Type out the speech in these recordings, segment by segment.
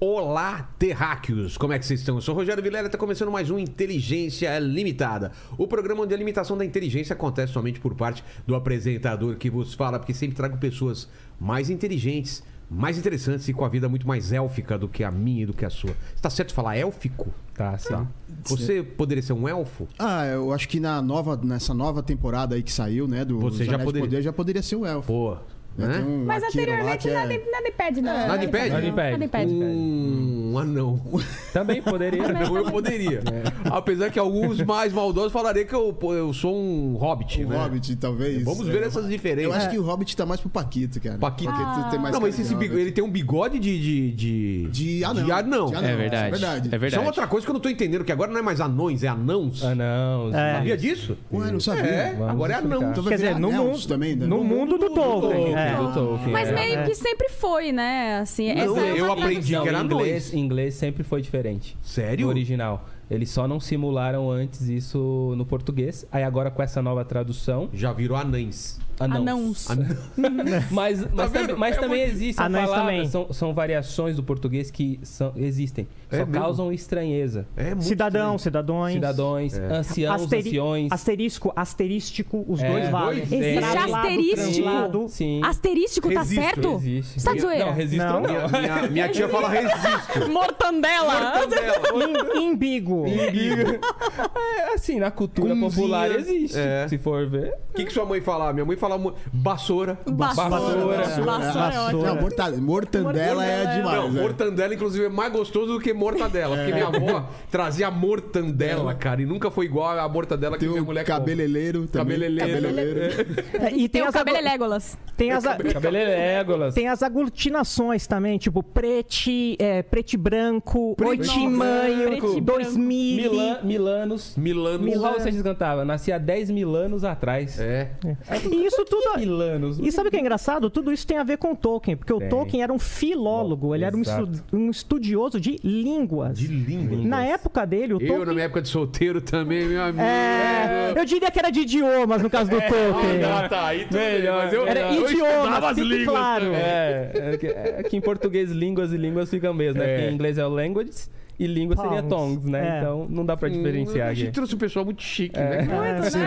Olá, terráqueos! Como é que vocês estão? Eu sou o Rogério Vilela e está começando mais um Inteligência Limitada. O programa onde a limitação da inteligência acontece somente por parte do apresentador que vos fala, porque sempre trago pessoas mais inteligentes, mais interessantes e com a vida muito mais élfica do que a minha e do que a sua. Está certo falar élfico? Tá, sim. Tá. Você poderia ser um elfo? Ah, eu acho que na nova, nessa nova temporada aí que saiu, né? Do Você dos já Anéis de poderia- Poder, já poderia ser o elfo. Pô, Né? Tem né? um Mas Akira lá anteriormente que é- nada, nada impede, não. Nada impede? não. Nada impede. Nada impede. Hum, Um anão. Hum. Também poderia. Não, eu poderia. É. Apesar que alguns mais maldosos falariam que eu, pô, eu sou um hobbit, O né? Hobbit, talvez. Vamos ver É. essas Eu diferenças. acho que o Hobbit tá mais pro Paquito, cara. Paquito. tem mais Não, mas cara esse de bigode, Hobbit. ele tem um bigode de... De, de... De anão. De anão. De anão, É isso verdade. É Isso é verdade. outra coisa que eu não tô entendendo, que agora não é mais anões, é anãos. Ah, não. É. Sabia disso? Ué, não sabia. É, Vamos agora é anão. explicar. Então vai Quer virar dizer, no anãos mundo- também, né? No mundo do Tolkien. Tolkien. é. Do Tolkien, Mas é. meio que sempre foi, né? Assim, essa Não, é uma eu aprendi Não, que era em anões. inglês, em inglês sempre foi diferente. Sério? Do original. Eles só não simularam antes isso no português. Aí agora com essa nova tradução, Já virou anães. anãos. Anãos. Mas, mas vendo? também, mas É também muito- existem Anões palavras, também. São, são variações do português que são- existem. É Só mesmo? causam estranheza. É muito Cidadão, estranho. cidadões. Cidadões, É. anciãos, Asteri- anciões. Asterisco, asterístico, os É, dois valem. dois Existe Pra lado, asterístico? pra lado. Sim. Asterístico, tá Resisto, certo? Existe. Você tá de zoeira? Não, resisto não. Não. Minha, minha- minha tia fala resisto. Mortandela! Im- Imbigo. É assim, na cultura Cunzinha. popular existe. É. Se for ver. O que, que sua mãe falava? Minha mãe falava mu- vassoura. Vassoura. Vassoura. Vassoura é ótimo. Não, morta- mortandela é demais. Não, né? mortandela, inclusive, é mais gostoso do que mortadela. Porque minha avó trazia mortandela, cara, e nunca foi igual a mortadela que É. Tem minha o mulher cabeleleiro também. Cabeleleiro. É, Tem E tem o as, cabelo aglu- Legolas. tem as, a- Cabelo é Legolas. tem as aglutinações também, tipo prete, é, prete branco, Prete oito e branco. manho, Prete dois branco. mil. Milan, Milanos. Milano. Milano. Qual vocês cantavam? Nasci há 10 mil anos atrás. É. E isso tudo. Milanos. E sabe o que é engraçado? Tudo isso tem a ver com o Tolkien, porque Tem. o Tolkien era um filólogo, ele era um, Exato. estu- um estudioso de línguas. De língua. Na época dele, o Eu, na Tolkien. minha época de solteiro também, meu amigo. É, eu diria que era de idiomas no caso do Tolkien. tá, aí tudo Melhor, bem, mas É, eu- Era eu estudava idiomas, as fique línguas né? claro. É, é que, é que em português línguas e línguas ficam mesmo, né? É. Porque em inglês é o languages e língua seria Tongues, tongues, né? é. Então não Hum, dá pra diferenciar A aqui. gente trouxe um pessoal muito chique, né? Você Não, vê? Não, Você é,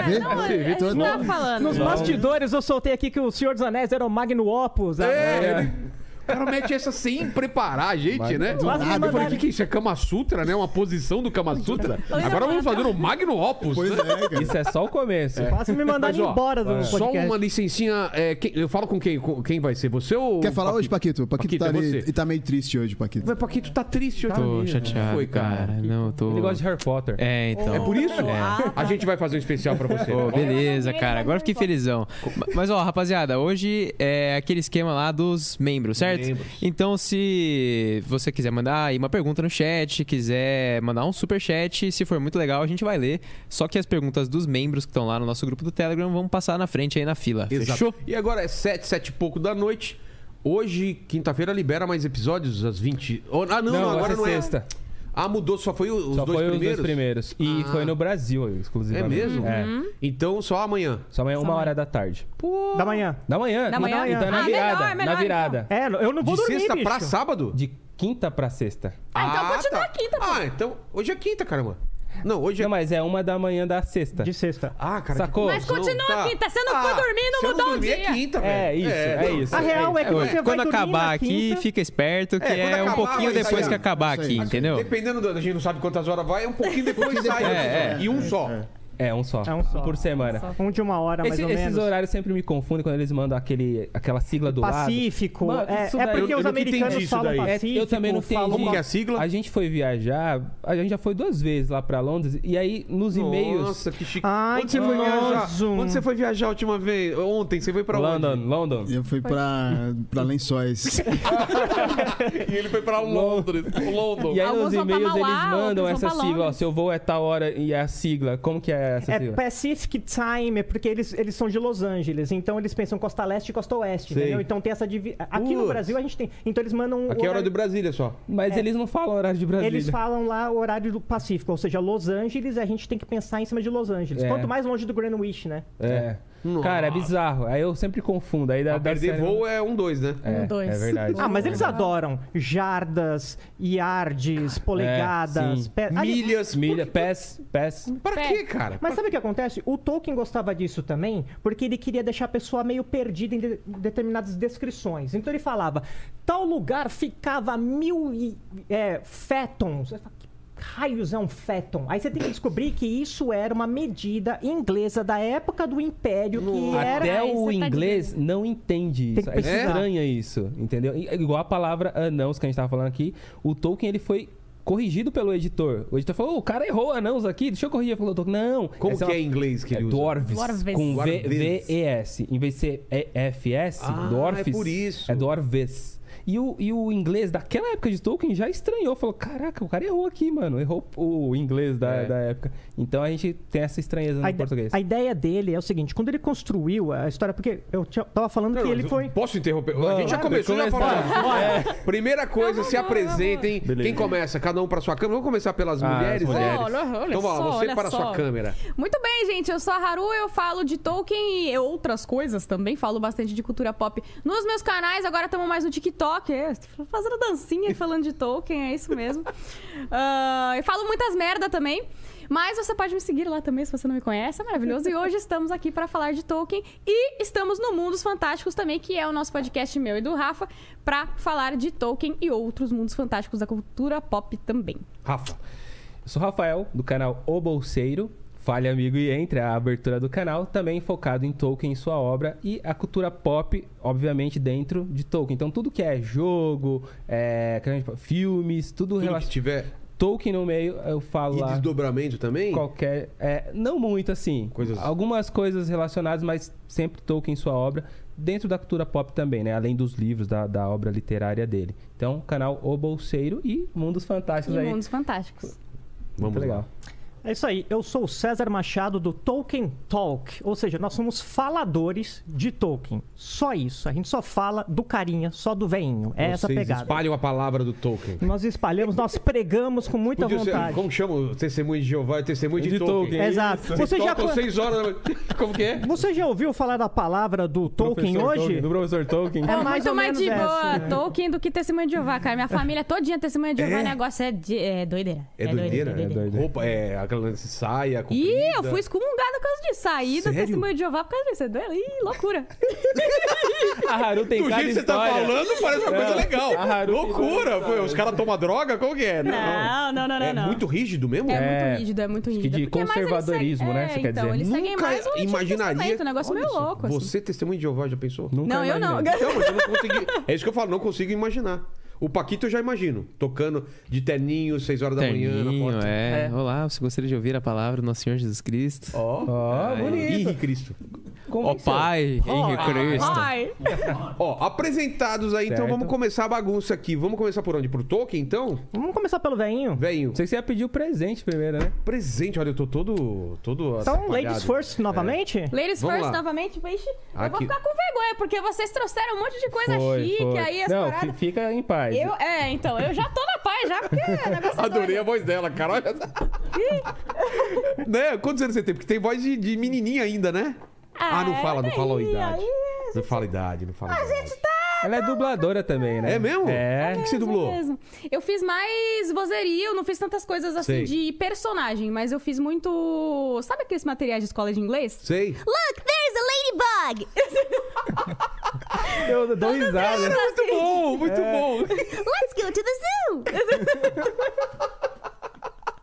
vê? a gente Então, tava falando. Nos bastidores eu soltei aqui que o Senhor dos Anéis era o Magno Opus. É, né? ele- O cara mete essa sem preparar a gente, né? do Mas Eu nada, me falei, o mandaram- que, que é isso? É Kama Sutra, né? Uma posição do Kama Sutra? é. Agora vamos fazer um Magno Opus, Pois né? é, cara. Isso é só o começo. Quase me mandaram Mas, ó, é. embora do Só podcast. uma licencinha. é, quem- eu falo com quem? Com quem vai ser? Você ou. Quer falar hoje, Paquito? Paquito, Paquito, tá, é ali, você. e tá meio triste hoje, Paquito. Mas, Paquito, tá triste, eu Tô chateado, Foi, cara. cara. Não, tô... Ele gosta de Harry Potter. É, então. É por isso? É. A gente vai fazer um especial pra você. Pô, beleza, Ele cara. vai Agora no fiquei Harry felizão. Mas, ó, rapaziada, hoje é aquele esquema lá dos membros, Membros. certo? Então, se você quiser mandar aí uma pergunta no chat, quiser mandar um super chat, se for muito legal, a gente vai ler. Só que as perguntas dos membros que estão lá no nosso grupo do Telegram vão passar na frente aí na fila. Exato. Fechou? E agora é sete, sete e pouco da noite. Hoje, quinta-feira, libera mais episódios às 20. Oh, Ah, não, Não, não, agora essa é não é. sexta. Ah, mudou, só foi os, Só dois, foi primeiros? os dois primeiros. E Ah. foi no Brasil, exclusivamente. É mesmo? É. Então, só amanhã. Só amanhã, é uma hora da tarde. Da manhã. Da manhã? Da manhã? Então é na Ah, virada. melhor, melhor, na virada. É, eu não vou De dormir, sexta bicho. pra sábado? De quinta pra sexta. Ah, então continua tá. quinta, pô. Ah, então. Hoje é quinta, caramba. Não, hoje é. Não, mas é uma da manhã da sexta. De sexta. Ah, cara. Sacou? que Mas confusão, Tá. Ah, continua quinta. Se eu não for dormir, não se eu mudou o dormir, É dia. quinta, velho. É isso, é, não. isso. A real é que você vai Quando dormir na acabar aqui, quinta. fica esperto que É, quando é, um acabar, pouquinho vai depois sair. que acabar Isso aqui, aí. entendeu? Dependendo da. A gente não sabe quantas horas vai, é um pouquinho depois sai. É, e um só. É um só. É um só. Por semana. Um de uma hora, mais Esse- ou esses menos. horários sempre me confundem quando eles mandam aquele, aquela sigla do Pacífico. lado. Mano, é, isso é daí- porque eu os nunca entendi americanos isso falam daí. É, pacífico. eu também não falam entendi. Como que é a sigla? A gente foi viajar, a gente já foi duas vezes lá pra Londres, e aí nos e-mails. Nossa, que chique. Ai, Onde que você foi viajar? nojo. Onde você foi viajar a última vez? Ontem, você foi pra London, onde? London. Eu fui pra, pra Lençóis. E ele foi pra Londres. London. E aí Alguns nos vão pra e-mails eles Mauá, mandam outros essa vão pra sigla, ó, Londres. seu voo é tal hora e é a sigla. Como que é essa É sigla? Pacific Time, é porque eles, eles são de Los Angeles, então eles pensam costa leste e costa oeste, Sei. entendeu? Então tem essa divisão. Aqui Putz. no Brasil a gente tem. Então eles mandam. o Aqui é hora horário- de Brasília só. Mas eles não É. falam horário de Brasília. Eles falam lá o horário do Pacífico, ou seja, Los Angeles, a gente tem que pensar em cima de Los Angeles. É. Quanto mais longe do Greenwich, né? É. Cara, é Nossa. bizarro. Aí eu sempre confundo. Aí dá, Pra dá perder sério- voo é um, dois, né? É, Um, dois. é verdade. Ah, mas eles adoram jardas, É, yards, polegadas, sim. pé- Ali- Milhas. Milha, pés, pés. Pra Pé. quê, cara? Mas sabe o que acontece? O Tolkien gostava disso também, porque ele queria deixar a pessoa meio perdida em de- determinadas descrições. Então ele falava, tal lugar ficava a mil e, é, fétons. Aí fala, "Que Raios é um féton. Aí você tem que descobrir que isso era uma medida inglesa da época do Império, que era Até Ai, o você tá inglês não entende Tem isso. que É pesquisar. estranha isso, entendeu? E- Igual a palavra anãos que a gente tava falando aqui. O Tolkien, ele foi corrigido pelo editor. O editor falou, "Ô, o cara errou anãos aqui, deixa eu corrigir. Ele Falou, Tolkien, não. Como essa que é uma- em inglês que é ele usa? dwarves, Dwarves. com V- Dwarves. V-E-S. Em vez de ser E-F-S, Ah, dwarfs, é por isso. é dwarves. E o, e o inglês daquela época de Tolkien já estranhou. Falou, caraca, o cara errou aqui, mano. Errou o inglês da, É. da época. Então a gente tem essa estranheza A, no ide- português. a ideia dele é o seguinte: quando ele construiu a história, porque eu tinha- tava falando Não, que não, ele foi. Posso interromper? a Vamos. gente já começou, já falou. Começar. É. Primeira coisa, se apresentem. Quem começa? Cada um pra sua câmera. Vamos começar pelas Ah, as mulheres. mulheres. Olha, olha então, vai lá, só, você olha para a sua só. câmera. Muito bem, gente. Eu sou a Haru, eu falo de Tolkien e outras coisas também. Falo bastante de cultura pop nos meus canais. Agora estamos mais no TikTok. É, fazendo dancinha e falando de Tolkien, é isso mesmo. Ah, eu falo muitas merda também. Mas você pode me seguir lá também se você não me conhece, é maravilhoso. E hoje estamos aqui para falar de Tolkien e estamos no Mundos Fantásticos também, que é o nosso podcast meu e do Rafa, para falar de Tolkien e outros mundos fantásticos da cultura pop também. Rafa. Eu sou o Rafael, do canal O Bolseiro. Fale amigo e entre, a abertura do canal, também focado em Tolkien e sua obra e a cultura pop, obviamente, dentro de Tolkien. Então, tudo que é jogo, é, que a gente fala, filmes, tudo Tudo que relacionado. tiver. Tolkien no meio, eu falo E lá. desdobramento também? Qualquer. é, não muito assim. Coisas- Algumas coisas relacionadas, mas sempre Tolkien e sua obra, dentro da cultura pop também, né? Além dos livros, da, da obra literária dele. Então, canal O Bolseiro e Mundos Fantásticos E aí. mundos fantásticos. Vamos Muito Tá legal. lá. É isso aí, eu sou o César Machado do Tolkien Talk, ou seja, nós somos faladores de Tolkien. Só isso, a gente só fala do carinha, só do veinho. É essa a Vocês pegada. espalham a palavra do Tolkien. Nós espalhamos, nós pregamos com muita Podia ser- um vontade. como chama o testemunho de Jeová e testemunho de, De Tolkien? Tolkien. Exato. Você já, Tocam seis horas da manhã. Como que é? você já ouviu falar da palavra do Tolkien Professor hoje? Tolkien, do professor Tolkien. É Pô, mais muito ou mais de menos boa essa. Tolkien do que testemunho de Jeová, cara. Minha família é todinha testemunho de Jeová, É? o negócio é, de, é doideira. né? É doideira? doideira, é doideira. Roupa, é aquela lance de saia, comprida. Ih, eu fui excomungada por causa disso. Saí do Sério? testemunho de Jeová por causa disso. É doido. Ih, loucura. A Haru um tem Do cada jeito que você tá história. falando, parece uma coisa É. legal. A Haru tem Loucura! várias Pô, os caras tomam droga? Qual que é? Não, não, não, não. tá É não. muito rígido mesmo? É, É, muito rígido, é muito acho que rígido. de Porque mais eles conservadorismo, seguem- né, é, você quer então, dizer. eles seguem mais o Nunca Antigo imaginaria. Testamento, Um negócio Olha meio só, louco, assim. Você, testemunho de Jeová, já pensou? Nunca Não, eu não. imaginei. Não, mas eu não consegui. É isso que eu falo, não consigo imaginar. O Paquito eu já imagino. Tocando de terninho, 6 horas da manhã na Terninho, porta. é. Olá, você gostaria de ouvir a palavra do nosso Senhor Jesus Cristo? Ó Ó, bonito. Ih, Ah, Cristo. Como Pai, em Cristo. Ai, Ó, apresentados aí, então Certo. vamos começar a bagunça aqui. Vamos começar por onde? Por Tolkien, então? Vamos começar pelo veinho? Velho, Não sei se você ia pedir o presente primeiro, né? presente. Olha, eu tô todo. todo Então, atrapalhado. ladies first, novamente? ladies Vamos first, lá. novamente. Ixi, eu vou Aqui. ficar com vergonha, porque vocês trouxeram um monte de coisa chique aí, as Não, paradas. fi- fica em paz. Eu, é, então, eu já tô na paz já, porque o negócio é Adorei doido. a voz dela, cara. Olha essa- né? Quantos anos você tem? Porque tem voz de, de menininha ainda, né? Ah, não é, fala, não fala a daí, idade. aí é, tá Não fala a idade, não fala a idade. Ela é dubladora também, né? É mesmo? É. O que que você dublou? mesmo. Eu fiz mais vozerio, não fiz tantas coisas Sei. assim de personagem, mas eu fiz muito. Sabe aqueles materiais de escola de inglês? Sei. Look, there's a ladybug! Eu dou risada. é, né? Muito assim. bom, muito É. bom. Let's go to the zoo!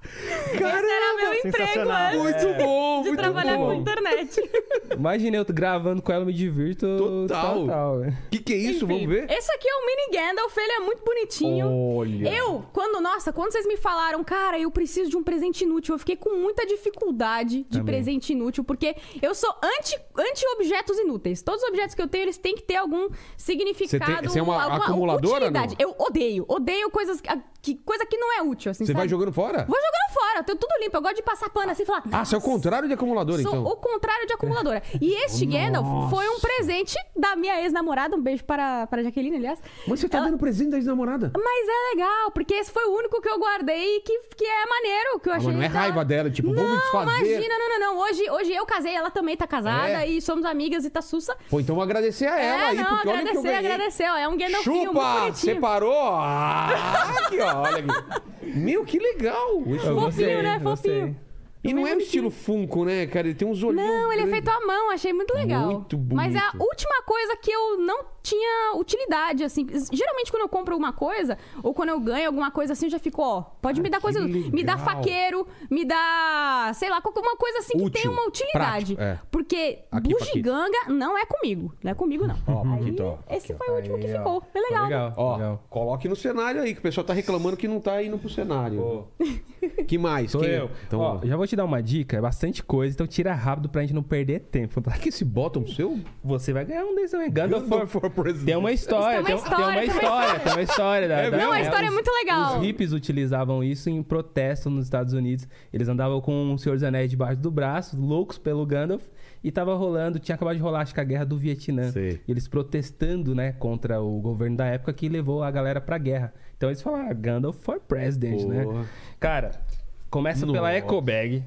Esse era meu emprego Sensacional. antes Muito bom, É. de muito trabalhar bom. com internet. Imaginei eu gravando com ela, eu me divirto Total. total. né? Que que é isso? Enfim, Vamos ver? Esse aqui é o mini Gandalf, ele é muito bonitinho. Oh. Olha. Eu, quando, nossa, quando vocês me falaram, cara, eu preciso de um presente inútil, eu fiquei com muita dificuldade de presente inútil, porque eu sou anti- anti-objetos inúteis. Todos os objetos que eu tenho, eles têm que ter algum significado. Você tem- você é uma alguma acumuladora, utilidade. Eu odeio, odeio coisas que, que- coisa que não é útil, assim, Você sabe? vai jogando fora? Vou jogando fora, adoro, eu tenho tudo limpo. Eu gosto de passar pano assim e falar. Ah, você é o contrário de acumulador, Sou então. Oh, o contrário de acumuladora. E este Gandalf foi um presente da minha ex-namorada. Um beijo para, para a Jaqueline, aliás. Mas você tá Ela- dando presente da ex-namorada. Mas é legal, porque esse foi o único que eu guardei e que, que é maneiro, que eu Ah, achei. mas não é da- raiva dela, tipo, vou me Não, desfazer. Imagina, não, não, não. Hoje, hoje eu casei, ela também tá casada É. e somos amigas e tá sussa. Pô, então vou agradecer a ela é, aí, não, porque olha o que eu agradecer, ganhei. agradecer. ó, É um Gandalfinho muito Chupa! bonitinho. Separou! Ah, aqui, ó, olha aqui. Meu, que legal! Isso. Eu Fofinho, gostei, né? gostei. Fofinho. E não é o estilo Funko, né, cara? Ele tem uns olhinhos. Não, ele é grandes. feito à mão, achei muito legal. Muito Mas é a bonito. última coisa que eu não tinha utilidade, assim. Geralmente, quando eu compro alguma coisa, ou quando eu ganho alguma coisa assim, eu já fico, ó, pode me dar coisa. que Me dá legal. faqueiro, me dá, sei lá, qualquer uma coisa assim que Útil, tem uma utilidade. prático, é. Porque Aqui, bugiganga não é comigo. Não é comigo, não. Ó, Aí, Paquito, ó, esse aqui, ó. foi o último que Aí, ó. ficou. É Tá legal. legal, Ó, legal. coloque no cenário aí, que o pessoal tá reclamando que não tá indo pro cenário. Pô. Que mais? Sou Quem- eu. Então, Ó, já vou te dar uma dica, é bastante coisa, então tira rápido pra gente não perder tempo. Será que esse bottom seu? Você vai ganhar um desses também. Gandalf Gandalf for- for President. Tem uma história, Isso tem tem, uma tem uma história, história, tem uma história. da- É da- mesmo? Não, a história é os- muito legal. Os hippies utilizavam isso em protesto nos Estados Unidos. Eles andavam com o Senhor dos Anéis debaixo do braço, loucos pelo Gandalf, e tava rolando, tinha acabado de rolar, acho que a guerra do Vietnã. Sei. E eles protestando, né, contra o governo da época que levou a galera pra guerra. Então eles falaram, Gandalf for president, Porra. né? Cara, começa pela Nossa. Eco Bag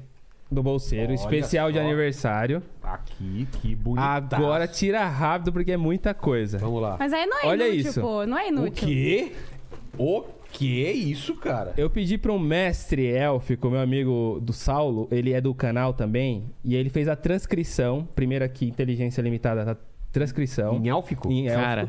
do bolseiro, Olha especial de só. aniversário. Aqui, que bonito. Agora tira rápido porque é muita coisa. Vamos lá. Mas aí não é Olha inútil, isso. pô. Não é O inútil. quê? O que é isso, cara? Eu pedi para um mestre élfico, meu amigo do Saulo, ele é do canal também, e ele fez a transcrição, primeiro aqui, inteligência limitada, da transcrição. Em élfico? Então, Em élfico. Cara,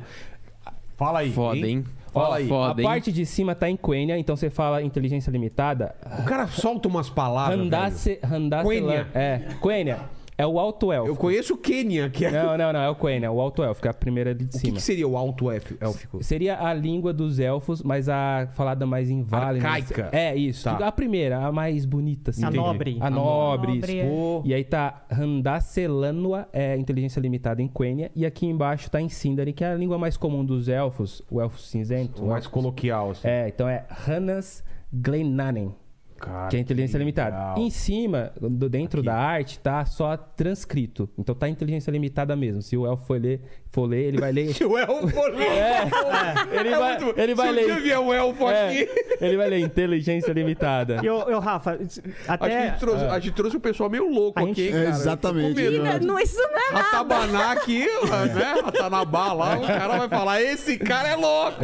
Fala aí. foda, hein? Ó, Fala aí. a Foda, hein? parte de cima tá em Quenya, então você fala inteligência limitada. O cara solta umas palavras. Ah, velho. Randace, Randace Quenya. É, Quenya. É o alto Eu élfico. conheço o Quênia, que é. Não, não, não, é o Quenya, o alto élfico, é a primeira ali de O que, cima. que seria o alto élf- élfico? Seria a língua dos elfos, mas a falada mais inválida. Arcaica. É, isso. Tá. A primeira, a mais bonita. assim. A nobre. A A nobre. isso. nobre, é. Pô. E aí tá Randacelanua, é inteligência limitada em Quenya. E aqui embaixo tá em Sindarin, que é a língua mais comum dos elfos. O elfo cinzento. O mais coloquial, assim. É, então é Hanas Glenanen. Cara, Que é inteligência que limitada. legal. Em cima, do- dentro da arte, tá só transcrito. Então tá inteligência limitada mesmo. Se o elfo for ler, for ler ele vai ler Se o elfo ali. ele É vai, muito- ele vai Se um ler. dia vier um elfo É, aqui. ele vai ler inteligência limitada. Eu, eu, Rafa, Acho s- que a até. gente trouxe, a gente trouxe o pessoal meio louco A aqui, gente- cara. É, exatamente, Comida, né? Não, isso não é nada. Ratabaná aqui, né? Ratanabá lá, o cara vai falar, esse cara é louco.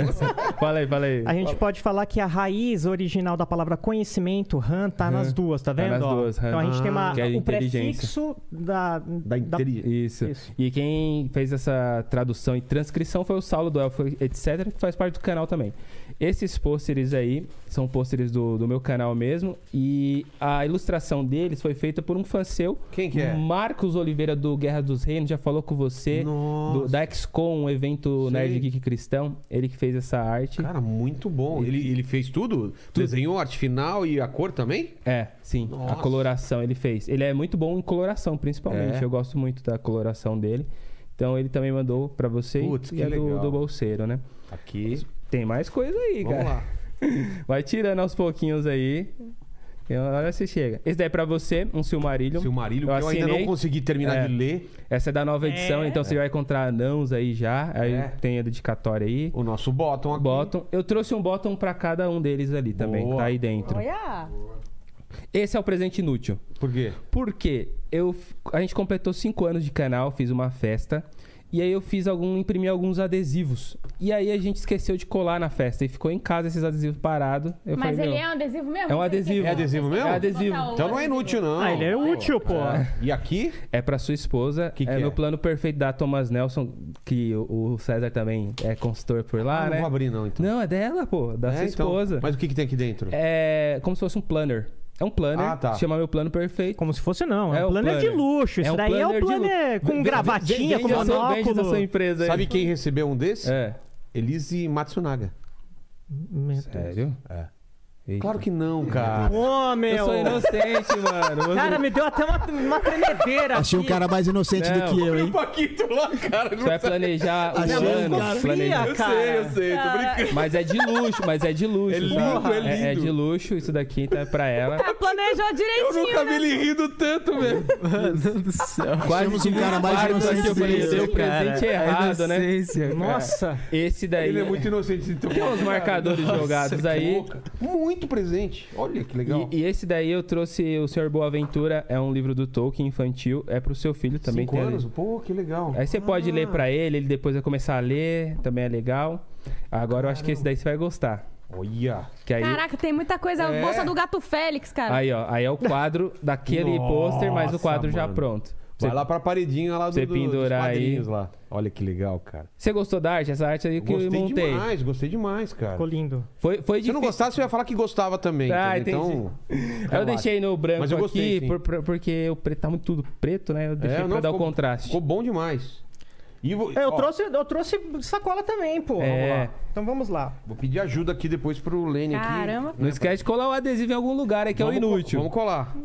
Fala aí, fala aí. A gente pode falar que a raiz original da palavra conhecimento, Han, tá nas duas, tá Tá vendo? nas ó? duas, Han. Então a gente tem uma, Ah, que é o inteligência. prefixo da, é da, Isso. Isso. E quem fez essa tradução e transcrição foi o Saulo do Elfo, etc., que faz parte do canal também. Esses pôsteres aí são pôsteres do, do meu canal mesmo. E a ilustração deles foi feita por um fã seu. Quem que é? Marcos Oliveira do Guerra dos Reinos, já falou com você. Nossa. Do, da XCOM, um evento Sei. Nerd Geek Cristão. Ele que fez essa arte. Cara, muito bom. Ele, ele fez tudo? Desenhou arte final e a cor também? É, sim. A Nossa. coloração ele fez. Ele é muito bom em coloração, principalmente. É. Eu gosto muito da coloração dele. Então ele também mandou pra você e- Putz, e que é do, legal. do bolseiro, né? Aqui. Tem mais coisa aí, Vamos cara. lá. Vai tirando aos pouquinhos aí. E Olha se chega. Esse daí é pra você, um Silmarillion. Silmarillion, que eu ainda assinei. não consegui terminar É. de ler. Essa é da nova edição, então você vai encontrar anãos aí já. Aí É. tem a dedicatória aí. O nosso bottom aqui. Bottom. Eu trouxe um bottom pra cada um deles ali também, Boa. tá aí dentro. Olha. Esse é o presente inútil. Por quê? Porque eu, f- a gente completou cinco anos de canal, fiz uma festa. E aí eu fiz algum, imprimi alguns adesivos. E aí a gente esqueceu de colar na festa e ficou em casa esses adesivos parados. Eu Mas falei, ele meu, é um adesivo mesmo? É um adesivo. É adesivo mesmo? É adesivo. Botar o- Então não é inútil, não. Ah, ele é útil, pô. E aqui? É pra sua esposa. Que que é é? meu plano perfeito da Thomas Nelson, que o, o César também é consultor por lá, Ah, né? Não vou abrir, não, então. Não, é dela, pô, da sua É, então. esposa. Mas o que, que tem aqui dentro? É como se fosse um planner. É um planner, Ah, tá. chama meu plano perfeito. Como se fosse não. É, É um o planner, de planner. luxo. Isso É um daí é planner o de planner luxo. com Vem- gravatinha, com Vende a sua- vende da sua monóculo. empresa aí. Sabe quem recebeu um desse? É. Elise Matsunaga. Meu Deus. Sério? É. Claro que não, cara. Ô, meu! Eu sou inocente, mano. Você- Cara, me deu até uma, uma tremedeira. Achei um aqui. cara mais inocente Não. do que eu, Olha o hein? Paquito lá, cara. Você vai planejar o Achei ano. um cara. planeja- Fria, cara. sei, tô brincando. Mas é de luxo, mas é de luxo. É lindo, sabe? é lindo. de luxo isso daqui, então é pra ela. Ela Tá, planejou direitinho. Eu nunca vi né? ele rindo tanto, velho. Mano do céu. Achamos um cara mais Claro que inocente assim, eu do que falei, deu eu. presente errado, né? Nossa! Esse daí. Ele é muito inocente. Então, Tem uns marcadores jogados aí. tá Muito presente. Olha que legal. E, e esse daí eu trouxe o Senhor Boaventura, é um livro do Tolkien infantil, é pro seu filho também. Cinco tem- É. anos? Pô, que legal. Aí você pode ler pra ele, ele depois vai começar a ler, também é legal. Agora eu acho que esse daí você vai gostar. Olha. Que aí, Caraca, tem muita coisa. É. Bolsa do Gato Félix, cara. aí, ó, aí é o quadro daquele Nossa, pôster, mas o quadro já mano. pronto. Você, Vai lá pra paredinha lá do, você do, pendurar dos aí. quadrinhos lá. Olha que legal, cara. você gostou da arte? Essa arte aí É que eu Gostei montei. demais, gostei demais, cara. Ficou lindo. Foi, foi Se eu difícil. não gostasse, eu ia falar que gostava também. Ah, entendeu? entendi. então, Aí eu deixei no branco Mas eu gostei, aqui, sim. por- por- porque o preto tá muito tudo preto, né? Eu deixei É, pra não, dar o ficou- contraste. Ficou bom demais. E vou, É, Eu ó, trouxe, eu trouxe sacola também, pô. É. Vamos lá. Então vamos lá. vou pedir ajuda aqui depois pro Lene aqui. Caramba. Não esquece de colar o adesivo em algum lugar, é que né, Vamos é o co- inútil. Vamos colar.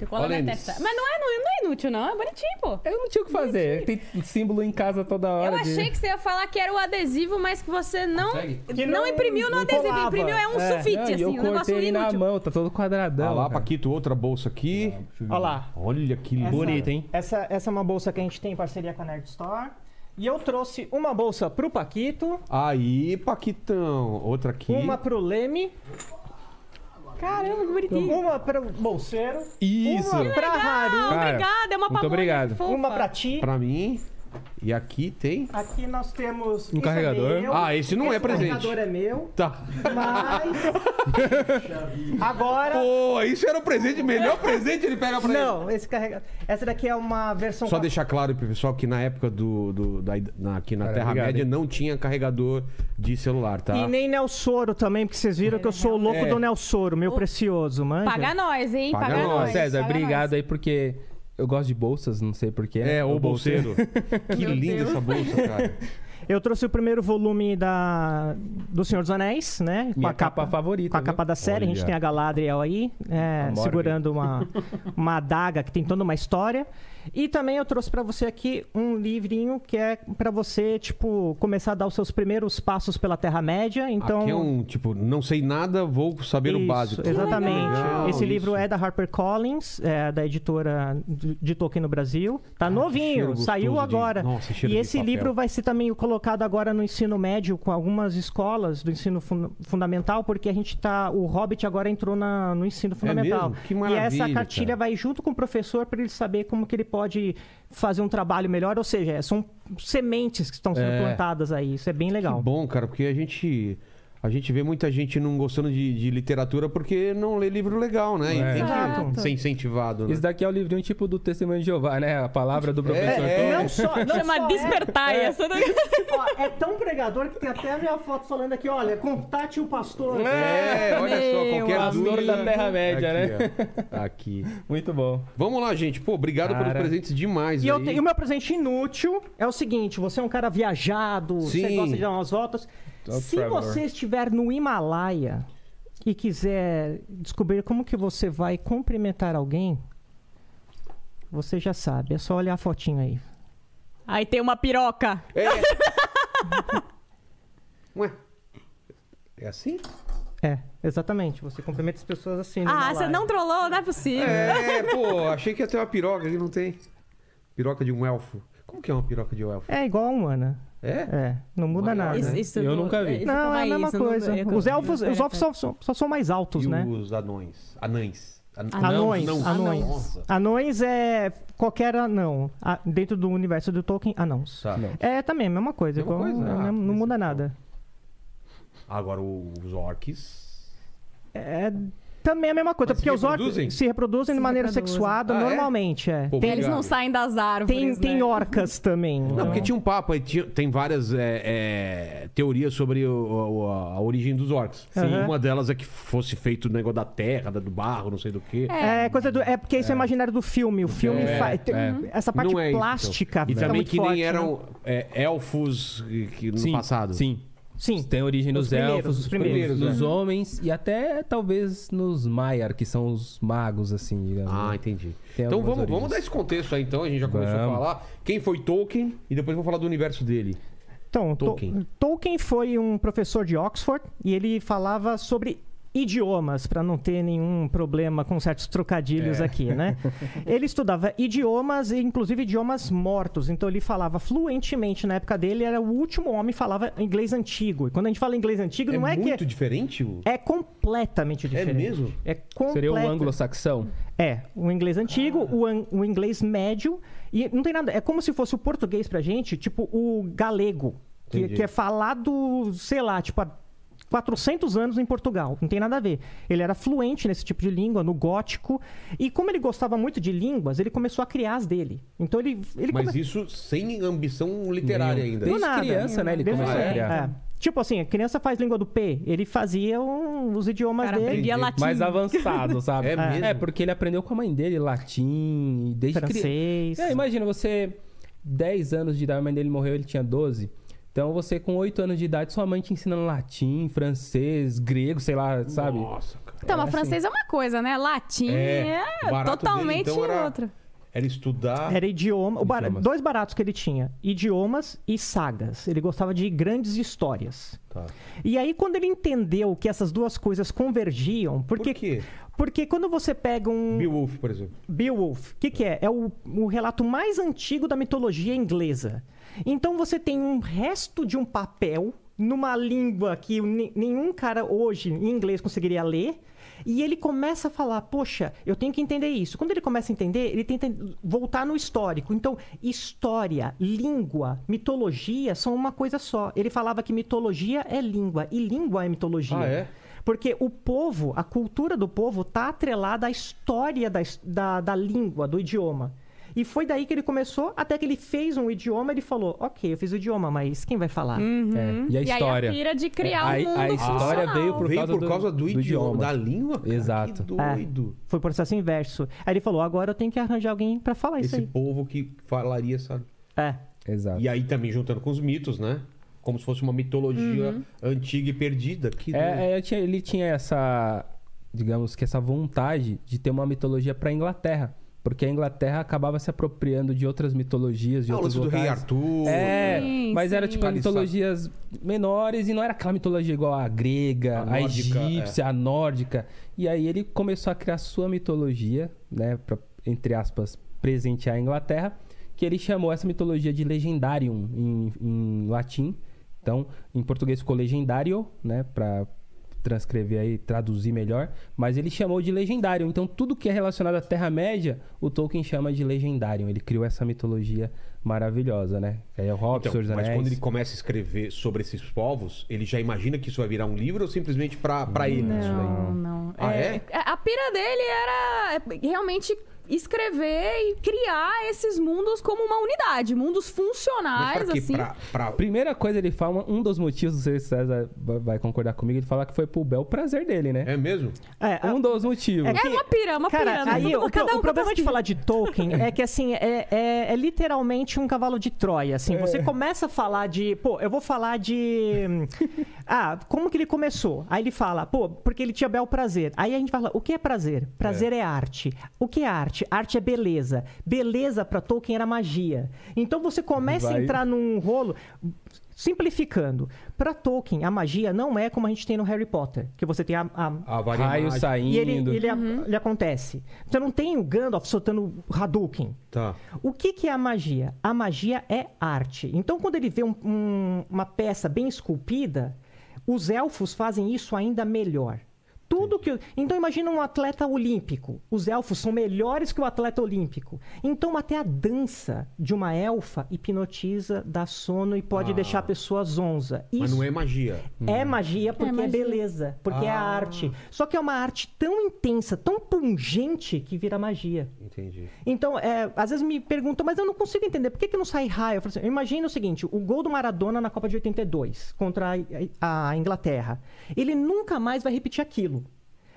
Eu colo na Olha testa. isso. Mas não é, não é inútil, não. É bonitinho, pô. Eu não tinha o que fazer. Tem símbolo em casa toda hora. Eu achei que você ia falar que era o adesivo, mas que você não, Consegue? Que não não- imprimiu no não adesivo. colava. Imprimiu é um É. sulfite, Não, e assim, eu um negócio cortei ele na inútil. mão, tá todo quadradão. Olha lá, cara. Paquito, outra bolsa aqui. Olha lá. Olha que lindo. Bonito, hein? Essa, essa é uma bolsa que a gente tem em parceria com a Nerd Store. E eu trouxe uma bolsa pro Paquito, Aí, Paquitão. Outra aqui. uma pro Leme, Caramba, que bonitinho. uma pro Bolseiro, Isso. uma pra Ah, Haru, Cara, obrigada, é uma muito pamonha obrigado. fofa. uma pra ti. Pra mim. E aqui tem. Aqui nós temos. isso é carregador. meu, Um Ah, esse não é presente. O carregador é meu, Tá. mas. Agora. Pô, isso era o presente, melhor presente ele pega pra ele. Não, esse carregador. Essa daqui é uma versão. Só com- deixar claro pro pessoal que na época do, do- da, na- aqui na Cara, Terra-média obrigado, não tinha carregador de celular, tá? E nem Nel Soro também, porque vocês viram que eu sou o louco É. do Nel Soro, meu precioso, manja. Paga nós, hein? Paga Paga, nós. nós. César, paga obrigado nós. aí, porque eu gosto de bolsas, não sei porquê. É, o bolseiro. que linda essa bolsa, cara. Eu trouxe o primeiro volume da do Senhor dos Anéis, né? Minha capa favorita, Com a viu? capa da série, a gente Olha. tem a Galadriel aí, é, Morgan. segurando uma, uma adaga que tem toda uma história. E também eu trouxe pra você aqui um livrinho que é pra você, tipo, começar a dar os seus primeiros passos pela Terra-média. Então. Aqui é um tipo, não sei nada, vou saber o Isso, básico. Exatamente. Legal, Esse livro isso. é da HarperCollins, é da editora de de Tolkien no Brasil. Tá cheiro novinho, gostoso saiu de- agora. Nossa, cheiro e de esse papel. livro vai ser também colocado agora no ensino médio com algumas escolas do ensino fun- fundamental, porque a gente tá o Hobbit agora entrou na- no ensino fundamental. É mesmo? Que e essa maravilha, cartilha cara. vai junto com o professor para ele saber como que ele pode fazer um trabalho melhor, ou seja, é, são sementes que estão sendo É. plantadas aí. Isso é bem legal. Que bom, cara, porque a gente. A gente vê muita gente não gostando de, de literatura porque não lê livro legal, né? É. E tem que Exato. ser incentivado, né? Isso daqui é o livrinho tipo do Testemunho de Jeová, né? A palavra do professor. é. Tom. Não só, não Chama só é- despertar essa daí. Ó, é tão pregador que tem até a minha foto falando aqui, olha, contate o pastor. É, olha só, Meu qualquer pastor dúvida... da Terra-média, né? Aqui. Então, Muito bom. Vamos lá, gente. Pô, obrigado Cara. pelos presentes demais E, eu aí. tenho- e o meu presente inútil é o seguinte: você é um cara viajado, você Sim. Tá, gosta de dar umas voltas. Tô Se traveler. você estiver no Himalaia e quiser descobrir como que você vai cumprimentar alguém, você já sabe, é só olhar a fotinho aí. Aí tem uma piroca. É. Ué. É assim? É, exatamente. Você cumprimenta as pessoas assim. No Ah, Himalaia. você não trollou, não é possível. É, pô, achei que ia ter uma piroca que não tem. Piroca de um elfo. Como que é uma piroca de um elfo? É igual a humana. É? É, não muda Maior, nada. né? Eu nunca vi. isso, Não, calma é a aí, mesma isso não- coisa. é, calma os aí. elfos, os elfos só, só- só são mais altos, E né? os anões? Anães. An- Anões, Não, não. anões. Nossa. Anões é qualquer anão. Ah, Dentro do universo do Tolkien, anãos. Tá. É também a mesma coisa. Mesma igual- coisa? é, Ah, não, não mas muda então. nada. Agora os orques. É também a mesma coisa, Mas se porque os reproduzem? orcas se reproduzem de Se maneira reproduzem. sexuada Ah, é? normalmente, é. Pô, Eles não obrigado. saem das árvores. Tem, né? tem orcas também. Não, então. porque tinha um papo aí, tinha- tem várias é, é, teorias sobre o- o- a, a origem dos orcs. Sim. Uma delas é que fosse feito o negócio da terra, da- do barro, não sei do que. É, coisa do, é porque isso é imaginário do filme. O filme É, faz. Uhum. é. Essa parte não é isso, então. plástica E fica também muito né? que forte, nem né? eram é, elfos que, que no sim, passado. Sim. Sim. Tem origem Os nos primeiros, elfos, os nos primeiros, né? nos homens e até talvez nos Maiar, que são os magos, assim, digamos. Ah, né? entendi. Tem então algumas vamos, vamos origens. dar esse contexto aí, então. A gente já começou a Vamos. falar quem foi Tolkien e depois vamos falar do universo dele. Então, Tol- Tolkien. Tolkien. foi um professor de Oxford e ele falava sobre idiomas, para não ter nenhum problema com certos É. trocadilhos aqui, né? ele estudava idiomas e inclusive idiomas mortos. Então ele falava fluentemente na época dele, era o último homem que falava inglês antigo. E quando a gente fala inglês antigo, não é, é muito que diferente o... é completamente diferente. mesmo? É Seria um o completa- anglo-saxão? é, o inglês antigo, Ah. o, an- o inglês médio. E não tem nada. É como se fosse o português pra gente, tipo o galego. Que, Entendi. que é falado, sei lá, tipo há 400 anos em Portugal. Não tem nada a ver. Ele era fluente nesse tipo de língua, no gótico. E como ele gostava muito de línguas, ele começou a criar as dele. Então ele. ele Mas come- isso sem ambição literária ainda. Do Desde nada. criança, né, ele Desde começou a sempre. criar. É. Tipo assim, a criança faz língua do P. Ele fazia um- os idiomas Cara, dele. aprendia Entendi. latim. Mais avançado, sabe? É mesmo? porque ele aprendeu com a mãe dele latim, desde criança. Francês. É, imagina, você, 10 anos de idade, a mãe dele morreu, ele tinha 12. Então você, com 8 anos de idade, sua mãe te ensinando latim, francês, grego, sei lá, sabe? Uhum. Nossa, cara. Então, mas É, francês é uma coisa, né? Latim assim, É, é, o barato totalmente dele, então, era- outra. Era estudar... Era idioma. o bar- Idiomas. Dois baratos que ele tinha: idiomas e sagas. Ele gostava de grandes histórias. Tá. E aí, quando ele entendeu que essas duas coisas convergiam, porque. Por quê? Porque quando você pega um Beowulf, por exemplo. Beowulf, o que, que é? É o, o relato mais antigo da mitologia inglesa. Então você tem um resto de um papel numa língua que ne- nenhum cara hoje em inglês conseguiria ler. E ele começa a falar, poxa, eu tenho que entender isso. Quando ele começa a entender, ele tenta voltar no histórico. Então, história, língua, mitologia são uma coisa só. Ele falava que mitologia é língua e língua é mitologia. Ah, é? Porque o povo, a cultura do povo tá atrelada à história da, his- da, da língua, do idioma. E foi daí que ele começou, até que ele fez um idioma, ele falou, ok, eu fiz o idioma, mas quem vai falar? É, E a E história? aí a pira de criar É, um mundo a- a história funcional. veio pro- Por Veio causa por do- causa do, do idioma, idioma. da língua, cara. Exato. Que doido. Foi processo inverso. Aí ele falou, agora eu tenho que arranjar alguém pra falar É. isso Esse aí. povo que falaria essa... É. Exato. E aí também juntando com os mitos, né? Como se fosse uma mitologia antiga e perdida. Que doido. É, é, eu tinha- ele tinha essa, digamos que essa vontade de ter uma mitologia para Inglaterra, porque a Inglaterra acabava se apropriando de outras mitologias, de Ah, o outros lance do Rei locais. Arthur. né? É, Sim, mas era sim. tipo Caliça- mitologias menores e não era aquela mitologia igual a grega, A a, nórdica, é. egípcia, a nórdica. E aí ele começou a criar sua mitologia, né, pra, entre aspas, presentear a Inglaterra, que ele chamou essa mitologia de legendarium em, em latim. Então, em português ficou legendário, né, para transcrever aí, traduzir melhor, mas ele chamou de legendário. Então, tudo que é relacionado à Terra-média, o Tolkien chama de legendário. Ele criou essa mitologia maravilhosa, né? Aí é o Hobbit, Então, Senhor dos mas Anéis. quando ele começa a escrever sobre esses povos, ele já imagina que isso vai virar um livro ou simplesmente pra, pra ele? isso aí? Não, não. Ah, é? A a pira dele era é, realmente escrever e criar esses mundos como uma unidade, mundos Mas funcionais, pra quê? assim. Pra, pra- Primeira coisa ele fala, um dos motivos, não sei se o César vai vai concordar comigo, ele fala que foi pro bel prazer dele, né? É mesmo? É, a- Um dos motivos. É uma pira, uma Cara, pira. aí Todo- o, pro- cada um o problema de com falar de Tolkien é que, assim, é, é- é literalmente um cavalo de Troia, assim. Você começa a falar de... Pô, eu vou falar de... hum, Ah, como que ele começou? Aí ele fala, pô, porque ele tinha bel prazer. Aí a gente fala, o que é prazer? Prazer é, arte. O que é arte? Arte é beleza. Beleza pra Tolkien era magia. Então você começa Vai. a entrar num rolo... Simplificando, pra Tolkien, a magia não é como a gente tem no Harry Potter, que você tem a- a, A varinha Raio mágica. saindo. e ele, ele, ele acontece. Você não tem o Gandalf soltando Hadouken. Tá. O que, que é a magia? A magia é arte. Então, quando ele vê um- um- uma peça bem esculpida, os elfos fazem isso ainda melhor. Tudo que. Então, imagina um atleta olímpico. Os elfos são melhores que o atleta olímpico. Então, até a dança de uma elfa hipnotiza, dá sono e pode Ah. deixar a pessoa zonza. Isso Mas não é magia. é magia porque é, magia. beleza, porque é Ah. arte. Só que é uma arte tão intensa, tão pungente que vira magia. Entendi. Então, é, às vezes me perguntam, mas eu não consigo entender, por que, que não sai raio? Eu falo assim, imagina o seguinte, o gol do Maradona na Copa de 82 contra a, a Inglaterra. Ele nunca mais vai repetir aquilo.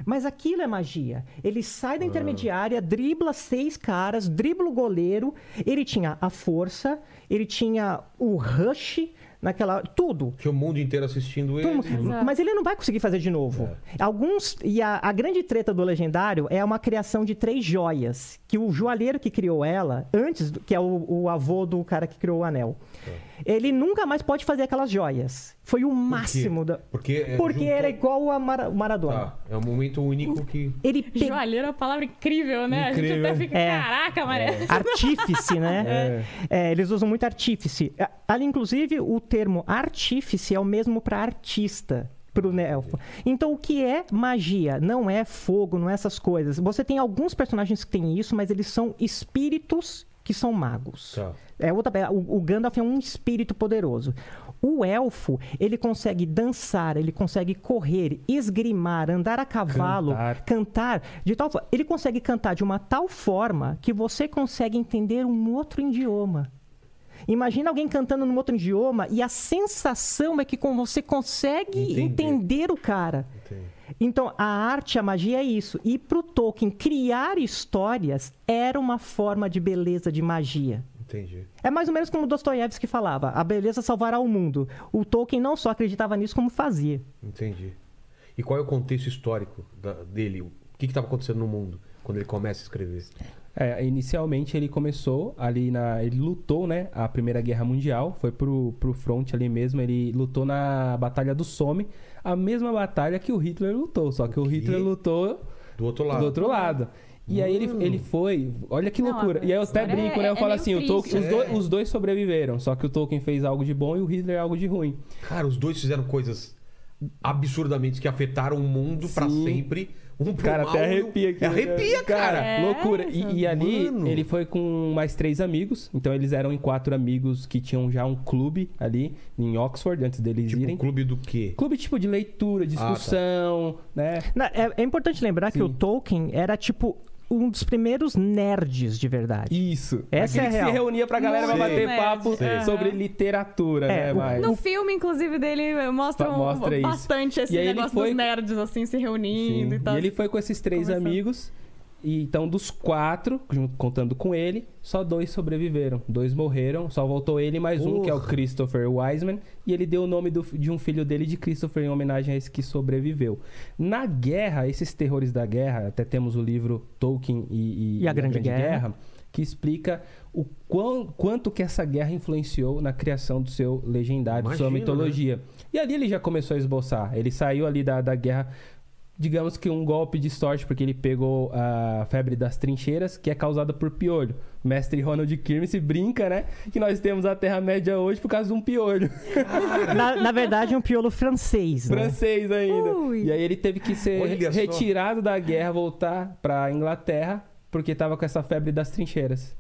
Mas aquilo é magia. Ele sai da intermediária, dribla seis caras, dribla o goleiro. Ele tinha a força, ele tinha o rush, naquela. Tudo. Tinha o mundo inteiro assistindo ele. Todo mundo- Mas ele não vai conseguir fazer de novo. É. Alguns. E a, a grande treta do Legendário é uma criação de três joias. Que o joalheiro que criou ela, antes, do- que é o, o avô do cara que criou o anel. É. Ele nunca mais pode fazer aquelas joias. Foi o máximo da. Porque, é, Porque juntou- era igual a Mara- Maradona. Tá, é um momento único que. Ele pe- Joalheiro é uma palavra incrível, né? A gente Incrível. até fica, É. caraca, Maré. Artífice, né? É, eles usam muito artífice. A- Ali, inclusive, o termo artífice é o mesmo para artista. Pro Nelfo. Então, o que é magia? Não é fogo, não é essas coisas. Você tem alguns personagens que têm isso, mas eles são espíritos que são magos. Tá. É outra, pe- o, o Gandalf é um espírito poderoso. O elfo, ele consegue dançar, ele consegue correr, esgrimar, andar a cavalo, Cantar. cantar de tal forma. Ele consegue cantar de uma tal forma que você consegue entender um outro idioma. Imagina alguém cantando num outro idioma e a sensação é que com você consegue Entender. entender o cara. Entendi. Então, a arte, a magia é isso. E para o Tolkien, criar histórias era uma forma de beleza, de magia. Entendi. É mais ou menos como Dostoiévski falava: a beleza salvará o mundo. O Tolkien não só acreditava nisso, como fazia. Entendi. E qual é o contexto histórico da- dele? O que estava acontecendo no mundo quando ele começa a escrever? É, inicialmente ele começou ali na. Ele lutou, né? A Primeira Guerra Mundial. Foi pro, pro front ali mesmo. Ele lutou na Batalha do Somme. A mesma batalha que o Hitler lutou. Só que o, quê? Hitler lutou Do outro lado. Hum. do outro lado. E aí ele, ele foi. Olha que Não, loucura. a E aí eu até história brinco, é- né? Eu é falo meio assim: o Tolkien- os, triste, dois, né? os dois sobreviveram. Só que o Tolkien fez algo de bom e o Hitler algo de ruim. Cara, os dois fizeram coisas absurdamente que afetaram o mundo pra Sim. sempre. Um pro Cara, mal até e o- arrepia aqui. né? Arrepia, cara. É. Loucura. E, e ali Mano. ele foi com mais três amigos. Então eles eram em quatro amigos que tinham já um clube ali em Oxford, antes deles Tipo, irem. um clube do quê? Clube tipo de leitura, tá. discussão, né? Na- É, é importante lembrar que o Tolkien era tipo um dos primeiros nerds de verdade. Isso. Essa Aquele é a que se real. reunia pra galera pra Muito bater nerd. papo Sei. sobre Aham. literatura, É, né? o- Mas... No filme, inclusive, dele mostra, um- Mostra isso. bastante esse E aí ele negócio foi- dos nerds, assim, se reunindo Sim. e tal. ele foi com esses três Começando. amigos. E então, dos quatro, junto- contando com ele, só dois sobreviveram. Dois morreram, só voltou ele e mais um, que é o Porra. Christopher Wiseman. E ele deu o nome do- de um filho dele de Christopher em homenagem a esse que sobreviveu. Na guerra, esses terrores da guerra, até temos o livro Tolkien e, E a Grande Guerra. que explica o quão- quanto que essa guerra influenciou na criação do seu legendário, sua Imagino, né? mitologia. E ali ele já começou a esboçar. Ele saiu ali da, da guerra, digamos que um golpe de sorte, porque ele pegou a febre das trincheiras, que é causada por piolho. Mestre Ronald Kirmes brinca, né? Que nós temos a Terra-média hoje por causa de um piolho. Na, na verdade, um piolo francês. né? francês ainda. Ui. E aí ele teve que ser Olha só. retirado da guerra, voltar pra Inglaterra, porque tava com essa febre das trincheiras.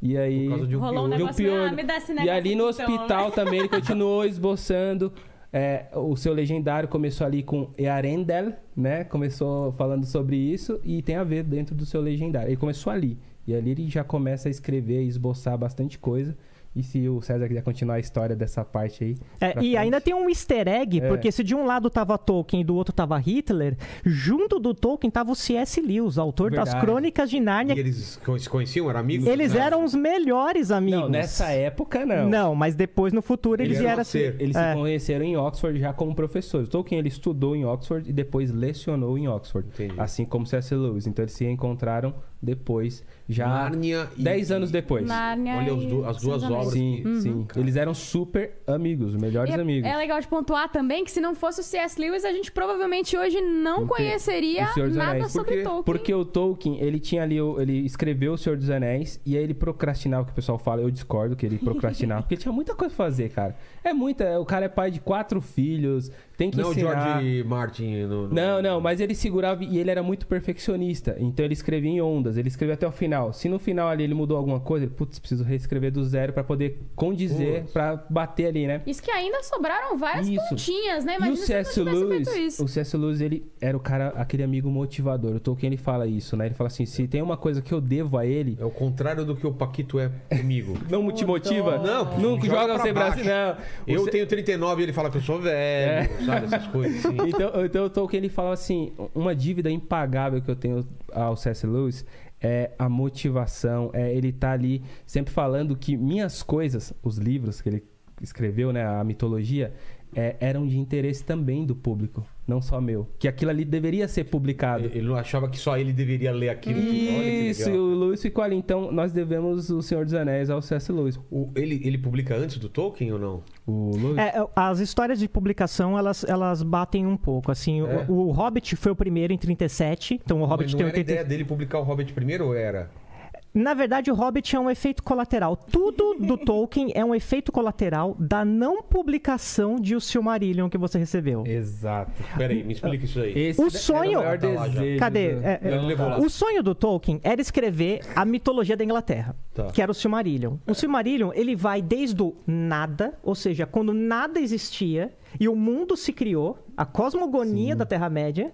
E aí. Por causa de um Rolou piolho. um De um negócio, piolho. ah, me dá esse E negócio ali no aqui, então, hospital né? também ele continuou esboçando. é, o seu legendário começou ali com Earendel, né? Começou falando sobre isso e tem a ver dentro do seu legendário. Ele começou ali. E ali ele já começa a escrever e esboçar bastante coisa. E se o César quiser continuar a história dessa parte aí. pra É, e frente. ainda tem um easter egg, É. porque se de um lado tava Tolkien e do outro tava Hitler, junto do Tolkien tava o C.S. Lewis, autor das Verdade. Crônicas de E Nárnia. eles se con- se conheciam, eram amigos? Eles Né? um eram os melhores amigos. Não, nessa época Não. mas depois no futuro eles Ele era vieram um a ser. ser. Eles É. se conheceram em Oxford já como professores. Tolkien ele estudou em Oxford e depois lecionou em Oxford, Entendi. assim como C.S. Lewis. Então eles se encontraram depois, já Nárnia e- 10 anos depois. Nárnia Olha os e du- as Senhor duas dos Anéis. obras. Uhum. Sim, sim. Eles eram super amigos, melhores E é- amigos. É legal de pontuar também que se não fosse o C.S. Lewis, a gente provavelmente hoje não Ente- conheceria O Senhor dos nada Anéis. Por sobre quê? Tolkien. Porque o Tolkien, ele tinha ali, o- ele escreveu O Senhor dos Anéis e aí ele procrastinava, o que o pessoal fala, eu discordo que ele procrastinava, porque tinha muita coisa pra fazer, cara. É muita, o cara é pai de quatro filhos, tem que Não o ensinar... George Martin. No, no- assim, ah. Não, não, mas ele segurava e ele era muito perfeccionista. Então ele escrevia em ondas, ele escrevia até o final. Se no final ali ele mudou alguma coisa, ele, putz, preciso reescrever do zero pra poder condizer, Putz. pra bater ali, né? Isso que ainda sobraram várias Isso. pontinhas, né? E Imagina o C.S. se não tivesse feito Lewis, isso. o C.S. Lewis, ele era o cara, aquele amigo motivador. O Tolkien, ele fala isso, né? Ele fala assim, se tem uma coisa que eu devo a ele, É o contrário do que o Paquito é comigo. não te motiva? Não, não joga joga pra você É. pra baixo. cima, não. O Eu C- tenho 39 e ele fala que eu sou velho, sabe? Essas coisas assim. então, então o Tolkien ele falava assim: uma dívida impagável que eu tenho ao C.S. Lewis é a motivação. É ele tá ali sempre falando que minhas coisas, os livros que ele escreveu, né, a mitologia, é, eram de interesse também do público, não só meu. Que aquilo ali deveria ser publicado. É, Ele não achava que só ele deveria ler aquilo. Isso, e Olha que legal. o Lewis ficou ali. Então, nós devemos o Senhor dos Anéis ao C.S. Lewis. O- ele, ele publica antes do Tolkien ou não? O Lewis... É, é, as histórias de publicação, elas, elas batem um pouco, assim, o- É? o, Hobbit foi o primeiro em 37, então o Mas Hobbit não tem era a 80... ideia dele publicar o Hobbit primeiro ou era? Na verdade, o Hobbit é um efeito colateral. Tudo do Tolkien é um efeito colateral da não publicação de O Silmarillion que você recebeu. Exato. Peraí, me explica isso aí. Esse O era sonho- maior Tá lá já. desejo né? Cadê? do- É, é, Ele levou lá. o sonho do Tolkien era escrever a mitologia da Inglaterra, Tá. que era o Silmarillion. O Silmarillion, ele vai desde o nada, ou seja, quando nada existia e o mundo se criou, a cosmogonia da Terra-média,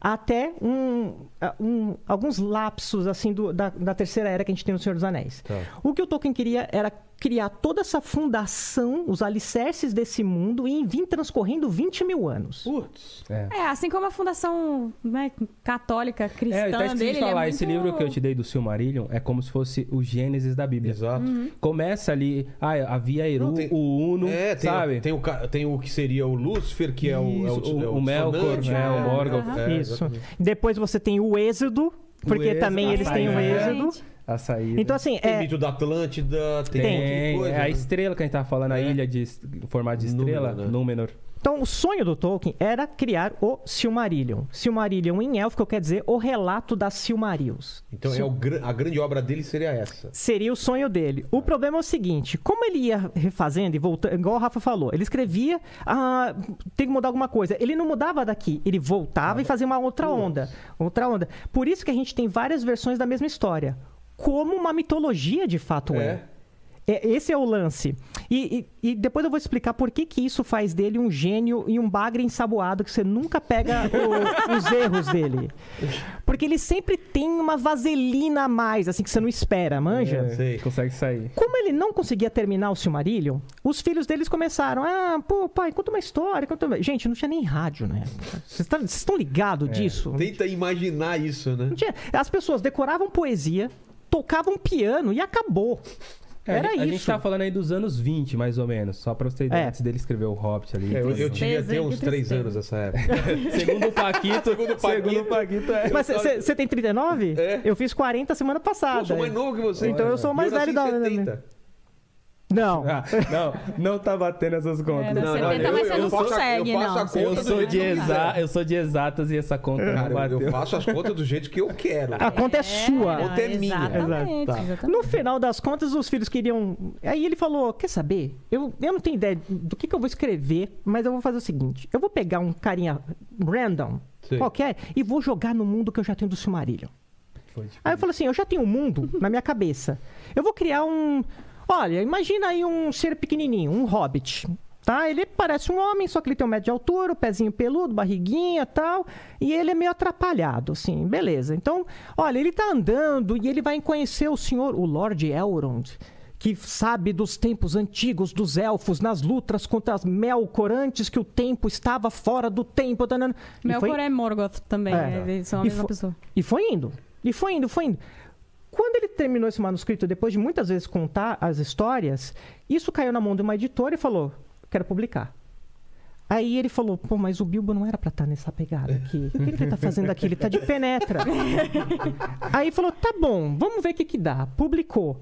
até um, a- um- alguns lapsos assim do- da, da Terceira Era que a gente tem no Senhor dos Anéis. Tá. O que o Tolkien queria era criar toda essa fundação, os alicerces desse mundo e vir transcorrendo 20 mil anos. Putz. É, assim como a fundação né, católica cristã É, eu até esqueci dele. de ele é falar, muito- esse livro que eu te dei do Silmarillion é como se fosse o Gênesis da Bíblia. Exato. Começa ali, ah, havia Eru, Não, tem- Uhum. o Uno, É, tem, sabe? O, tem, o, ca- tem o que seria o Lúcifer, que é o, é Isso, o, é o Melkor, dissonante, né, o é, Morgoth. é, Isso. exatamente. Depois você tem o Êxodo, porque Êxodo, ah, também eles têm o é. Saída. Êxodo. A saída. Então, assim, Tem é, mito da Atlântida, tem, Tem. um monte de tem, coisa, é a né? estrela que a gente tava falando, a É. ilha de est- formato de estrela, Númenor, né? Númenor. então o sonho do Tolkien era criar o Silmarillion. Silmarillion em élfico quer dizer o relato das Silmarils. Então é o gran- a grande obra dele seria essa. Seria o sonho dele. O problema é o seguinte: como ele ia refazendo e voltando, igual o Rafa falou, ele escrevia, ah, tem que mudar alguma coisa. Ele não mudava daqui, ele voltava e fazia uma outra onda. Outra onda. Por isso que a gente tem várias versões da mesma história. Como uma mitologia de fato é. É, esse é o lance. E, e- e depois eu vou explicar por que, que isso faz dele um gênio e um bagre ensaboado que você nunca pega o- os erros dele. Porque ele sempre tem uma vaselina a mais, assim, que você não espera, manja? É, Sei. Consegue sair. Como ele não conseguia terminar o Silmarillion, os filhos deles começaram. Ah, pô, pai, conta uma história. Conta uma... Gente, não tinha nem rádio, né? Vocês tá- vocês estão ligados disso? Tenta imaginar isso, né? Não tinha- As pessoas decoravam poesia, tocavam piano e acabou. É, Era a gente- isso. A gente tá falando aí dos anos 20, mais ou menos. Só pra você É. antes dele escrever o Hobbit ali. É, eu, eu devia Tristeza, ter hein? uns Que três tristeza. anos nessa época. Segundo o Paquito, segundo Segundo o o Paquito, Paquito. é. Mas você tem 39? É. Eu fiz 40 semana passada. Eu sou mais novo que você. Então eu sou mais Eu nasci velho da- em 70. Não. Ah, não, não tá batendo essas contas. Era 70, mas você eu É, não faço a- consegue, eu faço não. a Você Eu conta não do sou, jeito de que eu consegue. exa- eu sou de exatas e essa conta não Cara, eu, bateu. eu faço as contas do jeito que eu quero. A conta é sua. A conta é minha. Exatamente, Exato. Tá. exatamente. No final das contas, os filhos queriam. Aí ele falou: Quer saber? Eu, eu não tenho ideia do que, que eu vou escrever, mas eu vou fazer o seguinte: eu vou pegar um carinha random, Sim. qualquer, e vou jogar no mundo que eu já tenho do Silmarillion. Foi, tipo, Aí eu falo assim: eu já tenho um mundo na minha cabeça. Eu vou criar um. Olha, imagina aí um ser pequenininho, um hobbit. Tá? Ele parece um homem, só que ele tem um metro de altura, o pezinho peludo, barriguinha tal. E ele é meio atrapalhado, assim. Beleza. Então, olha, ele tá andando e ele vai conhecer o senhor, o Lord Elrond, que sabe dos tempos antigos dos elfos, nas lutas contra as Melkor, antes que o tempo estava fora do tempo. tanana. E Melkor foi- é Morgoth também, É. né? eles são a E mesma fo- pessoa. e foi indo. E foi indo, foi indo. Quando ele terminou esse manuscrito, depois de muitas vezes contar as histórias, isso caiu na mão de uma editora e falou: quero publicar. Aí ele falou, pô, mas o Bilbo não era pra estar nessa pegada aqui. O que que ele tá fazendo aqui? Ele tá de penetra. Aí falou, tá bom, vamos ver o que que dá. Publicou.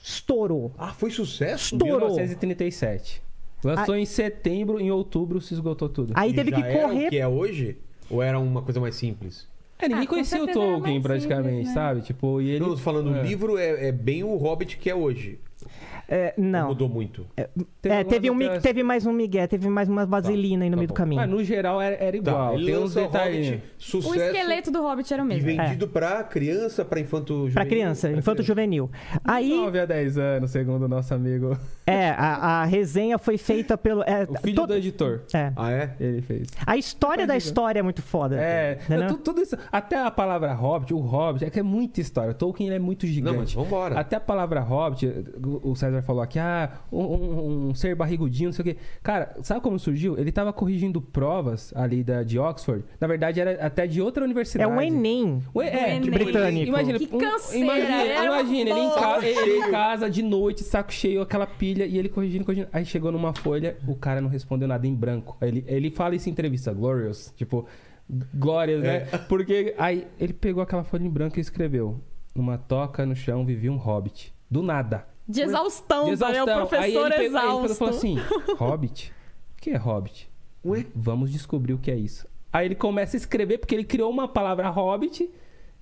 Estourou. Ah, foi sucesso? Estourou. 1937. Lançou em setembro, em outubro se esgotou tudo. Aí E teve já que era correr o que é hoje? Ou era uma coisa mais simples? É, ninguém Ah, com conhecia o certeza era Tolkien mais praticamente, simples, né? sabe? Tipo, e ele. Não, tô falando, É. o livro é, é bem o Hobbit que é hoje. É, não. Mudou muito. É, algumas teve, um, mi- outras- teve mais um migué, teve mais uma vaselina aí no tá meio do bom. caminho. Ah, no geral era, era igual. Tá, ele Tem uns lança o detalhes. Hobbit, sucesso. O esqueleto do Hobbit era o E mesmo. vendido pra criança, pra infanto Pra criança, infanto juvenil. Aí, 9 a 10 anos, segundo o nosso amigo. é, a, a resenha foi feita pelo. É, O filho todo- do editor. é. Ah, é? Ele fez. A história da história é muito foda. É, Né, não, né? tu- tudo isso. Até a palavra hobbit, o hobbit, é que é muita história. Tolkien ele é muito Não, mas gigante. vambora. Até a palavra hobbit, o César César falou aqui, ah, um, um- um ser barrigudinho, não sei o quê. Cara, sabe como surgiu? Ele tava corrigindo provas ali da, de Oxford. Na verdade, era até de outra É universidade. o Enem. O E- é, O tipo, Enem. Britânico. Imagina, um, Que canseira, imagina, era uma imagina, ele, em boa. casa, ele em casa de noite, saco cheio, aquela pilha, e ele corrigindo, corrigindo. Aí chegou numa folha, o cara não respondeu nada em branco. Aí Ele, ele fala isso em entrevista, Glorious, tipo, Glórias, né? Porque aí ele pegou aquela folha em branco e escreveu: Numa toca no chão vivia um hobbit. Do nada. De exaustão, De exaustão. né? O aí professor ele, pegou- aí ele exausto. falou assim: Hobbit? O que é hobbit? Ué? Vamos descobrir o que é isso. Aí ele começa a escrever, porque ele criou uma palavra hobbit.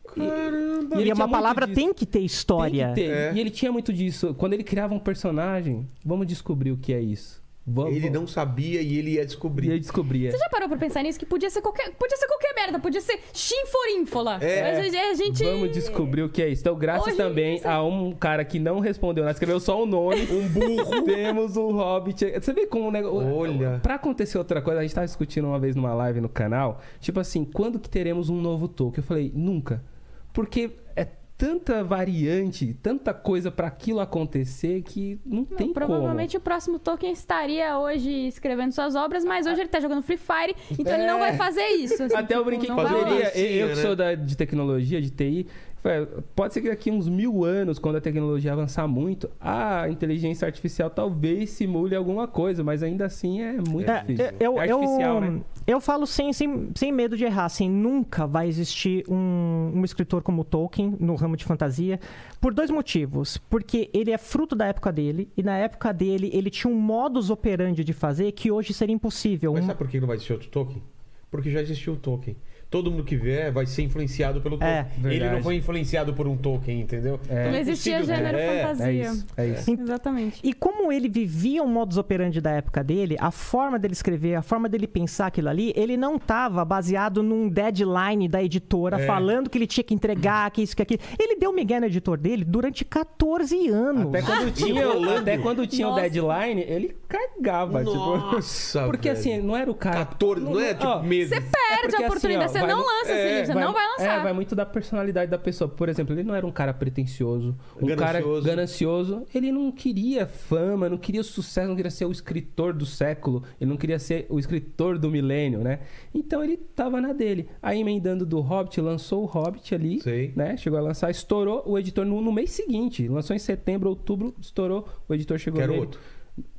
Caramba! E, é uma palavra tem que ter Tem história. que ter. É. E ele tinha muito disso. Quando ele criava um personagem, vamos descobrir o que é isso. Vamos. Ele não sabia e ele ia E é. ele descobrir. descobria. Você já parou pra pensar nisso? Que podia ser qualquer, podia ser qualquer merda, podia ser chinforínfola. É. A gente- a gente... Vamos descobrir o que é isso. Então, graças Hoje, também isso- a um cara que não respondeu, nós escreveu só o nome. Um burro. Temos o Hobbit. Você vê como o negócio. Olha. Pra acontecer outra coisa, a gente tava discutindo uma vez numa live no canal. Tipo assim, quando que teremos um novo Tolkien? Eu falei, nunca. Porque é tanta variante, tanta coisa pra aquilo acontecer que não, Não, tem provavelmente o próximo Tolkien estaria hoje escrevendo suas obras, mas hoje ele tá jogando Free Fire, então ele não vai fazer isso. assim, É. Até eu tipo, brinquei que não vai poderia- rolar. poderia. rolar. Eu, eu que Sim, sou da, de tecnologia, de TI. falei, Pode ser que daqui uns mil anos, quando a tecnologia avançar muito, a inteligência artificial talvez simule alguma coisa, mas ainda assim é muito É, difícil. eu, é eu- artificial, né? eu falo sem, sem, sem medo de errar, assim, nunca vai existir um, um escritor como Tolkien no ramo de fantasia, por dois motivos. Porque ele é fruto da época dele, e na época dele ele tinha um modus operandi de fazer que hoje seria impossível. Mas Um- sabe por que não vai existir outro Tolkien? Porque já existiu o Tolkien. Todo mundo que vier vai ser influenciado pelo Tolkien. É, ele verdade. não foi influenciado por um Tolkien, entendeu? É. Não existia possível, gênero né? É, fantasia. É isso. É isso. Exatamente. E como ele vivia o modus operandi da época dele, a forma dele escrever, a forma dele pensar aquilo ali, ele não estava baseado num deadline da editora É. falando que ele tinha que entregar, que isso, que aquilo. Ele deu migué no editor dele durante 14 anos. Até quando tinha, enrolando. até quando tinha o Nossa. deadline, ele cagava. Tipo, Nossa, porque velho. assim, não era o cara. 14, não é tipo ó, meses. Você perde porque a oportunidade, assim, ó, você vai não no- lança esse livro, você não vai lançar. É, vai muito da personalidade da pessoa. Por exemplo, ele não era um cara pretensioso, um Ganancioso. cara ganancioso. Ele não queria fama, não queria sucesso, não queria ser o escritor do século, ele não queria ser o escritor do milênio, né? Então ele tava na dele. Aí emendando do Hobbit, lançou o Hobbit ali, Sei. né? Chegou a lançar, estourou o editor no, no mês seguinte. Lançou em setembro, outubro, estourou, o editor chegou Quero nele. outro.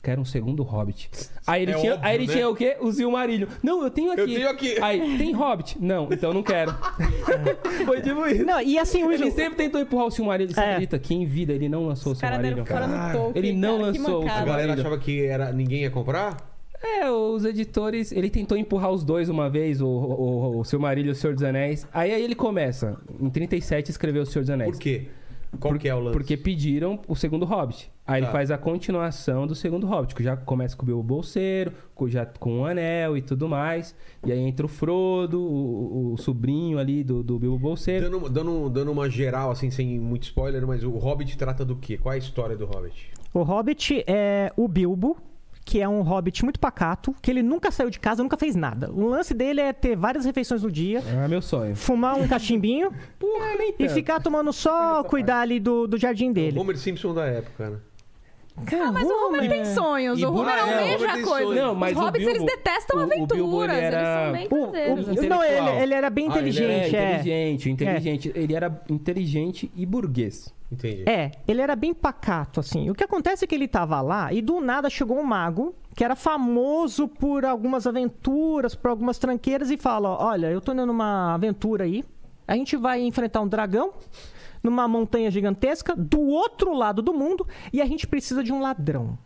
Quero um segundo Hobbit. Aí ele, É tinha, óbvio, aí ele né? tinha o quê? O Zilmarillion. Não, eu tenho aqui. Eu tenho aqui. Aí, tem Hobbit? Não, então não quero. Foi tipo isso. Não, e assim, o Ele sempre tentou empurrar o Silmarillion. Você É. acredita que em vida ele não lançou o Os caras Silmarillion? deram fora no Cara, Tolkien. ele não cara, que lançou o A mancada. galera Maravilha. achava que era, ninguém ia comprar? É, os editores... Ele tentou empurrar os dois uma vez, o, o, o Silmarillion e o Senhor dos Anéis. Aí, aí ele começa, em 37, escreveu o Senhor dos Anéis. Por quê? Qual que é o lance? É Porque pediram o segundo Hobbit. Aí ele Tá. faz a continuação do segundo Hobbit, que já começa com o Bilbo Bolseiro, com, já com o Anel e tudo mais. E aí entra o Frodo, o, o- o sobrinho ali do, do Bilbo Bolseiro. Dando, dando, dando uma geral, assim, sem muito spoiler, mas o Hobbit trata do quê? Qual é a história do Hobbit? O Hobbit é o Bilbo, que é um hobbit muito pacato, que ele nunca saiu de casa, nunca fez nada. O lance dele é ter várias refeições no dia, É meu sonho. fumar um cachimbinho Porra, nem e ficar tomando sol, cuidar ali do, do jardim dele. Homer Simpson da época, né? Cara, Ah, Mas o Homer tem é. sonhos, E o Homer buraco- não é, o veja Homer a tem coisa. sonhos. Não, mas Os o hobbits, Bilbo- eles detestam o- o Bilbo, ele aventuras, era- eles O- são bem caseiros. assim. o- não, ele, ele era bem Ah, ele Ele era inteligente, é. inteligente, inteligente. Ele era inteligente e burguês. Entendi. É, ele era bem pacato, assim. O que acontece é que ele tava lá e do nada chegou um mago, que era famoso por algumas aventuras, por algumas tranqueiras, e fala: ó, Olha, eu tô indo numa aventura aí, a gente vai enfrentar um dragão numa montanha gigantesca do outro lado do mundo e a gente precisa de um ladrão.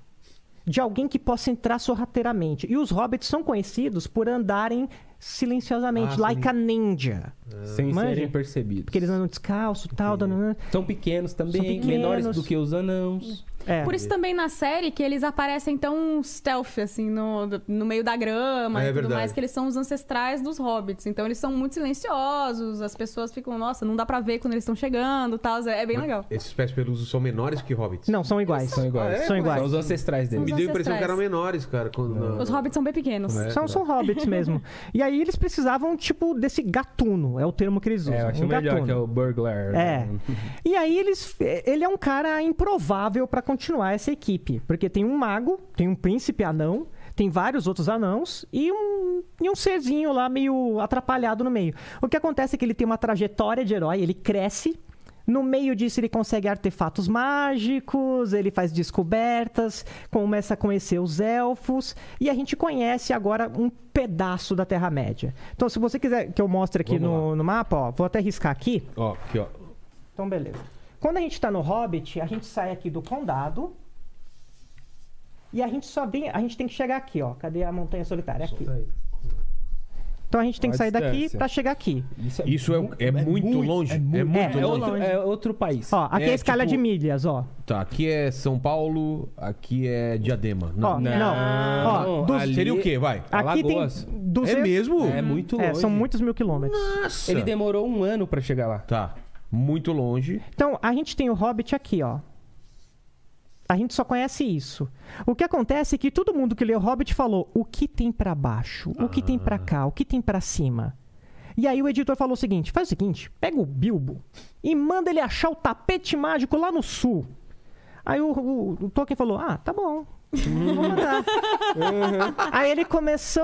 De alguém que possa entrar sorrateiramente. E os hobbits são conhecidos por andarem silenciosamente, Ah, like sim. a ninja. Ah. Sem Manja. serem percebidos. Porque eles andam descalço, Uhum. tal, dananã. São pequenos também, São pequenos. menores do que os anãos. É. Por isso também na série que eles aparecem tão stealth, assim, no, no meio da grama É e tudo verdade. mais, que eles são os ancestrais dos hobbits. Então eles são muito silenciosos, as pessoas ficam, nossa, não dá pra ver quando eles estão chegando tal. É bem legal. Esses pés peludos são menores que Hobbits? Não, são iguais. São iguais. Ah, é? São iguais. São os ancestrais Me deles. deu a impressão ancestrais. que eram menores, cara. Quando, Os hobbits são bem pequenos. Não é? São, são hobbits mesmo. E aí eles precisavam, tipo, desse gatuno. É o termo que eles usam. É, eu acho um melhor gatuno. que é o Burglar. É. E aí eles, ele é um cara improvável pra continuar essa equipe, porque tem um mago, tem um príncipe anão, tem vários outros anãos e um, e um serzinho lá meio atrapalhado no meio. O que acontece é que ele tem uma trajetória de herói, ele cresce. No meio disso, ele consegue artefatos mágicos, ele faz descobertas, começa a conhecer os elfos, e a gente conhece agora um pedaço da Terra-média. Então, se você quiser que eu mostre aqui Vamos no, no mapa, ó, vou até riscar aqui. Ó, aqui, ó. Então, beleza. Quando a gente tá no Hobbit, a gente sai aqui do condado. E a gente só vem. A gente tem que chegar aqui, ó. Cadê a montanha solitária? É Aqui. Então a gente tem que Olha a sair daqui distância. pra chegar aqui. Isso é, é muito longe. É muito, é longe. outro, é outro país. Ó, aqui é, É, a escala tipo- de milhas, ó. Tá, aqui é São Paulo, aqui é Diadema. Não. Ó, não. Ó, dos- ali- Seria o quê? Vai. aqui tem Alagoas. 200. É mesmo? É muito longe. É, são muitos mil quilômetros. Nossa. Ele demorou um ano pra chegar lá. Tá. Muito longe. Então, a gente tem o Hobbit aqui, ó. A gente só conhece isso. O que acontece é que todo mundo que leu Hobbit falou: o que tem pra baixo? O que tem pra cá? O que tem pra cima? E aí o editor falou o seguinte: faz o seguinte, pega o Bilbo e manda ele achar o tapete mágico lá no sul. Aí o, o- o Tolkien falou: ah, tá bom. Vou mandar. Aí ele começou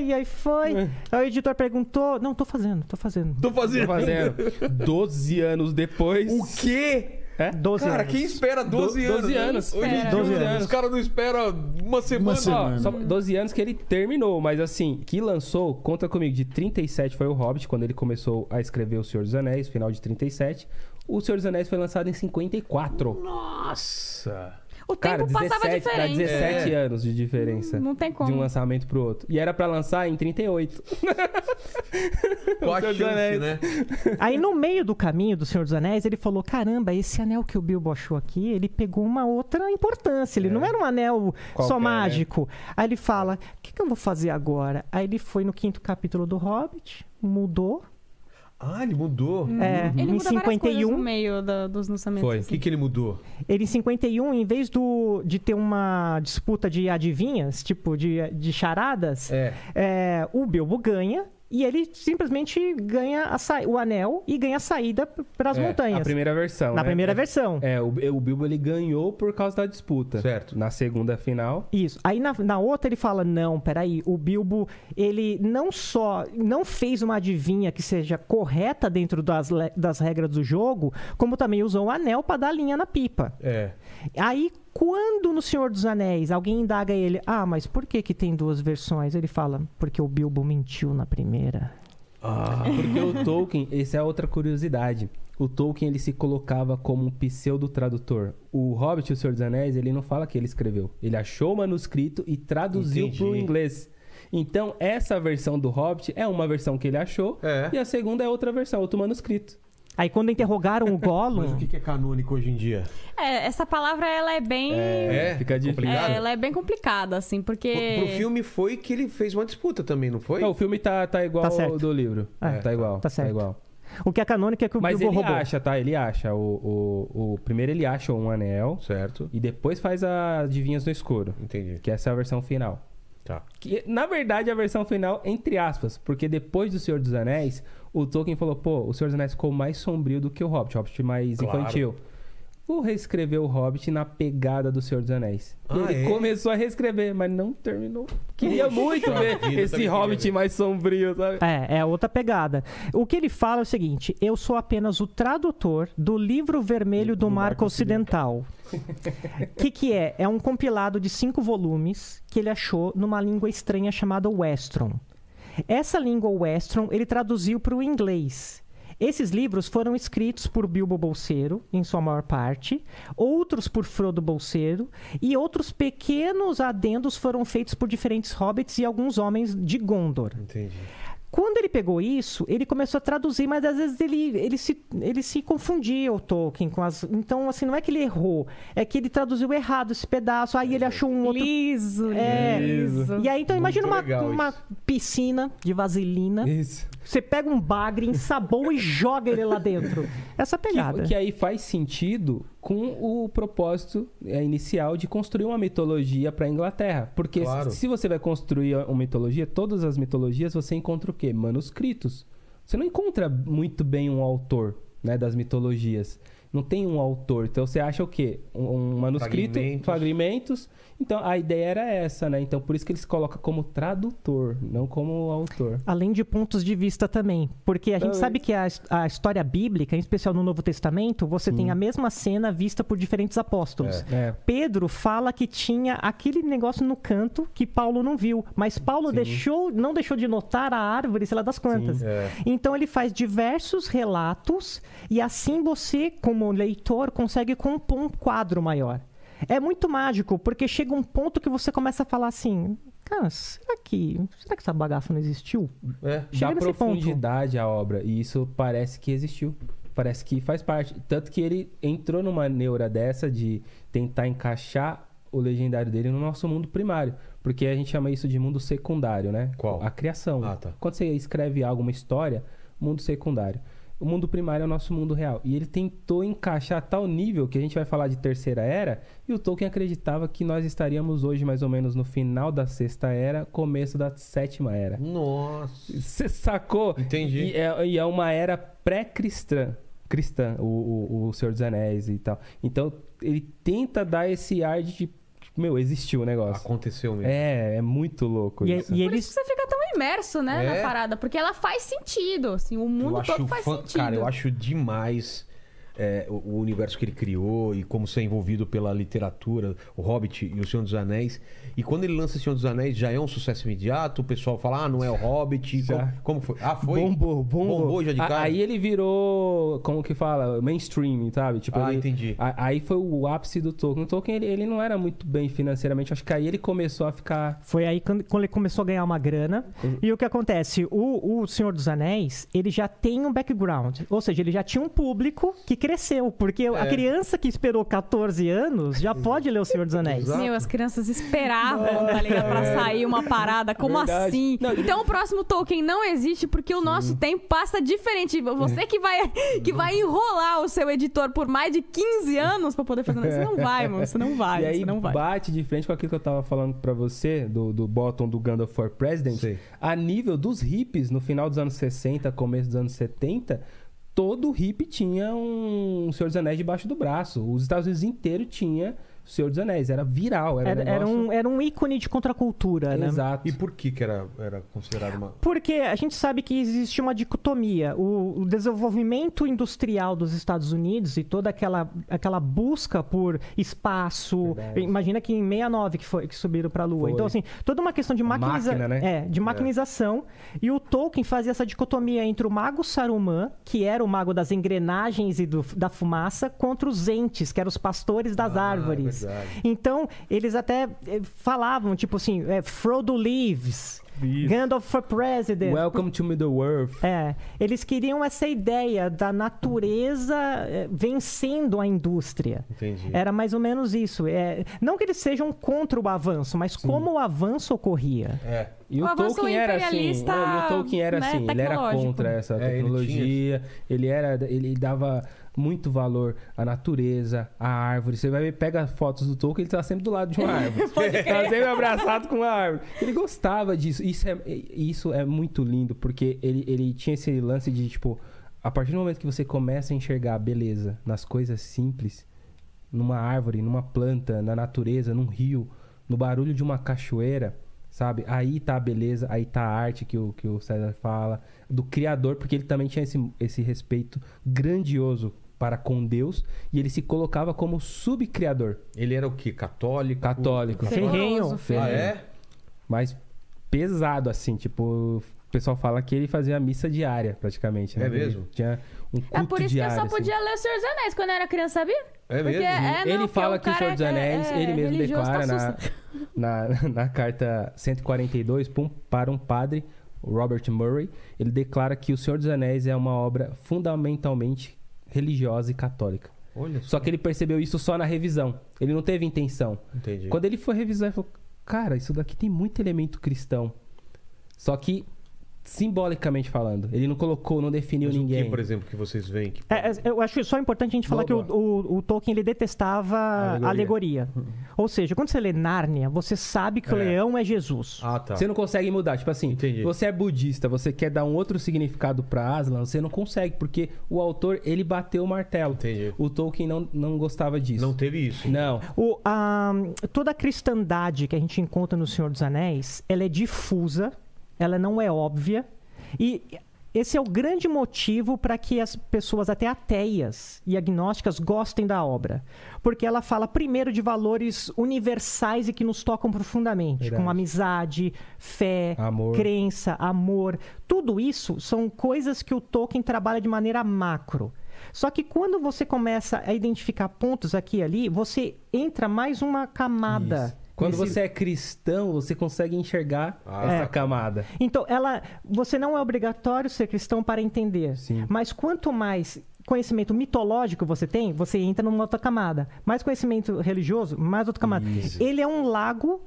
e aí foi. Aí o editor perguntou: não, tô fazendo, tô fazendo. Tô fazendo. Tô fazendo. 12 anos depois. O quê? 12 Cara, anos. quem espera 12 Do- anos? 12 anos. Hoje em dia, 12 Os caras não esperam uma semana. Ó, semana. só 12 anos que ele terminou, mas assim, que lançou, conta comigo, de 37 foi o Hobbit, quando ele começou a escrever O Senhor dos Anéis, final de 37. O Senhor dos Anéis foi lançado em 54. Nossa. O tempo Cara, passava 17, dá diferente. 17 É. anos de diferença. Não tem De um como. lançamento pro outro. E era pra lançar em 38. Qual a Os chance, anéis. né? Aí no meio do caminho do Senhor dos Anéis, ele falou: caramba, esse anel que o Bilbo achou aqui, ele pegou uma outra importância. Ele não era um anel É. Qualquer, só né? mágico. Aí ele fala: o que, que eu vou fazer agora? Aí ele foi no quinto capítulo do Hobbit, mudou. Ah, ele mudou. É, Uhum. Ele em muda várias coisas no 51, meio do- dos lançamentos. assim. Foi. O que, que ele mudou? ele em 51, em vez do, de ter uma disputa de adivinhas, tipo de, de charadas, É. é, o Bilbo ganha. E ele simplesmente ganha a sa- o anel e ganha a saída para as É, montanhas. A primeira versão. na né? primeira versão. É, o, o Bilbo ele ganhou por causa da disputa. Certo. Na segunda final. Isso. Aí na, na outra ele fala: não, peraí, o Bilbo, ele não só não fez uma adivinha que seja correta dentro das, le- das regras do jogo, como também usou o anel pra dar linha na pipa. É. Aí quando no Senhor dos Anéis alguém indaga ele: ah, mas por que que tem duas versões? Ele fala: porque o Bilbo mentiu na primeira. Ah. Porque o Tolkien, essa é outra curiosidade. O Tolkien ele se colocava como um pseudo tradutor. O Hobbit e o Senhor dos Anéis, ele não fala que ele escreveu. Ele achou o manuscrito e traduziu Entendi. para o inglês. Então, essa versão do Hobbit é uma versão que ele achou É. e a segunda é outra versão, outro manuscrito. Aí quando interrogaram o Mas o Gollum. que, que é canônico hoje em dia? É, essa palavra ela é bem. É, Fica de- complicado. É, ela é bem complicada, assim, porque. Pro, pro filme foi que ele fez uma disputa também, não foi? Não, o filme tá, tá igual Tá ao certo. do livro. É, tá, igual. tá certo. Tá igual. O que é canônico é que o Mas ele Bilbo roubou. acha, tá? Ele acha. O, o, o- primeiro ele acha um anel Certo. e depois faz a adivinhas no escuro. Entendi. Que essa é a versão final. Tá. Que, na verdade, é a versão final, entre aspas, porque depois do Senhor dos Anéis, o Tolkien falou, pô, o Senhor dos Anéis ficou mais sombrio do que o Hobbit, o Hobbit mais Claro. infantil. Vou reescrever o Hobbit na pegada do Senhor dos Anéis. E Ah, é? ele começou a reescrever, mas não terminou. Queria muito vida, ver também esse queria Hobbit ver. mais sombrio, sabe? É, é outra pegada. O que ele fala é o seguinte: eu sou apenas o tradutor do livro vermelho do, Marco, Ocidental. O que, que é? É um compilado de cinco volumes que ele achou numa língua estranha chamada Westron. Essa língua Westron ele traduziu para o inglês. Esses livros foram escritos por Bilbo Bolseiro, em sua maior parte, outros por Frodo Bolseiro, e outros pequenos adendos foram feitos por diferentes hobbits e alguns homens de Gondor. Entendi. Quando ele pegou isso, ele começou a traduzir, mas às vezes ele, ele, se, ele se confundia, o Tolkien, com as. Então, assim, não é que ele errou, é que ele traduziu errado esse pedaço, aí ele achou um outro. Liso, É. liso. E aí, então, imagina uma, legal uma piscina de vaselina. Isso. Você pega um bagre, ensaboa e joga ele lá dentro. Essa pegada. Que, é que aí faz sentido com o propósito é, inicial de construir uma mitologia para a Inglaterra. Porque Claro. se você vai construir uma mitologia, todas as mitologias você encontra o quê? Manuscritos. Você não encontra muito bem um autor né, das mitologias. Não tem um autor. Então você acha o quê? Um, um manuscrito, Fragmentos. fragmentos. Então a ideia era essa, né? Então por isso que eles colocam como tradutor, não como autor. Além de pontos de vista também. Porque a Talvez. gente sabe que a, his- a história bíblica, em especial no Novo Testamento, você tem a mesma cena vista por diferentes apóstolos. É. É. Pedro fala que tinha aquele negócio no canto que Paulo não viu. Mas Paulo deixou, não deixou de notar a árvore, sei lá, das quantas. é. Então ele faz diversos relatos e assim você, como leitor, consegue compor um quadro maior. É muito mágico, porque chega um ponto que você começa a falar assim. Cara, será que, será que essa bagaça não existiu? É. Chega dá nesse ponto. profundidade à obra. E isso parece que existiu. Parece que faz parte. Tanto que ele entrou numa neura dessa de tentar encaixar o legendário dele no nosso mundo primário. Porque a gente chama isso de mundo secundário, né? Qual? A criação. Ah, tá. Quando você escreve alguma história, mundo secundário. O mundo primário é o nosso mundo real. E ele tentou encaixar a tal nível que a gente vai falar de terceira era, e o Tolkien acreditava que nós estaríamos hoje mais ou menos no final da sexta era, começo da sétima era. Nossa. Você sacou? Entendi. E é, e é uma era pré-cristã. Cristã, o, o, o Senhor dos Anéis e tal. Então, ele tenta dar esse ar de. tipo, Meu, existiu o negócio. Aconteceu mesmo. É, é muito louco E, isso. e Por isso eles. que você fica tão imerso, né, É. na parada. Porque ela faz sentido, assim, o eu mundo acho todo faz fan- sentido. Cara, eu acho demais é, o, o universo que ele criou e como ser envolvido pela literatura, o Hobbit e o Senhor dos Anéis. E quando ele lança o Senhor dos Anéis, já é um sucesso imediato. O pessoal fala, ah, não é o Hobbit. Já. Como, como foi? Ah, foi? Bombou, bombou. Bombou já de A- cara? Aí ele virou, como que fala? Mainstream, sabe? Tipo, Ah, ele- entendi. a- aí foi o ápice do Tolkien. O Tolkien, ele, ele não era muito bem financeiramente. Acho que aí ele começou a ficar... Foi aí quando, quando ele começou a ganhar uma grana. E o que acontece? O, o Senhor dos Anéis, ele já tem um background. Ou seja, ele já tinha um público que cresceu. Porque a criança que esperou 14 anos já pode ler o Senhor dos Anéis. Meu, as crianças esperavam, tá ligado? Pra sair uma parada. Como Verdade. assim? então o próximo Tolkien não existe porque o nosso tempo passa diferente. Você É. que vai, que vai enrolar o seu editor por mais de 15 anos pra poder fazer. Você não vai, mano. Você não vai. e aí você Ah, não vai. bate de frente com aquilo que eu tava falando pra você, do, do Bottom do Gandalf for President. Sei. A nível dos hippies, no final dos anos 60, começo dos anos 70, todo hippie tinha um Senhor dos Anéis debaixo do braço. Os Estados Unidos inteiro tinha Senhor dos Anéis. Era viral, era, Era, era negócio- um, era um ícone de contracultura, né? Exato. E por que que era, era considerado uma... Porque a gente sabe que existe uma dicotomia. O, o desenvolvimento industrial dos Estados Unidos e toda aquela, aquela busca por espaço. Imagina que em 69 que, foi, que subiram para a Lua. Foi. Então, assim, toda uma questão de, maquiniza... máquina, né? é, de maquinização. E o Tolkien fazia essa dicotomia entre o mago Saruman, que era o mago das engrenagens e do- da fumaça, contra os entes, que eram os pastores das Ah, é árvores. verdade. Então, eles até eh, falavam, tipo assim, eh, Frodo Leaves, Gandalf for President. Welcome to Middle-earth. É, eles queriam essa ideia da natureza eh, vencendo a indústria. Entendi. Era mais ou menos isso. É, não que eles sejam contra o avanço, mas como o avanço ocorria. É. E O o, avanço Tolkien era assim. um imperialista, não, e o Tolkien era né, assim, ele era tecnológico. contra essa É, ele tecnologia, ele, era ele dava muito valor à natureza, à árvore. Você vai ver, pega fotos do Tolkien, ele tá sempre do lado de uma árvore. tá sempre abraçado com uma árvore. Ele gostava disso. Isso é, isso é muito lindo, porque ele, ele tinha esse lance de, tipo, a partir do momento que você começa a enxergar a beleza nas coisas simples, numa árvore, numa planta, na natureza, num rio, no barulho de uma cachoeira, sabe? Aí tá a beleza, aí tá a arte que o, que o César fala, do criador, porque ele também tinha esse, esse respeito grandioso para com Deus e ele se colocava como subcriador Ele era o quê? Católico? católico. Ferrenho. Ah, é? Mas pesado, assim, tipo. O pessoal fala que ele fazia missa diária, praticamente. Né? É mesmo? Ele tinha um culto É por isso que eu diário, só assim. podia ler O Senhor dos Anéis quando eu era criança, sabia? É Porque mesmo? é, não, ele porque fala o que o Senhor cara dos é- Anéis, é ele mesmo religioso, tá declara né? É na, assustado. na, na carta 142 pum, para um padre, o Robert Murray, ele declara que o Senhor dos Anéis é uma obra fundamentalmente religiosa e católica. Olha só. Só que ele percebeu isso só na revisão. Ele não teve intenção. Entendi. Quando ele foi revisar, ele falou: Cara, isso daqui tem muito elemento cristão. Só que simbolicamente falando. Ele não colocou, não definiu Mas o ninguém. Tá. que, por exemplo, que vocês veem que. É, é, eu acho só importante a gente falar Boa, que o, o- o Tolkien ele detestava Alegoria. alegoria. Ou seja, quando você lê Nárnia, você sabe que o É. leão é Jesus. Ah, tá. Você não consegue mudar. Tipo assim, Entendi. você é budista, você quer dar um outro significado pra Aslan, você não consegue, porque o autor, ele bateu o martelo. Entendi. O Tolkien não, não gostava disso. Não teve isso. Não. O- a- toda a cristandade que a gente encontra no Senhor dos Anéis, ela é difusa, ela não é óbvia. E esse é o grande motivo para que as pessoas até ateias e agnósticas gostem da obra. Porque ela fala primeiro de valores universais e que nos tocam profundamente, Verdade. como amizade, fé, Amor. crença, amor. Tudo isso são coisas que o Tolkien trabalha de maneira macro. Só que quando você começa a identificar pontos aqui e ali, você entra mais uma camada. Quando nesse- você é cristão, você consegue enxergar Ah, essa é. camada. Então, ela, você não é obrigatório ser cristão para entender. Sim. Mas quanto mais conhecimento mitológico você tem, você entra numa outra camada. Mais conhecimento religioso, mais outra camada. Isso. Ele é um lago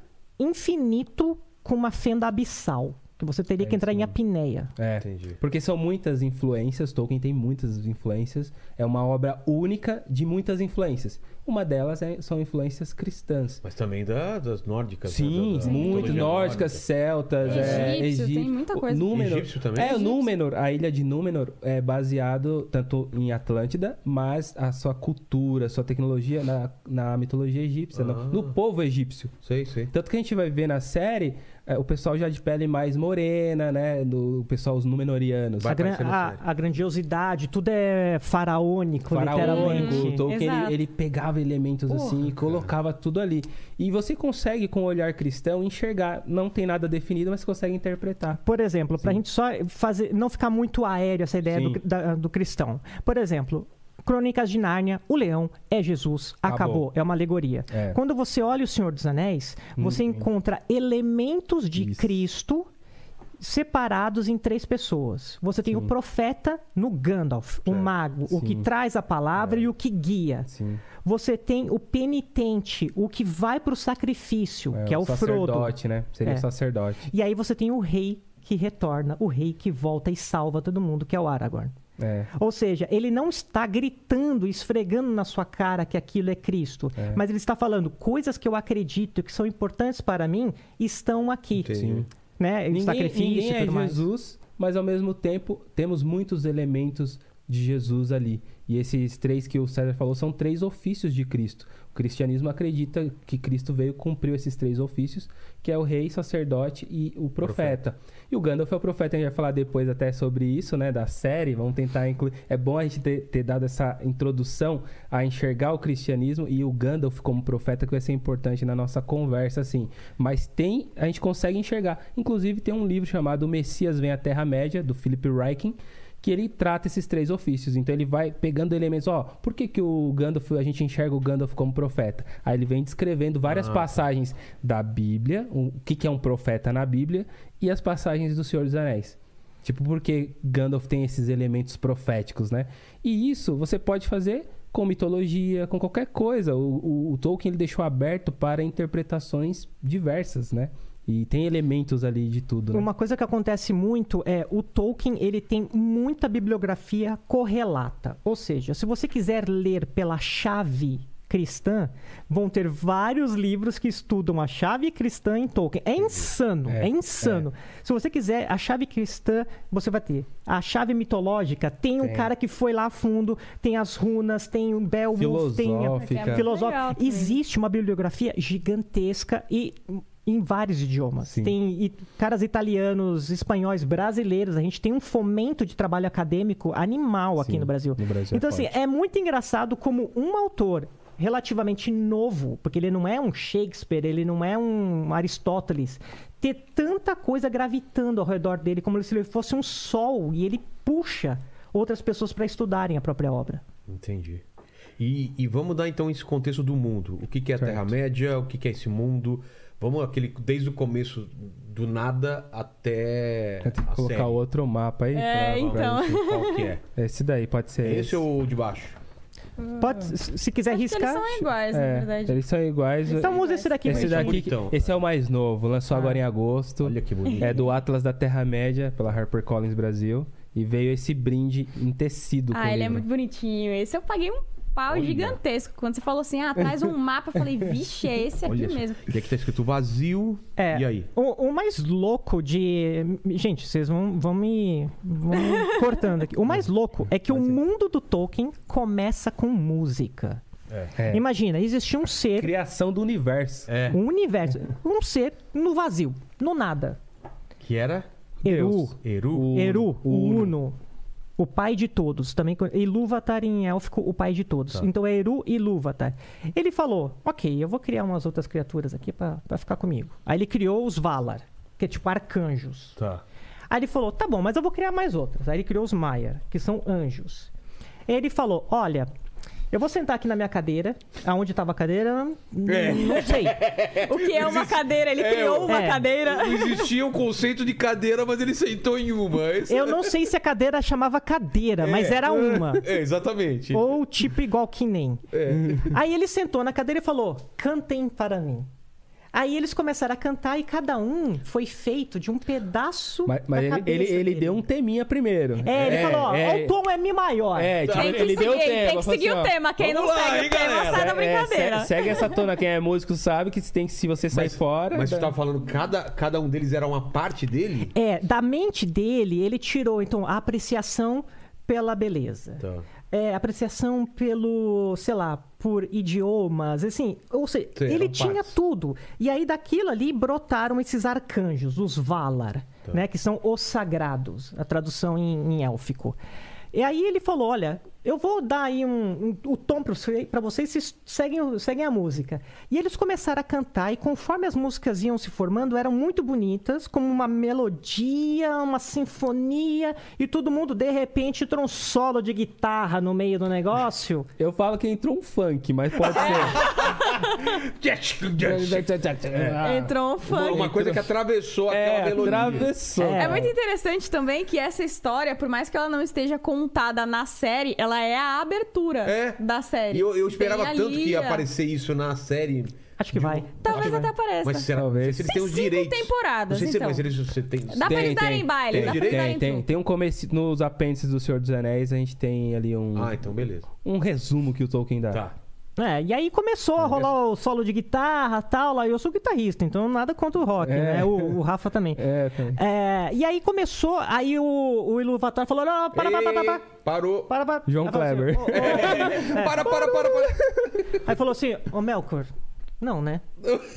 infinito com uma fenda abissal, que você teria que entrar em apneia. É. Entendi. Porque são muitas influências, Tolkien tem muitas influências, é uma obra única de muitas influências. Uma delas é- são influências cristãs. Mas também da- das nórdicas. né? Sim, Da- da muito mitologia nórdicas, nórdica. celtas, é, Egípcio, tem egípcio. muita coisa. Númenor. Egípcio também? É, o Egípcio. Númenor, a ilha de Númenor é baseado tanto em Atlântida, mas a sua cultura, sua tecnologia na, na mitologia egípcia, no- Ah. no povo egípcio. Sei, sei. Tanto que a gente vai ver na série é, o pessoal já de pele mais morena, né? Do, o pessoal, os Númenorianos. Vai A, gran- aparecer no a- sério. a grandiosidade, tudo é faraônico, Faraônico, o literalmente. Tolkien, Exato. ele, ele pegava elementos assim e colocava tudo ali. E você consegue, com o olhar cristão, enxergar. Não tem nada definido, mas consegue interpretar. Por exemplo, para a gente só fazer, não ficar muito aéreo essa ideia Sim. do, da- do cristão. Por exemplo, Crônicas de Nárnia, o leão é Jesus, acabou, Acabou. é uma alegoria. É. Hum, Quando você olha o Senhor dos Anéis, você encontra elementos de Isso. Cristo separados em três pessoas. Você tem o profeta no Gandalf, o Certo. mago, o que Sim. É. traz a palavra e o que guia. Sim. Você tem o penitente, o que vai para o sacrifício, que é o Frodo. sacerdote, né? Seria É. o sacerdote. E aí você tem o rei que retorna, o rei que volta e salva todo mundo, que é o Aragorn. É. Ou seja, ele não está gritando, esfregando na sua cara que aquilo é Cristo, É. mas ele está falando coisas que eu acredito que são importantes para mim estão aqui, Entendi. Sim. né? O Ninguém, sacrifício ninguém e é tudo mais. Jesus, mas ao mesmo tempo temos muitos elementos de Jesus ali. E esses três que o César falou são três ofícios de Cristo. O cristianismo acredita que Cristo veio e cumpriu esses três ofícios, que é o rei, sacerdote e o profeta. E o Gandalf é o profeta, a gente vai falar depois até sobre isso, né, da série. Vamos tentar incluir. É bom a gente ter, ter dado essa introdução a enxergar o cristianismo e o Gandalf como profeta, que vai ser importante na nossa conversa, assim. Mas tem, a gente consegue enxergar. Inclusive, tem um livro chamado O Messias Vem à Terra-média, do Philip Ryken, que ele trata esses três ofícios. Então ele vai pegando elementos, ó, por que, que o Gandalf, a gente enxerga o Gandalf como profeta? Aí ele vem descrevendo várias passagens da Bíblia, o o que, que é um profeta na Bíblia, e as passagens do Senhor dos Anéis. Tipo, porque Gandalf tem esses elementos proféticos, né? E isso você pode fazer com mitologia, com qualquer coisa. O, o- o Tolkien ele deixou aberto para interpretações diversas, né? E tem elementos ali de tudo, né? Uma coisa que acontece muito é o Tolkien, ele tem muita bibliografia correlata. Ou seja, se você quiser ler pela chave cristã, vão ter vários livros que estudam a chave cristã em Tolkien. É insano, É, é, insano. Se você quiser a chave cristã, você vai ter. A chave mitológica tem, um Tem. cara que foi lá a fundo, tem as runas, tem um Beowulf, tem a Filosófica. Legal filosófica. também. Existe uma bibliografia gigantesca e em vários idiomas. Sim. Tem i- caras italianos, espanhóis, brasileiros. A gente tem um fomento de trabalho acadêmico animal aqui Sim, no Brasil. no Brasil é então, assim, forte. é muito engraçado como um autor relativamente novo, porque ele não é um Shakespeare, ele não é um Aristóteles, ter tanta coisa gravitando ao redor dele, como se ele fosse um sol e ele puxa outras pessoas para estudarem a própria obra. Entendi. E, e vamos dar então esse contexto do mundo. O que, que é a Certo. Terra-média, o que, que é esse mundo. Vamos aquele desde o começo do nada até. a Eu tenho Tá que colocar série. Assim, outro mapa aí. pra- É, pra então. gente- Qual que é? Esse daí pode ser. Esse ou o de baixo? Pode, se quiser Acho que eles riscar. são iguais, na é verdade. É, eles são iguais. Então usa esse daqui. esse mesmo. daqui, bonitão. esse é o mais novo, Ah. lançou agora em agosto. Olha que bonito. É do Atlas da Terra-média, pela HarperCollins Brasil. E veio esse brinde em tecido. com Ah, ele é livro. muito bonitinho. Esse eu paguei um pau Olha. gigantesco. Quando você falou assim, ah, traz um mapa, eu falei, vixe, é esse aqui Olha só. mesmo. E aqui tá escrito vazio. É. E aí? O, o mais louco de. Gente, vocês vão, vão, me, vão me cortando aqui. O mais louco é que o mundo do Tolkien começa com música. É. Imagina, existia um ser, Criação do universo. É. um universo, um ser no vazio, no nada. Que era Eru, Deus. Eru. O- Eru, o o Uno. Uno. O pai de todos, também con- Ilúvatar em élfico, o pai de todos. Tá. Então é Eru e Ilúvatar. Ele falou: "OK, eu vou criar umas outras criaturas aqui pra pra ficar comigo". Aí ele criou os Valar, que é tipo arcanjos. Tá. Aí ele falou: tá bom, mas eu vou criar mais outras. Aí ele criou os Maiar, que são anjos. Aí ele falou: olha. Eu vou sentar aqui na minha cadeira. Aonde estava a cadeira? n- Não sei. O que é uma cadeira? Ele É, criou uma é. cadeira. Não existia um conceito de cadeira, mas ele sentou em uma. Esse- Eu não sei se a cadeira chamava cadeira, mas É. era uma. É, exatamente. Ou tipo igual que nem. É. Aí ele sentou na cadeira e falou: cantem para mim. Aí eles começaram a cantar e cada um foi feito de um pedaço Mas, mas da ele, ele, cabeça ele dele. deu um teminha primeiro. É, ele falou: ó, é, o tom é mi maior. É, tipo, Tem que ele seguir, deu o tema. tem que falou seguir assim, o ó, tema. Quem não vamos lá, segue hein, o tema galera? sai da é, é, brincadeira. se- segue essa tona. Quem é músico sabe que tem que se você sair fora. Mas você dá- tava falando, cada, cada um deles era uma parte dele? É, da mente dele, ele tirou, então, a apreciação pela beleza. Tá. É, apreciação pelo, sei lá, por idiomas, assim, ou seja, Sim, é ele um eram tinha partes. tudo. E aí daquilo ali brotaram esses arcanjos, os Valar, né, que são os sagrados, a tradução em, em élfico. E aí ele falou, olha, eu vou dar aí um, um- o tom para vocês, vocês seguem, o- seguem a música. E eles começaram a cantar e conforme as músicas iam se formando, eram muito bonitas, como uma melodia, uma sinfonia, e todo mundo, de repente, entrou um solo de guitarra no meio do negócio. Eu falo que entrou um funk, mas pode É. ser. Então, Entrou um funk. Uma coisa que atravessou É, aquela melodia. atravessou. É muito interessante também que essa história, por mais que ela não esteja contada na série, ela é a abertura É. da série. E eu, eu esperava Tem tanto que ia ali a- aparecer isso na série. Acho que vai. Talvez até apareça. Mas será Talvez. não sei se eles têm os Tem cinco direitos? temporadas, Não sei se então. mas eles você tem. Dá pra eles Tem, darem tem tem, baile, dá pra eles direito? darem Tem, tem, tudo. tem um começo nos apêndices do Senhor dos Anéis, a gente tem ali um, Ah, então beleza. um resumo que o Tolkien dá. Tá. É, e aí começou a é. rolar o solo de guitarra tal. Lá eu sou guitarrista, então nada contra o rock, É. né? O, o Rafa também. É, também. É, e aí começou, aí o, o Iluvatar falou: não, para, para, para, para. Ei, Parou. Para, para. João Aí falou Kleber. assim, "Ô, ô, Para, para, para, para. Aí falou assim, ô Melkor, não, né?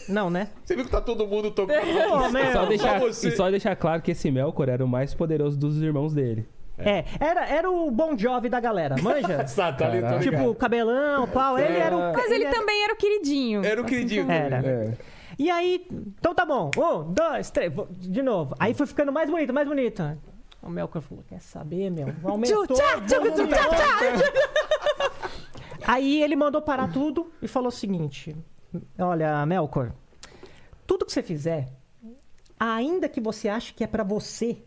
Não, né? Você viu que tá todo mundo tocando. Ô, E Mel. só, deixar, você. e só deixar claro que esse Melkor era o mais poderoso dos irmãos dele. É, era, era o Bon Jovi da galera, manja? tá Caralho. tipo, cabelão, pau, ele era o... Mas ele também era o queridinho. Era o queridinho. Era. É. E aí, então tá bom, um, dois, três, vou- de novo. Aí foi ficando mais bonito, mais bonito. O Melkor falou, quer saber, meu? Aumentou, volume, Aí ele mandou parar tudo e falou o seguinte: Olha, Melkor, tudo que você fizer, ainda que você ache que é pra você,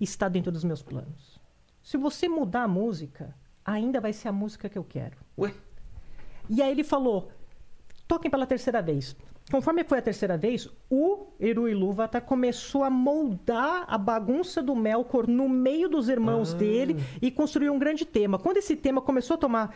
está dentro dos meus planos. Se você mudar a música, ainda vai ser a música que eu quero. Ué? E aí ele falou: toquem pela terceira vez. Conforme foi a terceira vez, o Eru Ilúvatar começou a moldar a bagunça do Melkor no meio dos irmãos Ah. dele e construiu um grande tema. Quando esse tema começou a tomar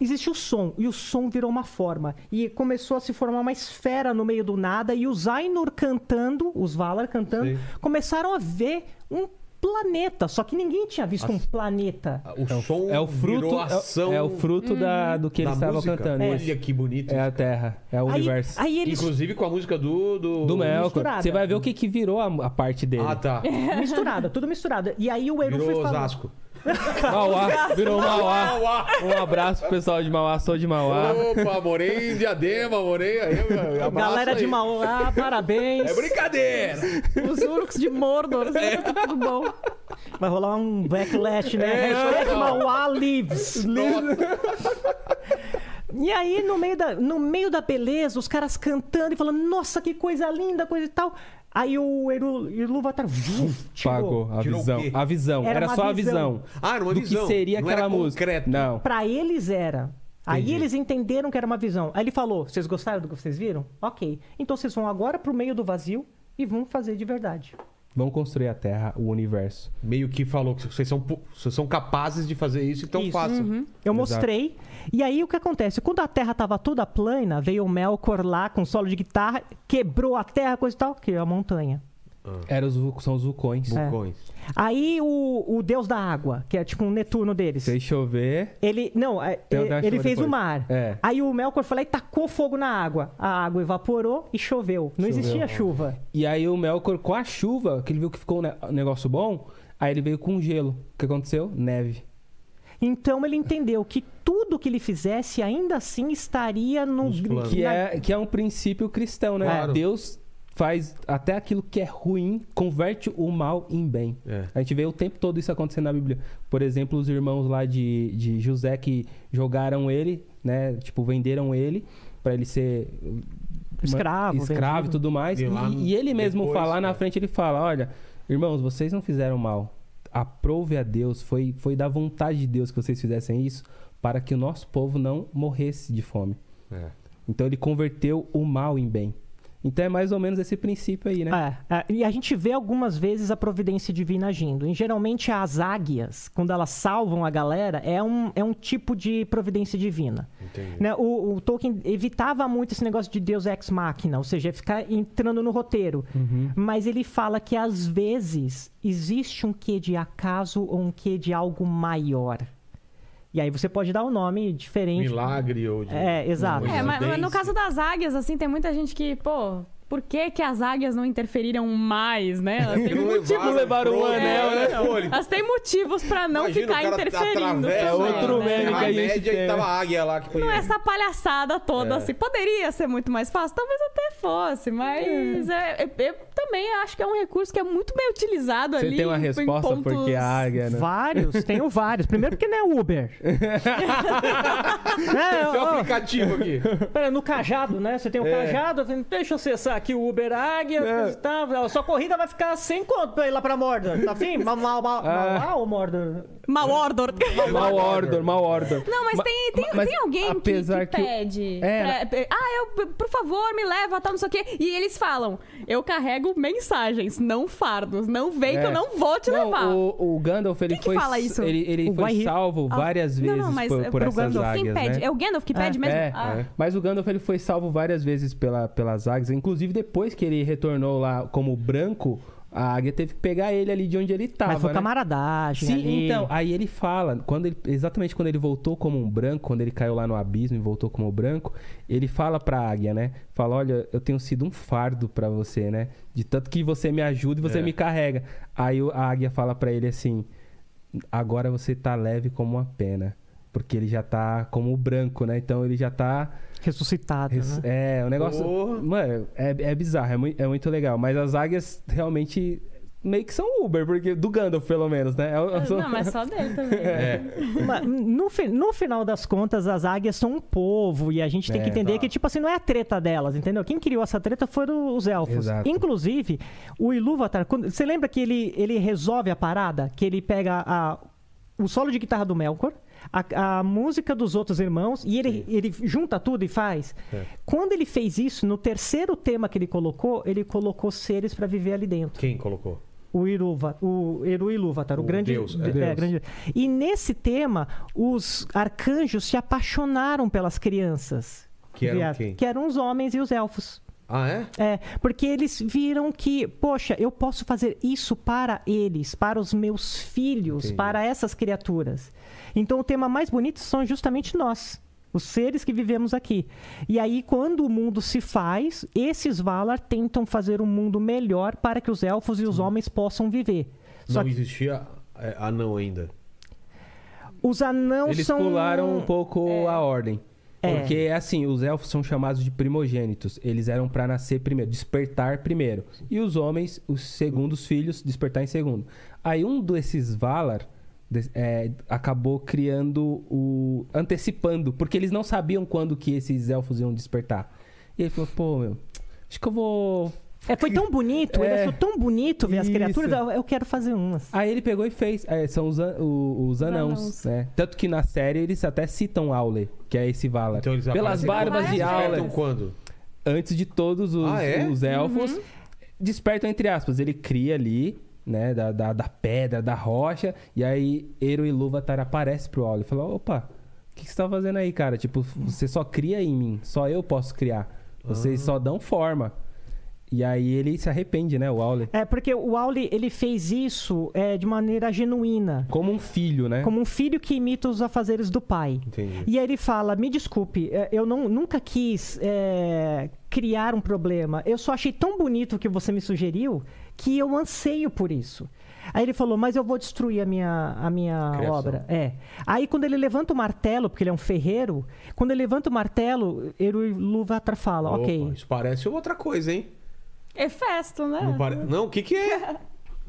existe o som e o som virou uma forma e começou a se formar uma esfera no meio do nada e os Ainur cantando, os Valar cantando, Sim. começaram a ver um planeta, só que ninguém tinha visto um planeta. Então, O som É o virou fruto, ação é, é o fruto da, Uhum. do que da eles estavam música. cantando. Olha que bonito. É a Terra, é o Aí, universo. aí eles Inclusive com a música do. Do, do Melkor. misturada. Você vai ver o que, que virou a, a parte dele. Ah, tá. misturado, tudo misturado. E aí o Eru foi Virou falando. Osasco. tá. Mauá, virou Mauá. Um abraço pro pessoal de Mauá, sou de Mauá. Opa, morei em Diadema, morei aí. eu- abraço Galera de aí. Mauá, parabéns. É brincadeira! É. Os Uruks de Mordor, tá tudo bom. Vai rolar um backlash, né? É, Hashtag não. Mauá lives. Nossa, E aí, no meio, da, no meio da beleza, os caras cantando e falando, nossa, que coisa linda, coisa e tal. Aí o Eru- Ilúvatar vu, tirou. Pagou a Tirou o visão. quê? A visão. Era Era, uma só a visão. visão. Ah, era uma do visão. que seria Não era aquela música. concreto. Não. Pra eles era. Aí Entendi. eles entenderam que era uma visão. Aí ele falou: vocês gostaram do que vocês viram? Ok. Então vocês vão agora pro meio do vazio e vão fazer de verdade. Vão construir a Terra, o universo. Meio que falou que vocês são, pu- vocês são capazes de fazer isso, então Isso. façam. Eu Exato. mostrei. E aí o que acontece? Quando a terra tava toda plana, veio o Melkor lá com solo de guitarra, quebrou a terra, coisa e tal, criou a montanha. Ah. Era os, Vul- são os vulcões. Vulcões. Aí o, o deus da água, que é tipo um Netuno deles. Fez chover. Ele. Não, é, Tem o ele, Dash ele lá fez o depois. mar. É. Aí o Melkor foi lá e tacou fogo na água. A água evaporou e choveu. Não Choveu. existia chuva. E aí o Melkor, com a chuva, que ele viu que ficou um ne- um negócio bom, aí ele veio com gelo. O que aconteceu? Neve. Então ele entendeu que tudo que ele fizesse ainda assim estaria no. Nos planos. Que na- é, que é um princípio cristão, né? Ah. Claro. Deus faz até aquilo que é ruim, converte o mal em bem. É. A gente vê o tempo todo isso acontecendo na Bíblia. Por exemplo, os irmãos lá de, de José que jogaram ele, né? Tipo, venderam ele pra ele ser uh, Escravo, ma- escravo e vendido. tudo mais. E E, lá no- e ele mesmo depois, falar é. na frente, ele fala: Olha, irmãos, vocês não fizeram mal. Aprove a Deus, foi, foi da vontade de Deus que vocês fizessem isso para que o nosso povo não morresse de fome. É. Então ele converteu o mal em bem. Então é mais ou menos esse princípio aí, né? É, é, e a gente vê algumas vezes a providência divina agindo. E geralmente as águias, quando elas salvam a galera, é um, é um tipo de providência divina. Entendi. Né, O, o Tolkien evitava muito esse negócio de Deus ex machina, ou seja, ficar entrando no roteiro. Mas ele fala que às vezes existe um quê de acaso ou um quê de algo maior. E aí você pode dar um nome diferente. Milagre ou de. É, exato. uma É, mas, mas no coincidência. caso das águias, assim, tem muita gente que, pô, por que, que as águias não interferiram mais, né? Elas têm, Não mu- levaram, levaram o pro- anel, é, pô, ele- elas têm motivos pra não Imagina, o ficar cara interferindo. atravessa também, né? É outro a meme que a gente Terra-média tem, e né? tava a águia lá que foi. Não é essa palhaçada toda, É. assim. Poderia ser muito mais fácil, talvez até fosse, mas é, eu, eu também acho que é um recurso que é muito bem utilizado Você ali. tem uma É, em resposta pontos- porque a águia, né? Vários, tenho vários. Primeiro porque não é Uber. Né, Tem um ó, aplicativo aqui. Pera, no cajado, né? Você tem o cajado, assim, deixa eu acessar aqui o Uber Águia, É. tá, sua corrida vai ficar sem conto pra ir lá pra Mordor, tá fim? Mal, mal, mal, Ah. mal, Mordor. Mal order. é. um Mal order, mal order. Não, mas, Ma- tem, tem, mas tem alguém que- apesar que, que o- pede. É. pra- pe- ah, eu, p- por favor, me leva, tal, não sei o quê. E eles falam: eu carrego mensagens, não fardos. Não vem que É. eu não vou te Não, levar. O, o Gandalf, ele Quem que foi, fala isso? Ele, ele O foi Guairi. salvo Ah, várias vezes não, não, mas por, é por pro essas Gandalf. águias, Quem pede? né? É o Gandalf que pede mesmo? É, Ah. é. mas o Gandalf ele foi salvo várias vezes pela, pelas águias. Inclusive, depois que ele retornou lá como branco, a águia teve que pegar ele ali de onde ele tava. Mas foi né? camaradagem Sim, ali. então, aí ele fala, quando ele, exatamente quando ele voltou como um branco, quando ele caiu lá no abismo e voltou como branco, ele fala pra águia, né? Fala, olha, eu tenho sido um fardo pra você, né? De tanto que você me ajuda e você É. me carrega. Aí o- a águia fala pra ele assim, agora você tá leve como uma pena. Porque ele já tá como o branco, né? Então ele já tá... Ressuscitado, res- né? É, o negócio... Porra. Mano, é, é bizarro, é, mui- é muito legal. Mas as águias realmente... Meio que são Uber, porque do Gandalf, pelo menos, né? Eu- eu sou- É, Não, mas só dele também. É, Mas no, fi- no final das contas, as águias são um povo e a gente tem É, que entender tá. que, tipo assim, não é a treta delas, entendeu? Quem criou essa treta foram os elfos. Exato. Inclusive, o Ilúvatar, quando- você lembra que ele, ele resolve a parada? Que ele pega a- o solo de guitarra do Melkor, a, a música dos outros irmãos e ele, ele junta tudo e faz. É. Quando ele fez isso, no terceiro tema que ele colocou, ele colocou seres para viver ali dentro. Quem colocou? O Iruva, o Eru Ilúvatar, o, O grande, deus, é. é, Deus. grande- E nesse tema, os arcanjos se apaixonaram pelas crianças. Que eram Viado, quem? Que eram os homens e os elfos. Ah, é? É, porque eles viram que, poxa, eu posso fazer isso para eles, para os meus filhos, Entendi. para essas criaturas. Então o tema mais bonito são justamente nós, os seres que vivemos aqui. E aí quando o mundo se faz, esses Valar tentam fazer um mundo melhor para que os elfos e os homens possam viver. Só não que existia é, anão ainda. os anãos Eles Então são pularam um pouco a ordem. É. Porque, assim, os elfos são chamados de primogênitos. Eles eram pra nascer primeiro, despertar primeiro. E os homens, os segundos filhos, despertar em segundo. Aí um desses Valar des- é, acabou criando o. antecipando, porque eles não sabiam quando que esses elfos iam despertar. E ele falou, pô, meu, acho que eu vou É, foi tão bonito, ele É. achou tão bonito ver as Isso. criaturas. Eu, eu quero fazer umas. Aí ele pegou e fez. É, são os, an- o- os anãos, anãos. né? Tanto que na série eles até citam Auler, que é esse Valar. Então eles Pelas aparecem barbas quando? de Eles Auler, despertam quando? antes de todos os, Ah, é? os elfos, despertam entre aspas. Ele cria ali, né? Da, da, da pedra, da rocha. E aí Ero e Lúvatar aparece pro Auler e fala: opa, o que, que você tá fazendo aí, cara? Tipo, você só cria em mim, só eu posso criar. Ah. Vocês só dão forma. E aí ele se arrepende, né? O Auler. É, porque o Auli, ele fez isso é, de maneira genuína. Como um filho, né? Como um filho que imita os afazeres do pai. É. Entendi. E aí ele fala: Me desculpe, é, eu não- nunca quis é, criar um problema. Eu só achei tão bonito o que você me sugeriu que eu anseio por isso. Aí ele falou: Mas eu vou destruir a minha, a minha Criação. obra. É. Aí quando ele levanta o martelo, porque ele é um ferreiro, quando ele levanta o martelo, Eru Luvatra fala: Opa, Ok. Isso parece outra coisa, hein? É festo, né? Não, pare- não, o que que é?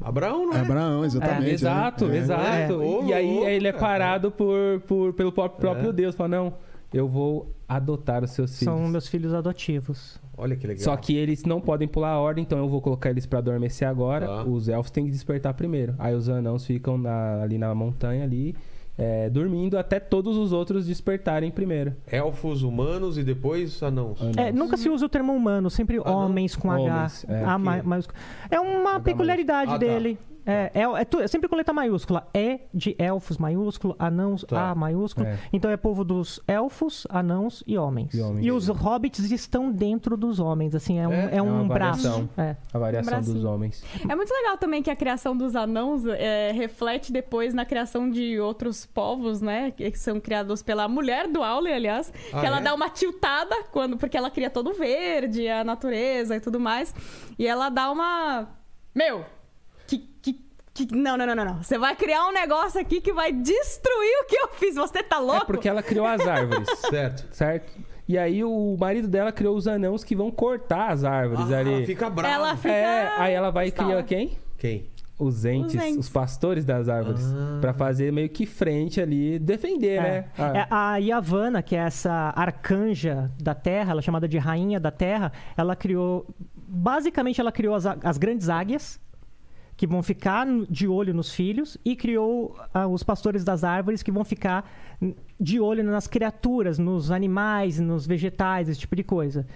Abraão, não É é? Abraão, exatamente. né? Exato, É. exato. É. Ô, E aí louco, ele é cara. parado por, por, pelo pró- próprio Deus. Fala, não, eu vou adotar os seus filhos. São meus filhos adotivos. Olha que legal. Só que eles não podem pular a ordem, então eu vou colocar eles pra adormecer agora. Tá. Os elfos têm que despertar primeiro. Aí os anãos ficam na- ali na montanha ali, é, dormindo até todos os outros despertarem primeiro. Elfos, humanos e depois anãos. É, nunca se usa o termo humano, sempre homens com Homens, H. é, A ma- aqui. maiúsculo. É uma peculiaridade Ah, tá. dele. É, é, é tu- é sempre com letra maiúscula. E de elfos maiúsculo, anãos Tá. A maiúsculo. É. Então é povo dos elfos, anãos e homens. E homens. os hobbits estão dentro dos homens, assim, é um, É? é, É um uma braço. variação. É. A variação bracinho. assim. dos homens. É muito legal também que a criação dos anãos é, reflete depois na criação de outros povos, né? Que são criados pela mulher do Aule, aliás. Ah, que ela é? dá uma tiltada, quando, porque ela cria todo o verde, a natureza e tudo mais. E ela dá uma. Meu! Que. que- que- Não, não, não, não, não. Você vai criar um negócio aqui que vai destruir o que eu fiz. Você tá louco? É porque ela criou as árvores. Certo. certo? E aí o marido dela criou os anãos que vão cortar as árvores Ah, ali. fica bravo. Ela fica- É, aí ela vai e cria Estala. quem? Quem? Os entes, os, entes. pastores das árvores. Ah. Pra fazer meio que frente ali, defender, É. né? É, a Yavanna, que é essa arcanja da Terra, ela é chamada de Rainha da Terra, ela criou. Basicamente, ela criou as, á- as grandes águias, que vão ficar n- de olho nos filhos, e criou ah, os pastores das árvores, que vão ficar n- de olho nas criaturas, nos animais, nos vegetais, esse tipo de coisa.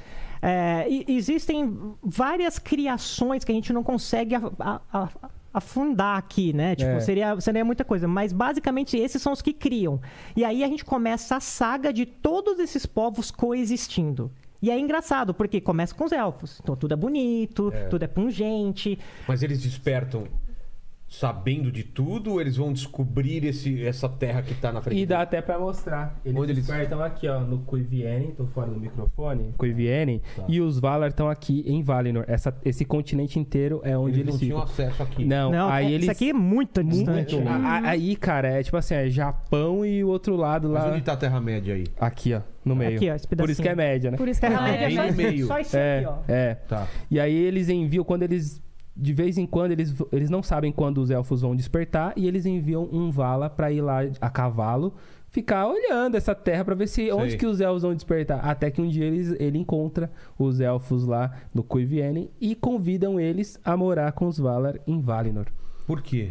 É, e- existem várias criações que a gente não consegue a- a- a- afundar aqui, né? Tipo, É. seria, seria muita coisa, mas basicamente esses são os que criam. E aí a gente começa a saga de todos esses povos coexistindo. E é engraçado, porque começa com os elfos. Então tudo é bonito, tudo é pungente. Mas eles despertam sabendo de tudo ou eles vão descobrir esse, essa terra que tá na frente? E dá até pra mostrar. Eles Onde eles- despertam aqui, ó, no Kuivienen, tô fora do microfone. Kuivienen. Tá. E os Valar estão aqui em Valinor. Essa- esse continente inteiro é onde Eles eles, não tinham ficam. acesso aqui. Não, Não, aí é- eles... isso aqui é muito distante. A- a- Aí, cara, é tipo assim, é Japão e o outro lado Mas lá... onde tá a Terra-média aí? Aqui, ó, no meio. Aqui, ó, esse Por isso pedacinho. que é média, né? Por isso que ela é bem é. no meio. Só isso É, aqui, ó. é. Tá. E aí eles enviam, quando eles. De vez em quando, eles, eles não sabem quando os elfos vão despertar. E eles enviam um Vala pra ir lá a cavalo. Ficar olhando essa terra pra ver se onde que os elfos vão despertar. Até que um dia eles, ele encontra os elfos lá no Cuiviene e convidam eles a morar com os Valar em Valinor. Por quê?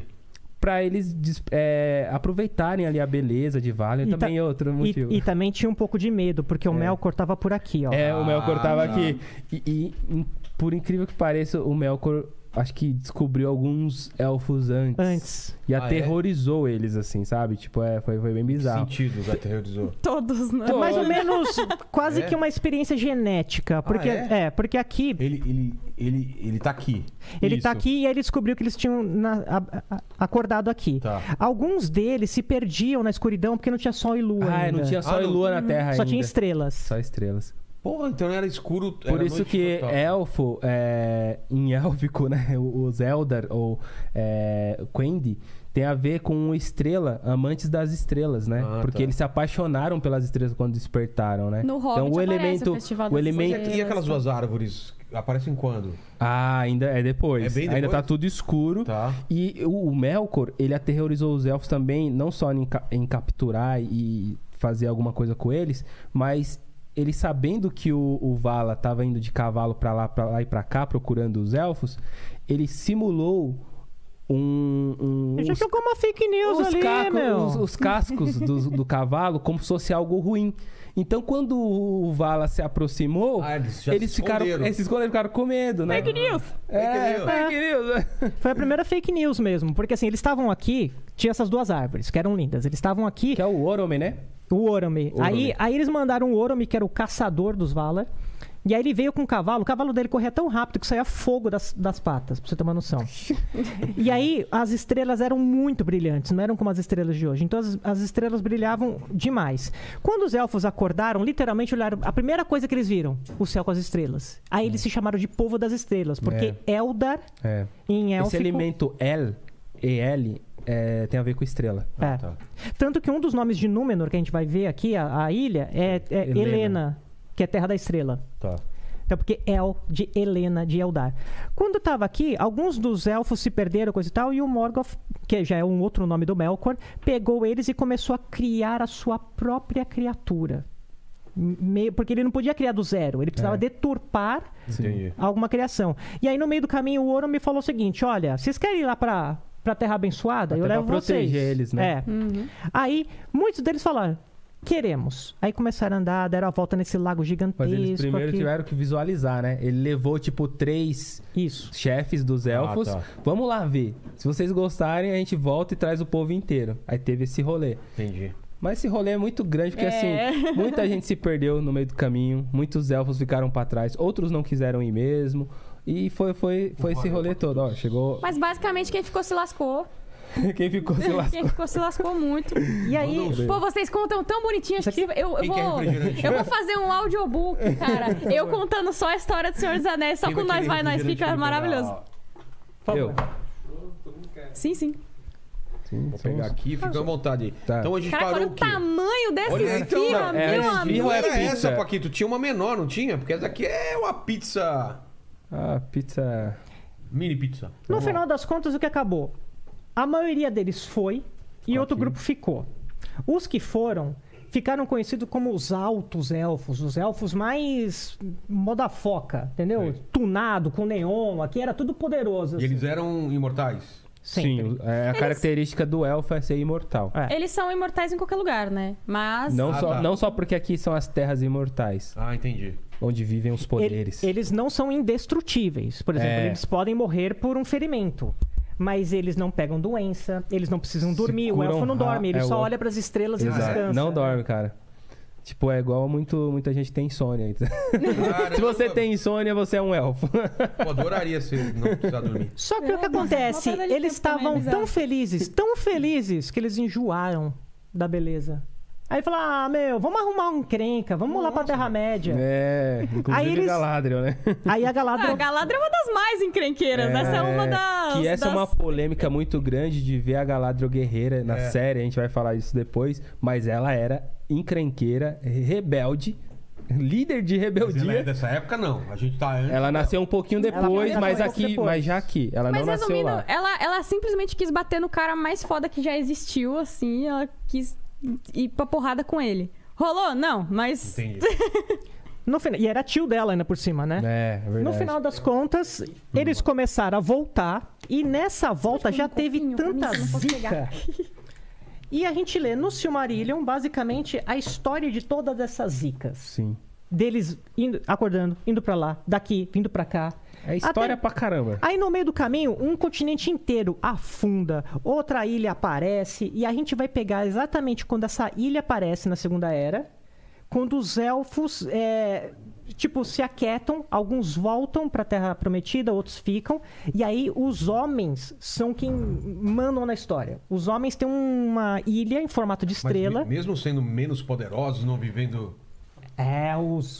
Pra eles des- é, aproveitarem ali a beleza de Valinor. E ta- também é outro motivo. E, e também tinha um pouco de medo, porque o Mel cortava por aqui, ó. É, o Melkor tava Ah. aqui. E, e, in- por incrível que pareça, o Melkor acho que descobriu alguns elfos antes. Antes. E Ah, é? aterrorizou eles, assim, sabe? Tipo, é, foi, foi bem Que bizarro. sentido já aterrorizou? Todos, né? É mais ou menos quase É? que uma experiência genética. Porque, é? é? porque aqui Ele, ele, ele, ele tá aqui. Ele Isso. tá aqui e aí ele descobriu que eles tinham na- a- a- acordado aqui. Tá. Alguns deles se perdiam na escuridão porque não tinha sol e lua Ah, ainda. não tinha sol Ah, e não- lua na Terra Só ainda. tinha estrelas. Só estrelas. Porra, então era escuro. Por isso que elfo, é, em élfico, né? o- Os Eldar ou é, Quendi tem a ver com estrela, amantes das estrelas, né? Ah, Porque tá. eles se apaixonaram pelas estrelas quando despertaram, né? No Hobbit então o aparece o elemento, Festival o das elemento, Estrelas. E aquelas duas árvores aparecem quando? Ah, ainda é depois. É bem Ainda depois? tá tudo escuro. Tá. E o, o Melkor, ele aterrorizou os elfos também, não só em, ca- em capturar e fazer alguma coisa com eles, mas ele sabendo que o, o Vala tava indo de cavalo pra lá, pra lá e pra cá, procurando os elfos, ele simulou um. um Já os- jogou uma fake news os, ali, cacos- meu. os- os cascos do, do cavalo como se fosse algo ruim. Então, quando o Vala se aproximou, Ah, eles eles, já se ficaram, esconderam. eles se esconderam, ficaram com medo, né? Fake news. É, Fake news. fake news. Foi a primeira fake news mesmo, porque assim, eles estavam aqui, tinha essas duas árvores que eram lindas. Eles estavam aqui, Que é o Orome, né? o Orome. Orome. Aí, aí eles mandaram o Orome, que era o caçador dos Valar. E aí ele veio com o cavalo, o cavalo dele corria tão rápido que saía fogo das, das patas, pra você ter uma noção. e aí as estrelas eram muito brilhantes, não eram como as estrelas de hoje. Então as, as estrelas brilhavam demais. Quando os elfos acordaram, literalmente olharam, a primeira coisa que eles viram, o céu com as estrelas. Aí eles se chamaram de povo das estrelas, porque Eldar É. em élfico... Esse elemento El, EL, é, tem a ver com estrela. Ah, É. tá, Tanto que um dos nomes de Númenor que a gente vai ver aqui, a, a ilha, é, é Helena. Helena. que é Terra da Estrela. Tá. Então, porque El, de Helena, de Eldar. Quando estava aqui, alguns dos elfos se perderam, coisa e tal, e o Morgoth, que já é um outro nome do Melkor, pegou eles e começou a criar a sua própria criatura. Meio- porque ele não podia criar do zero, ele precisava É. deturpar Entendi. alguma criação. E aí, no meio do caminho, o Ouro me falou o seguinte: olha, vocês querem ir lá pra, pra Terra Abençoada? Até Eu pra levo vocês. proteger eles, né? É. Uhum. Aí, muitos deles falaram. Queremos. Aí começaram a andar, deram a volta nesse lago gigantesco. Mas eles primeiro aqui. tiveram que visualizar, né? Ele levou, tipo, três Isso. chefes dos elfos. tá. Vamos lá ver. Se vocês gostarem, a gente volta e traz o povo inteiro. Aí teve esse rolê. Entendi. Mas esse rolê é muito grande, porque É. assim, muita gente se perdeu no meio do caminho, muitos elfos ficaram pra trás, outros não quiseram ir mesmo. E foi, foi, foi esse rolê todo, ó. Chegou. Mas basicamente quem ficou se lascou. Quem ficou, sei lá. Quem ficou se lascou muito. E aí, Pô, vocês contam tão bonitinho. Acho que eu, eu, Quem quer vou, refrigerante? eu vou fazer um audiobook, cara. Eu contando só a história do Senhor dos Anéis, só Quem com nós querer vai, nós refrigerante fica pra maravilhoso. pegar? Eu. Sim, sim. Sim, Vou pegar aqui, fica à vontade. Tá. Então a gente Caraca, olha parou o o quê? tamanho dessa Olha, então, esfirra, não, é, meu a amigo. Não é era pizza. essa, Paquito. Tinha uma menor, não tinha? Porque essa aqui é uma pizza. Ah, pizza. Mini pizza. no final das contas, o que acabou? A maioria deles foi e outro grupo ficou. Os que foram ficaram conhecidos como os altos elfos, os elfos mais moda foca, entendeu? Tunado, com neon, aqui era tudo poderoso. E assim. eles eram imortais? Sempre. Sim, é, a característica do elfo é ser imortal. É. Eles são imortais em qualquer lugar, né? Mas. Não, Ah, só, tá. não só porque aqui são as terras imortais, Ah, entendi. onde vivem os poderes. Ele- Eles não são indestrutíveis. Por exemplo, É. eles podem morrer por um ferimento. Mas eles não pegam doença, eles não precisam Se dormir. O curam elfo não ra- dorme, ele é, o só elfo- olha para as estrelas e Exato. descansa. né? Não dorme, cara. Tipo, é igual muito, muita gente tem insônia. então. Cara, Se você eu- tem insônia, você é um elfo. Eu adoraria se não precisar dormir. Só que o que É, acontece? uma perda de Eles tempo também, estavam bizarro. tão felizes, tão felizes, que eles enjoaram da beleza. Aí fala: ah, meu, vamos arrumar um crenca, vamos lá pra Terra-média. é, inclusive Aí eles- Galadriel, né? Aí a Ah, Galadriel... a Galadriel é uma das mais encrenqueiras. Essa é uma das. Que essa das... é uma polêmica muito grande de ver a Galadriel guerreira na É. série, a gente vai falar isso depois, mas ela era encrenqueira, rebelde, líder de Mas ela é rebeldia. dessa época, não. A gente tá antes. Ela nasceu um pouquinho depois, nasceu mas um pouco aqui, depois. mas já aqui, ela Mas não nasceu resumindo, lá. ela, ela simplesmente quis bater no cara mais foda que já existiu, assim. Ela quis ir pra porrada com ele. Rolou? Não, mas. Entendi. No final... E era tio dela ainda por cima, né? É, é verdade. No final das contas, eles começaram a voltar e nessa volta já teve copinho pra mim, tanta que eu um não posso zica. E a gente lê no Silmarillion, basicamente, a história de todas essas zicas. Sim. Deles indo, acordando, indo pra lá, daqui, vindo pra cá. É história Até- pra caramba. Aí no meio do caminho, um continente inteiro afunda, outra ilha aparece, e a gente vai pegar exatamente quando essa ilha aparece na Segunda Era, quando os elfos, é, tipo, se aquietam, alguns voltam para a Terra Prometida, outros ficam, e aí os homens são quem mandam na história. Os homens têm uma ilha em formato de Mas estrela. me- mesmo sendo menos poderosos, não vivendo... É, os...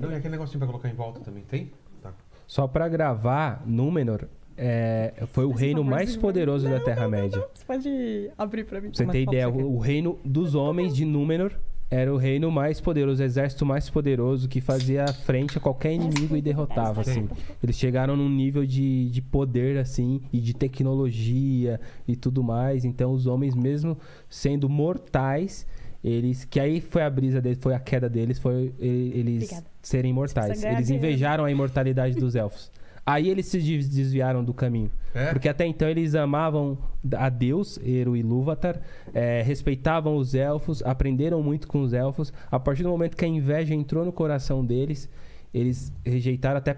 Não, e aquele negocinho pra colocar em volta também, tem? Tá. Só pra gravar, Númenor é, foi o reino mais poderoso da Terra-média. Você pode abrir pra mim. Pra você ter ideia, o, o reino Então dos tá homens de Númenor era o reino mais poderoso, o exército mais poderoso que fazia frente a qualquer inimigo e derrotava, assim. Eles chegaram num nível de, de poder, assim, e de tecnologia e tudo mais. Então, os homens, mesmo sendo mortais, Eles. Que aí foi a brisa deles, foi a queda deles, foi e- eles Obrigada. serem imortais. Precisa ganhar Eles dinheiro. invejaram a imortalidade dos elfos. Aí eles se des- desviaram do caminho. É? Porque até então eles amavam a Deus, Eru e Lúvatar, eh, respeitavam os elfos, aprenderam muito com os elfos. A partir do momento que a inveja entrou no coração deles, eles rejeitaram até.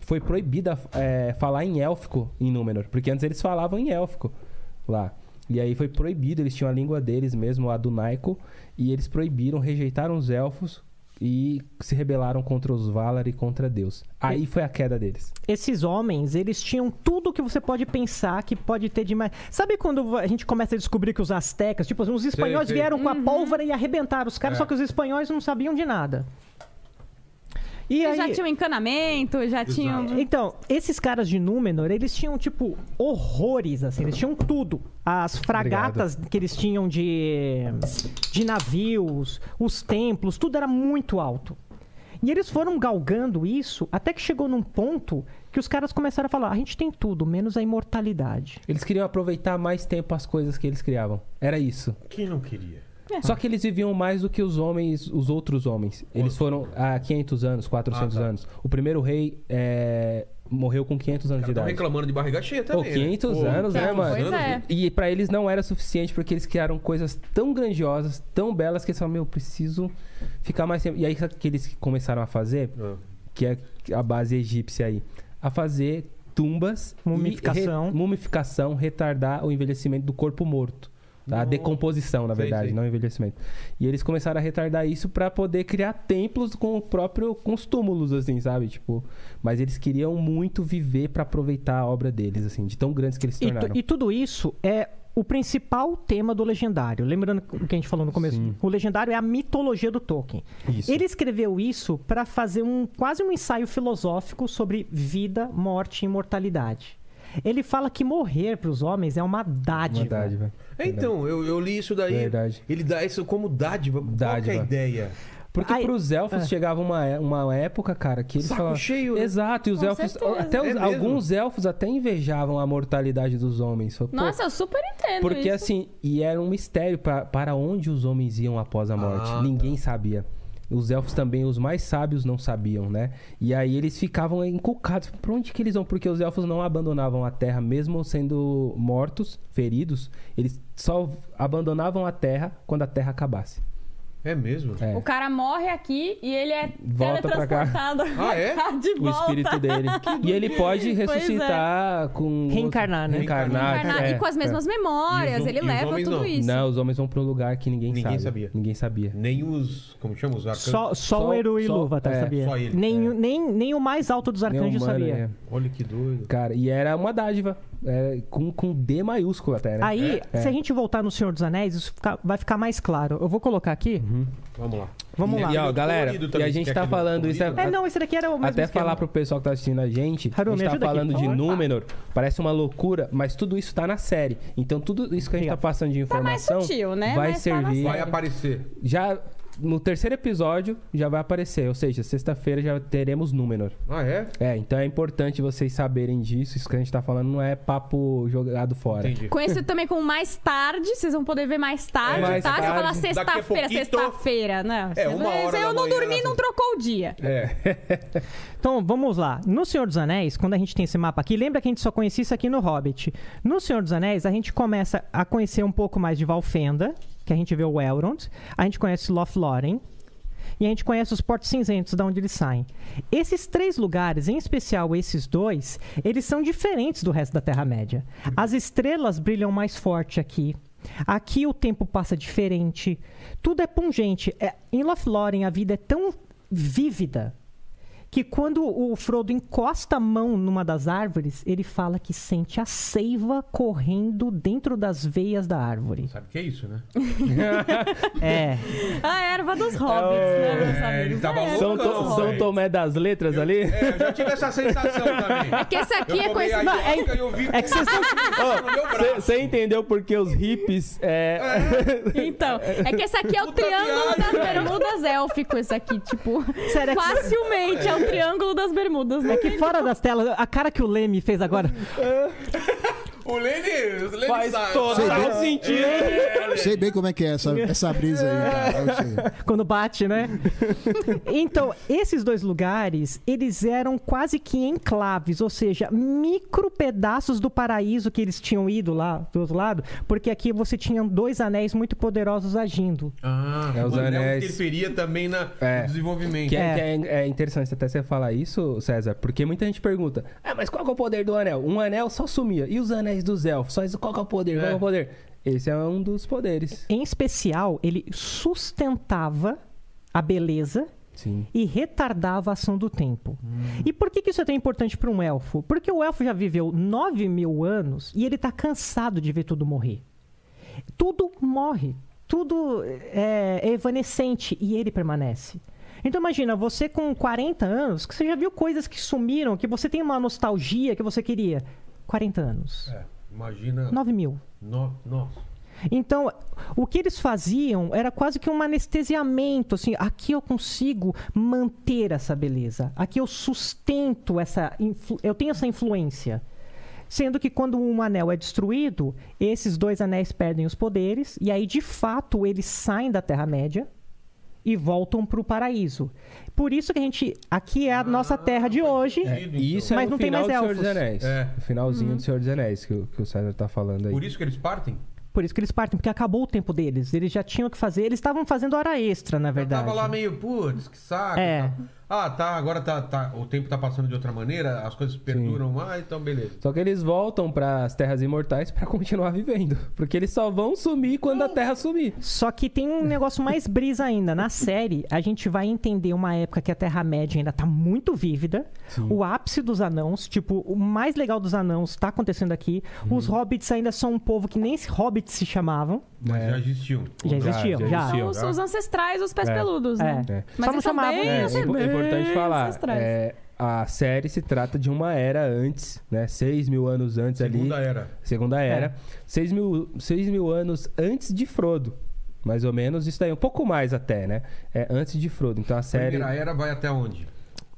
Foi proibida eh, falar em élfico em Númenor, porque antes eles falavam em élfico lá. E aí foi proibido, eles tinham a língua deles mesmo, o Adunaico, e eles proibiram, rejeitaram os elfos e se rebelaram contra os Valar e contra Deus. Aí foi a queda deles. Esses homens, eles tinham tudo que você pode pensar que pode ter de mais. Sabe quando a gente começa a descobrir que os astecas, tipo, os espanhóis sei. vieram com a pólvora e arrebentaram os caras, É. só que os espanhóis não sabiam de nada. E Eles já aí, tinham encanamento, já um- tinham. Então, esses caras de Númenor, eles tinham, tipo, horrores, assim, eles tinham tudo. As fragatas que eles tinham de, de navios, os templos, tudo era muito alto. E eles foram galgando isso até que chegou num ponto que os caras começaram a falar: a gente tem tudo, menos a imortalidade. Eles queriam aproveitar mais tempo as coisas que eles criavam. Era isso. Quem não queria? Só que eles viviam mais do que os homens, os outros homens. Eles foram há 500 anos, 400 Ah, tá. anos. O primeiro rei é, morreu com 500 anos de Estão idade. tá reclamando de barriga cheia Pô, também. né? 500 Pô, anos, né, mano? Pois é. E pra eles não era suficiente porque eles criaram coisas tão grandiosas, tão belas que eles falaram, meu, preciso ficar mais tempo. E aí sabe o que eles começaram a fazer, Ah. que é a base egípcia aí, a fazer tumbas, e Mumificação. re- mumificação, retardar o envelhecimento do corpo morto. tá? A decomposição, na Sei, verdade, sei. não o envelhecimento. E eles começaram a retardar isso pra poder criar templos com o próprio com os túmulos assim, sabe? Tipo, mas eles queriam muito viver pra aproveitar a obra deles assim, de tão grandes que eles se E, tu- tornaram. e tudo isso é o principal tema do Legendário. Lembrando o que a gente falou no começo, o Legendário é a mitologia do Tolkien. Isso. Ele escreveu isso para fazer um quase um ensaio filosófico sobre vida, morte e imortalidade. Ele fala que morrer para os homens é uma dádiva. Verdade, velho. É, Então, eu, eu li isso daí. Verdade. Ele dá isso como dádiva. Qual que é a Dádiva. ideia? Porque Ai, pros elfos chegava uma, é- uma época, cara, que eles Saco falavam... cheio, né? Exato, e os Com elfos... certeza. Até os- É mesmo? alguns elfos até invejavam a mortalidade dos homens. Falou, "Pô, Nossa, é eu super entendo. Porque isso. assim, e era um mistério pra, para onde os homens iam após a morte. Ah, Ninguém sabia. Os elfos também, os mais sábios, não sabiam, né? E aí eles ficavam encucados. Pra onde que eles vão? Porque os elfos não abandonavam a terra, mesmo sendo mortos, feridos. Eles só abandonavam a terra quando a terra acabasse. É mesmo? É. O cara morre aqui e ele é Volta pra cá. teletransportado Ah, é? de o volta. espírito dele. e ele pode Pois é. ressuscitar com. Reencarnar, né? Reencarnar. Reencarnar, é, e com as é. mesmas memórias, E os hom- ele e os leva homens tudo não. isso. Não, os homens vão pra um lugar que ninguém, Ninguém sabe. sabia. Ninguém sabia. Nem os. Como chama os arcanos? Só, só, Só- o Eru e só- Luva, tá, é, sabia? só ele. nem, nem, nem o mais alto dos Nem arcanjos humano, sabia. é. Olha que doido. Cara, e era uma dádiva. é, com, com D maiúsculo até, né? Aí, É. se a gente voltar no Senhor dos Anéis, isso fica- vai ficar mais claro. Eu vou colocar aqui. Vamos lá. Vamos Uhum. E- lá. E, ó, galera, Colorido e também, a que gente é tá aquele falando isso. colorido. é- É, não, esse daqui era o mesmo Até esquema. falar pro pessoal que tá assistindo a gente, Haru, a me gente tá é um- ajuda aqui, falando por de favor. Númenor, parece uma loucura, mas tudo isso tá na série. Então tudo isso que a gente tá Obrigado. passando de Tá mais informação sutil, né? vai Mas tá na servir. Vai aparecer. já no terceiro episódio já vai aparecer, ou seja, sexta-feira já teremos Númenor. Ah, é? É, então é importante vocês saberem disso. Isso que a gente tá falando não é papo jogado fora. Entendi. Conhecido também como mais tarde, vocês vão poder ver mais tarde, É, mais tá? Você tarde. fala Daqui a sexta-feira, pouquito. sexta-feira, né? É, uma Mas hora da eu não manhã, dormi, né? não trocou o dia. É. Então, vamos lá. No Senhor dos Anéis, quando a gente tem esse mapa aqui, lembra que a gente só conhecia isso aqui no Hobbit. No Senhor dos Anéis, a gente começa a conhecer um pouco mais de Valfenda, que a gente vê o Elrond, a gente conhece Lothlórien, e a gente conhece os Portos Cinzentos, da onde eles saem. Esses três lugares, em especial esses dois, eles são diferentes do resto da Terra-média. As estrelas brilham mais forte aqui. Aqui o tempo passa diferente. Tudo é pungente. É, em Lothlórien, a vida é tão vívida que quando o Frodo encosta a mão numa das árvores, ele fala que sente a seiva correndo dentro das veias da árvore. Sabe o que é isso, né? É. A erva dos É, hobbits, né, meus amigos? um ele tava A erva São, louco, dos To- é, tá não, hobbits. São velho. Tomé das Letras ali? É, eu já tive essa sensação também. Que esse Eu aqui tomei é a conhecido... Não, é- ioica e eu vi É que vocês não no meu braço. Você entendeu porque os hippies. É... Então, é que esse aqui é o Puta triângulo viagem, das velho. bermudas élfico, esse aqui, tipo... Sério, é que- Facilmente é o triângulo das bermudas, né? É que fora das telas, a cara que o Leme fez agora. O Lene, o Lene Faz sabe. todo Sei bem. sentido. Sei bem como é que é essa, essa brisa aí, cara. Eu sei. Quando bate, né? então, esses dois lugares, eles eram quase que enclaves, ou seja, micro pedaços do paraíso que eles tinham ido lá do outro lado, porque aqui você tinha dois anéis muito poderosos agindo. Ah, É, os o anel anéis. interferia também na, É. no desenvolvimento. Que é, que é- é interessante até você falar isso, César, porque muita gente pergunta: Ah, mas qual que é o poder do anel? Um anel só sumia. E os anéis dos elfos? Só isso, qual que é o poder? Qual que é É. o poder? Esse é um dos poderes. Em especial, ele sustentava a beleza Sim. e retardava a ação do tempo. E por que, que isso é tão importante para um elfo? Porque o elfo já viveu 9 mil anos e ele está cansado de ver tudo morrer. Tudo morre, tudo é é evanescente e ele permanece. Então imagina, você com 40 anos, que você já viu coisas que sumiram, que você tem uma nostalgia que você queria. 40 anos. É, imagina. 9 mil. No, nossa. Então, o que eles faziam era quase que um anestesiamento, assim, aqui eu consigo manter essa beleza, aqui eu sustento essa, influ- eu tenho essa influência. Sendo que quando um anel é destruído, esses dois anéis perdem os poderes e aí de fato eles saem da Terra-média e voltam para o paraíso. Por isso que a gente aqui é a nossa terra de hoje. É, E isso Mas é no não tem final mais do Senhor dos elfos. Uhum. Anéis. É. O finalzinho do Senhor dos Anéis que, o- que o César tá falando aí. Por isso que eles partem? Por isso que eles partem, porque acabou o tempo deles. Eles já tinham o que fazer, eles estavam fazendo hora extra, na Eu verdade. tava lá meio, putz, que saco. É. tá. Ah, tá, agora tá, tá- o tempo tá passando de outra maneira, as coisas perduram mais, então beleza. Só que eles voltam para as terras imortais para continuar vivendo. Porque eles só vão sumir quando a terra sumir. Só que tem um negócio mais brisa ainda. Na série, a gente vai entender uma época que a Terra-média ainda tá muito vívida. O ápice dos anãos, tipo, o mais legal dos anãos tá acontecendo aqui. Uhum. Os hobbits ainda são um povo que nem se- hobbits se chamavam. Mas já existiam. Já existiam, É. já já. existiam. São os, os ancestrais, os pés É. peludos, né? É. Mas Só não eles são chamavam bem, É, Isso é impo- é bem importante falar. ancestrais. é, a série se trata de uma era antes, né? Seis mil anos antes ali. Segunda era. Segunda É. Era. seis mil, seis mil anos antes de Frodo. Mais ou menos isso daí. Um pouco mais até, né? É, antes de Frodo. Então a série. Primeira era vai até onde?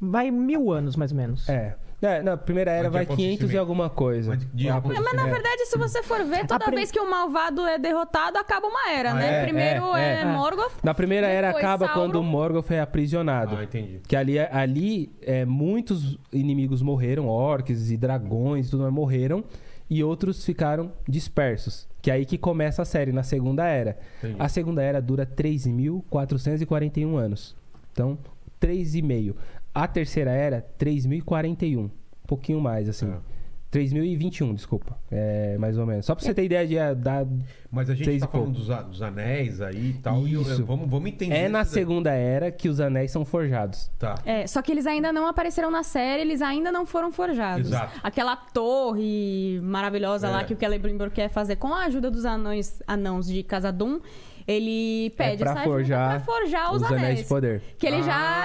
Vai mil anos, mais ou menos. É. Não, não, a primeira era Mas de vai 500 e acontecimento. alguma coisa. Mas de- de Ah, acontecimento. Mas na é. verdade, se você for ver, toda prim- vez que um malvado é derrotado, acaba uma era, Ah, né? é, Primeiro é, é, é. Morgoth. Na primeira era Depois, acaba Sauron. quando o Morgoth é aprisionado. Ah, entendi. Que ali, ali é, muitos inimigos morreram, orcs e dragões e tudo mais morreram, e outros ficaram dispersos. Que é aí que começa a série, na Segunda Era. Entendi. A Segunda Era dura 3.441 anos. Então, 3,5. A Terceira Era, 3.041. Um pouquinho mais, assim. É. 3.021, desculpa. É, mais ou menos. Só pra você ter ideia de, a- da... Mas a gente Seis tá e falando pouco. dos, a- dos anéis aí e tal, e eu- eu- Isso. vamos, vamos entender. É na isso daí. Segunda Era que os anéis são forjados. Tá. É, só que eles ainda não apareceram na série, eles ainda não foram forjados. Exato. Aquela torre maravilhosa É. lá que o Celebrimbor quer fazer com a ajuda dos anões, anãos de Casadum, ele pede É pra essa forjar ajuda pra forjar os, os anéis de poder. Que ele Ah.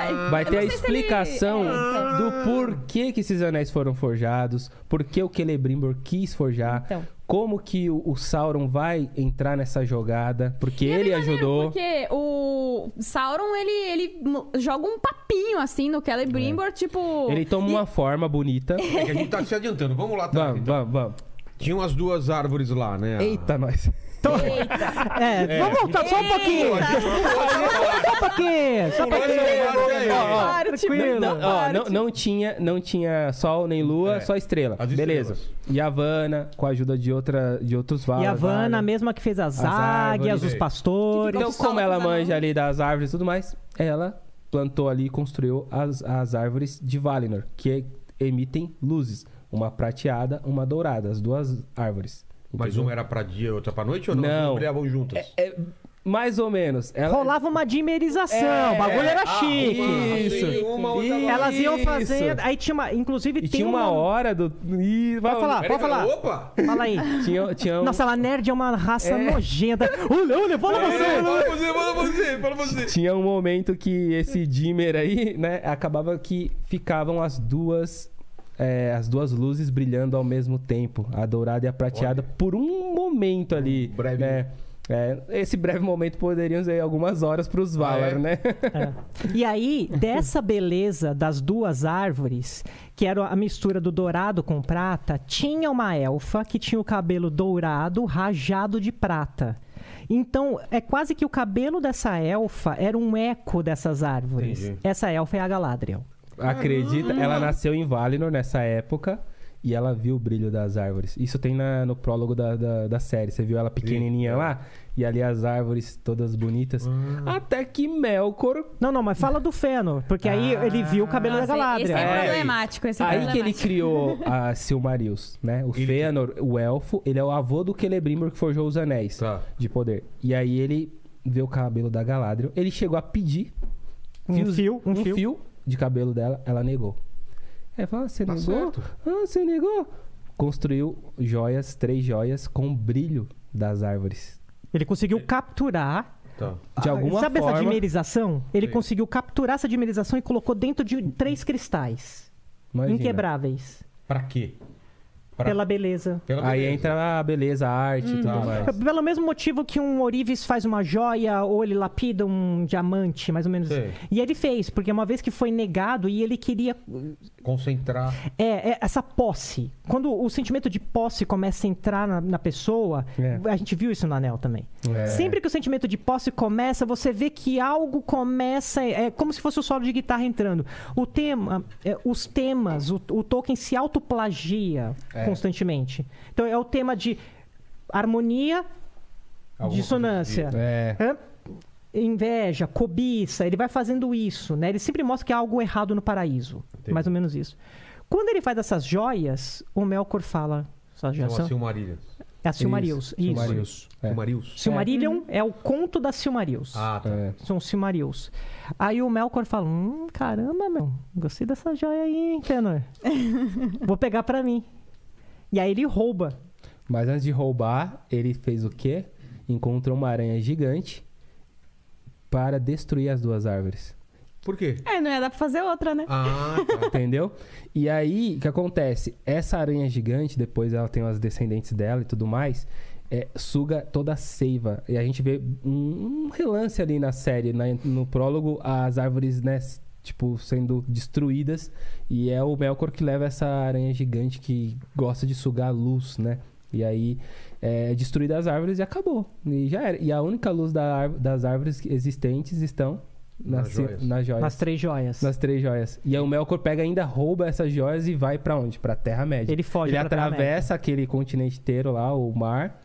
já. Vai eu ter a não sei se ele- explicação É, então. do porquê que esses anéis foram forjados, por que o Celebrimbor quis forjar, Então. como que o, o Sauron vai entrar nessa jogada, porque E é ele bem maneiro, ajudou. Porque o Sauron, ele, ele mo- joga um papinho assim no Celebrimbor, tipo. É. Ele toma uma forma bonita. É que a gente tá se adiantando. Vamos lá, tá? vamos, vamos, vamos. Tinham as duas árvores lá, né? Eita, nós. É, vamos voltar só um pouquinho. Só um pouquinho. Só um Eita. Ó, ó, Parte, tranquilo. muita Ó, parte. não, não tinha, não tinha sol nem lua, É. só estrela. As Beleza. estrelas. E a Havana, com a ajuda de, outra, de outros valas. E a Vanna, a vagas. mesma que fez as, As águias, árvores. os pastores. Então, Não como salva ela os anões. manja ali das árvores e tudo mais, ela plantou ali e construiu as, as árvores de Valinor, que emitem luzes. Uma prateada, uma dourada, as duas árvores. Mas entendeu? uma era pra dia e outra pra noite ou não? Não. Elas brilhavam juntas. É, mais ou menos. Ela... Rolava uma dimerização, É, o bagulho era chique. Isso. Sim, uma, outra Isso. não. Elas iam fazendo. Aí tinha uma. Inclusive, E tem tinha uma hora do. Ih, vai falar. Peraí, pode falar. Opa! Fala aí. Tinha, tinha um... Nossa, ela nerd Então- é uma raça nojenta. Olha, olha, fala É, você! Fala você, fala você, fala você. Tinha um momento que esse dimmer aí, né, acabava que ficavam as duas é, as duas luzes brilhando ao mesmo tempo, a dourada e a prateada, por um momento ali, breve. né? É, esse breve momento poderiam ser algumas horas para os Valar, É. né? E aí, dessa beleza das duas árvores, que era a mistura do dourado com prata, tinha uma elfa que tinha o cabelo dourado rajado de prata. Então, é quase que o cabelo dessa elfa era um eco dessas árvores. Entendi. Essa elfa é a Galadriel. Acredita, ela nasceu em Valinor nessa época e ela viu o brilho das árvores. Isso tem na- no prólogo da, da, da série. Você viu ela pequenininha lá e ali as árvores todas bonitas. Até que Melkor. Não, não, mas fala do Fëanor, porque aí ele viu o cabelo da Nossa, esse Galadriel. é É. problemático, esse é aí que ele problemático. criou a Silmarils, né? O Fëanor, o elfo, ele é o avô do Celebrimbor que forjou os anéis Tá. de poder. E aí ele vê o cabelo da Galadriel. Ele chegou a pedir Um fios- fio, um fio. de cabelo dela, ela negou. Ela falou, ah, você Tá negou? certo. Ah, você negou? Construiu joias, três joias com o brilho das árvores. Ele conseguiu capturar. Tá. De Ah, alguma Sabe forma. essa dimerização? Ele Sim. conseguiu capturar essa dimerização e colocou dentro de três cristais Imagina. inquebráveis. Pra quê? Pra- Pela beleza. pela Aí beleza. entra a beleza, a arte Hum. e tudo mais. Pelo mesmo motivo que um Orives faz uma joia ou ele lapida um diamante, mais ou menos. Sei. E ele fez, porque uma vez que foi negado e ele queria Concentrar. É, é essa posse. Quando o sentimento de posse começa a entrar na, na pessoa, É. a gente viu isso no anel também. É. Sempre que o sentimento de posse começa, você vê que algo começa. É como se fosse o solo de guitarra entrando. O tema, é, os temas, o, o Tolkien se autoplagia É. constantemente. Então é o tema de harmonia, alguma dissonância. É. Hã? Inveja, cobiça, ele vai fazendo isso, né? Ele sempre mostra que há algo errado no paraíso. Entendi. Mais ou menos isso. Quando ele faz essas joias, o Melkor fala. Essas Coisa joias de... Chama assim, são, Silmarillion. é a Silmarils. Isso. Silmarils. Silmarils. É. Silmarils? Silmarillion é. o conto das Silmarils. Ah, tá. É. São Silmarils. Aí o Melkor fala: Hum, caramba, meu, gostei dessa joia aí, hein, Fëanor? Vou pegar pra mim. E aí ele rouba. Mas antes de roubar, ele fez o quê? Encontrou uma aranha gigante para destruir as duas árvores. Por quê? É, não ia dar pra fazer outra, né? Ah, tá. Entendeu? E aí, o que acontece? Essa aranha gigante, depois ela tem as descendentes dela e tudo mais, é, suga toda a seiva. E a gente vê um, um relance ali na série, na- no prólogo, as árvores, né? s- Tipo, sendo destruídas. E é o Melkor que leva essa aranha gigante que gosta de sugar a luz, né? E aí, é destruída as árvores e acabou. E já era. E a única luz da árv- das árvores existentes estão nas, Nas joias. nas joias. Nas três joias. Nas três joias. E aí o Melkor pega ainda, rouba essas joias e vai pra onde? Pra Terra-média. Ele foge Ele pra Terra-média. atravessa aquele continente inteiro lá, o mar,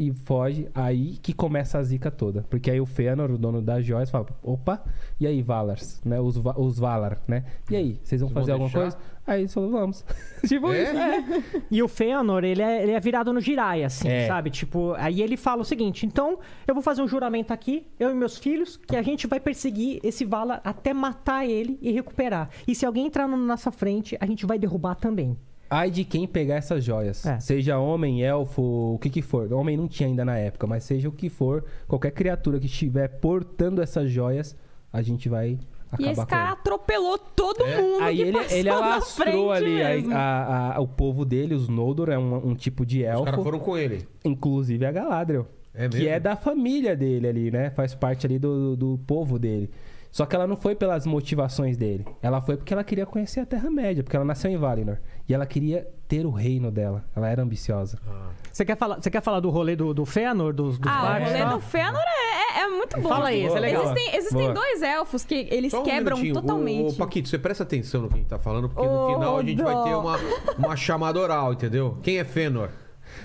e foge. Aí que começa a zica toda. Porque aí o Fëanor, o dono das joias, fala, opa, e aí Valars, né? Os, Va- os Valar, né? E aí, vocês Vocês vão vão fazer alguma deixar? coisa? Aí eles falam, vamos. tipo É? isso. É. E o Fëanor, ele é, ele é virado no Jiraiya, assim, É. sabe? Tipo, aí ele fala o seguinte, então eu vou fazer um juramento aqui, eu e meus filhos, que a gente vai perseguir esse Vala até matar ele e recuperar. E se alguém entrar na nossa frente, a gente vai derrubar também. Ai de quem pegar essas joias. É. Seja homem, elfo, o que que for. Homem não tinha ainda na época, mas seja o que for, qualquer criatura que estiver portando essas joias, a gente vai acabar E esse com ela. cara atropelou todo mundo Aí que ele, passou ele na frente alastrou ali ah, a- mesmo. a- a- o povo dele, os Noldor, é um, um tipo de Os elfo, caras foram com ele. inclusive a Galadriel. É mesmo? que é da família dele ali, né? Faz parte ali do, do povo dele. Só que ela não foi pelas motivações dele. Ela foi porque ela queria conhecer a Terra-média, porque ela nasceu em Valinor. E ela queria ter o reino dela. Ela era ambiciosa. Ah. Você quer falar, você quer falar do rolê do, do Fëanor, dos, dos Ah, o barcos rolê e tal? do Fëanor é, é- é muito bom. Fala aí, esse é legal. Existem, existem Boa. dois elfos que eles Só um quebram minutinho. totalmente. Ô, Paquito, você presta atenção no que a gente tá falando, porque no Ô, final a gente dó. vai ter uma, uma chamada oral, entendeu? Quem é Fëanor?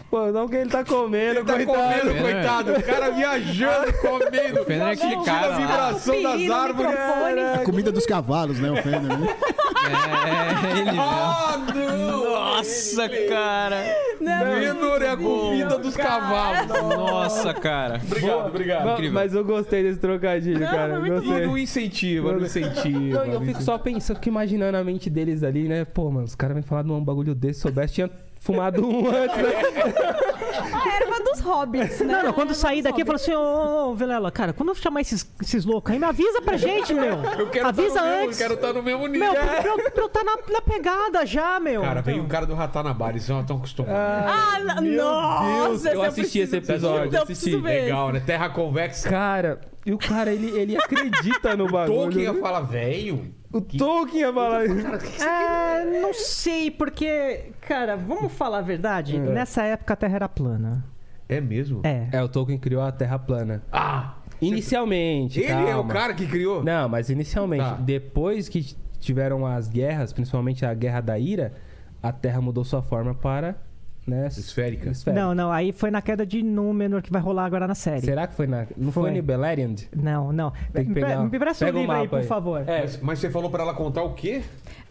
Pô, não que ele tá comendo, Ele tá comendo, coitado. O cara viajando, comendo. Fëanor é aquele Tira cara a lá. vibração Tá com das peri no árvores. microfone. Caraca. A comida dos cavalos, né? O Fender, né? É, ele mesmo. Ah, não! Nossa, cara. Fëanor é a comida dos cavalos. Nossa, cara. Obrigado, obrigado. Incrível. Mas eu gostei desse trocadilho, cara. foi Eu muito gostei. Não incentiva, não incentiva. Não, e eu fico só pensando, fico imaginando a mente deles ali, né? Pô, mano, os caras vêm falar de um bagulho desse, se soubesse, tinha fumado um antes, né? erva dos hobbits, né? Não, não, quando Erva sair dos daqui, eu falo assim, ô, ô, ô, Vilela, cara, quando eu chamar esses, esses loucos aí, me avisa pra gente, meu. Eu quero avisa tá no Mesmo, eu antes. quero estar no mesmo nível. Meu, pra eu, pra eu tá na, na pegada já, meu. Cara, veio o cara do Ratanabá, eles são tão acostumados. Ah, na- nossa! Deus, eu esse assisti esse preciso- episódio, Então, eu assisti. preciso ver. Legal, né? Terra convexa. Cara, e o cara, ele, ele acredita no bagulho. Tolkien é ia né? falar, velho. O Tolkien ia falar. Ah, não sei, porque, cara, vamos falar a verdade? Nessa época a Terra era plana. É mesmo? É. É, o Tolkien criou a Terra plana. Ah! Inicialmente. Ele é o calma. cara que criou? Não, mas inicialmente, Tá. depois que tiveram as guerras, principalmente a Guerra da Ira, a Terra mudou sua forma para. Né, Esférica. Não, não, aí foi na queda de Númenor que vai rolar agora na série. Será que foi na. Não foi, Foi. em Beleriand? Não, não. Tem que Me pre- pegar- Me presta um pega o livro aí, mapa por aí. favor. É. Mas, mas você falou pra ela contar o quê?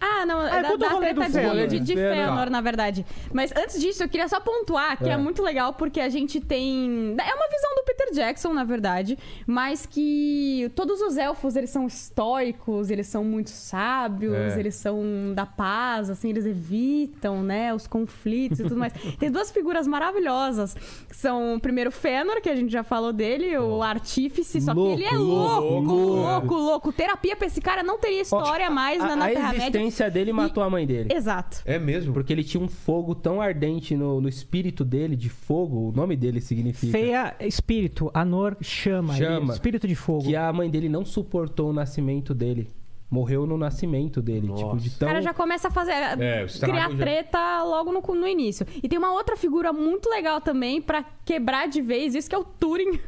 Ah, não, é da, conta o da rolê do né? treta de, Fëanor. de, de Fëanor. Fëanor, na verdade. Mas antes disso, eu queria só pontuar que é. É. muito legal porque a gente tem... É uma visão do Peter Jackson, na verdade, mas que todos os elfos, eles são estoicos, eles são muito sábios, É. eles são da paz, assim, eles evitam, né, os conflitos e tudo mais. Tem duas figuras maravilhosas, que são, primeiro, Fëanor, que a gente já falou dele, o artífice, só Louco, que ele é louco, louco, louco, é. louco. Terapia pra esse cara não teria história mais a, na, na a Terra-média. existência dele matou a mãe dele. Exato. É mesmo? Porque ele tinha um fogo tão ardente no, no espírito dele, de fogo, o nome dele significa. Feia, espírito, Anor, chama. Chama. ele- espírito de fogo. Que a mãe dele não suportou o nascimento dele. Morreu no nascimento dele. Nossa. Tipo, de tão. O cara já começa a fazer. Então, É, o estrago criar já- treta logo no, no início. E tem uma outra figura muito legal também pra quebrar de vez isso, que é o Turing.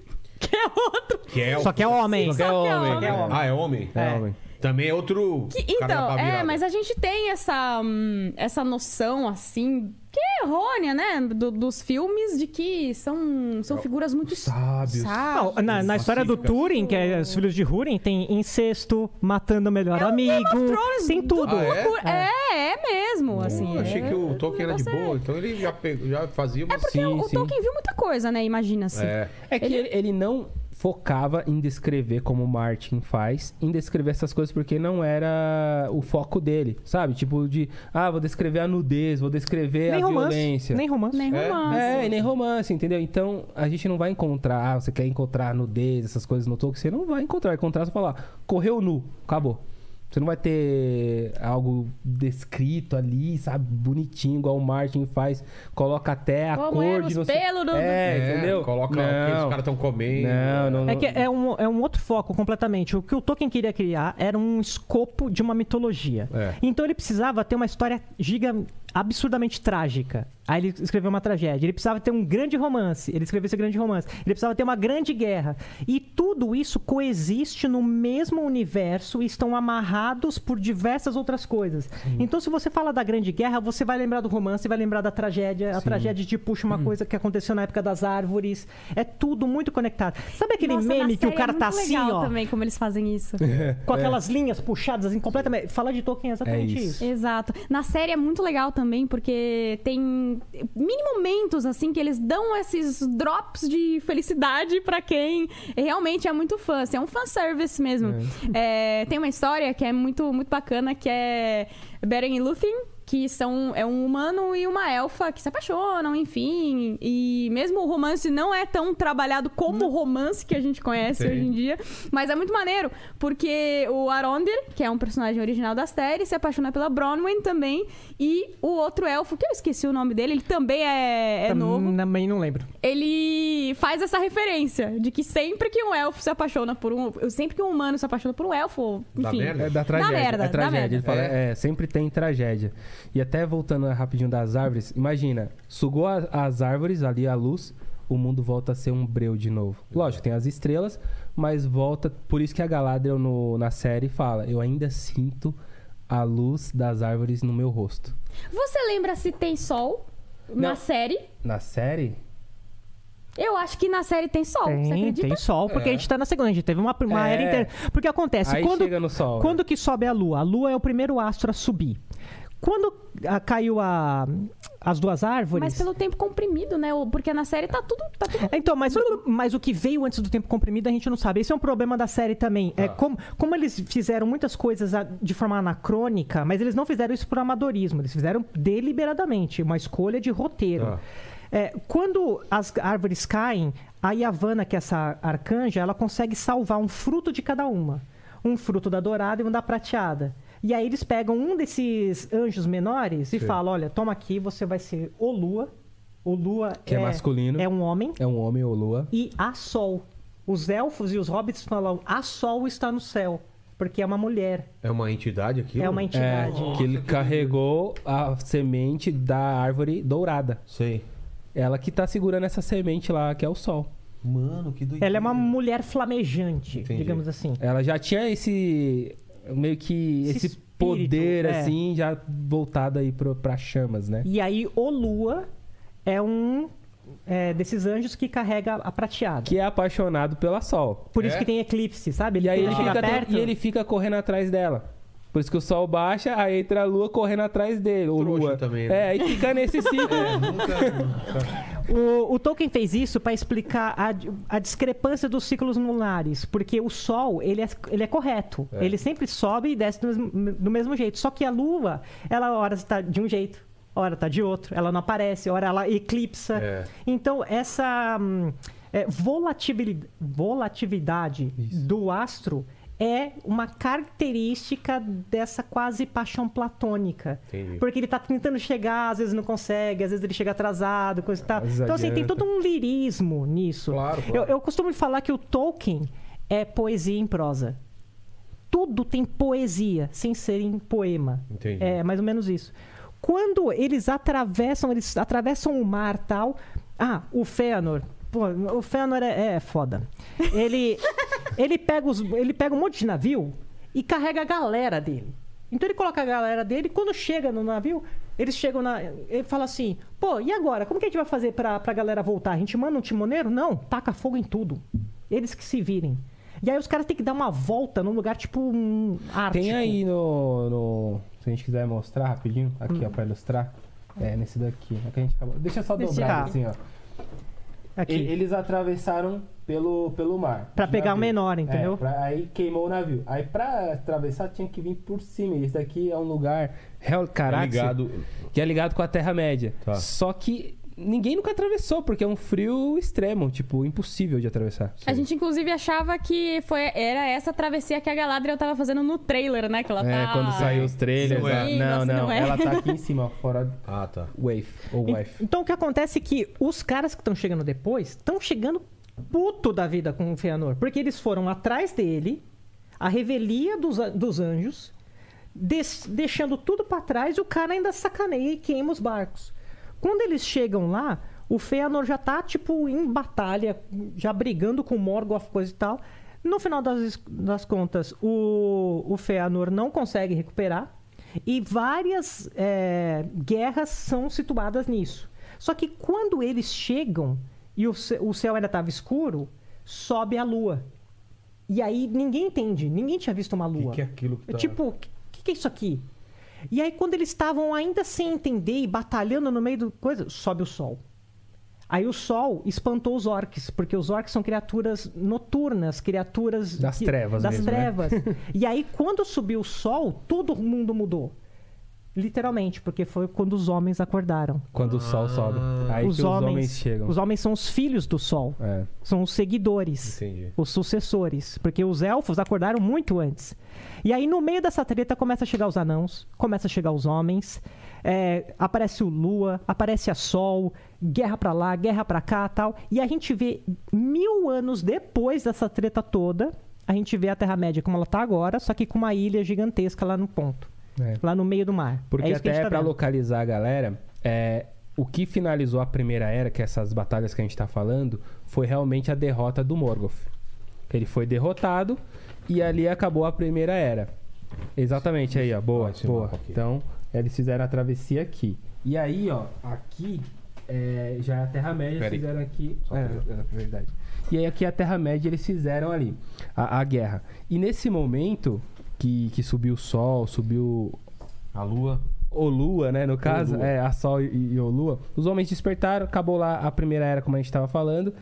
Que é outro. Que é o... Só que é homem. Só que é homem. que é homem. Ah, é homem? É, É. homem. Também é outro. Que- cara da então, pavirada. é, mas a gente tem essa, hum, essa noção, assim, que é errônea, né? do- dos filmes, de que são, É são figuras muito sábios. Ah, Não, sábias. na, na história do Turing, que é os filhos de Húrin, tem incesto, matando o melhor É o Game amigo. of Thrones Tem do- tudo. Ah, é? Loucura. É, é, mesmo, assim. Eu achei é- que o Tolkien era de negócio é- boa, então ele já, pegou, já fazia uma. É porque Sim, o, o sim. Tolkien viu muita coisa, né? Imagina-se. É. É que ele, ele não focava em descrever como o Martin faz, em descrever essas coisas porque não era o foco dele, sabe? Tipo de, ah, vou descrever a nudez, vou descrever Nem É a romance. violência. Nem romance. Nem É. romance. É, e nem romance, entendeu? Então, a gente não vai encontrar, ah, você quer encontrar nudez, essas coisas no Tolkien, você não vai encontrar. Vai encontrar, você falar, correu nu, acabou. Você não vai ter algo descrito ali, sabe, bonitinho, igual o Martin faz, coloca até a Como cor era de os não sei- pelo do- É, entendeu? Coloca o que os não. caras estão comendo. Não, não, não. É que é um, é um outro foco completamente. O que o Tolkien queria criar era um escopo de uma mitologia. É. Então ele precisava ter uma história giga, absurdamente trágica. Aí ele escreveu uma tragédia. Ele precisava ter um grande romance. Ele escreveu esse grande romance. Ele precisava ter uma grande guerra. E tudo isso coexiste no mesmo universo e estão amarrados por diversas outras coisas. Então se você fala da grande guerra, você vai lembrar do romance, vai lembrar da tragédia. A tragédia te puxa Hum. uma coisa que aconteceu na época das árvores. É tudo muito conectado. Sabe aquele Nossa, na meme que o série cara é tá muito assim, legal ó, também como eles fazem isso. com aquelas linhas puxadas assim completamente. Falar de Tolkien é exatamente É isso. isso. Exato. Na série é muito legal também, porque tem mini momentos, assim, que eles dão esses drops de felicidade pra quem realmente é muito fã. Assim, é um fanservice mesmo. É, tem uma história que é muito, muito bacana, que é Beren e Lúthien, que são é um humano e uma elfa que se apaixonam, enfim. E mesmo o romance não é tão trabalhado como o romance que a gente conhece Sim. hoje em dia, mas é muito maneiro, porque o Arondir, que é um personagem original da série, se apaixona pela Bronwyn também, e o outro elfo, que eu esqueci o nome dele, ele também é, é novo Também não lembro. ele faz essa referência de que sempre que um elfo se apaixona por um. Sempre que um humano se apaixona por um elfo, enfim. Dá merda? É da tragédia. merda, é dá tragédia. merda. Ele fala, É. é. sempre tem tragédia. E até voltando rapidinho das árvores, imagina, sugou a- as árvores ali a luz, o mundo volta a ser um breu de novo. Lógico, tem as estrelas, mas volta. Por isso que a Galadriel no- na série fala: Eu ainda sinto a luz das árvores no meu rosto. Você lembra se tem sol na Não. série? Na série? Eu acho que na série tem sol, você Tem, acredita? tem sol, porque a gente tá na segunda. A gente teve uma, uma É. era inteira. Porque acontece, Aí É, quando, chega no sol. né? quando que sobe a lua? A lua é o primeiro astro a subir. Quando ah, caiu a, as duas árvores. Mas pelo tempo comprimido, né? O- Porque na série tá tudo. Tá tudo... Então, mas, mas o que veio antes do tempo comprimido a gente não sabe. Esse é um problema da série também. Ah. É como, como eles fizeram muitas coisas a- de forma anacrônica, Ah. mas eles não fizeram isso por amadorismo. Eles fizeram deliberadamente, uma escolha de roteiro. Tá. É, quando as árvores caem, a Yavanna, que é essa arcanja, ela consegue salvar um fruto de cada uma. Um fruto da dourada e um da prateada. E aí eles pegam um desses anjos menores e Sim. falam, olha, toma aqui, você vai ser o Lua. O Lua Que é masculino. É um homem. É um homem ou lua. E a Sol. Os elfos e os hobbits falam, a Sol está no céu. Porque é uma mulher. É uma entidade aqui? É uma É, entidade. que ele carregou a semente da árvore dourada. Sei. Ela que tá segurando essa semente lá, que é o sol. Mano, que doideira. Ela é uma mulher flamejante, Entendi. digamos assim. Ela já tinha esse. meio que. Esse esse espírito, poder, é. assim, já voltado aí pro, pra chamas, né? E aí o Lua é um é, desses anjos que carrega a prateada. Que é apaixonado pela sol. Por É? isso que tem eclipse, sabe? E aí ele quando fica, e ele fica correndo atrás dela. Por isso que o sol baixa, aí entra a lua correndo atrás dele. Ou Trouxa lua. também, né? É, aí fica nesse ciclo. É. O, o Tolkien fez isso para explicar a, a discrepância dos ciclos lunares, porque o Sol ele é, ele é correto, ele sempre sobe e desce do mesmo, do mesmo jeito. Só que a Lua, ela hora está de um jeito, hora está de outro, ela não aparece, hora ela eclipsa. É. Então essa hum, é, volatilidade, volatilidade do astro é uma característica dessa quase paixão platônica. Entendi. Porque ele tá tentando chegar, às vezes não consegue, às vezes ele chega atrasado, coisa e tal. vezes Então, assim, tem adianta. todo um lirismo nisso. Claro, claro. Eu, eu costumo falar que o Tolkien é poesia em prosa. Tudo tem poesia, sem ser em poema. Entendi. É mais ou menos isso. Quando eles atravessam, eles atravessam o mar tal. Ah, o Fëanor. Pô, o Fëanor é, é foda. Ele, ele, pega os, ele pega um monte de navio e carrega a galera dele. Então ele coloca a galera dele, quando chega no navio, eles chegam na. Ele fala assim: pô, e agora? Como que a gente vai fazer pra, pra galera voltar? A gente manda um timoneiro? Não, taca fogo em tudo. Eles que se virem. E aí os caras têm que dar uma volta num lugar tipo um ártico. Tem aí no, no- Se a gente quiser mostrar rapidinho, aqui, ó, pra ilustrar. É, nesse daqui. É que a gente acabou. Deixa eu só Deixa dobrar eu- assim, ó. Aqui. E- Eles atravessaram pelo, pelo mar. Pra de pegar navio. o menor, entendeu? É, pra- aí queimou o navio. Aí pra atravessar tinha que vir por cima. E Esse daqui é um lugar. real- Caraca. Tá ligado. Que é ligado com a Terra-média. Tá. Só que ninguém nunca atravessou, porque é um frio extremo tipo, impossível de atravessar. A gente, inclusive, achava que foi, era essa travessia que a Galadriel tava fazendo no trailer, né? Que ela É, tá... quando saiu os trailhas. Não é. né? Não, Nossa, não. não é. Ela tá aqui em cima, ó, fora Ah, tá. wave. Ou En- wife. Então o que acontece é que os caras que estão chegando depois estão chegando puto da vida com o Feanor. Porque eles foram atrás dele, a revelia dos, an- dos anjos, des- deixando tudo pra trás, e o cara ainda sacaneia e queima os barcos. Quando eles chegam lá, o Feanor já tá, tipo, em batalha, já brigando com o Morgoth, coisa e tal. No final das, das contas, o, o Feanor não consegue recuperar. E várias é, guerras são situadas nisso. Só que quando eles chegam e o, ce- o céu ainda estava escuro, sobe a lua. E aí ninguém entende, ninguém tinha visto uma O lua. que, que é aquilo que É tá... Tipo, o que, que é isso aqui? E aí, quando eles estavam ainda sem entender e batalhando no meio do coisa, sobe o sol. Aí o sol espantou os orcs, porque os orcs são criaturas noturnas, criaturas Das trevas das mesmo, né? trevas. e aí, quando subiu o sol, todo mundo mudou. Literalmente, porque foi quando os homens acordaram. Quando o sol sobe. Aí os, que homens, os homens chegam. os homens são os filhos do sol. É. São os seguidores, Entendi. os sucessores, porque os elfos acordaram muito antes. E aí, no meio dessa treta, começa a chegar os anãos, começa a chegar os homens, é, aparece o Lua, aparece a Sol, guerra pra lá, guerra pra cá tal. E a gente vê mil anos depois dessa treta toda, a gente vê a Terra-média como ela tá agora, só que com uma ilha gigantesca lá no ponto, É. lá no meio do mar. Porque é isso que a até gente tá pra vendo. localizar a galera, é, o que finalizou a primeira era, que é essas batalhas que a gente tá falando, foi realmente a derrota do Morgoth. Ele foi derrotado e ali acabou a primeira era. Exatamente aí, ó. Boa, Ah, esse boa. mapa aqui. Então, eles fizeram a travessia aqui. E aí, ó, aqui é, já é a Terra-média, Peraí. fizeram aqui. Só É, pra- é, verdade. E aí aqui a Terra-média eles fizeram ali a, a guerra. E nesse momento que, que subiu o sol, subiu A lua. ou Lua, né? No caso, Lua. é a Sol e, e o Lua. Os homens despertaram, acabou lá a primeira era, como a gente estava falando.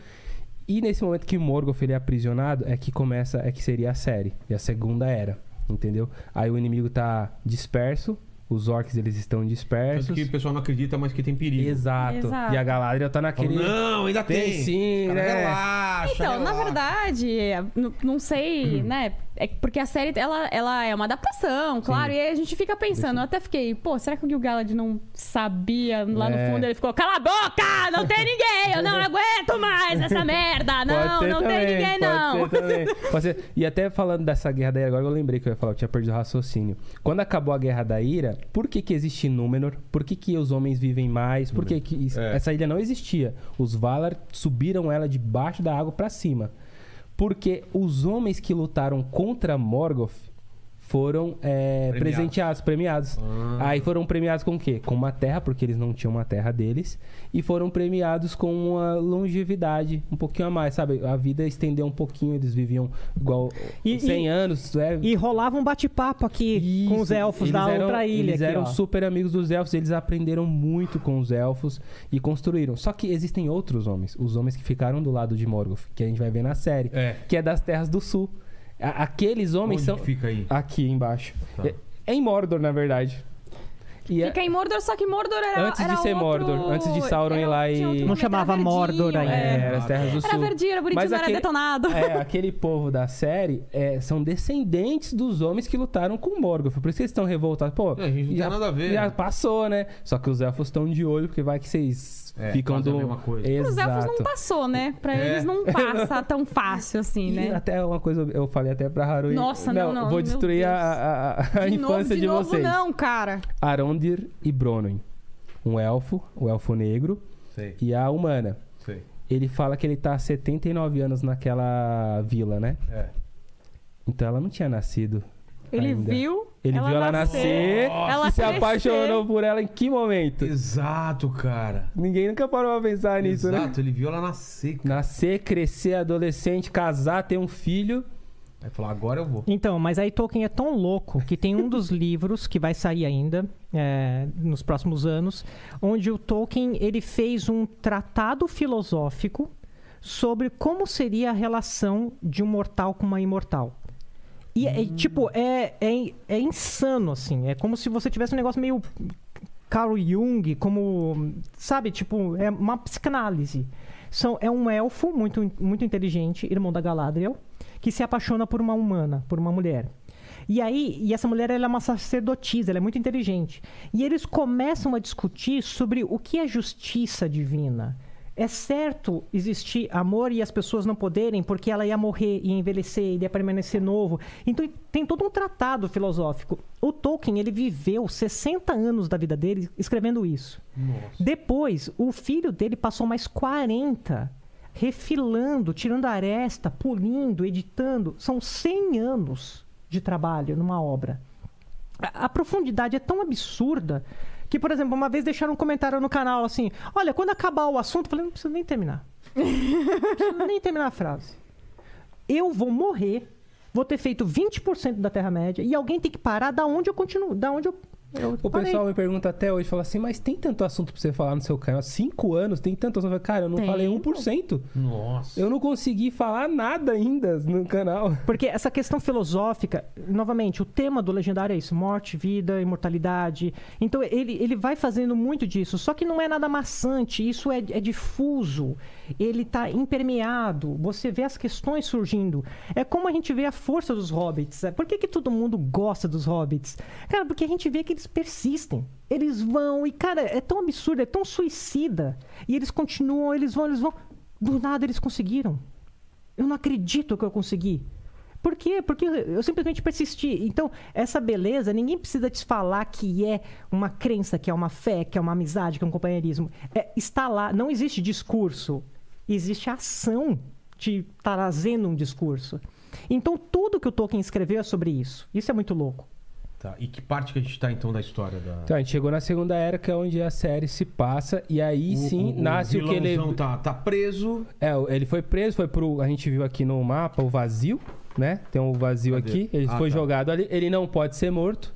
E nesse momento que Morgoth ele é aprisionado, é que começa, é que seria a série e a segunda era, entendeu? Aí o inimigo tá disperso, Os orcs, eles estão dispersos. Tanto É que o pessoal não acredita, mas que tem perigo. Exato. Exato. E a Galadriel tá Fala, naquele... não, ainda tem. Tem sim, Cara, né? Relaxa, Então, na relaxa. verdade, é, n- não sei, Hum. né? É porque a série, ela, ela é uma adaptação, claro. E aí a gente fica pensando. Eu até fiquei, pô, será que o Gil Galad não sabia lá É. no fundo? Ele ficou, cala a boca! Não tem ninguém! Eu não aguento mais essa merda! Pode Não, ser não também, tem ninguém, pode não! Ser também. Pode ser. E até falando dessa guerra da ira, agora eu lembrei que eu ia falar, eu tinha perdido o raciocínio. Quando acabou a guerra da ira, por que, que existe Númenor? Por que, que os homens vivem mais? Por que, que is- É. essa ilha não existia? Os Valar subiram ela debaixo da água pra cima. Porque os homens que lutaram contra Morgoth foram é, Premiados. presenteados, premiados. Ah. Aí foram premiados com o quê? Com uma terra, porque eles não tinham uma terra deles. E foram premiados com uma longevidade, um pouquinho a mais, sabe? A vida estendeu um pouquinho, eles viviam igual E- 100 e- anos. É, E rolava um bate-papo aqui com os isso, elfos eles da eram- outra ilha. Eles aqui, eram ó. super amigos dos elfos, eles aprenderam muito com os elfos e construíram. Só que existem outros homens, os homens que ficaram do lado de Morgoth, que a gente vai ver na série, É. que é das Terras do Sul. A- aqueles homens Onde são. que fica aí? Aqui embaixo. Tá. É, é em Mordor, na verdade. E é- Fica em Mordor, só que Mordor era Antes de era ser outro- Mordor, antes de Sauron ir era- lá e- tinha outro Não nome, chamava era verdinho, Mordor ainda. É, é. era as Terras do Era Sul. verdinho, era bonitinho, Mas não era aquele- detonado. É, aquele povo da série é, são descendentes dos homens que lutaram com Morgoth. Por isso que eles estão revoltados. Pô, É, a gente não tem nada a ver, Já né? passou, né? Só que os elfos estão de olho, porque vai que vocês É, ficam fazem do. a mesma coisa. Exato. Os elfos não passou, né? Pra É. eles não passa tão fácil assim, E né? até uma coisa, eu falei até pra Haru. e- Nossa, não, não, Vou meu destruir a, a- a- a de novo, infância de, de, novo vocês. não, cara. Arondir e Bronwyn. Um elfo, o elfo negro, Sei, e a humana. sei. Ele fala que ele tá há 79 anos naquela vila, né? É. Então ela não tinha nascido. Ele ainda. viu. Ele viu ela nascer Ela e se crescer. apaixonou por ela em que momento? Exato, cara. Ninguém nunca parou pra pensar nisso, né? Exato, ele viu ela nascer. cara. Nascer, crescer, adolescente, casar, ter um filho. Aí falou, agora eu vou. Então, mas aí Tolkien é tão louco que tem um dos livros que vai sair ainda é, nos próximos anos, onde o Tolkien ele fez um tratado filosófico sobre como seria a relação de um mortal com uma imortal. E, é, tipo, é, é, é insano, assim. É como se você tivesse um negócio meio Carl Jung, como. Sabe, tipo, é uma psicanálise. São, é um elfo muito, muito inteligente, irmão da Galadriel, que se apaixona por uma humana, por uma mulher. E aí, e essa mulher ela é uma sacerdotisa, ela é muito inteligente. E eles começam a discutir sobre o que é justiça divina. É certo existir amor e as pessoas não poderem, porque ela ia morrer, ia envelhecer, ia permanecer novo. Então tem todo um tratado filosófico. O Tolkien, ele viveu 60 anos da vida dele escrevendo isso. Depois, o filho dele passou mais 40 refilando, tirando aresta, polindo, editando. São 100 anos de trabalho numa obra. A, a profundidade é tão absurda que, por exemplo, uma vez deixaram um comentário no canal assim: Olha, quando acabar o assunto, eu falei, não preciso nem terminar. não preciso nem terminar a frase. Eu vou morrer, vou ter feito 20% da Terra-média e alguém tem que parar da onde eu continuo, da onde eu. eu O parei." pessoal me pergunta até hoje, fala assim, mas tem tanto assunto pra você falar no seu canal? Cinco anos, tem tanto assunto. Eu falo, Cara, eu não Tem, falei pô. 1%. Nossa. Eu não consegui falar nada ainda no canal. Porque essa questão filosófica, novamente, o tema do Legendário é isso: morte, vida, imortalidade. Então ele, ele vai fazendo muito disso. Só que não é nada maçante, isso é, é difuso. Ele tá impermeado. Você vê as questões surgindo. É como a gente vê a força dos hobbits. é, Por que, que todo mundo gosta dos hobbits? Cara, porque a gente vê que eles persistem. Eles vão, e cara, é tão absurdo, é tão suicida. E eles continuam, eles vão, eles vão. Do nada eles conseguiram. Eu não acredito que eu consegui. Por quê? Porque eu simplesmente persisti. Então, essa beleza, ninguém precisa te falar que é uma crença, que é uma fé, que é uma amizade, que é um companheirismo. É, está lá. Não existe discurso. Existe ação te trazendo um discurso. Então, tudo que o Tolkien escreveu é sobre isso. Isso é muito louco. Tá, e que parte que a gente tá então da história da. Então, a gente chegou na segunda era, que é onde a série se passa. E aí sim, nasce o que ele... vilãozão Tá, tá preso. É, o- ele foi preso, foi pro. A gente viu aqui no mapa o vazio, né? Tem um vazio Cadê? aqui. Ele Ah, foi tá. jogado ali. Ele não pode ser morto.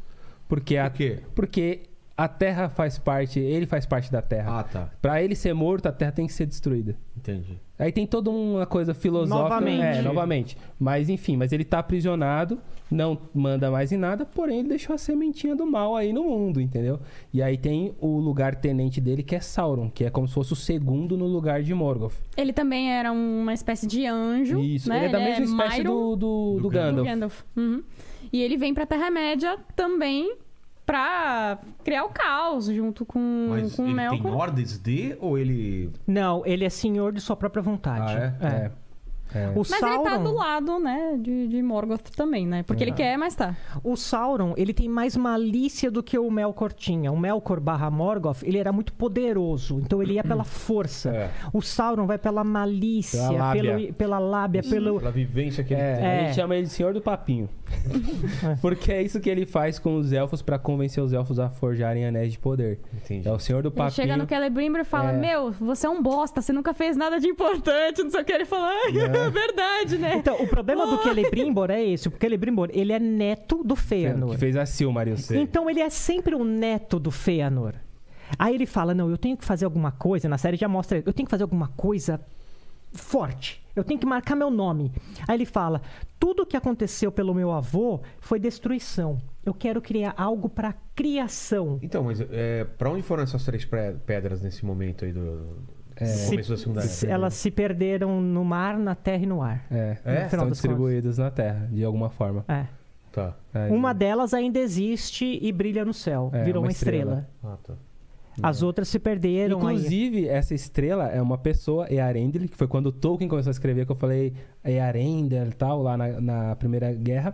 Porque a, Por quê? Porque a terra faz parte. Ele faz parte da terra. Ah, tá. Pra ele ser morto, a terra tem que ser destruída. Entendi. Aí tem toda uma coisa filosófica. Novamente. É, novamente. Mas enfim, mas ele tá aprisionado não manda mais em nada, porém ele deixou a sementinha do mal aí no mundo, entendeu? E aí tem o lugar tenente dele que é Sauron, que é como se fosse o segundo no lugar de Morgoth. Ele também era uma espécie de anjo. Isso, né? ele é da mesma espécie Myron, do, do, do Gandalf. Gandalf. Uhum. E ele vem pra Terra-média também pra criar o caos junto com, Mas com o ele tem Melkor. ordens de ou ele. Não, ele é senhor de sua própria vontade. Ah, é? É. É. O Mas Sauron, ele tá do lado, né, de, de Morgoth também, né? Porque ele quer, mas tá. o Sauron, ele tem mais malícia do que o Melkor tinha. O Melkor barra Morgoth, ele era muito poderoso. Então ele ia pela força. É. O Sauron vai pela malícia, Pela lábia. pela lábia, pelo, pela lábia pelo... Pela vivência que ele É, É. a gente chama ele de Senhor do Papinho. Porque é isso que ele faz com os elfos pra convencer os elfos a forjarem anéis de poder. Entendi. É o Senhor do Ele Papinho. chega no Celebrimbor e fala: É. Meu, você é um bosta, você nunca fez nada de importante, não sei o que. Ele fala: Ai, é verdade, né? Então, o problema do Celebrimbor é esse. O Celebrimbor, ele é neto do Fëanor. que fez a Silmaril. Então ele é sempre o neto do Fëanor. Aí ele fala: "Não, eu tenho que fazer alguma coisa". Na série já mostra, eu tenho que fazer alguma coisa forte. Eu tenho que marcar meu nome. Aí ele fala: "Tudo que aconteceu pelo meu avô foi destruição. Eu quero criar algo para criação". Então, mas é, pra onde foram essas três pre- pedras nesse momento aí do, do É, Se- começo da Segunda se- Guerra? elas se perderam no mar, na terra e no ar. É, É? No final são das distribuídas na Terra, de alguma forma. É. Tá. É, Uma delas ainda existe e brilha no céu. É, Virou uma É. uma estrela. Ah, tá. As outras se perderam. aí- Inclusive, essa estrela é uma pessoa, Earendil, que foi quando o Tolkien começou a escrever, que eu falei Earendil e tal, lá na, na Primeira Guerra.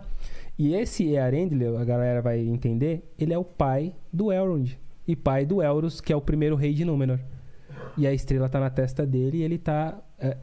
E esse Earendil, a galera vai entender, ele é o pai do Elrond. E pai do Elros, que é o primeiro rei de Númenor. E a estrela tá na testa dele e ele tá, é,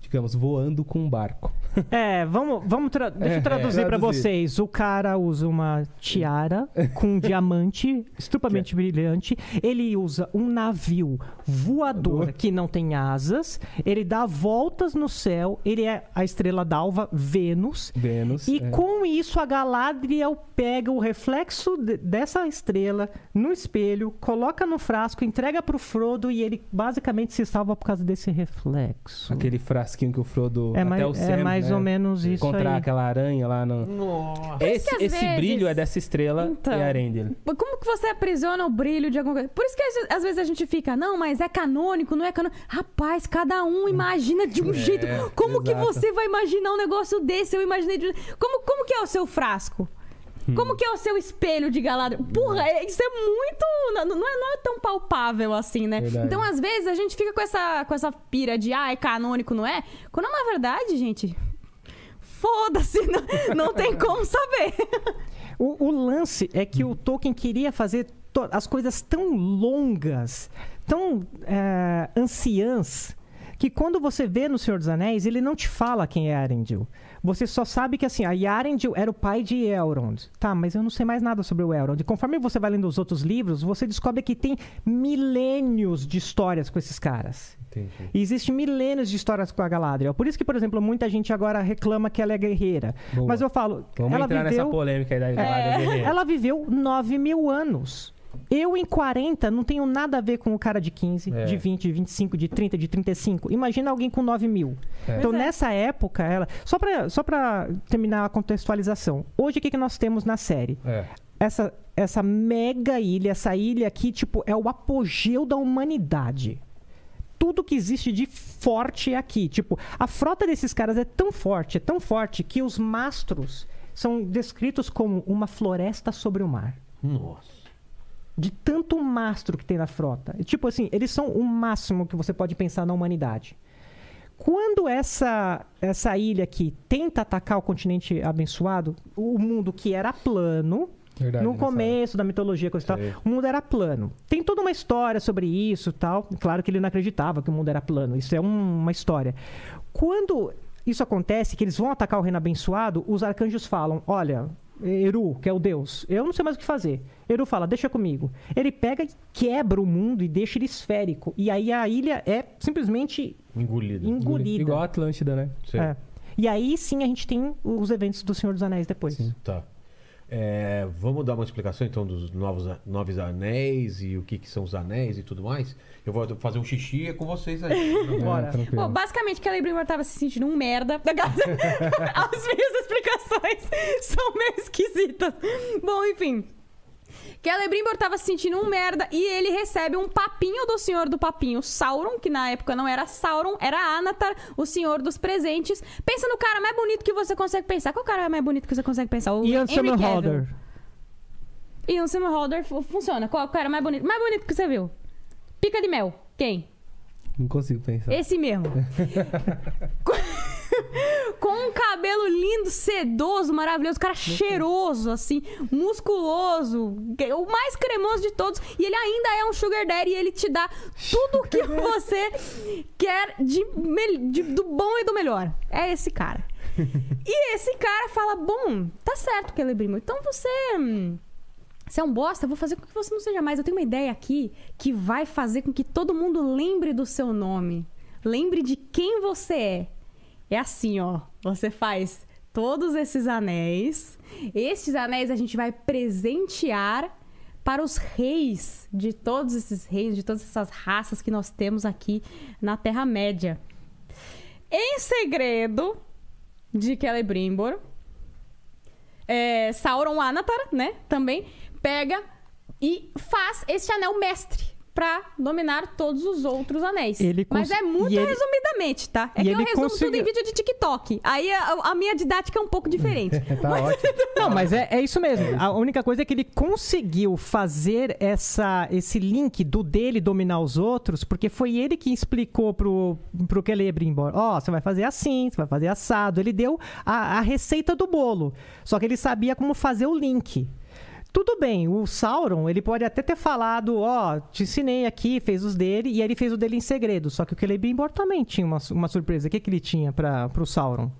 digamos, voando com um barco. É, vamos, vamos tra- deixa É, eu traduzir é, pra traduzir. vocês. O cara usa uma tiara com um diamante estupamente é. brilhante. Ele usa um navio voador que não tem asas. Ele dá voltas no céu. Ele é a estrela d'alva Vênus. Vênus. E é. com isso, a Galadriel pega o reflexo de- dessa estrela no espelho, coloca no frasco, entrega pro Frodo e ele basicamente se salva por causa desse reflexo. Aquele frasquinho que o Frodo. É até mais- o é Sam, mais né, ou menos isso Encontrar aí. aquela aranha lá no. Nossa. Esse, às esse vezes- brilho é dessa estrela Então. Earendil. Mas Como que você aprisiona o brilho de alguma coisa? Por isso que às- às vezes a gente fica, não, mas é canônico, não é canônico. Rapaz, cada um imagina de um jeito. Como que É, exato. você vai imaginar um negócio desse? Eu imaginei de... como Como que é o seu frasco? Hum. Como que é o seu espelho de galada? Porra, é- isso é muito. Não não é, não é tão palpável assim, né? Verdade. Então, às vezes, a gente fica com essa, com essa pira de, ah, é canônico, não é? Quando, na verdade, gente, foda-se, não, não tem como saber. O, o lance é que o Tolkien queria fazer to- as coisas tão longas, tão é, anciãs, que quando você vê no Senhor dos Anéis, ele não te fala quem é Arendil. Você só sabe que assim, a Arendil era o pai de Elrond. Tá, mas eu não sei mais nada sobre o Elrond. Conforme você vai lendo os outros livros, você descobre que tem milênios de histórias com esses caras. Entendi. E existem milênios de histórias com a Galadriel. Por isso que, por exemplo, muita gente agora reclama que ela é guerreira. Boa. Mas eu falo, Vamos ela entrar nessa viveu É, polêmica aí da Galadriel É. Guerreiro. ela viveu 9 mil anos. Eu, em 40, não tenho nada a ver com o cara de 15, É. de 20, de 25, de 30, de 35. Imagina alguém com 9 mil. É. Então, Pois é. nessa época, ela. Só pra, só pra terminar a contextualização. Hoje, o que, que nós temos na série? É. Essa, essa mega ilha, essa ilha aqui, tipo, é o apogeu da humanidade. Tudo que existe de forte é aqui. Tipo, a frota desses caras é tão forte, é tão forte, que os mastros são descritos como uma floresta sobre o mar. Nossa. De tanto mastro que tem na frota. E, Tipo assim, eles são o máximo que você pode pensar na humanidade. Quando essa, essa ilha aqui tenta atacar o continente abençoado, o mundo que era plano, Verdade, no nessa começo da mitologia, coisa e tal, É. Sei. o mundo era plano. Tem toda uma história sobre isso e tal. Claro que ele não acreditava que o mundo era plano. Isso é um- uma história. Quando isso acontece, que eles vão atacar o reino abençoado, os arcanjos falam: Olha, Eru, que é o deus, eu não sei mais o que fazer. Eru fala: Deixa comigo. Ele pega e quebra o mundo e deixa ele esférico. E aí a ilha é simplesmente Engolido. engolida. Igual a Atlântida, né? Sei. É. E aí sim a gente tem os eventos do Senhor dos Anéis depois. Tá. É, vamos dar uma explicação então dos novos a- novos anéis e o que, que são os anéis e tudo mais. Eu vou fazer um xixi é com vocês aí. Bora. tranquilo. Bom, basicamente, Kelly Brimor tava se sentindo um merda. As minhas explicações são meio esquisitas. Bom, enfim. Kelly Brimbor tava se sentindo um merda e ele recebe um papinho do Senhor do Papinho, Sauron, que na época não era Sauron, era Anatar, o Senhor dos Presentes. Pensa no cara mais bonito que você consegue pensar. Qual cara é mais bonito que você consegue pensar? O Ian Henry Cavill. Somerhalder. Ian Somerhalder fu- funciona. Qual cara mais bonito? Mais bonito que você viu? Pica de mel. Quem? Não consigo pensar. Esse mesmo. Com- Com um cabelo lindo, sedoso, maravilhoso, cara cheiroso, assim, musculoso, que- é o mais cremoso de todos. E ele ainda é um sugar daddy e ele te dá tudo o que você quer de mel- de- do bom e do melhor. É esse cara. E esse cara fala: Bom, tá certo, Celebrimo, então você. hum, você é um bosta, eu vou fazer com que você não seja mais. Eu tenho uma ideia aqui que vai fazer com que todo mundo lembre do seu nome. Lembre de quem você é. É assim, ó. Você faz todos esses anéis. Esses anéis a gente vai presentear para os reis de todos esses reis, de todas essas raças que nós temos aqui na Terra-média. Em segredo de Celebrimbor, é, Sauron Anatar, né? Também pega e faz este anel mestre pra dominar todos os outros anéis. Ele Mas cons- é muito e ele- resumidamente, tá? É e que eu ele resumo tudo conseguiu- em vídeo de TikTok. Aí a, a minha didática é um pouco diferente. Tá ótimo. Não, mas é, é isso mesmo. A única coisa é que ele conseguiu fazer essa, esse link do dele dominar os outros, porque foi ele que explicou pro, pro Celebrimbor. Ó, você vai fazer assim, você vai fazer assado. Ele deu a, a receita do bolo. Só que ele sabia como fazer o link. Tudo bem, o Sauron, ele pode até ter falado, ó, te ensinei aqui, fez os dele, e aí ele fez o dele em segredo. Só que o Celebrimbor também tinha uma, su- uma surpresa. O que, que ele tinha para pro Sauron?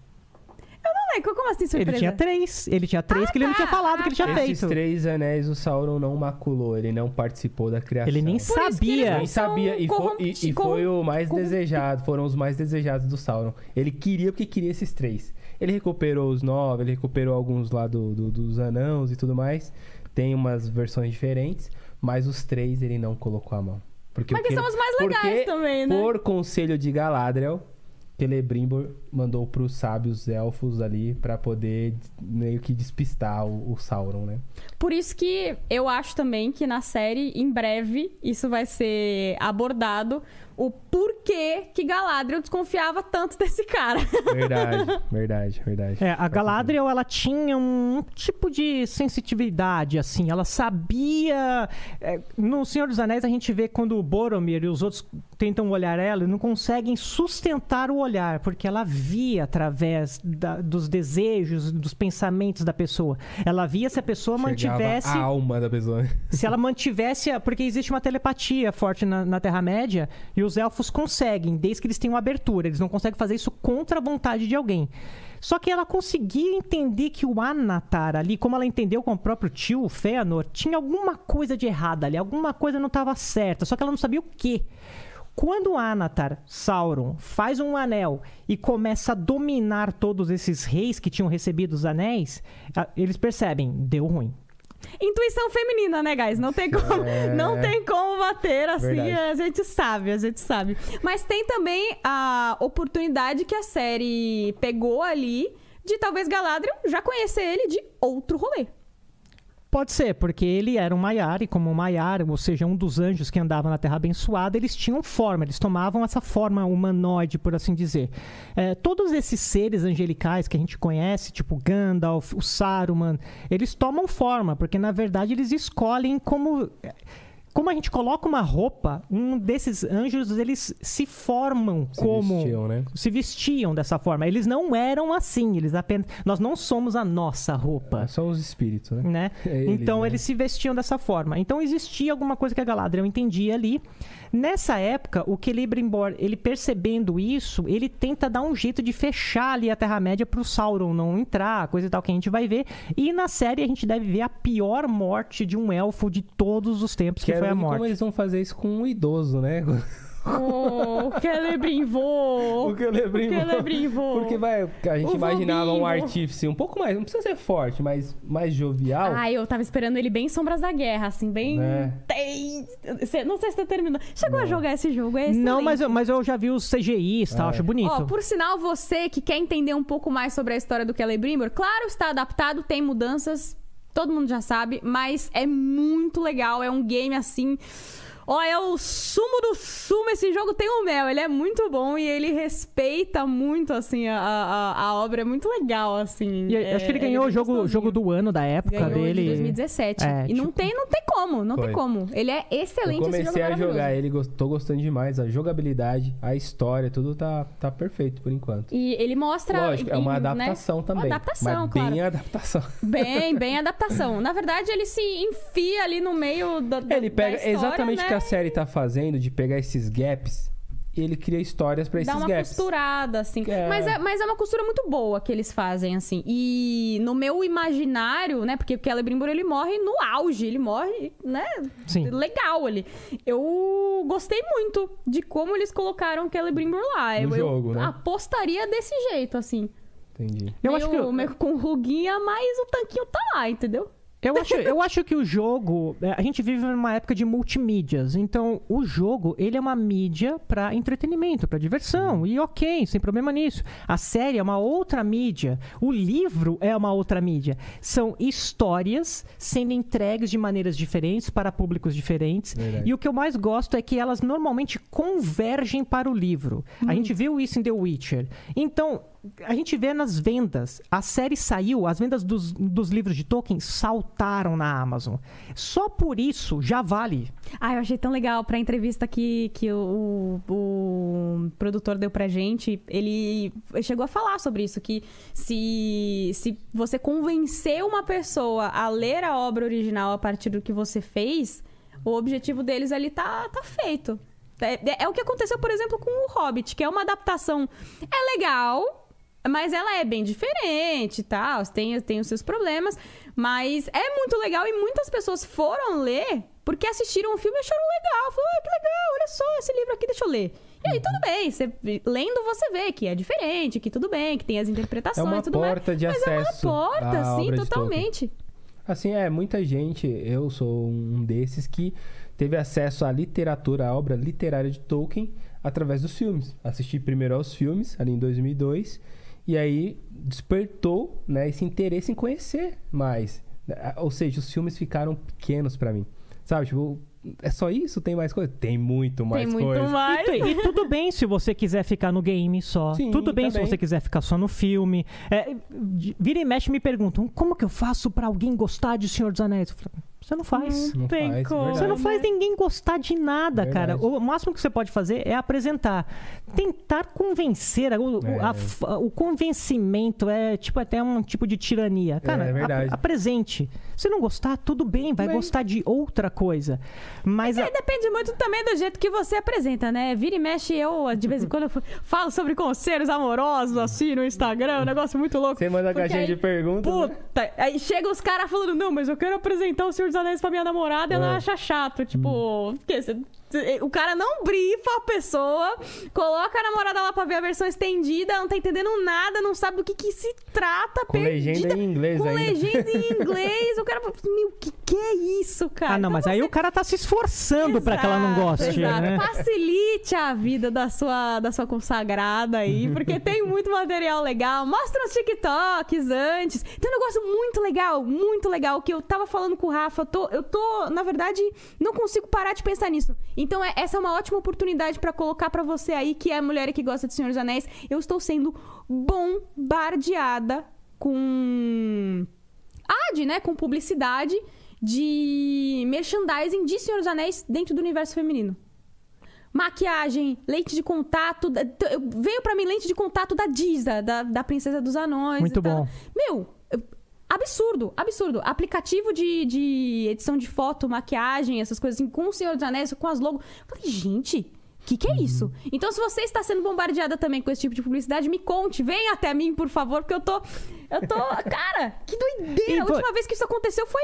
Ué, co- como assim surpresa? Ele tinha três. Ele tinha três que ele não tinha falado que ele tinha Esses feito. três anéis o Sauron não maculou, ele não participou da criação. Ele nem Por isso que ele sabia. Nem sabia, É, e São foi, e- e corrompi- foi o mais corrompi- desejado, foram os mais desejados do Sauron. Ele queria porque queria esses três. Ele recuperou os nove, ele recuperou alguns lá do, do- dos anãos e tudo mais. Tem umas versões diferentes, mas os três ele não colocou a mão. Porque Mas o que são os mais legais porque também, né? Por conselho de Galadriel, Celebrimbor mandou pros sábios elfos ali pra poder meio que despistar o, o Sauron, né? Por isso que eu acho também que na série, em breve, isso vai ser abordado. O porquê que Galadriel desconfiava tanto desse cara. Verdade, verdade, verdade. É, a Galadriel, ela tinha um tipo de sensitividade, assim. Ela sabia... é, no Senhor dos Anéis, a gente vê quando o Boromir e os outros tentam olhar ela e não conseguem sustentar o olhar, porque ela via através da- dos desejos, dos pensamentos da pessoa. Ela via se a pessoa Chegava mantivesse... a alma da pessoa. Se ela mantivesse. a- Porque existe uma telepatia forte na, na Terra-média e os elfos conseguem, desde que eles tenham abertura. Eles não conseguem fazer isso contra a vontade de alguém. Só que ela conseguia entender que o Anatar ali, como ela entendeu com o próprio tio, o Fëanor, tinha alguma coisa de errada ali, alguma coisa não estava certa, só que ela não sabia o quê. Quando o Anatar, Sauron, faz um anel e começa a dominar todos esses reis que tinham recebido os anéis, a- eles percebem, deu ruim. Intuição feminina, né, guys? Não tem como, não tem como bater assim, É. Verdade. a gente sabe, a gente sabe. Mas tem também a oportunidade que a série pegou ali de talvez Galadriel já conhecer ele de outro rolê. Pode ser, porque ele era um Maiar, e como um Maiar, ou seja, um dos anjos que andava na Terra abençoada, eles tinham forma, eles tomavam essa forma humanoide, por assim dizer. É, todos esses seres angelicais que a gente conhece, tipo Gandalf, o Saruman, eles tomam forma, porque na verdade eles escolhem como. Como a gente coloca uma roupa, um desses anjos, eles se formam Se como vestiam, né? se vestiam dessa forma. Eles não eram assim, eles apenas nós não somos a nossa roupa Ah, Só os espíritos, né? né? Eles, então né? eles se vestiam dessa forma. Então existia alguma coisa que a Galadriel entendia ali. Nessa época, o Celebrimbor, ele percebendo isso, ele tenta dar um jeito de fechar ali a Terra-média pro Sauron não entrar, coisa e tal que a gente vai ver. E na série a gente deve ver a pior morte de um elfo de todos os tempos, que Quero foi a ver como morte. eles vão fazer isso com um idoso, né? Oh, Celebrim voa. O que eu lembrei. O Celebrim voa. Porque vai, a gente O imaginava um Vovimbo. artífice um pouco mais, não precisa ser forte, mas mais jovial. Ah, eu tava esperando ele bem Sombras da Guerra, assim, bem. Né? Tem- Cê- Não sei se você terminou. Chegou a jogar esse jogo, é Não, excelente. mas eu, mas eu já vi os CGIs É. e tal, acho bonito. Ó, por sinal, você que quer entender um pouco mais sobre a história do Celebrimbor, claro, está adaptado, tem mudanças, todo mundo já sabe, mas é muito legal, é um game assim. Ó, é o sumo do sumo. Esse jogo tem o mel, ele é muito bom e ele respeita muito, assim, a, a, a obra. É muito legal, assim. E acho que ele ganhou o jogo, jogo do ano da época Ganhou dele. de 2017. É, e não, tipo- tem, não tem como, não Foi. tem como. Ele é Eu excelente esse comecei jogo é a jogar maravilhoso. ele, gost- tô gostando demais. A jogabilidade, a história, tudo tá, tá perfeito por enquanto. E ele mostra. Lógico, é e- uma né? adaptação também. Uma adaptação, mas claro. bem adaptação. Bem, bem adaptação. Na verdade, ele se enfia ali no meio da. da- Ele pega da história, exatamente né? o que a série tá fazendo, de pegar esses gaps, e ele cria histórias pra esses Dá uma gaps. costurada, assim. É. Mas, é, mas é uma costura muito boa que eles fazem, assim. E no meu imaginário, né? Porque o Celebrimbor, ele morre no auge. Ele morre, né? Sim. Legal ali. Eu gostei muito de como eles colocaram o Celebrimbor lá. No eu, eu jogo, né? apostaria desse jeito, assim. Entendi. Eu meio, acho que eu- meio com ruguinha, mas o tanquinho tá lá, entendeu? Eu acho, eu acho que o jogo. é, A gente vive numa época de multimídias. Então, o jogo, ele é uma mídia pra entretenimento, pra diversão. E ok, sem problema nisso. A série é uma outra mídia. O livro é uma outra mídia. São histórias sendo entregues de maneiras diferentes para públicos diferentes. Verdade. E o que eu mais gosto é que elas normalmente convergem para o livro. A gente viu isso em The Witcher. Então, a gente vê nas vendas. A série saiu, as vendas dos, dos livros de Tolkien saltaram na Amazon. Só por isso já vale. Ah, eu achei tão legal pra entrevista que, que o, o- o produtor deu pra gente. Ele chegou a falar sobre isso, que se, se você convencer uma pessoa a ler a obra original a partir do que você fez, o objetivo deles ali tá, tá feito. É, é- é o que aconteceu, por exemplo, com o Hobbit, que é uma adaptação. É legal, mas ela é bem diferente e tal. Tem, tem os seus problemas. Mas é muito legal e muitas pessoas foram ler porque assistiram o filme e acharam legal. Falou, ah, que legal, olha só esse livro aqui, deixa eu ler. E aí, tudo bem. Você, lendo, você vê que é diferente, que tudo bem, que tem as interpretações É uma e tudo mais. porta de mas acesso é uma porta, à sim, obra de totalmente. Assim, é, muita gente, eu sou um desses que teve acesso à literatura, à obra literária de Tolkien, através dos filmes. Assisti primeiro aos filmes, ali em 2002, e aí despertou né, esse interesse em conhecer mais. Ah, Ou seja, os filmes ficaram pequenos pra mim. Sabe, tipo, é só isso? Tem mais coisa? Tem muito mais tem muito coisa. mais. E, tu- e tudo bem se você quiser ficar no game só. Sim, tudo bem também. se você quiser ficar só no filme. É, de- vira e mexe me perguntam: como que eu faço pra alguém gostar de Senhor dos Anéis? Eu falo, você não faz. Não Tem faz, é como. verdade. É Você não faz ninguém gostar de nada, Verdade. cara. O máximo que você pode fazer é apresentar. Tentar convencer. O, o- É. a f- o convencimento é tipo até um tipo de tirania. Cara, é verdade. ap- apresente. Se não gostar, tudo bem, vai Bem. gostar de outra coisa. Mas a- É, depende muito também do jeito que você apresenta, né? Vira e mexe, eu de vez em quando eu falo sobre conselhos amorosos, assim, no Instagram, um negócio muito louco. Você manda a Porque caixinha aí, de perguntas. né? Puta, aí chega os caras falando, não, mas eu quero apresentar o Senhor dos Anéis pra minha namorada, e ela É. acha chato, tipo, Hum. porque cê- cê- o cara não brifa a pessoa, coloca a namorada lá pra ver a versão estendida, não tá entendendo nada, não sabe do que que se trata, Com legenda perdida, em inglês com ainda. legenda em inglês, o cara fala, meu, que que é isso, cara? Ah, Então não, mas aí o cara tá se esforçando pra que ela não Exato, goste, exato. né? Facilite a vida da sua, da sua consagrada aí, porque tem muito material legal. Mostra os TikToks antes. Tem um negócio muito legal, muito legal, que eu tava falando com o Rafa. Eu tô, eu tô na verdade, não consigo parar de pensar nisso. Então, é- essa é uma ótima oportunidade pra colocar pra você aí, que é mulher e que gosta de Senhor dos Anéis. Eu estou sendo bombardeada com ad, né, com publicidade de merchandising de Senhor dos Anéis dentro do universo feminino. Maquiagem, lente de contato. da- t- eu- Veio pra mim lente de contato da Disa, da, da Princesa dos Anões. Muito e tal. bom. Meu, eu- absurdo, absurdo. Aplicativo de, de edição de foto, maquiagem, essas coisas assim, com o Senhor dos Anéis, com as logos. Eu Falei, gente. O que, que Uhum. é isso? Então, se você está sendo bombardeada também com esse tipo de publicidade, me conte. Vem até mim, por favor, porque eu tô. Eu tô. Cara, que doideira! E A vo- última vez que isso aconteceu foi,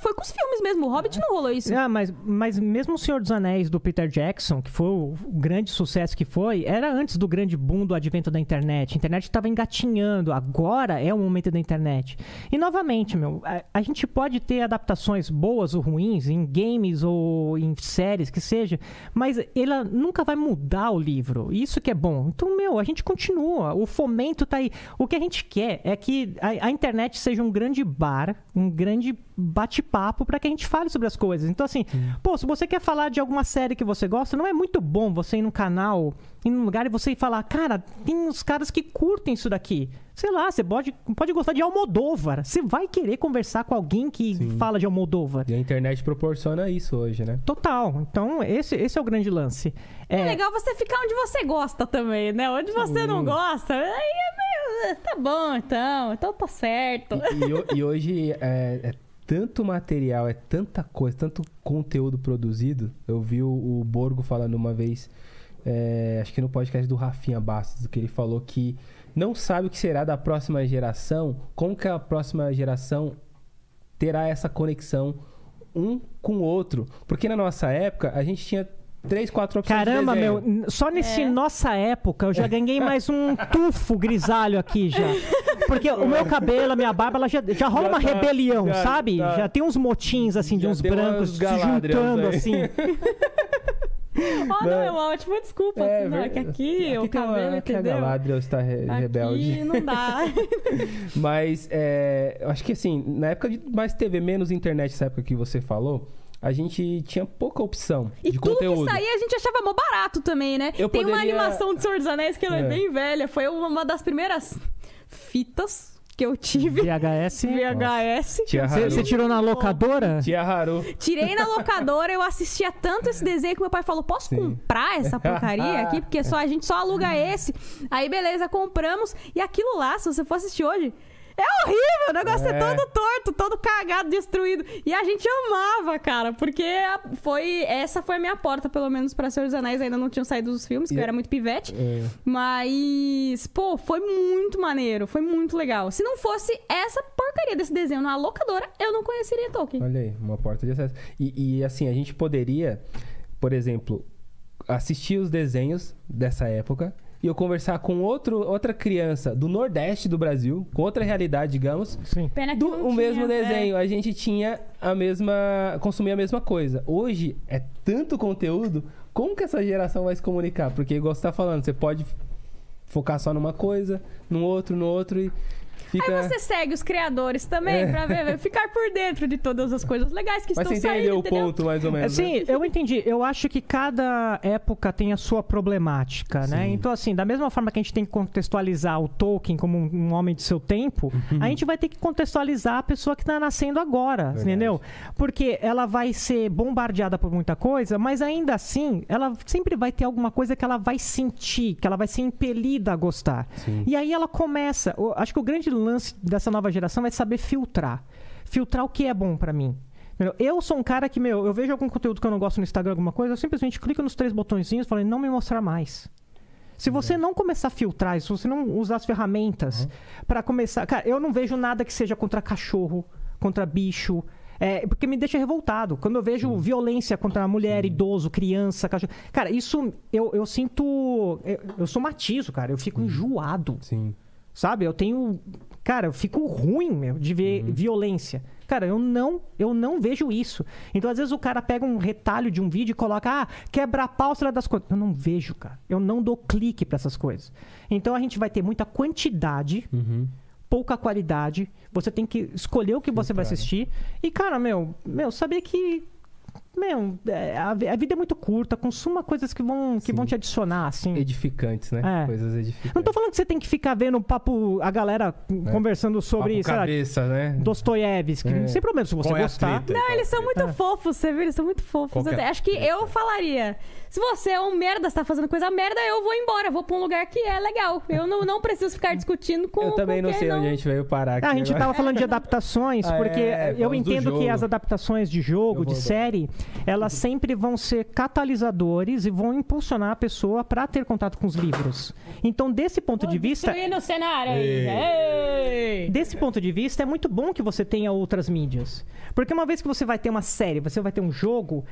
foi com os filmes mesmo. O Hobbit não rolou isso. Ah, mas, mas mesmo o Senhor dos Anéis do Peter Jackson, que foi o grande sucesso que foi, era antes do grande boom do advento da internet. A internet estava engatinhando, agora é o momento da internet. E novamente, meu, a, a gente pode ter adaptações boas ou ruins em games ou em séries, que seja, mas ela nunca vai mudar o livro. Isso que é bom. Então, meu, a gente continua. O fomento tá aí. O que a gente quer é que a, a internet seja um grande bar, um grande bate-papo para que a gente fale sobre as coisas. Então, assim, pô, se você quer falar de alguma série que você gosta, não é muito bom você ir num canal, ir num lugar e você ir falar, cara, tem uns caras que curtem isso daqui. Sei lá, você pode, pode gostar de Almodóvar. Você vai querer conversar com alguém que fala de Almodóvar. E a internet proporciona isso hoje, né? Total. Então, esse, esse é o grande lance. É legal você ficar onde você gosta também, né? Onde você não gosta. Aí é meio. "Ah, Tá bom, então. Então tá certo. E, e ho- e hoje é, é tanto material, é tanta coisa, tanto conteúdo produzido. Eu vi o, o Borgo falando uma vez, é, acho que no podcast do Rafinha Bastos, que ele falou que não sabe o que será da próxima geração, como que a próxima geração terá essa conexão um com o outro. Porque na nossa época, a gente tinha três, quatro opções Caramba, de meu, desenho. n- só nesse nossa época eu já ganhei mais um tufo grisalho aqui já. Porque o meu cabelo, a minha barba, ela já, já rola Já uma tá- rebelião, já sabe? tá. Já tem uns motins, assim, de Já uns tem umas brancos se galadrias juntando, aí. assim. Ó, não, é uma ótima desculpa. assim, não, é que ver- aqui, o tem uma- cabelo, Né? aqui a entendeu? Galadriel está re- rebelde. Aqui não dá. Mas é, eu acho que assim, na época de mais TV, menos internet, essa época que você falou, a gente tinha pouca opção E de tudo conteúdo. que saía a gente achava mó barato também, né? Eu Tem uma poderia- animação do Senhor dos Anéis que ela é, É. bem velha. Foi uma das primeiras fitas que eu tive. VHS. VHS. Tia Você Haru. você tirou na locadora? Tia Haru. Tirei na locadora, eu assistia tanto esse desenho que meu pai falou: posso comprar essa porcaria aqui? Porque só a gente só aluga esse. Aí, beleza, compramos. E aquilo lá, se você for assistir hoje. É horrível, o negócio é. É. todo torto, todo cagado, destruído. E a gente amava, cara, porque a- foi essa foi a minha porta, pelo menos, pra Senhor dos Anéis. Ainda não tinham saído dos filmes, que E- eu era muito pivete. É. Mas, pô, foi muito maneiro, foi muito legal. Se não fosse essa porcaria desse desenho na locadora, eu não conheceria Tolkien. Olha aí, uma porta de acesso. E, e, assim, a gente poderia, por exemplo, assistir os desenhos dessa época e eu conversar com outro, outra criança do Nordeste do Brasil, com outra realidade, digamos, Sim. Pena É que do, não o tinha, mesmo né? desenho. A gente tinha a mesma. consumia a mesma coisa. Hoje é tanto conteúdo. Como que essa geração vai se comunicar? Porque, igual você tá falando, você pode focar só numa coisa, num outro, no outro e fica. Aí você segue os criadores também, pra ver, ficar por dentro de todas as coisas legais que É. Mas você estão entendeu saindo, o entendeu? ponto, mais ou menos. né? Assim, eu entendi. Eu acho que cada época tem a sua problemática, né? Então, assim, da mesma forma que a gente tem que contextualizar o Tolkien como um, um homem de seu tempo, a gente vai ter que contextualizar a pessoa que está nascendo agora, entendeu? Porque ela vai ser bombardeada por muita coisa, mas ainda assim, ela sempre vai ter alguma coisa que ela vai sentir, que ela vai ser impelida a gostar. E aí ela começa. o- Acho que o grande lance dessa nova geração é saber filtrar. Filtrar o que é bom pra mim. Entendeu? Eu sou um cara que, meu, eu vejo algum conteúdo que eu não gosto no Instagram, alguma coisa, eu simplesmente clico nos três botõezinhos e falo, não me mostrar mais. Se você não começar a filtrar, se você não usar as ferramentas pra começar. Cara, eu não vejo nada que seja contra cachorro, contra bicho. é, porque me deixa revoltado. Quando eu vejo violência contra mulher, idoso, criança, cachorro. Cara, isso eu, eu sinto. Eu, eu somatizo, cara. Eu fico enjoado. Sim. Sabe? Eu tenho. Cara, eu fico ruim meu, de ver violência. Cara, eu não, eu não vejo isso. Então, às vezes, o cara pega um retalho de um vídeo e coloca, ah, quebra a pau, sei lá das coisas. Eu não vejo, cara. Eu não dou clique pra essas coisas. Então a gente vai ter muita quantidade, pouca qualidade. Você tem que escolher o que você vai assistir. E, cara, meu, meu, saber que. Meu, é, a, vi- a vida é muito curta, consuma coisas que vão, que vão te adicionar, assim. Edificantes, né? É. Coisas Não edificantes. tô falando que você tem que ficar vendo papo, a galera conversando sobre, É. Papo sei lá, cabeça, né? Dostoiévski. É. Não tem problema se você Qual é a gostar. treta? Não, eles são muito fofos, você viu? Eles são muito fofos. Qual que é? Eu Acho que eu falaria. Se você é um merda, você tá fazendo coisa merda, eu vou embora, eu vou pra um lugar que é legal. Eu não, não preciso ficar discutindo com eu também com não quem sei onde é. a gente veio parar aqui. Ah, a gente agora. tava falando de adaptações, Ah, porque é, eu falamos do entendo que jogo. as adaptações de Eu jogo, vou de série, elas sempre vão ser catalisadores e vão impulsionar a pessoa para ter contato com os livros. Então, desse ponto de vista, Destruindo o cenário aí. Ei. desse ponto de vista, é muito bom que você tenha outras mídias. Porque uma vez que você vai ter uma série, você vai ter um jogo,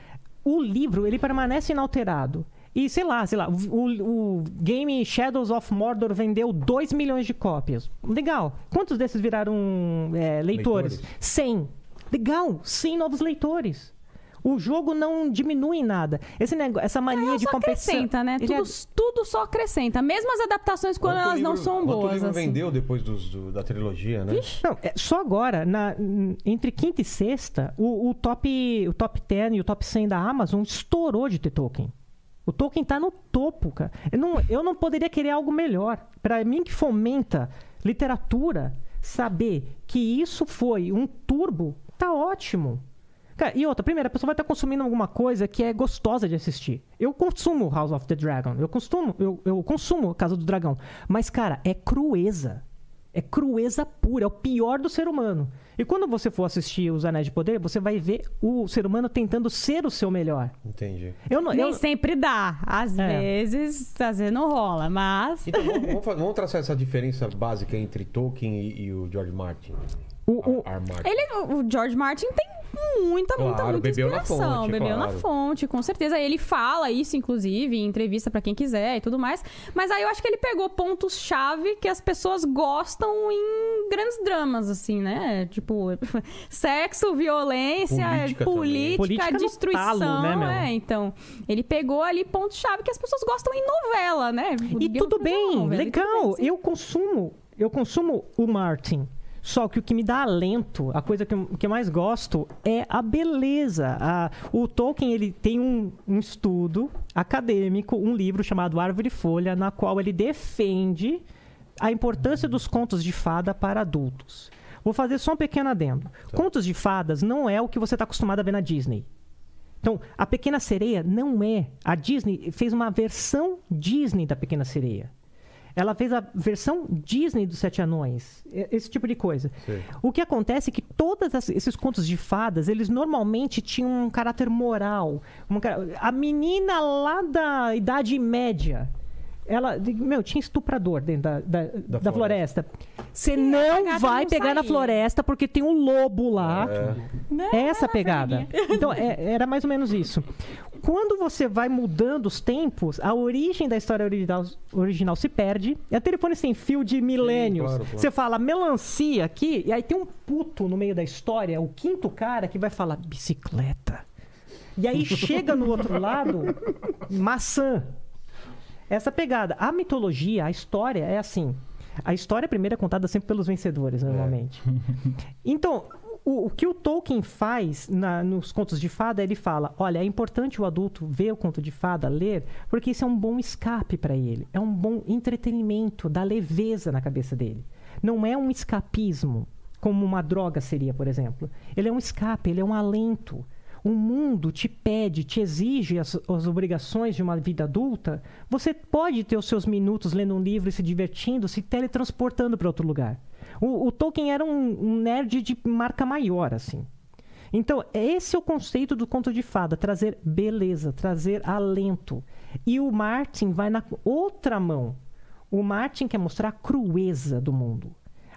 o livro, ele permanece inalterado. E sei lá, sei lá, o, o game Shadows of Mordor vendeu 2 milhões de cópias. Legal. Quantos desses viraram é, leitores? Leitores. 100. Legal, 100 novos leitores. O jogo não diminui em nada. Esse nego... Essa mania de Só competição. É, acrescenta, né? Ele Tudo, é- tudo só acrescenta. Mesmo as adaptações quando Quanto elas não livro- são quanto boas. livro assim. vendeu depois dos- do- da trilogia, né? Não, é, só agora, na- n- entre quinta e sexta, o, o top, o top 10 e o top 100 da Amazon estourou de ter token. O token tá no topo, cara. Eu não, eu não poderia querer algo melhor. Para mim que fomenta literatura, saber que isso foi um turbo, tá ótimo. Cara, e outra, primeiro, a pessoa vai estar consumindo alguma coisa que é gostosa de assistir. Eu consumo House of the Dragon, eu consumo, eu, eu consumo Casa do Dragão. Mas, cara, é crueza. É crueza pura, é o pior do ser humano. E quando você for assistir Os Anéis de Poder, você vai ver o ser humano tentando ser o seu melhor. Entendi. Eu não. Nem eu- sempre dá. Às É. vezes, às vezes não rola, mas. Então vamos, vamos fa- vamos traçar essa diferença básica entre Tolkien e, e o George Martin. o- o- R. R. Martin. Ele, o George Martin tem muita, muita, Claro, muita bebeu na inspiração. fonte, bebeu claro. na fonte, com certeza. Ele fala isso, inclusive, em entrevista pra quem quiser e tudo mais. Mas aí eu acho que ele pegou pontos-chave que as pessoas gostam em grandes dramas, assim, né? Tipo, sexo, violência, Política política, também. Política no destruição. talo, né, meu? é, então. Ele pegou ali pontos-chave que as pessoas gostam em novela, né? E Guerra tudo de bem, novela, e tudo bem, legal. sim. Eu consumo, eu consumo o Martin. Só que o que me dá alento, a coisa que, eu- que eu mais gosto é a beleza. A- o Tolkien ele tem um, um estudo acadêmico, um livro chamado Árvore e Folha, na qual ele defende a importância dos contos de fada para adultos. Vou fazer só um pequeno adendo. Contos de fadas não é o que você está acostumado a ver na Disney. Então, a Pequena Sereia não é. A Disney fez uma versão Disney da Pequena Sereia. Ela fez a versão Disney dos Sete Anões. E- Esse tipo de coisa. Sim. O que acontece é que todos esses contos de fadas, eles normalmente tinham um caráter moral. Uma cara- a menina lá da Idade Média, ela... Meu, tinha estuprador dentro da, da, da floresta. floresta. Você a não gata vai não pegar na saía. floresta porque tem um lobo lá. Não, É essa a vai lá, pegada. Então, é- era mais ou menos isso. Quando você vai mudando os tempos, a origem da história original, original se perde. É telefone sem fio de milênios. claro, claro. Você fala melancia aqui, e aí tem um puto no meio da história, o quinto cara que vai falar bicicleta. E aí chega no outro lado, maçã. Essa pegada. A mitologia, a história é assim. A história primeiro é contada sempre pelos vencedores, normalmente. Então, o, o que o Tolkien faz na- nos contos de fada, ele fala: olha, é importante o adulto ver o conto de fada, ler, porque isso é um bom escape para ele. É um bom entretenimento, dá leveza na cabeça dele. Não é um escapismo, como uma droga seria, por exemplo. Ele é um escape, ele é um alento. O Um mundo te pede, te exige as, as obrigações de uma vida adulta. Você pode ter os seus minutos lendo um livro e se divertindo, se teletransportando para outro lugar. O, o Tolkien era um, um nerd de marca maior, assim. Então, esse é o conceito do conto de fada: trazer beleza, trazer alento. E o Martin vai na outra mão. O Martin quer mostrar a crueza do mundo.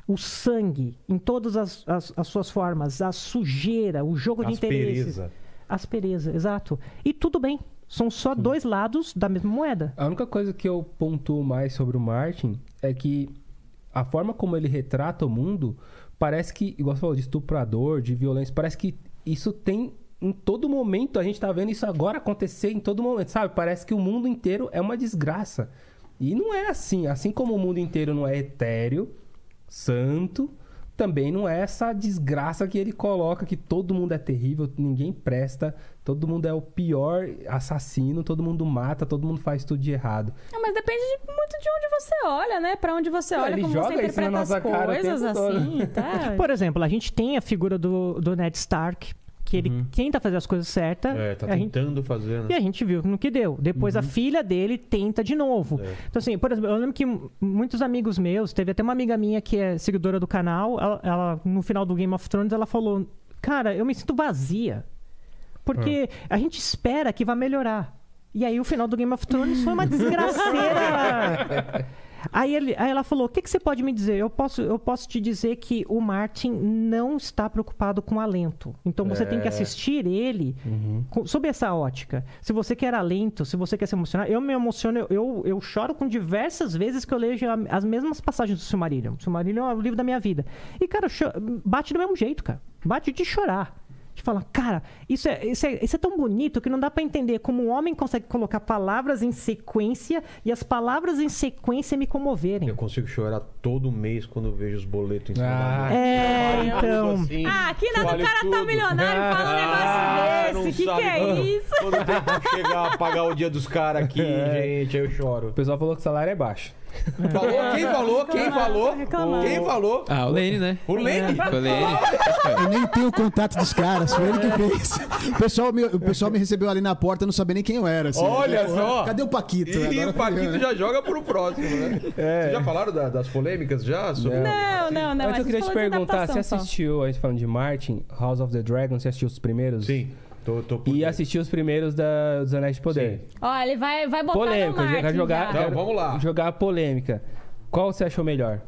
O sangue, em todas as, as- as suas formas, a sujeira, o jogo de interesses. Aspereza. Aspereza, exato. E tudo bem. São só dois lados da mesma moeda. A única coisa que eu pontuo mais sobre o Martin é que a forma como ele retrata o mundo parece que, igual você falou, de estuprador, de violência, parece que isso tem em todo momento. A gente tá vendo isso agora acontecer em todo momento, sabe? Parece que o mundo inteiro é uma desgraça. E não é assim. Assim como o mundo inteiro não é etéreo, santo, também não é essa desgraça que ele coloca que todo mundo é terrível, ninguém presta, todo mundo é o pior assassino, todo mundo mata, todo mundo faz tudo de errado. Ah, mas depende de- muito de onde você olha, né? Pra onde você Não, olha, ele como joga você isso na interpreta nossa as cara o coisas, tempo todo. assim, tá? Tipo, Por exemplo, a gente tem a figura do, do Ned Stark, que ele tenta fazer as coisas certas. Uhum. É, tá a gente- tentando fazer, E né? a gente viu no que deu. Depois a filha dele tenta de novo. É. Então, assim, por exemplo, eu lembro que m- muitos amigos meus, teve até uma amiga minha que é seguidora do canal, ela, ela, no final do Game of Thrones, ela falou: Cara, eu me sinto vazia. Porque a gente espera que vai melhorar. E aí o final do Game of Thrones foi uma desgraceira. Aí, ele- aí ela falou: O que, que você pode me dizer? Eu posso, eu posso te dizer que o Martin não está preocupado com alento. Então você tem que assistir ele com- sob essa ótica. Se você quer alento, se você quer se emocionar, eu me emociono, eu- eu, eu choro com diversas vezes que eu leio a- as mesmas passagens do Silmarillion. Silmarillion é o livro da minha vida. E, cara, eu cho- bate do mesmo jeito, cara. Bate de chorar. De falar, cara, isso é, isso, é, isso é tão bonito que não dá pra entender como um homem consegue colocar palavras em sequência e as palavras em sequência me comoverem. Eu consigo chorar todo mês quando eu vejo os boletos em cima da Ah, mesa. É, Eu então. fico assim, Ah, aqui nada olho do cara tá tudo. milionário e fala um Ah, negócio não desse. Que sabe que é quando- isso? Quando tem que chegar a pagar o dia dos caras aqui, gente, aí eu choro. O pessoal falou que o salário é baixo. Falou? É. Quem falou? Quem falou? reclamar. Quem falou? Ah, o Lane, né? O Lene? Foi O Lane. Eu nem tenho contato dos caras, foi ele que fez. O pessoal me, o pessoal me recebeu ali na porta, não sabia nem quem eu era. assim. Olha Pô, só! Cadê o Paquito? então E Agora o fui eu, Paquito né? já joga pro próximo, né? Vocês já falaram da- das polêmicas já? Sobre... Não, não, não. Mas a eu gente queria te falou de perguntar, você adaptação só. assistiu, a gente falando de Martin, House of the Dragon, você assistiu os primeiros? Sim, tô, tô por E assim, dentro. assistiu os primeiros da, dos Anéis de Poder. Ó, ele vai, vai botar Polêmica, no eu Martin quero jogar. já. Então, vamos lá. Jogar a polêmica. Qual você achou melhor?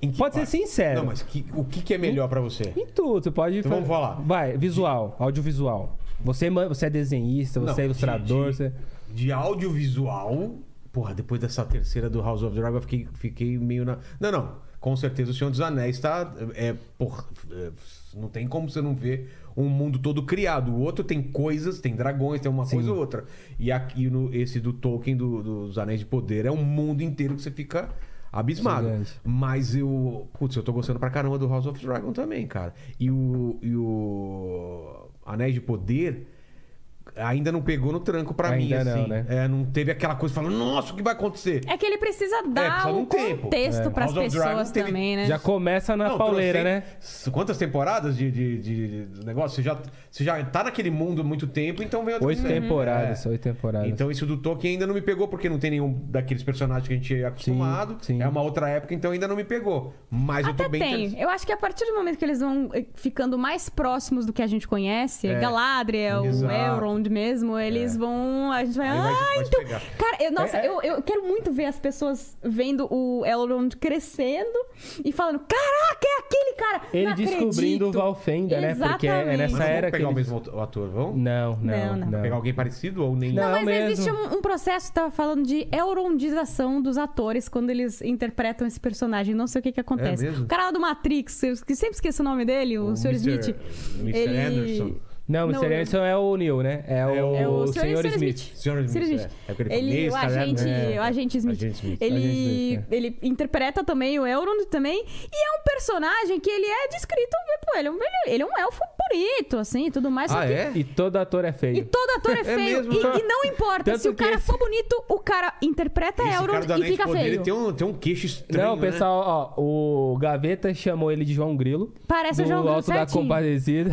Em que Pode parte? ser sincero. Não, mas que- o que, que é melhor pra você? Em tudo, você pode. Então vamos falar. Vai, visual, audiovisual. Você, man- você é desenhista, você Não, é ilustrador, de- você. De audiovisual, porra, depois dessa terceira do House of Dragon, eu fiquei, fiquei meio na. Não, não. Com certeza o Senhor dos Anéis tá. É, por, é, não tem como você não ver um mundo todo criado. O outro tem coisas, tem dragões, tem uma coisa ou outra. E aqui no, esse do Tolkien, do- dos Anéis de Poder, é um mundo inteiro que você fica abismado. Gigante. Mas eu. Putz, eu tô gostando pra caramba do House of Dragon também, cara. E o. E o Anéis de Poder ainda não pegou no tranco pra mim, Ainda assim. não, né? É, não teve aquela coisa falando, nossa, o que vai acontecer? É que ele precisa É, dar precisa de um um tempo. contexto É. pras House of Dragon pessoas teve- também, né? Já começa na Não, pauleira, trouxe- né? Quantas temporadas de, de, de- de negócio? Você já, você já tá naquele mundo há muito tempo, então vem outra Oito coisa. temporadas, É. oito temporadas. Então isso do Tolkien ainda não me pegou, porque não tem nenhum daqueles personagens que a gente é acostumado. sim. É uma outra época, então ainda não me pegou. Mas eu Até tô bem tem. interessado. Eu acho que a partir do momento que eles vão eh, ficando mais próximos do que a gente conhece, É. Galadriel, Exato. É. Elrond mesmo, eles vão. A gente vai. Aí ah, vai- vai te então. pegar." Cara, eu- nossa, É, é. Eu, eu quero muito ver as pessoas vendo o Elrond crescendo e falando: caraca, é aquele cara! Ele não descobrindo o acredito." Valfenda, né? Porque é- é Exatamente. nessa Mas não era vamos que. pegar o ele- mesmo ato- ator, vamos? Não, não, Não, não. não. Pegar alguém parecido ou nem? Não. Não, mas mesmo. existe um, um processo, tava falando de eurondização dos atores quando eles interpretam esse personagem. Não sei o que que acontece. É mesmo? o cara lá do Matrix, eu esque- sempre esqueço o nome dele, o, Sr. Mr. Smith. Mr. Ele- Anderson. Não, o Não, Mr. eu- Anderson é o Neil, né? É o, É o Sr. Sr. Smith. Sr. Smith, Sr. Smith. é. É o que ele fala, Ele, o Mr. agente, Anderson. o agente Smith. Agente Smith. é. Ele, Agente Smith, ele interpreta também o Elrond também. E é um personagem que ele é descrito, pô, ele é um, ele- ele é um elfo bonito, assim, e tudo mais. só Ah, que é? E todo ator é feio. E todo ator é feio. mesmo? e, e não importa. Tanto Se o que cara esse- for bonito, o cara interpreta Esse cara Elrond do e Anéis de fica Poder, feio. ele tem um, tem um queixo estranho, Não, né? pessoal, ó, o Gaveta chamou ele de João Grilo. Parece o do João Grilo Alto da certinho. Compadecida.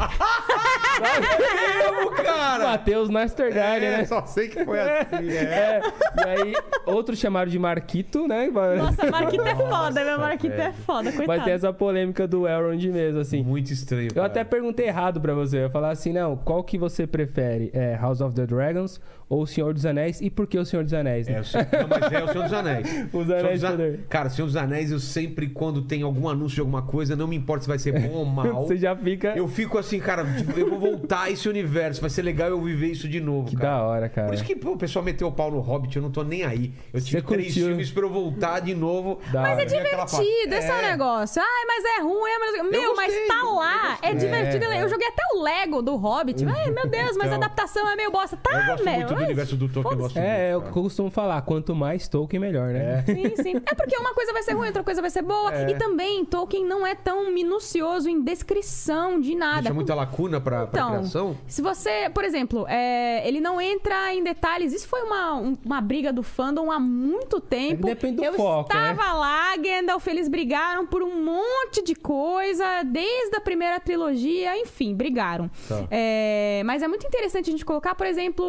Como, cara? Matheus Nastergalli, É, né? só sei que foi assim, é. É, e aí, outros chamaram de Marquito, né? Mas, Nossa, Marquita é foda, meu Marquita é velho. foda, mas coitado. tem essa polêmica do Elrond mesmo, assim. Muito estranho, Eu cara. até perguntei errado pra você. Eu ia falar assim, não, qual que você prefere? É House of the Dragons ou Senhor dos Anéis? E por que o Senhor dos Anéis? né? É, o Senhor- não, mas é o Senhor dos Anéis. Senhor dos Anéis An- também. Cara, Senhor dos Anéis, eu sempre, quando tem algum anúncio de alguma coisa, não me importa se vai ser bom ou mal. Você já fica... Eu fico assim, cara, eu vou voltar a esse universo, vai ser legal eu viver isso de novo, Que cara. da hora, cara. Por isso que pô, o pessoal meteu o pau no Hobbit, eu não tô nem aí. Eu Você tive três curtiu. filmes pra eu voltar de novo. Da Mas hora. é divertido, divertido, esse é o negócio. Ai, mas é ruim, é mas... gostei, Meu, mas tá lá. É divertido. É, Eu joguei até o Lego do Hobbit. Ai, meu Deus, mas a adaptação é meio bosta. Tá, Então, Eu gosto meu. muito do ai, universo do Tolkien, eu gosto É, é o muito, que cara. eu costumo falar. Quanto mais Tolkien, melhor, né? Sim, sim. É porque uma coisa vai ser ruim, outra coisa vai ser boa. É. E também, Tolkien não é tão minucioso em descrição de nada. Deixa muita lacuna pra, pra criação. Então, se você, por exemplo, é, ele não entra em detalhes. Isso foi uma, um- uma briga do fandom há muito tempo. depende do Eu foco, né? estava lá, Gandalf, eles brigaram por um monte de coisa, desde a primeira trilogia, enfim, brigaram. Tá. É, mas é muito interessante a gente colocar, por exemplo,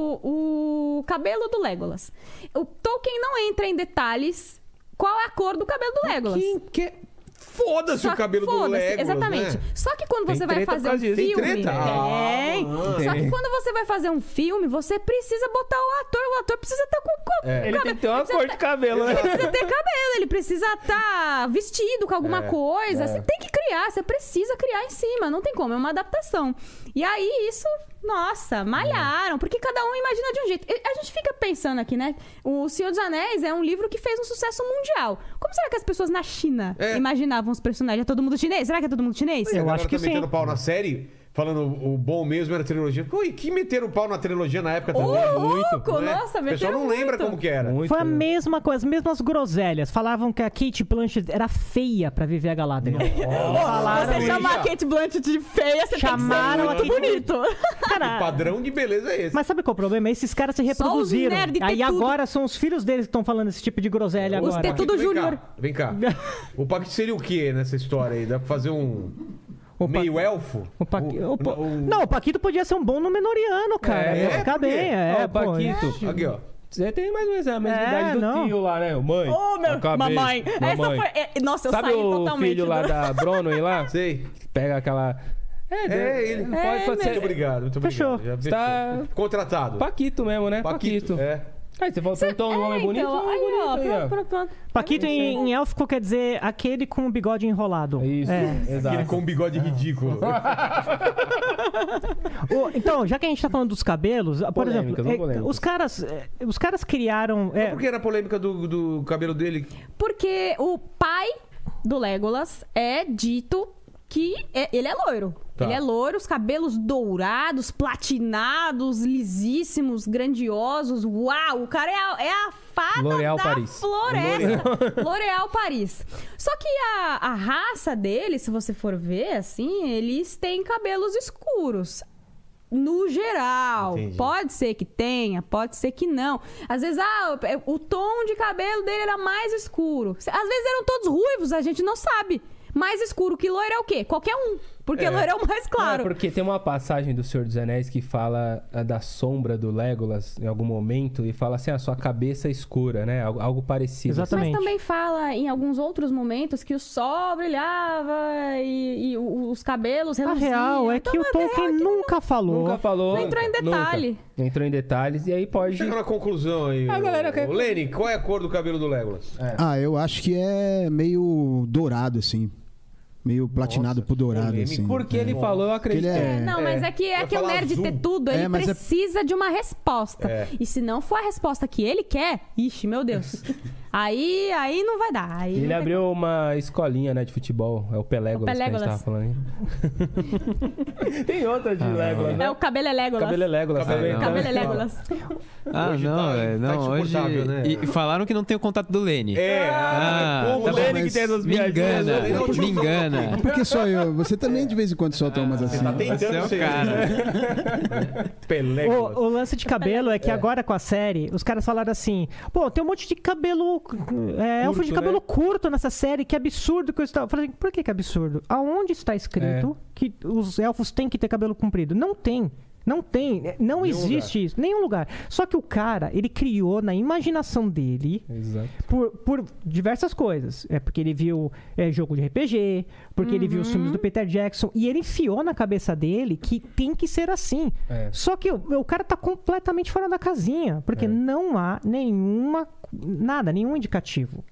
o cabelo do Legolas. O Tolkien não entra em detalhes qual é a cor do cabelo do Legolas. Quem quer... Foda-se Só o que- cabelo do foda-se, Legolas, Exatamente. né? Só que quando Tem você vai treta fazer por um causa disso. filme. Tem treta? Tem. Ah, Só entendi. que quando você vai fazer um filme, você precisa botar o ator. O ator precisa estar com. com É. Ele tem que ter uma precisa cor de tá- cabelo, né? Ele precisa ter cabelo, ele precisa estar vestido com alguma É, coisa. Você tem que criar, você precisa criar em cima. Não tem como, é uma adaptação. E aí, isso, nossa, malharam, porque cada um imagina de um jeito. E A gente fica pensando aqui, né? O Senhor dos Anéis é um livro que fez um sucesso mundial. Como será que as pessoas na China É. imaginavam os personagens? É todo mundo chinês? Será que é todo mundo chinês? E a Eu galera acho que tá metendo sim. pau na série, falando o bom mesmo era a trilogia. Pô, e que meteram pau na trilogia na época Ô, também? louco! é? né? Nossa, O pessoal meteram não lembra muito. como que era. Muito, Foi a né? mesma coisa, as mesmas groselhas. Falavam que a Kate Blanchett era feia pra viver a Galadriel. Falaram Você isso. chamar a Kate Blanchett de feia, você Chamaram tem que ser a Kate muito bonito. Cara, O padrão de beleza é esse. Mas sabe qual é o problema? Esses caras se reproduziram. nerd tem Aí tudo. agora são os filhos deles que estão falando esse tipo de groselha Os agora. tetu- Tudo Vem cá, Júnior. Vem cá. O Paquito seria o quê nessa história aí? Dá pra fazer um O Pa- meio elfo? O Paqui- Um- o Pa- um- Não, o Paquito podia ser um bom Númenoriano, cara. É, Ia ficar por quê? bem. É, Ó, o pô, Paquito. Aqui, ó. Você tem mais ou menos a mesma É, idade do não. tio lá, né? Mãe. Ô, meu. acabei. Mamãe. Essa foi. é, Nossa, eu Sabe saí o totalmente. filho lá do- da Bronwyn lá? Você Sei. pega aquela... É, É, ele. Pode, É, pode Muito ser. obrigado, muito Fechou. Tá obrigado. Já Está- Contratado. Paquito mesmo, né? Paquito. É. Aí você falou, então, um homem É, bonito, então, um homem aí, ó, bonito aí, ó. pronto, pronto, pronto. Paquito em, em élfico quer dizer aquele com o bigode enrolado. Isso, É. exato. Aquele com um bigode ridículo. O- então, já que a gente tá falando dos cabelos, por Polêmicas, não exemplo, é, polêmicas. os caras, é, os caras criaram. é, Por que era a polêmica do, do cabelo dele? Porque o pai do Legolas é dito que é- ele é loiro. Tá. Ele é loiro, os cabelos dourados, platinados, lisíssimos, grandiosos. Uau, o cara é a, é a fada L'Oréal da Paris. floresta. L'Oréal Paris. Só que a, a raça dele, se você for ver, assim, eles têm cabelos escuros. No geral. Entendi. Pode ser que tenha, pode ser que não. Às vezes, ah, o o tom de cabelo dele era mais escuro. Às vezes eram todos ruivos, a gente não sabe. Mais escuro que loiro é o quê? Qualquer um. Porque loiro é o mais claro. É, porque tem uma passagem do Senhor dos Anéis que fala ah, da sombra do Legolas em algum momento e fala assim, a sua cabeça escura, né? Algo, algo parecido. Exatamente. Mas também fala em alguns outros momentos que o sol brilhava e, e o- os cabelos a reluziam. real é Então, que o Tolkien nunca falou. tá- Nunca falou. Não entrou em nunca. detalhe. Não entrou em detalhes e aí pode... Chega na conclusão aí. A galera ô- quer- ô, Lenny, qual é a cor do cabelo do Legolas? Ah, eu acho que é meio dourado, assim. Meio platinado pro dourado, polêmico. assim. Porque ele falou, eu acredito. Ele é- Não, mas é que é Vai que o falar nerd azul. ter tudo, É, ele mas é- precisa de uma resposta. É. E se não for a resposta que ele quer, ixi, meu Deus. aí, aí não vai dar. Aí não Ele tem abriu uma escolinha, né, de futebol. É o Pelégolas, que a gente Pelégolas. tava falando aí. tem outra de Legolas, como. né? É o cabelo é Legolas. Cabelo é Legolas Cabelo também. é então- Cabelo é Legolas. Ah, Hoje não, tá- velho, tá não, hoje... insuportável, né? E e falaram que não tem o contato do Lene. É, Ah, como tá o é bom, Lenny que mas- tem essas Me viagens. né? engana, Lenny é o último me que engana. Por que só eu? Você também de vez em quando solta umas assim. Tá tentando Você é o ser. cara. Pelé. O, o lance de cabelo é que agora com a série, os caras falaram assim: pô, tem um monte de cabelo. É, elfo de né? cabelo curto nessa série, que absurdo que eu estava. Eu Falei, assim, por que, que absurdo? Aonde está escrito que os elfos têm que ter cabelo comprido? Não tem. Não tem, é, não existe isso, nenhum lugar. Só que o cara, ele criou na imaginação dele Exato. por, por diversas coisas. É porque ele viu é, jogo de RPG, porque ele viu os filmes do Peter Jackson, e ele enfiou na cabeça dele que tem que ser assim. É. Só que o, o cara tá completamente fora da casinha, porque não há nenhuma nada, nenhum indicativo.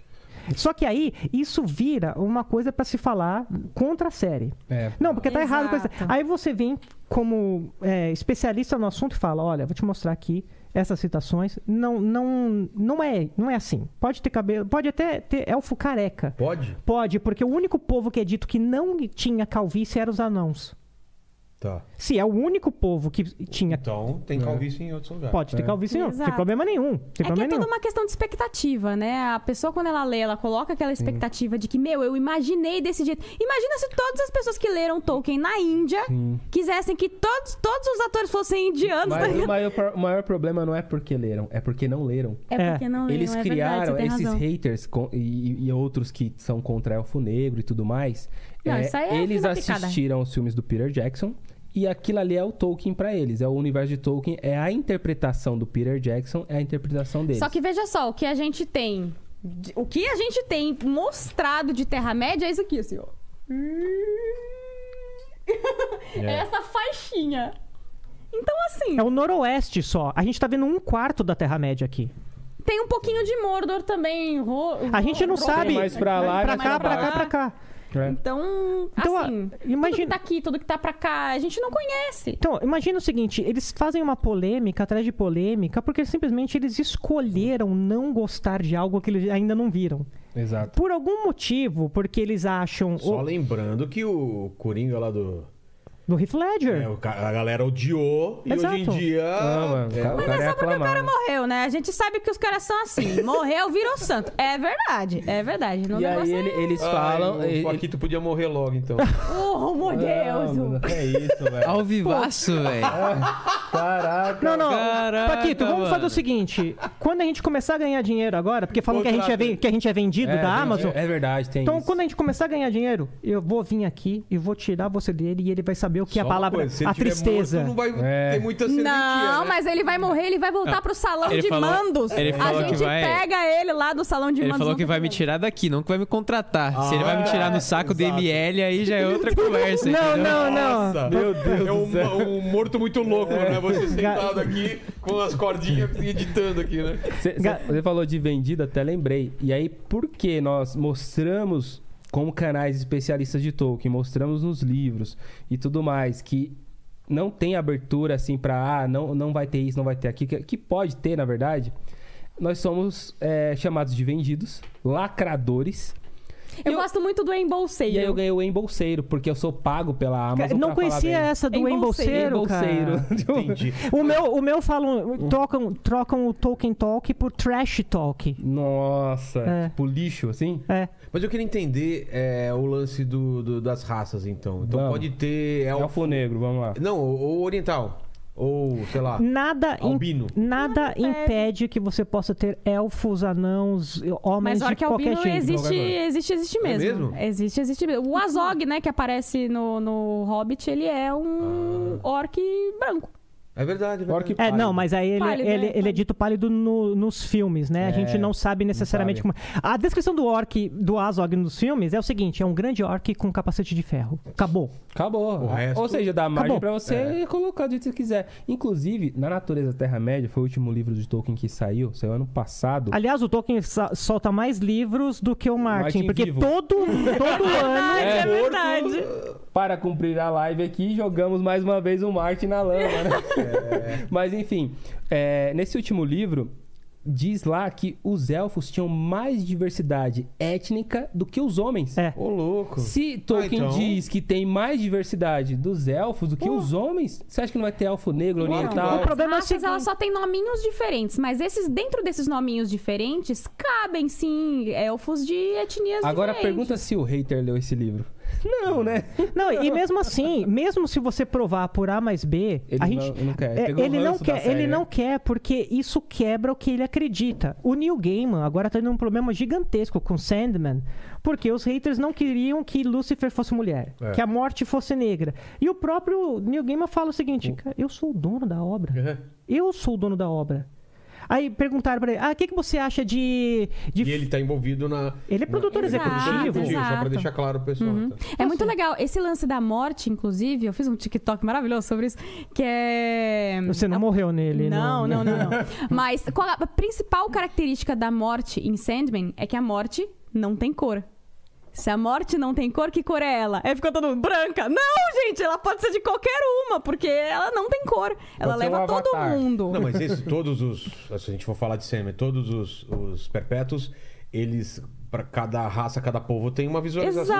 Só que aí isso vira uma coisa pra se falar contra a série. É. Não, porque tá errado. com essa- Exato. Aí você vem como é, especialista no assunto e fala: olha, vou te mostrar aqui essas citações. Não, não, não é, não é assim. Pode ter cabelo, pode até ter elfo careca. Pode? Pode, porque o único povo que é dito que não tinha calvície eram os anãos. Tá. Se é o único povo que tinha, Então tem calvície em outros lugares. pode ter calvície, não. Não tem Exato. problema nenhum. Não Tem É que é problema toda nenhum. uma questão de expectativa, né? A pessoa, quando ela lê, ela coloca aquela expectativa de que, meu, eu imaginei desse jeito. Imagina se todas as pessoas que leram Tolkien na Índia quisessem que todos, todos os atores fossem indianos. tá Mas o ligado? maior, pro- o maior problema não é porque leram, é porque não leram. É porque não leram, Eles é criaram verdade, você tem esses razão. haters com- e, e outros que são contra elfo negro e tudo mais. Não, isso aí é eles fina picada. assistiram os filmes do Peter Jackson e aquilo ali é o Tolkien pra eles. É o universo de Tolkien, é a interpretação do Peter Jackson, é a interpretação deles. Só que veja só, o que a gente tem de- O que a gente tem mostrado de Terra-média é isso aqui, assim, ó. É essa faixinha. Então, assim, É o noroeste só. A gente tá vendo um quarto da Terra-média aqui. tem um pouquinho de Mordor também. ro- A gente não ro- sabe. mais pra lá e pra mais cá, pra pra cá, pra cá. né? Então, Então, assim, a- tudo que imagina- tá aqui, tudo que tá pra cá, a gente não conhece. Então, imagina o seguinte, eles fazem uma polêmica atrás de polêmica porque simplesmente eles escolheram não gostar de algo que eles ainda não viram. Exato. Por algum motivo, porque eles acham Só o- lembrando que o Coringa lá do. do Heath Ledger. É, o ca- a galera odiou e Exato. hoje em dia. Não, mano, o ca- o Mas cara é é só porque o cara aclamado. morreu, né? A gente sabe que os caras são assim. Morreu, virou santo. É verdade, é verdade. No E aí negócio é ele- eles Ai, falam. o ele- Paquito podia morrer logo, então. Oh, meu Não, Deus! mano, é isso, velho. Ao vivaço, velho. Caraca. Não, não. Caraca, Paquito, vamos mano. fazer o seguinte. Quando a gente começar a ganhar dinheiro agora, porque falam que a, gente é ven- que a gente é vendido É, da tem- Amazon. É, é verdade, tem Então, isso. quando a gente começar a ganhar dinheiro, eu vou vir aqui e vou tirar você dele e ele vai saber o que é a Só uma palavra, coisa, se ele a tiver tristeza. morto, não vai É. ter muita assim, serventia, Não, né? mas ele vai morrer, ele vai voltar pro salão Ah, Ele de falou- mandos. ele falou a que gente vai- pega ele lá do salão de Ele mandos. falou não que tem vai me problema. tirar daqui, não que vai me contratar. Se ele vai me tirar no saco do ML, aí já é outra conversa. Não, entendeu? não, não. Meu Deus é um, um morto muito louco, né? Você sentado aqui com as cordinhas editando aqui, né? Cê- cê- Ga- Você falou de vendido, até lembrei. E aí, por que nós mostramos, como canais especialistas de Tolkien, mostramos nos livros e tudo mais, que não tem abertura assim pra, ah, não, não vai ter isso, não vai ter aquilo, que, que pode ter, na verdade. Nós somos é, chamados de vendidos, lacradores. Eu, gosto muito do embolseiro. E aí eu ganhei o embolseiro, porque eu sou pago pela Amazon. pra falar Não conhecia bem. tipo, essa do Embolseiro. embolseiro, cara. Entendi. O meu, o meu falam, trocam, trocam o Tolkien Talk por Trash Talk. Nossa, É. tipo lixo, assim? É. Mas eu queria entender é, o lance do, do- das raças, então. Então Vamos. pode ter. É elfo- o negro, vamos lá. Não, ou ou oriental. Ou, sei lá. Nada, im- Albino. nada impede. impede que você possa ter elfos, anãos, homens Mas hora de que qualquer albino jeito. existe, qualquer existe, existe mesmo. mesmo? Existe, existe mesmo. O Azog, né, que aparece no, no Hobbit, ele é um orc branco. É verdade, é verdade. Orc É, não, pálido. mas aí ele, Pálido, ele, é, ele é pálido. dito pálido no- nos filmes, É, né? a gente não sabe necessariamente não como. A descrição do orc, do Azog nos filmes é o seguinte: é um grande orc com capacete de ferro. Acabou. Acabou. O resto- É. Ou seja, dá margem Acabou. pra você colocar do jeito que você quiser. Inclusive, na Natureza da Terra-média, foi o último livro de Tolkien que saiu, saiu ano passado. Aliás, o Tolkien sa- solta mais livros do que o Martin, Martin porque vivo. todo, todo ano. é verdade. Para cumprir a live aqui, jogamos mais uma vez o Marte na lama, né? Mas enfim, é, nesse último livro, diz lá que os elfos tinham mais diversidade étnica do que os homens. É. Ô, louco. Se Tolkien Ah, então. diz que tem mais diversidade dos elfos do que os homens, você acha que não vai ter elfo negro, Não, oriental? O problema é o as raças, elas seguinte- só têm nominhos diferentes, mas esses dentro desses nominhos diferentes cabem sim elfos de etnias Agora diferentes. pergunta se o hater leu esse livro. Não, né? Não, e mesmo assim, mesmo se você provar por A mais B, Ele a gente. não- não quer. é, Pegou o ele não ranço da quer, série, ele né? não quer, porque isso quebra o que ele acredita. O Neil Gaiman agora tá tendo um problema gigantesco com Sandman, porque os haters não queriam que Lucifer fosse mulher, É. que a morte fosse negra. E o próprio Neil Gaiman fala o seguinte: "Cara, eu sou o dono da obra. Uhum. Eu sou o dono da obra. Aí perguntaram pra ele: ah, o que, que você acha de. de E ele tá envolvido na. Ele é Uhum. produtor na- executivo. Só pra Exato. deixar claro pro pessoal. tá? É muito legal. Esse lance da morte, inclusive, eu fiz um TikTok maravilhoso sobre isso, que é... Você não a- morreu nele, Não, né? não, não, não. Mas qual a principal característica da morte em Sandman é que a morte não tem cor. Se a morte não tem cor, que cor é ela? Aí ficou todo mundo branca. Não, gente, ela pode ser de qualquer uma, porque ela não tem cor. Ela ser um leva todo avatar. mundo. Não, mas esse, todos os. Se a gente for falar de Sêmen, todos os, os perpétuos, eles. Pra cada raça, cada povo tem uma visualização.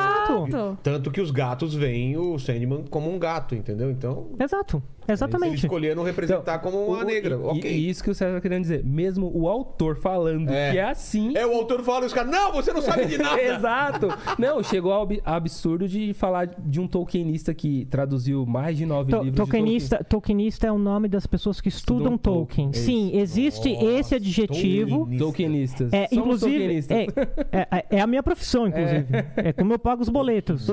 Exato. Tanto que os gatos veem o Sandman como um gato, entendeu? Então. Exato, Eles exatamente. escolheram representar tá como uma Então, O- negra. E, ok. e isso que o César tá querendo dizer. Mesmo o autor falando É. que é assim. É, o autor fala e os caras, não, você não sabe de nada. Exato! Não, chegou ao ab- absurdo de falar de um Tolkienista que traduziu mais de nove To- livros. de Tolkienista, Tolkienista é o nome das pessoas que estudam Estudam Tolkien. Tolkien. É Sim, existe esse adjetivo. Tolkien. Tolkienistas. É, Somos inclusive, Tolkienistas. é, É, é a minha profissão, inclusive. É. como eu pago os boletos.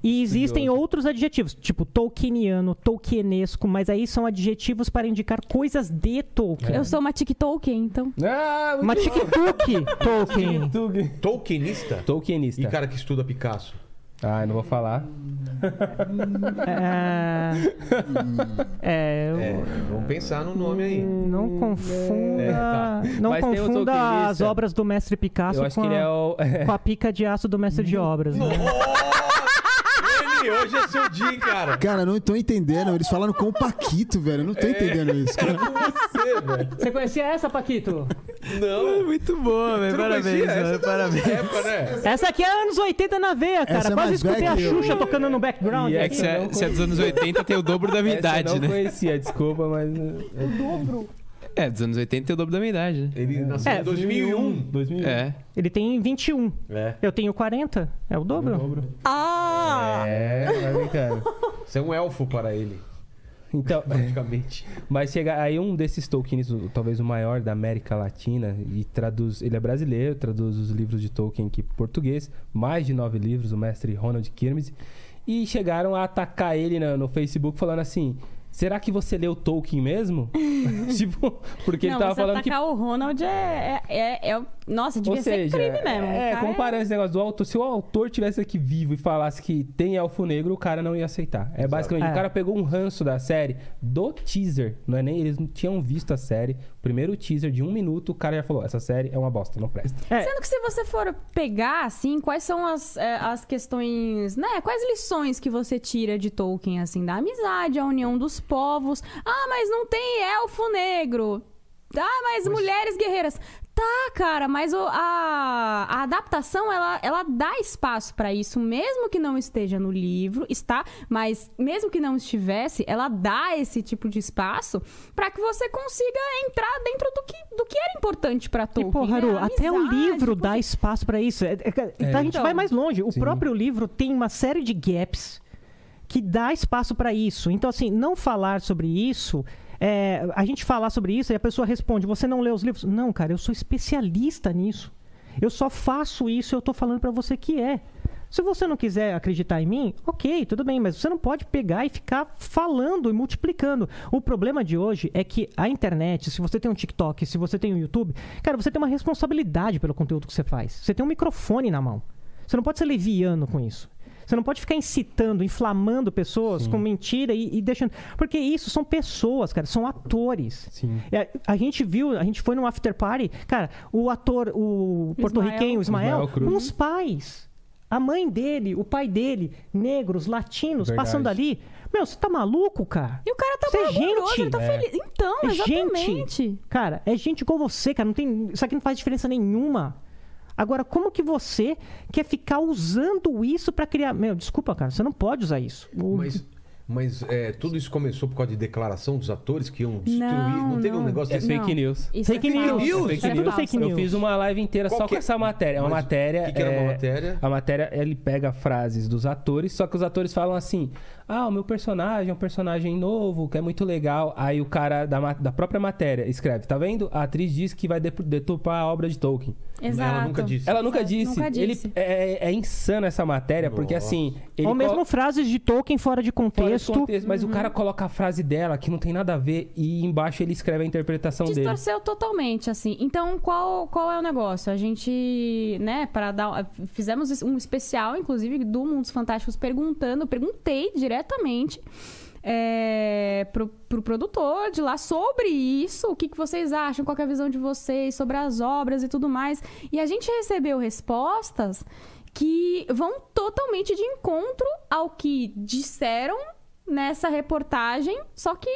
E existem outros adjetivos, tipo tolkieniano, tolkienesco, mas aí são adjetivos para indicar coisas de é. Tolkien. Eu sou uma TikToker, então. Ah, Uma tic-tuc, Tolkien. Tug. Tolkienista? Tolkienista. E cara que estuda Picasso. Ah, eu não vou falar. É, é, eu- É, vamos pensar no nome aí. Não confunda, É, tá. não Mas tem o confunda Tolkienista. as obras do mestre Picasso Eu acho Ah, com que ele é a, o. com a pica de aço do mestre de obras. né? Ele, hoje é seu dia, hein, cara. Cara, não tô entendendo. Eles falaram com o Paquito, velho. Eu não tô É. entendendo isso. cara. Você, velho. Você conhecia essa, Paquito? Não. Muito boa, velho. Você não Parabéns, conhecia? Essa mano. é da Parabéns. nossa época, né? Essa aqui é anos 80 na veia, cara. Essa é Quase mais escutei velha a que eu. Xuxa tocando no background. E É aqui. que se é, se é dos anos 80 tem o dobro da minha Essa eu idade, não né? conhecia, desculpa, mas. eh, É, dos anos 80 tem o dobro da minha idade, né? Ele nasceu É, em 2001. 2001. É. Ele tem 21. É. Eu tenho 40. É o dobro? Ah! É, vai brincando. Você é um elfo para ele, Então, praticamente. mas chega aí um desses Tolkien, talvez o maior da América Latina, e traduz. Ele é brasileiro, traduz os livros de Tolkien aqui para português, mais de nove livros, o mestre Ronald Kirmes. E chegaram a atacar ele na- no Facebook falando assim. Será que você leu Tolkien mesmo? tipo, porque não, ele tava mas falando que atacar o Ronald é. é, é, é- nossa, devia Ou ser seja, crime mesmo. É, cara. comparando esse negócio do autor. Se o autor tivesse aqui vivo e falasse que tem elfo negro, o cara não ia aceitar. É basicamente, É. o cara pegou um ranço da série do teaser. Não é nem eles não tinham visto a série. Primeiro teaser de um minuto, o cara já falou: essa série é uma bosta, não presta. É. Sendo que se você for pegar, assim, quais são as, é, as questões, né? Quais lições que você tira de Tolkien, assim, da amizade, a união dos povos. Ah, mas não tem elfo negro. Ah, mas mulheres guerreiras. Tá, cara, mas o- a, a adaptação, ela, ela dá espaço pra isso, mesmo que não esteja no livro, está, mas mesmo que não estivesse, ela dá esse tipo de espaço pra que você consiga entrar dentro do que, do que era importante pra E, Tolkien. pô, Haru, né? A até o amizade, livro pô, dá espaço pra isso. É, é, é, então a gente Então. vai mais longe. O Sim. próprio livro tem uma série de gaps que dá espaço pra isso. Então, assim, não falar sobre isso. é, a gente falar sobre isso e a pessoa responde: Você não lê os livros? Não, cara, eu sou especialista nisso. Eu só faço isso, eu tô falando pra você que é. Se você não quiser acreditar em mim, ok, tudo bem, mas você não pode pegar e ficar falando e multiplicando. O problema de hoje é que a internet, se você tem um TikTok, se você tem um YouTube, cara, você tem uma responsabilidade pelo conteúdo que você faz. Você tem um microfone na mão. Você não pode ser leviano com isso. Você não pode ficar incitando, inflamando pessoas com mentira e, e deixando. Porque isso são pessoas, cara, são atores. Sim. É, a gente viu, a gente foi num after party, cara, o ator, o porto-riquenho, o Ismael, Ismael Cruz. com os pais. A mãe dele, o pai dele, negros, latinos, Verdade. passando ali. Meu, você tá maluco, cara? E o cara tá Isso é orgulhoso, gente. ele tá É. feliz. Então, É exatamente. gente. Cara, é gente igual você, cara. Não tem, isso aqui não faz diferença nenhuma. Agora, como que você quer ficar usando isso pra criar. Meu, desculpa, cara, você não pode usar isso. O- Mas, mas é, tudo isso começou por causa de declaração dos atores que iam destruir. Não, Não, teve um não. negócio É desse? fake Não. news. Isso Fake é news. falso. Fake Isso é news. falso. Fake news. Eu fiz uma live inteira Qual só que- com essa matéria. É uma Mas o matéria. que que era uma é, matéria? A matéria, ele pega frases dos atores, só que os atores falam assim: Ah, o meu personagem é um personagem novo, que é muito legal. Aí o cara da, ma- da própria matéria escreve: Tá vendo? A atriz diz que vai dep- deturpar a obra de Tolkien. Exato. Ela nunca disse. Ela nunca Exato, disse. nunca Ele disse. é, é insana essa matéria, porque Nossa. assim. Ele Ou É mesmo colo- frases de Tolkien fora de fora de contexto. contexto, mas o cara coloca a frase dela que não tem nada a ver e embaixo ele escreve a interpretação dele. Distorceu totalmente, assim. Então, qual, qual é o negócio? A gente, né, para dar. Fizemos um especial, inclusive, do Mundos Fantásticos, perguntando, perguntei diretamente. É, pro, pro produtor de lá sobre isso, o que, que vocês acham, qual que é a visão de vocês sobre as obras e tudo mais. E a gente recebeu respostas que vão totalmente de encontro ao que disseram nessa reportagem, só que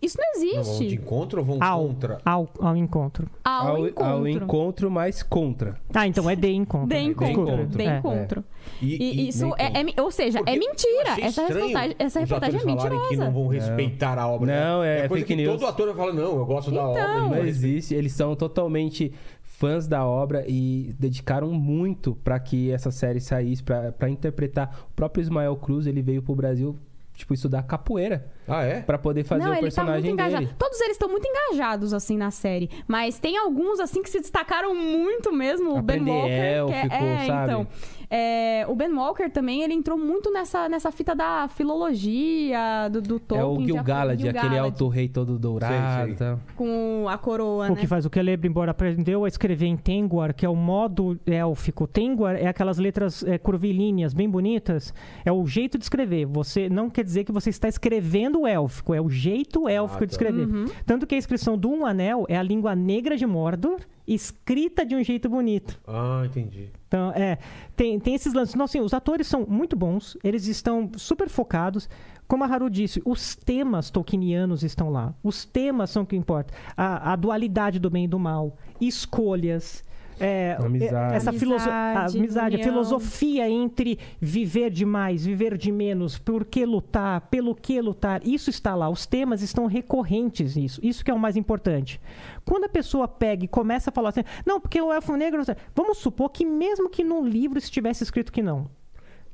isso não Não, existe vão de encontro ou vão Ao, contra? ao, ao encontro. ao, encontro. ao encontro, mas contra. Ah, então é de encontro. De encontro. encontro. De É. encontro. E, isso nem é, contra. é mi- ou seja, Porque é eu mentira. achei Essa estranho reportagem, essa os reportagem atores é falarem mentirosa. que não vão respeitar a obra. Não, é coisa fake que news. Todo ator vai falar, não, eu gosto da obra. Então. eu vou Não respeitar. existe. Eles são totalmente fãs da obra e dedicaram muito pra que essa série saísse, pra pra interpretar. O próprio Ismael Cruz, ele veio pro Brasil tipo, estudar capoeira Ah, é? pra poder fazer não, o ele tá muito personagem engajado. dele. Todos eles estão muito engajados, assim, na série. Mas tem alguns, assim, que se destacaram muito mesmo. O Ben Aprender Walker. que é, élfico, é, sabe? então. É, o Ben Walker também, ele entrou muito nessa, nessa fita da filologia, do, do Tolkien. é o de Gil afro- Galad, Gil aquele Galad, autor-rei todo dourado. Sei, sei. tal. Com a coroa, O né? que faz o Celebrimbor aprendeu a escrever em Tengwar, que é o modo élfico. Tengwar é aquelas letras é, curvilíneas bem bonitas. É o jeito de escrever. Você não quer dizer que você está escrevendo o élfico, é o jeito élfico de tá. escrever. Tanto que a inscrição do Um Anel é a língua negra de Mordor, escrita de um jeito bonito. Ah, entendi. Então, é, tem, tem esses lances. Não, assim, os atores são muito bons, eles estão super focados. Como a Haru disse, os temas tolkienianos estão lá. Os temas são o que importa. A, a dualidade do bem e do mal, escolhas. é, Amizade. é, Essa filoso- a Amizade, amizade, a união. filosofia entre viver de mais, viver de menos, por que lutar, pelo que lutar. Isso está lá. Os temas estão recorrentes nisso. Isso que é o mais importante. Quando a pessoa pega e começa a falar assim, não, porque o elfo negro. Vamos supor que mesmo que no livro estivesse escrito que não.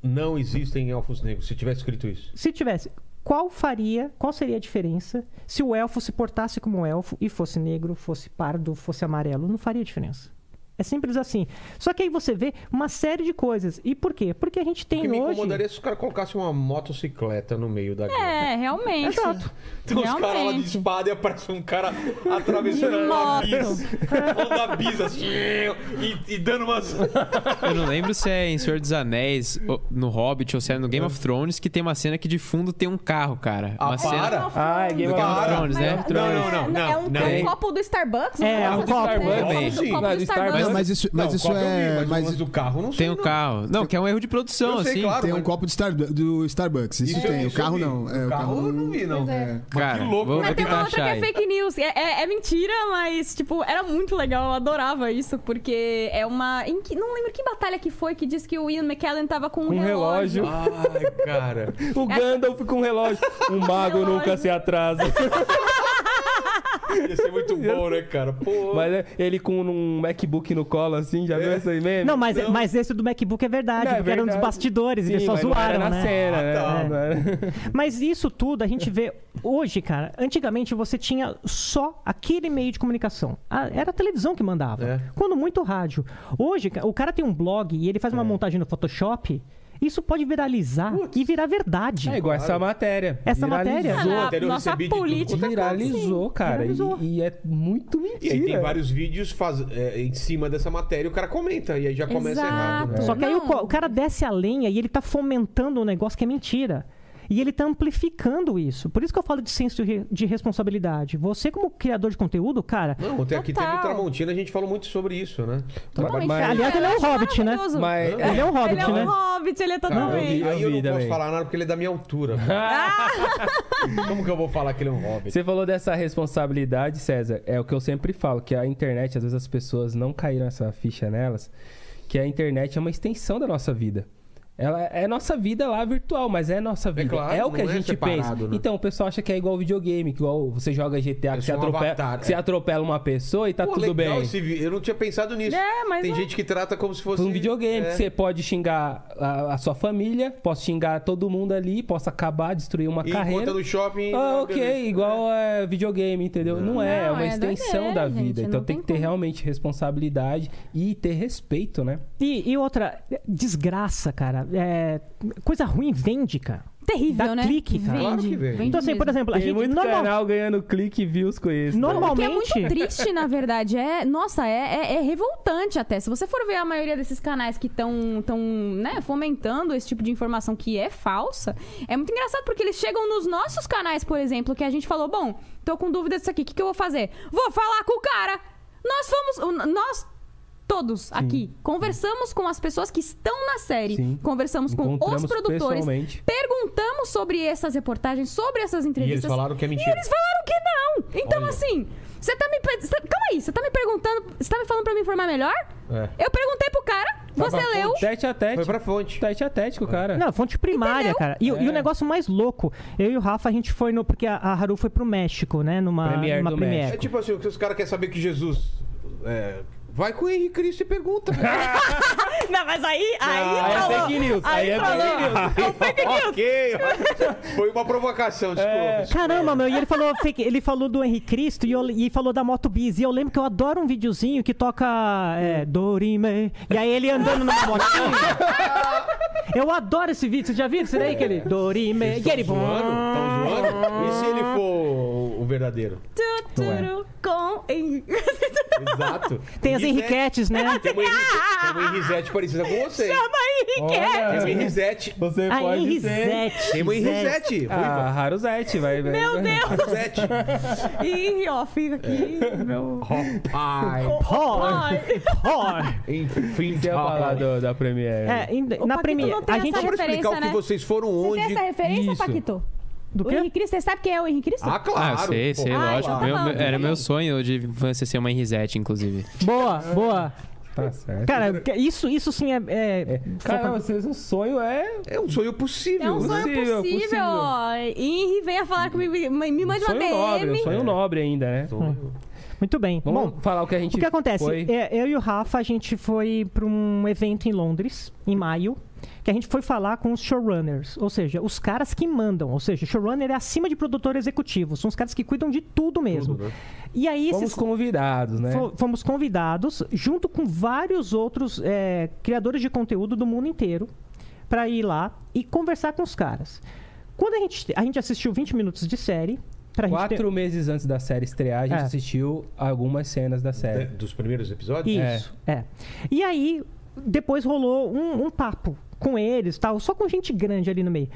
Não existem elfos negros, se tivesse escrito isso. Se tivesse. Qual faria, qual seria a diferença se o elfo se portasse como um elfo e fosse negro, fosse pardo, fosse amarelo? Não faria diferença. É simples assim. Só que aí você vê uma série de coisas. E por quê? Porque a gente O tem que me hoje. incomodaria se os caras colocassem uma motocicleta no meio da guerra. É, realmente. Exato. Então os caras lá de Realmente. espada e aparece um cara atravessando De uma moto. bis. Onda bis assim, e, e dando umas. Eu não lembro se é em Senhor dos Anéis, ou no Hobbit, ou se é no Game of Thrones, que tem uma cena que de fundo tem um carro, cara. Ah, Uma para. cena. Ah, é Game of Para. Thrones, né? Mas- Não, não, não, É um, não, é um não. copo do Starbucks? não É, é um um copo do né? Starbucks, Um sim. copo Mas do do Starbucks. Starbucks- Mas isso, Não, mas o isso copo eu vi, é. um mas o Mas lance do carro eu não sei. Tem um não. carro. Não, que é um erro de produção, Eu sei, assim. claro. tem um mas- copo de Star- do Starbucks. Isso, eu- tem. o isso eu carro vi. não. É, o carro, eu não vi, não. Pois é. Mas Cara, que louco, vou- né? Mas Vou tem tentar uma outra que achar é aí. fake news. É, é- é mentira, mas, tipo, era muito legal. Eu adorava isso, porque é uma. em que- não lembro que batalha que foi que diz que o Ian McKellen tava com um, Um relógio. Ai, cara. O Gandalf com um relógio. O mago Relógio. nunca se atrasa. Ia ser muito bom, né, cara? Pô. Mas é, ele com um MacBook no colo, assim, já viu essa aí mesmo? É. Não, mas, mas esse do MacBook é verdade, Então- Não, é porque era nos verdade. bastidores, eles Sim, só mas não era zoaram, na né? cena, né? Ah, tá. Não era- Mas isso tudo a gente vê hoje, cara. Antigamente você tinha só aquele meio de comunicação. Ah, Era a televisão que mandava. É. Quando muito rádio. Hoje, ca- o cara tem um blog e ele faz É. uma montagem no Photoshop. Isso pode viralizar e virar verdade. É igual essa matéria. Essa matéria? Ah, Viralizou. na- anterior nossa recebi de tudo é política. Viralizou, cara. e- viralizou. E, é muito E mentira. aí tem vários vídeos faz- é, em cima dessa matéria e o cara comenta. E aí já começa errado. Exato. Né? Só que aí o, Não. co- o cara desce a lenha e ele tá fomentando um negócio que é mentira. E ele tá amplificando isso. Por isso que eu falo de senso de, re- de responsabilidade. Você, como criador de conteúdo, cara. Não, ontem aqui Total. teve Tramontina, a gente falou muito sobre isso, né? Totalmente. Mas- Aliás, ele é um hobbit, né? maravilhoso. Mas... Ele é um hobbit, Ele é um né? hobbit, ele é totalmente. Eu aí eu vi não posso também. falar nada porque ele é da minha altura. Como que eu vou falar que ele é um hobbit? Você falou dessa responsabilidade, César. É o que eu sempre falo, que a internet, às vezes as pessoas não caíram essa ficha nelas, que a internet é uma extensão da nossa vida. Ela é nossa vida lá virtual, mas é nossa vida. É, claro, o que a não é gente separado, pensa. né? Então, o pessoal acha que é igual videogame, que igual você joga GTA, Eu que você sou um atropela, avatar, que você é. atropela uma pessoa e tá Pô, tudo legal bem. esse vi- Eu não tinha pensado nisso. É, mas Tem é. gente que trata como se fosse... Por um videogame, É. que você pode xingar a, a sua família, posso xingar todo mundo ali, posso acabar, destruir uma E carreira. encontra no shopping... Ah, ah, ok, beleza. igual é videogame, entendeu? Não, é, é Não, uma é extensão da doideira, gente, vida. não então tem tem que ter como. realmente responsabilidade e ter respeito, né? E, e outra, desgraça, cara. É, coisa ruim vende, cara. Terrível, Dá né? clique, cara. Claro que vende. Então, assim, por mesmo. exemplo, a gente. normal- ganhando clique e views com isso. né? Que é normalmente. muito triste, na verdade. É, nossa, é, é- é revoltante até. Se você for ver a maioria desses canais que estão tão, né, fomentando esse tipo de informação que é falsa, é muito engraçado porque eles chegam nos nossos canais, por exemplo, que a gente falou: bom, tô com dúvida disso aqui, o que, que eu vou fazer? Vou falar com o cara! Nós fomos. o- Nós. Todos aqui conversamos com as pessoas que estão na série, Sim. conversamos com os Encontramos produtores, pessoalmente. perguntamos sobre essas reportagens, sobre essas E entrevistas. eles falaram que é E mentira. eles falaram que não. Então, Olha. assim, você tá me. pe- cê- calma aí, você tá me perguntando. Você tá me falando pra me informar melhor? É. Eu perguntei pro cara, você pra leu. Tete a Tá. tete. É. Foi pra fonte. Tete a tete com o cara. Não, fonte primária, Entendeu? cara. E, o- e É. o negócio mais louco, eu e o Rafa, a gente foi no. Porque a, a Haru foi pro México, né? Numa Premiere numa do premiere. É tipo assim, os caras querem saber que Jesus é, Vai com o Henrique Cristo e pergunta. Ah, Não, mas aí. Aí, aí é falou, fake news, aí é fake falou. news. É fake news. ok. Foi uma provocação, desculpa. É. É. Caramba, meu, e ele falou, fake- ele falou do Henrique Cristo e, eu- e falou da Moto Biz. E eu lembro que eu adoro um videozinho que toca é, Dorime. E aí ele andando numa motinha. Eu adoro esse vídeo. Você já viu isso daí? Que ele. Dorime. E ele. Tão zoando? E se ele for o verdadeiro? Tu, turu, com. em- Exato. Tem as Henriquetes, né? Tem uma Henri- tem uma Henrisete parecida com você. Chama é. aí, Henriquete! Tem uma Henrisete. Você A pode ser. Henrizete. Tem uma Henrisete. Ah, Haruzete, vai. Meu Deus! Henrisete. Ih, ó, fica aqui. Meu. Pai. Ai. Enfim, Você ia falar do- da Premiere. É, em- O na Paquito Premiere. não tem A essa gente. Só pra explicar o referência, que né? vocês foram Você tem onde. essa referência, Isso. Paquito? Do O quê? Henrique Cristo, você sabe quem é o Henrique Cristo? Ah, Ah, eu claro. sei, sei, Ah, lógico. então tá Meu- bom, meu- tá era bom. meu sonho de infância ser uma Henrisete, inclusive. Boa, boa. Tá certo. Cara, isso, isso sim é. é- Cara, vocês, o sonho é. É um sonho É possível. um sonho Possível, possível. possível. ó. Henri, venha falar comigo. Me me manda uma sonho nobre, um DM. sonho nobre ainda, né? Muito bem. Vamos Bom, falar o que a gente. O que acontece? Foi... É, eu e o Rafa, a gente foi para um evento em Londres, em maio, que a gente foi falar com os showrunners, ou seja, os caras que mandam. Ou seja, showrunner é acima de produtor executivo, são os caras que cuidam de tudo mesmo. E aí, né? Fomos esses, convidados, né? fo- fomos convidados, junto com vários outros é, criadores de conteúdo do mundo inteiro, para ir lá e conversar com os caras. Quando a gente, a gente assistiu 20 minutos de série, pra gente. Quatro meses antes da série estrear, a gente É. assistiu algumas cenas da É, série. Dos primeiros episódios? Isso, é. E aí, depois rolou um, um papo com eles, tal, só com gente grande ali no meio.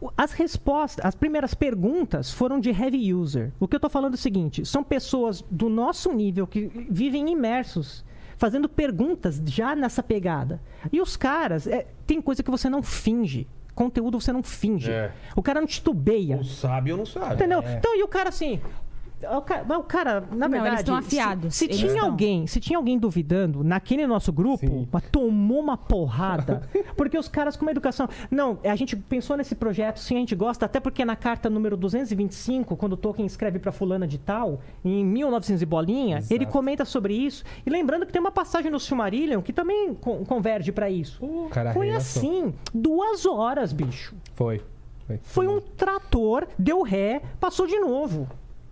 O- As respostas, as primeiras perguntas foram de heavy user. O que eu tô falando é o seguinte, são pessoas do nosso nível que vivem imersos fazendo perguntas já nessa pegada. E os caras, é, tem coisa que você não finge. Conteúdo você não finge. É. O cara não É. titubeia. Um Ou sabe ou não sabe. Entendeu? é. Então, e o cara assim. O cara, mas o cara, na Não, verdade. eles estão se- afiados. Se, Eles tinha estão. alguém, se tinha alguém duvidando naquele nosso grupo, mas tomou uma porrada. porque os caras com uma educação. Não, a gente pensou nesse projeto, sim, a gente gosta, até porque na carta número 225, quando Tolkien escreve pra fulana de tal, em 1900 e bolinha, ele comenta sobre isso. E lembrando que tem uma passagem no Silmarillion que também con- converge pra isso. cara Foi arregaçou. assim, duas horas, bicho. Foi. Foi. É. Foi um trator, deu ré, passou de novo.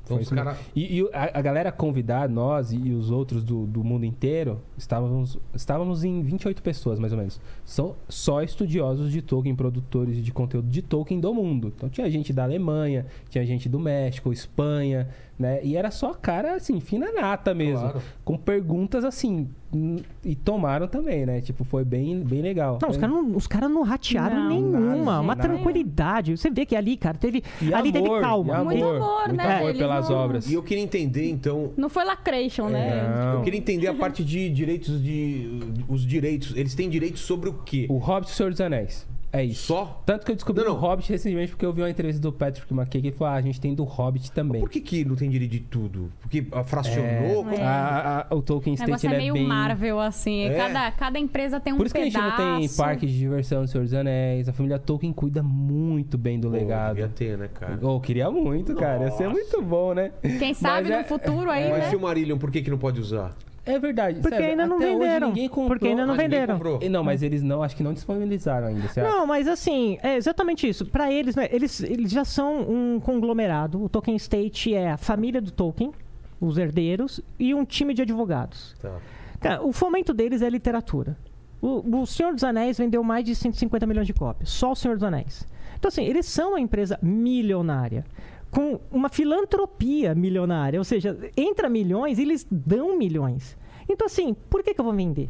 Então, os isso mesmo. cara- E, e a, a galera convidar nós e, e os outros do, do mundo inteiro, estávamos, estávamos em 28 pessoas, mais ou menos. São só estudiosos de Tolkien, produtores de conteúdo de Tolkien do mundo. Então tinha gente da Alemanha, tinha gente do México, Espanha, né? E era só cara, assim, fina nata mesmo. Claro. Com perguntas, assim, hum, e tomaram também, né? Tipo, foi bem, bem legal. Não, os caras não, os cara não ratearam Não, nenhuma. nada, uma nada. tranquilidade. Você vê que ali, cara, teve. E ali amor, teve calma. e amor, Muito amor, muito né? amor Eles pelas não- obras. E eu queria entender, então, Não foi lacration, né? Não. Eu queria entender a parte de direitos de. Os direitos. Eles têm direitos sobre o quê? O Hobbit e o Senhor dos Anéis. É isso. Só? Tanto que eu descobri Não, não. o Hobbit recentemente porque eu vi uma entrevista do Patrick McKay que ele falou: ah, a gente tem do Hobbit também. Por que, que não tem direito de tudo? Porque ah, fracionou? É, a- a- o Tolkien O State negócio ele é é, meio bem. Marvel, assim. É. Cada, cada empresa tem um Por isso que a gente pedaço. não tem parque de diversão do Senhor dos Anéis. A família Tolkien cuida muito bem do Pô, Devia legado. ter, né, cara? Oh, queria muito, cara. Ia ser muito bom, né? Quem sabe no é- futuro aí, Mas se né? o Marillion, por que, que não pode usar? É verdade. Porque César, ainda não até hoje venderam. ninguém comprou. Porque ainda não Ah, ninguém venderam. comprou. comprou. Não, mas eles não, acho que não disponibilizaram ainda, certo? Não, mas assim, é exatamente isso. Pra eles, né, eles, eles já são um conglomerado. O Tolkien State é a família do Tolkien, os herdeiros, e um time de advogados. Tá. Cara, o fomento deles é a literatura. O, o Senhor dos Anéis vendeu mais de 150 milhões de cópias. Só o Senhor dos Anéis. Então, assim, eles são uma empresa milionária. Com uma filantropia milionária. Ou seja, entra milhões e eles dão milhões. Então, assim, por que, que eu vou vender?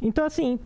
Então, assim,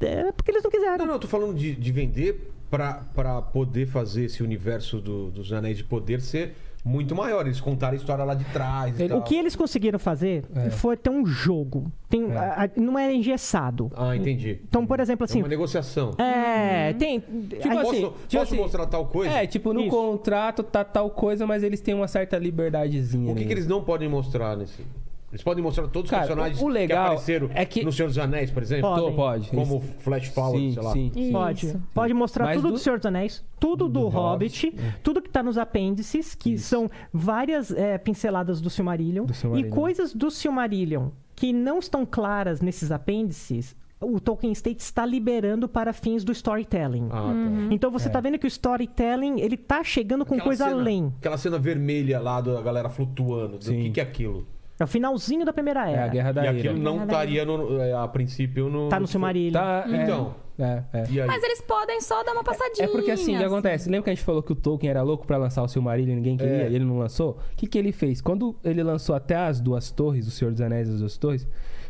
é porque eles não Não, quiseram. não, eu tô falando de, de vender pra, pra poder fazer esse universo do- dos Anéis de Poder ser muito maior. Eles contaram a história lá de trás. e O tal. que eles conseguiram fazer É. foi ter um jogo. Tem, a- a- não é engessado. Ah, entendi. Então, por exemplo, É assim. uma negociação. É, tem. a- tipo assim, posso tipo posso assim, mostrar tal coisa? É, tipo, no Isso. contrato tá tal coisa, mas eles têm uma certa liberdadezinha. o que, ali. que eles não podem mostrar nesse. Eles podem mostrar todos os Cara, personagens o legal que apareceram é que- no Senhor dos Anéis, por exemplo. Ó, Tô, pode. Como Flash Forward, sim, sei lá. Sim, sim. Pode. Isso. Pode mostrar Mas tudo do- é. do Senhor dos Anéis, tudo do, Hobbit, tudo que tá nos apêndices, que são várias é, pinceladas do Silmarillion, Do Silmarillion. E coisas do Silmarillion que não estão claras nesses apêndices, o Tolkien State está liberando para fins do storytelling. Ah, tá. Uhum. Então É. você tá vendo que o storytelling, ele tá chegando com Aquela coisa cena- além. Aquela cena vermelha lá da galera flutuando. Do Sim. que, que é aquilo? É o finalzinho da primeira É era. a Guerra da e Ira. aquilo não estaria no- é, a princípio no. Tá no Silmarillion. Tá, é, Então. É, é. E aí? Mas eles podem só dar uma passadinha. É porque assim, o que acontece? Lembra que a gente falou que o Tolkien era louco pra lançar o Silmarillion e ninguém queria É. e ele não lançou? O que, que ele fez? Quando ele lançou até as duas torres, o Senhor dos Anéis e as duas torres,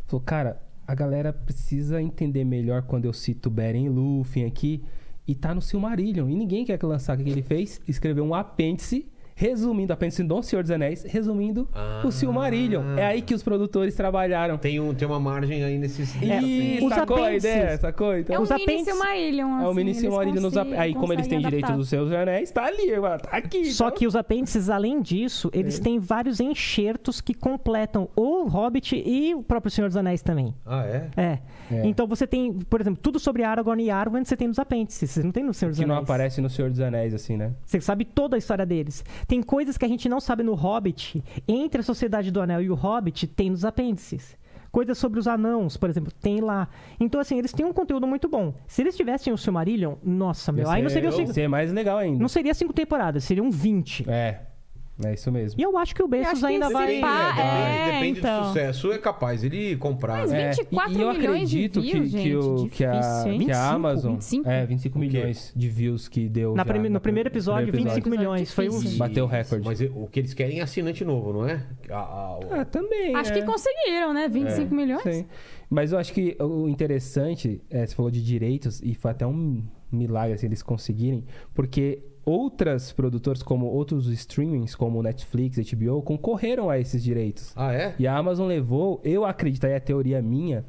falou, cara, a galera precisa entender melhor quando eu cito Beren e Lúthien aqui e tá no Silmarillion e ninguém quer que lançar. O que, que ele fez? Escreveu um apêndice resumindo, apêndice do Senhor dos Anéis, resumindo Ah. o Silmarillion. É aí que os produtores trabalharam. Tem, um, tem uma margem aí nesses. E É, os sacou a apêndices. ideia, sacou? Então, É um Os mini apêndices- Silmarillion. é o assim, mini eles Silmarillion nos ap- consi- Aí, como eles têm conseguem direito adaptar. dos seus anéis, tá ali, mano. Tá aqui. Só então. que os apêndices, além disso, eles É. têm vários enxertos que completam o Hobbit e o próprio Senhor dos Anéis também. Ah, é? É. É. Então você tem, por exemplo, tudo sobre Aragorn e Arwen você tem nos apêndices. Você não tem no Senhor dos Que não Anéis. aparece no Senhor dos Anéis, assim, né? Você sabe toda a história deles. Tem coisas que a gente não sabe no Hobbit. Entre a Sociedade do Anel e o Hobbit, tem nos apêndices. Coisas sobre os anãos, por exemplo, tem lá. Então, assim, eles têm um conteúdo muito bom. Se eles tivessem o Silmarillion, nossa, meu, aí não seria, o Ia cinco, ser mais legal ainda. não seria cinco temporadas, seriam 20. É. É isso mesmo. E eu acho que o Eu acho Bezos que ainda se vai. pá, Depende, é, depende então. do sucesso, é capaz ele comprar. Mas né? É, 24 e, e eu milhões de acredito que, views, que, o- gente, que a, difícil, hein? que a 25, Amazon. 25? É, 25 milhões de views que deu. Na já prime- na- no primeiro episódio, primeiro 25 milhões. Foi um. Difícil. Bateu o recorde. Mas o que eles querem é assinante novo, não é? A- a- o- Ah, também. Acho é. que conseguiram, né? 25 milhões? Sim. Mas eu acho que o interessante, é, você falou de direitos, e foi até um milagre se eles conseguirem, porque outras produtoras, como outros streamings, como Netflix, HBO, concorreram a esses direitos. Ah, é? E a Amazon levou, eu acredito, aí é a teoria minha,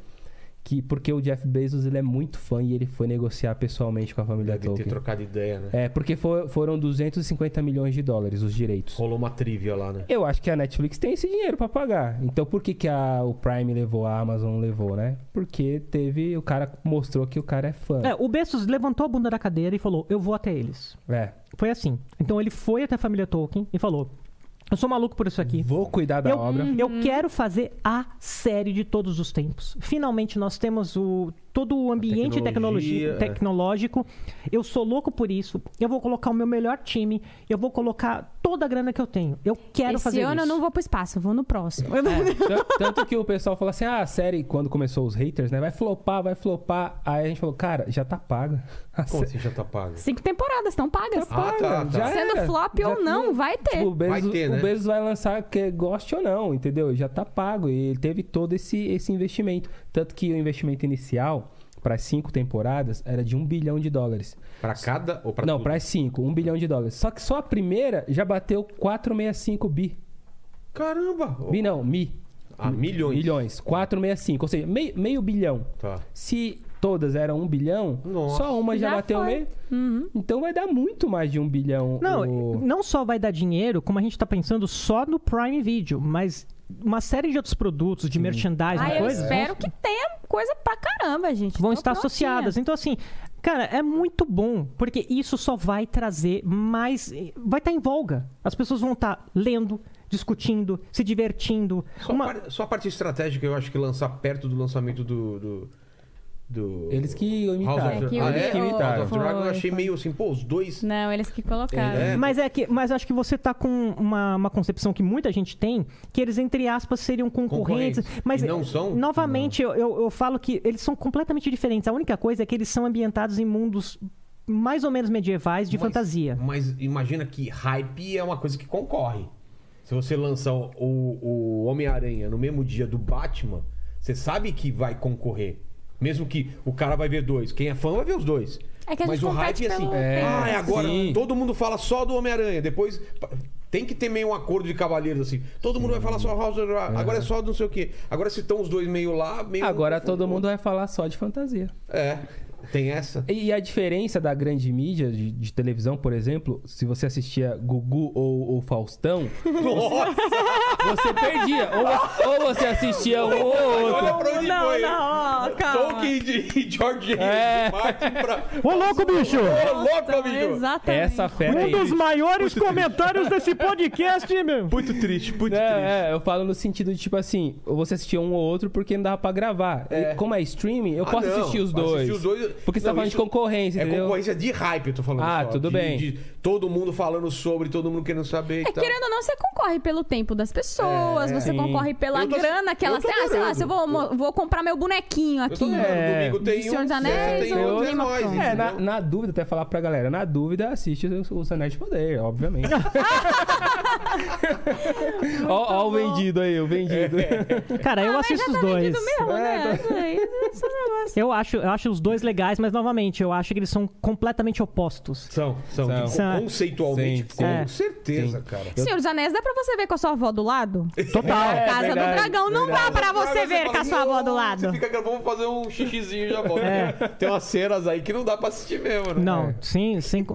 que porque o Jeff Bezos ele é muito fã e ele foi negociar pessoalmente com a família Deve ter Tolkien. trocado ideia, né? É, porque for- foram 250 milhões de dólares os direitos. Rolou uma trivia lá, né? Eu acho que a Netflix tem esse dinheiro pra pagar. Então por que, que a- o Prime levou, a Amazon levou, né? Porque teve. O cara mostrou que o cara é fã. É, o Bezos levantou a bunda da cadeira e falou: Eu vou até eles. É. Foi assim. Então ele foi até a família Tolkien e falou: Eu sou maluco por isso aqui. Vou cuidar da eu, Hum. obra. eu Uhum. quero fazer a série de todos os tempos. Finalmente nós temos o todo o ambiente tecnologia, é. tecnologi- tecnológico. Eu sou louco por isso. Eu vou colocar o meu melhor time. Eu vou colocar toda a grana que eu tenho. Eu quero Esse fazer ano eu isso. não vou pro espaço, eu vou no próximo. Tan- Tanto que o pessoal falou assim: ah, a série, quando começou os haters, né? Vai flopar, vai flopar. Aí a gente falou: cara, já tá paga. A Como sé- assim já tá pago? Cinco temporadas estão pagas. Ah, tá, tá. É, já Sendo era. flop Já ou não, tinha- vai ter. Tipo, o Bezos, Vai ter, né? o Bezos vai lançar que goste ou não, entendeu? Já tá pago e ele teve todo esse, esse investimento. Tanto que o investimento inicial para cinco temporadas era de um bilhão de dólares. Pra cada ou pra não, tudo? para cinco, um bilhão de dólares. Só que só a primeira já bateu 465 bi. Caramba! Bi não, mi. Ah, milhões. Milhões. 465, ou seja, meio, meio bilhão. Tá. Se todas eram um bilhão, Nossa. só uma já, Já bateu foi. Uhum. meio. Então vai dar muito mais de um bilhão. Não, o- não só vai dar dinheiro, como a gente tá pensando só no Prime Video, mas uma série de outros produtos, de merchandising, Ah, eu coisas, espero que tenha coisa pra caramba, gente. vão Tô estar prontinha. associadas. Então, assim, cara, é muito bom, porque isso só vai trazer mais. eh, Vai estar em voga. As pessoas vão estar lendo, discutindo, se divertindo. Só, Uma- a par- só a parte estratégica eu acho que lançar perto do lançamento do. do, do- Eles que imitaram. House É of, que ah, eles é? que imitaram. House of Dragon eu Foi, achei foi. meio assim, pô, os dois. Não, eles que colocaram. É. Mas é que, mas acho que você tá com uma, uma concepção que muita gente tem, que eles entre aspas seriam concorrentes, Concorrentes. mas E não são? Novamente, eu, eu, eu falo que eles são completamente diferentes. A única coisa é que eles são ambientados em mundos mais ou menos medievais de Mas- fantasia. Mas imagina que hype é uma coisa que concorre. Se você lançar o, o Homem-Aranha no mesmo dia do Batman, você sabe que vai concorrer. Mesmo que o cara vai ver dois. Quem é fã vai ver os dois. É que a Mas gente o hype compete é assim. pelo- É, ah, é agora. sim. Todo mundo fala só do Homem-Aranha. Depois. pa- Tem que ter meio um acordo de cavalheiros, assim. Todo mundo vai falar só House of Dragon. Agora é só não sei o quê. Agora se estão os dois meio lá, meio. Agora todo mundo vai falar só de fantasia. É. Tem essa? E a diferença da grande mídia de, de televisão, por exemplo, se você assistia Gugu ou, ou Faustão, você perdia. Ou, vo- ou você assistia um ou outro. pra onde Não, foi. não, ó, calma. Tolkien de George Harris, É. Martin pra... Ô, louco, bicho! Ô, é louco, amigo! Exatamente. Essa fera Um aí. dos maiores comentários desse podcast, meu! Muito triste, muito É, é, eu falo no sentido de tipo assim, ou você assistia um ou outro porque não dava pra gravar. E como é streaming, eu Ah, posso não, assistir os posso dois. assistir os dois. Porque você Não, tá falando de isso concorrência, É entendeu? concorrência de hype, eu tô falando. Ah, só, tudo de- bem. de todo mundo falando sobre, todo mundo querendo saber. e É, tal. querendo ou não, você concorre pelo tempo das pessoas, É, você Sim. concorre pela Eu tô- grana que eu elas tô têm. Ah, sei lá, adorando. se eu vou, mo- vou comprar meu bonequinho Eu aqui. tô vendo, É. domingo tem De um, Senhor dos sexta Anéis tem ou outro, é Game of nóis, Thrones? É, na, entendeu? na dúvida, até falar pra galera, na dúvida, assiste os- os Anéis de Poder, obviamente. ó, ó o bom. É, vendido aí, o vendido. Cara, eu Mas já assisto os tá dois. vendido É, mesmo, né? então. Isso aí, esse negócio. Eu acho, eu acho os dois legais, mas novamente, eu acho que eles são completamente opostos. São, são. São. São. Tipo, Conceitualmente, Sim, sim. com É. certeza, cara. Senhor dos Anéis, dá pra você ver com a sua avó do lado? Total. É, Casa verdade, do Dragão não dá pra Mas você ver fala, com a sua avó do "Não, lado. Você fica aqui, vamos fazer um xixizinho e já volto. É. Tem umas cenas aí que não dá pra assistir mesmo, né? Não, sim, sim.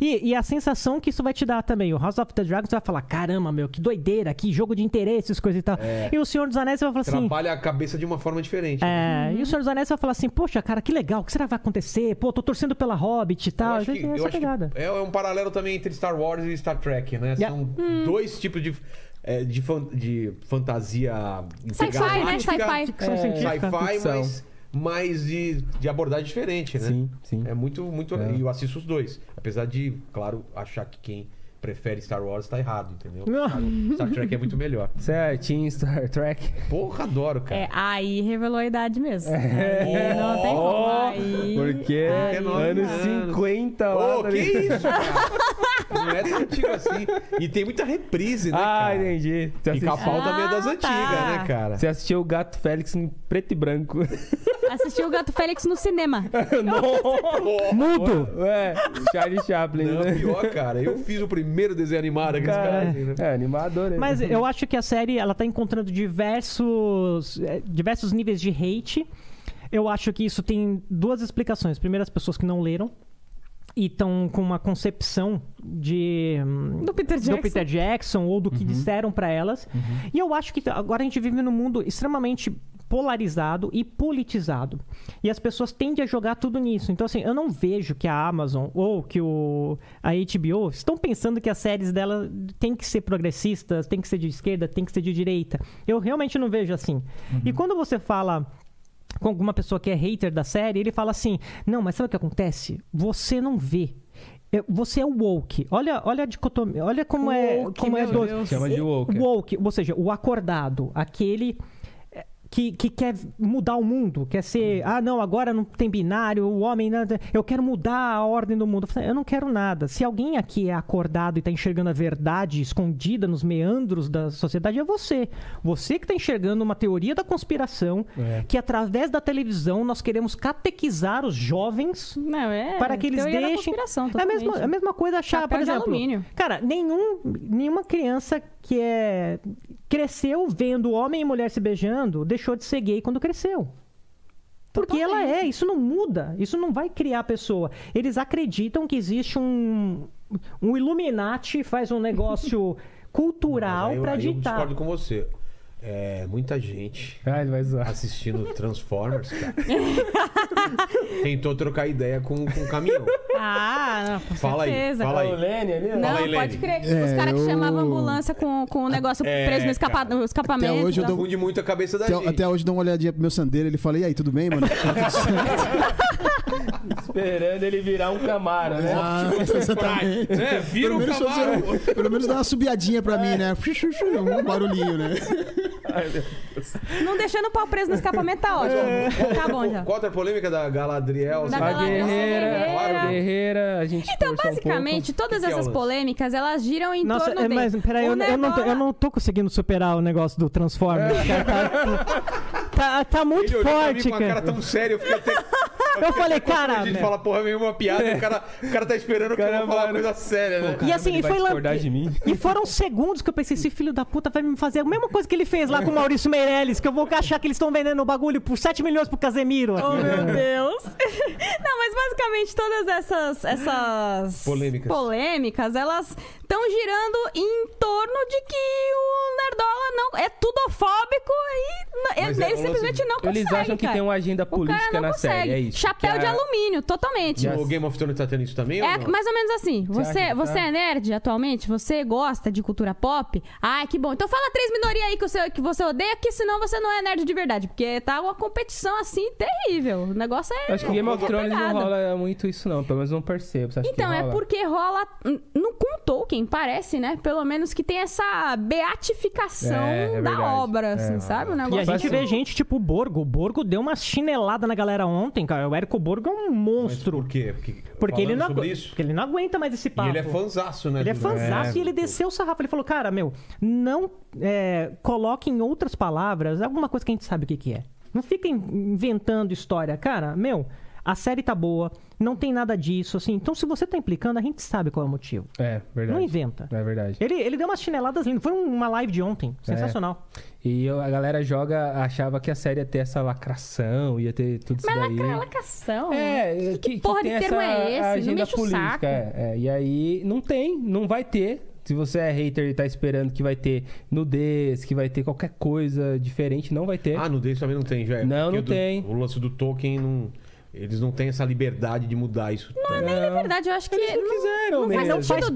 E, e a sensação que isso vai te dar também. O House of the Dragon, você vai falar, caramba, meu, que doideira, que jogo de interesses, coisa e tal. É. E o Senhor dos Anéis, você vai falar assim... Trabalha a cabeça de uma forma diferente. É, E o Senhor dos Anéis vai falar assim, poxa, cara, que legal, o que será que vai acontecer? Pô, tô torcendo pela Hobbit e tal. acho que- é eu essa acho que pegada. é é um paralelo também entre Star Wars e Star Trek, né? Yeah. São dois tipos de, é, de, fan- de fantasia galáctica, Sci-fi, né? Sci-fi. É, Ficção científica. Sci-fi, Ficção. mas, mas de, de abordagem diferente, né? Sim, sim. É muito, muito. E eu assisto os dois. Apesar de, claro, achar que quem prefere Star Wars tá errado, entendeu? Star Trek é muito melhor. Certinho, Star Trek. Porra, adoro, cara. É, aí revelou a idade mesmo. É. Aí Não tem como. Aí... Porque Aí não anos dá. 50 lá. Ô, tá que ligado? isso, cara? Não é tão antigo assim. E tem muita reprise, né, Ah, cara? entendi. E Você, assisti- Capau também é das Ah, antigas, tá. né, cara? você assistiu o Gato Félix em preto e branco. Assistiu o Gato Félix no cinema. Mudo! é, Charlie Chaplin. Não, né? pior, cara. Eu fiz o primeiro desenho animado aqui, cara. É, animador. né? Mas eu acho que a série ela tá encontrando diversos, eh, diversos níveis de hate. Eu acho que isso tem duas explicações. Primeiro, as pessoas que não leram e estão com uma concepção de hum, Do Peter do Jackson. Peter Jackson ou do que disseram pra elas. E eu acho que agora a gente vive num mundo extremamente polarizado e politizado. E as pessoas tendem a jogar tudo nisso. Então, assim, eu não vejo que a Amazon ou que o, a HBO estão pensando que as séries dela tem que ser progressistas, tem que ser de esquerda, tem que ser de direita. Eu realmente não vejo assim. E quando você fala com alguma pessoa que é hater da série, ele fala assim: Não, mas sabe o que acontece? Você não vê. Eu- Você é woke. Olha, olha a dicotomia. Olha como é, Woke, como é meu doido. Deus. Chama de É, woke. Woke, ou seja, o acordado, aquele é, que, que quer mudar o mundo, quer ser, ah, não, agora não tem binário, o homem, nada, eu quero mudar a ordem do mundo. Eu falei, Eu não quero nada. Se alguém aqui é acordado e está enxergando a verdade escondida nos meandros da sociedade, é você. Você que está enxergando uma teoria da conspiração, que através da televisão nós queremos catequizar os jovens Não, é. para que eles teoria da deixem. conspiração, É a mesma, totalmente. é a mesma coisa achar, Papel por de exemplo. alumínio. Cara, nenhum, nenhuma criança que é cresceu vendo homem e mulher se beijando deixou de ser gay quando cresceu. Porque ela é, isso não muda, isso não vai criar a pessoa. Eles acreditam que existe um um Illuminati faz um negócio cultural Aí eu- para aí Eu ditar. discordo com você. É, muita gente Ah, ele vai zoar. assistindo Transformers, cara. Tentou trocar ideia com com o caminhão. Ah, não, com Fala aí, certeza. fala aí. É O Lenny ali, ó. Não, Fala aí, Lene. pode crer. É, Os caras que eu- chamavam a ambulância com, com o negócio É, preso no, escapa- cara. no escapamento. Até hoje eu da- dou- Confunde muito a cabeça da um- gente. Até, até hoje dou uma olhadinha pro meu sandeiro, ele fala, e aí, tudo bem, mano? É. Esperando ele virar um Camaro, né? Ah, um- exatamente. É, vira o Pelo menos, cavalo. fazer- pelo menos dá uma subiadinha pra É. mim, né? Um barulhinho, né? Não deixando o pau preso no escapamento tá ótimo. É. Tá bom já. Qual outra polêmica da Galadriel? Da A sabe? Galadriel, guerreira, guerreira. a guerreira, a gente Então, força um basicamente, todas que é o essas lance? polêmicas, elas giram em Nossa, torno é, mas dele. peraí, O eu, eu não tô, eu negócio- não tô conseguindo superar o negócio do Transformers. cara, tá, tá- tá muito Ele olhou pra mim forte, com uma cara cara. tão séria, eu fiquei até. Eu falei, a cara. gente meu. fala, porra, meio uma piada, e o cara, o cara tá esperando que eu vou Caramba, falar uma né? coisa séria, né? pouco. E assim, Ele vai foi lamp- discordar de mim. E foram segundos que eu pensei, esse filho da puta vai me fazer a mesma coisa que ele fez lá com o Maurício É. Meirelles, que eu vou achar que eles estão vendendo o bagulho por 7 milhões pro Casemiro. Oh, meu Deus. Não, mas basicamente todas essas, essas Polêmicas. polêmicas, elas estão girando em torno de que o Nerdola não é tudofóbico e n- Mas é ele, ele um lance simplesmente não consegue. Eles acham que cara. tem uma agenda O cara política não na consegue. série, é isso. Chapéu Que de a- alumínio, totalmente. O Game of Thrones tá tendo isso também É ou não? mais ou menos assim. acha que Você, tá? você é nerd atualmente? Você gosta de cultura pop? Ah, que bom. Então fala três minorias aí que você, que você odeia, que senão você não é nerd de verdade. Porque tá uma competição assim terrível. O negócio é. Acho que Game of Thrones não pegada. rola muito isso, não. Pelo menos não percebo. Você acha que Então, é rola? porque rola. n- No, com Tolkien, parece, né? Pelo menos que tem essa beatificação É, é da verdade. obra, assim, É. sabe? O E a negócio gente um vê gente tipo o Borgo. O Borgo deu uma chinelada na galera ontem, cara. O Érico Borgo é um Mas monstro. por quê? Porque, Porque falando ele, não agu... sobre isso. porque ele não aguenta mais esse E papo. ele é fanzaço, né? Ele é do- fanzaço É. e ele desceu o sarrafo. Ele falou, cara, meu, não é, coloque em outras palavras alguma coisa que a gente sabe o que, que é. Não fica in- inventando história. Cara, meu, a série tá boa, não tem nada disso, assim. Então, se você tá implicando, a gente sabe qual é o motivo. É, verdade. Não inventa. É verdade. Ele, ele deu umas chineladas lindas. Foi uma live de ontem. Sensacional. E eu- a galera joga, achava que a série ia ter essa lacração, ia ter tudo isso Mas daí. lacra- lacração. É, que, que porra tem de termo essa é esse? Não agenda me enche o política, saco. é, é. e aí não tem, não vai ter. Se você é hater e tá esperando que vai ter nudez, que vai ter qualquer coisa diferente, não vai ter. Ah, nudez também não tem, já é. Não, Porque não do- tem. O lance do Tolkien não. Eles não têm essa liberdade de mudar isso. tá Não, Nem, na É, verdade, eu acho que. Eles não quiseram não mesmo. faz sentido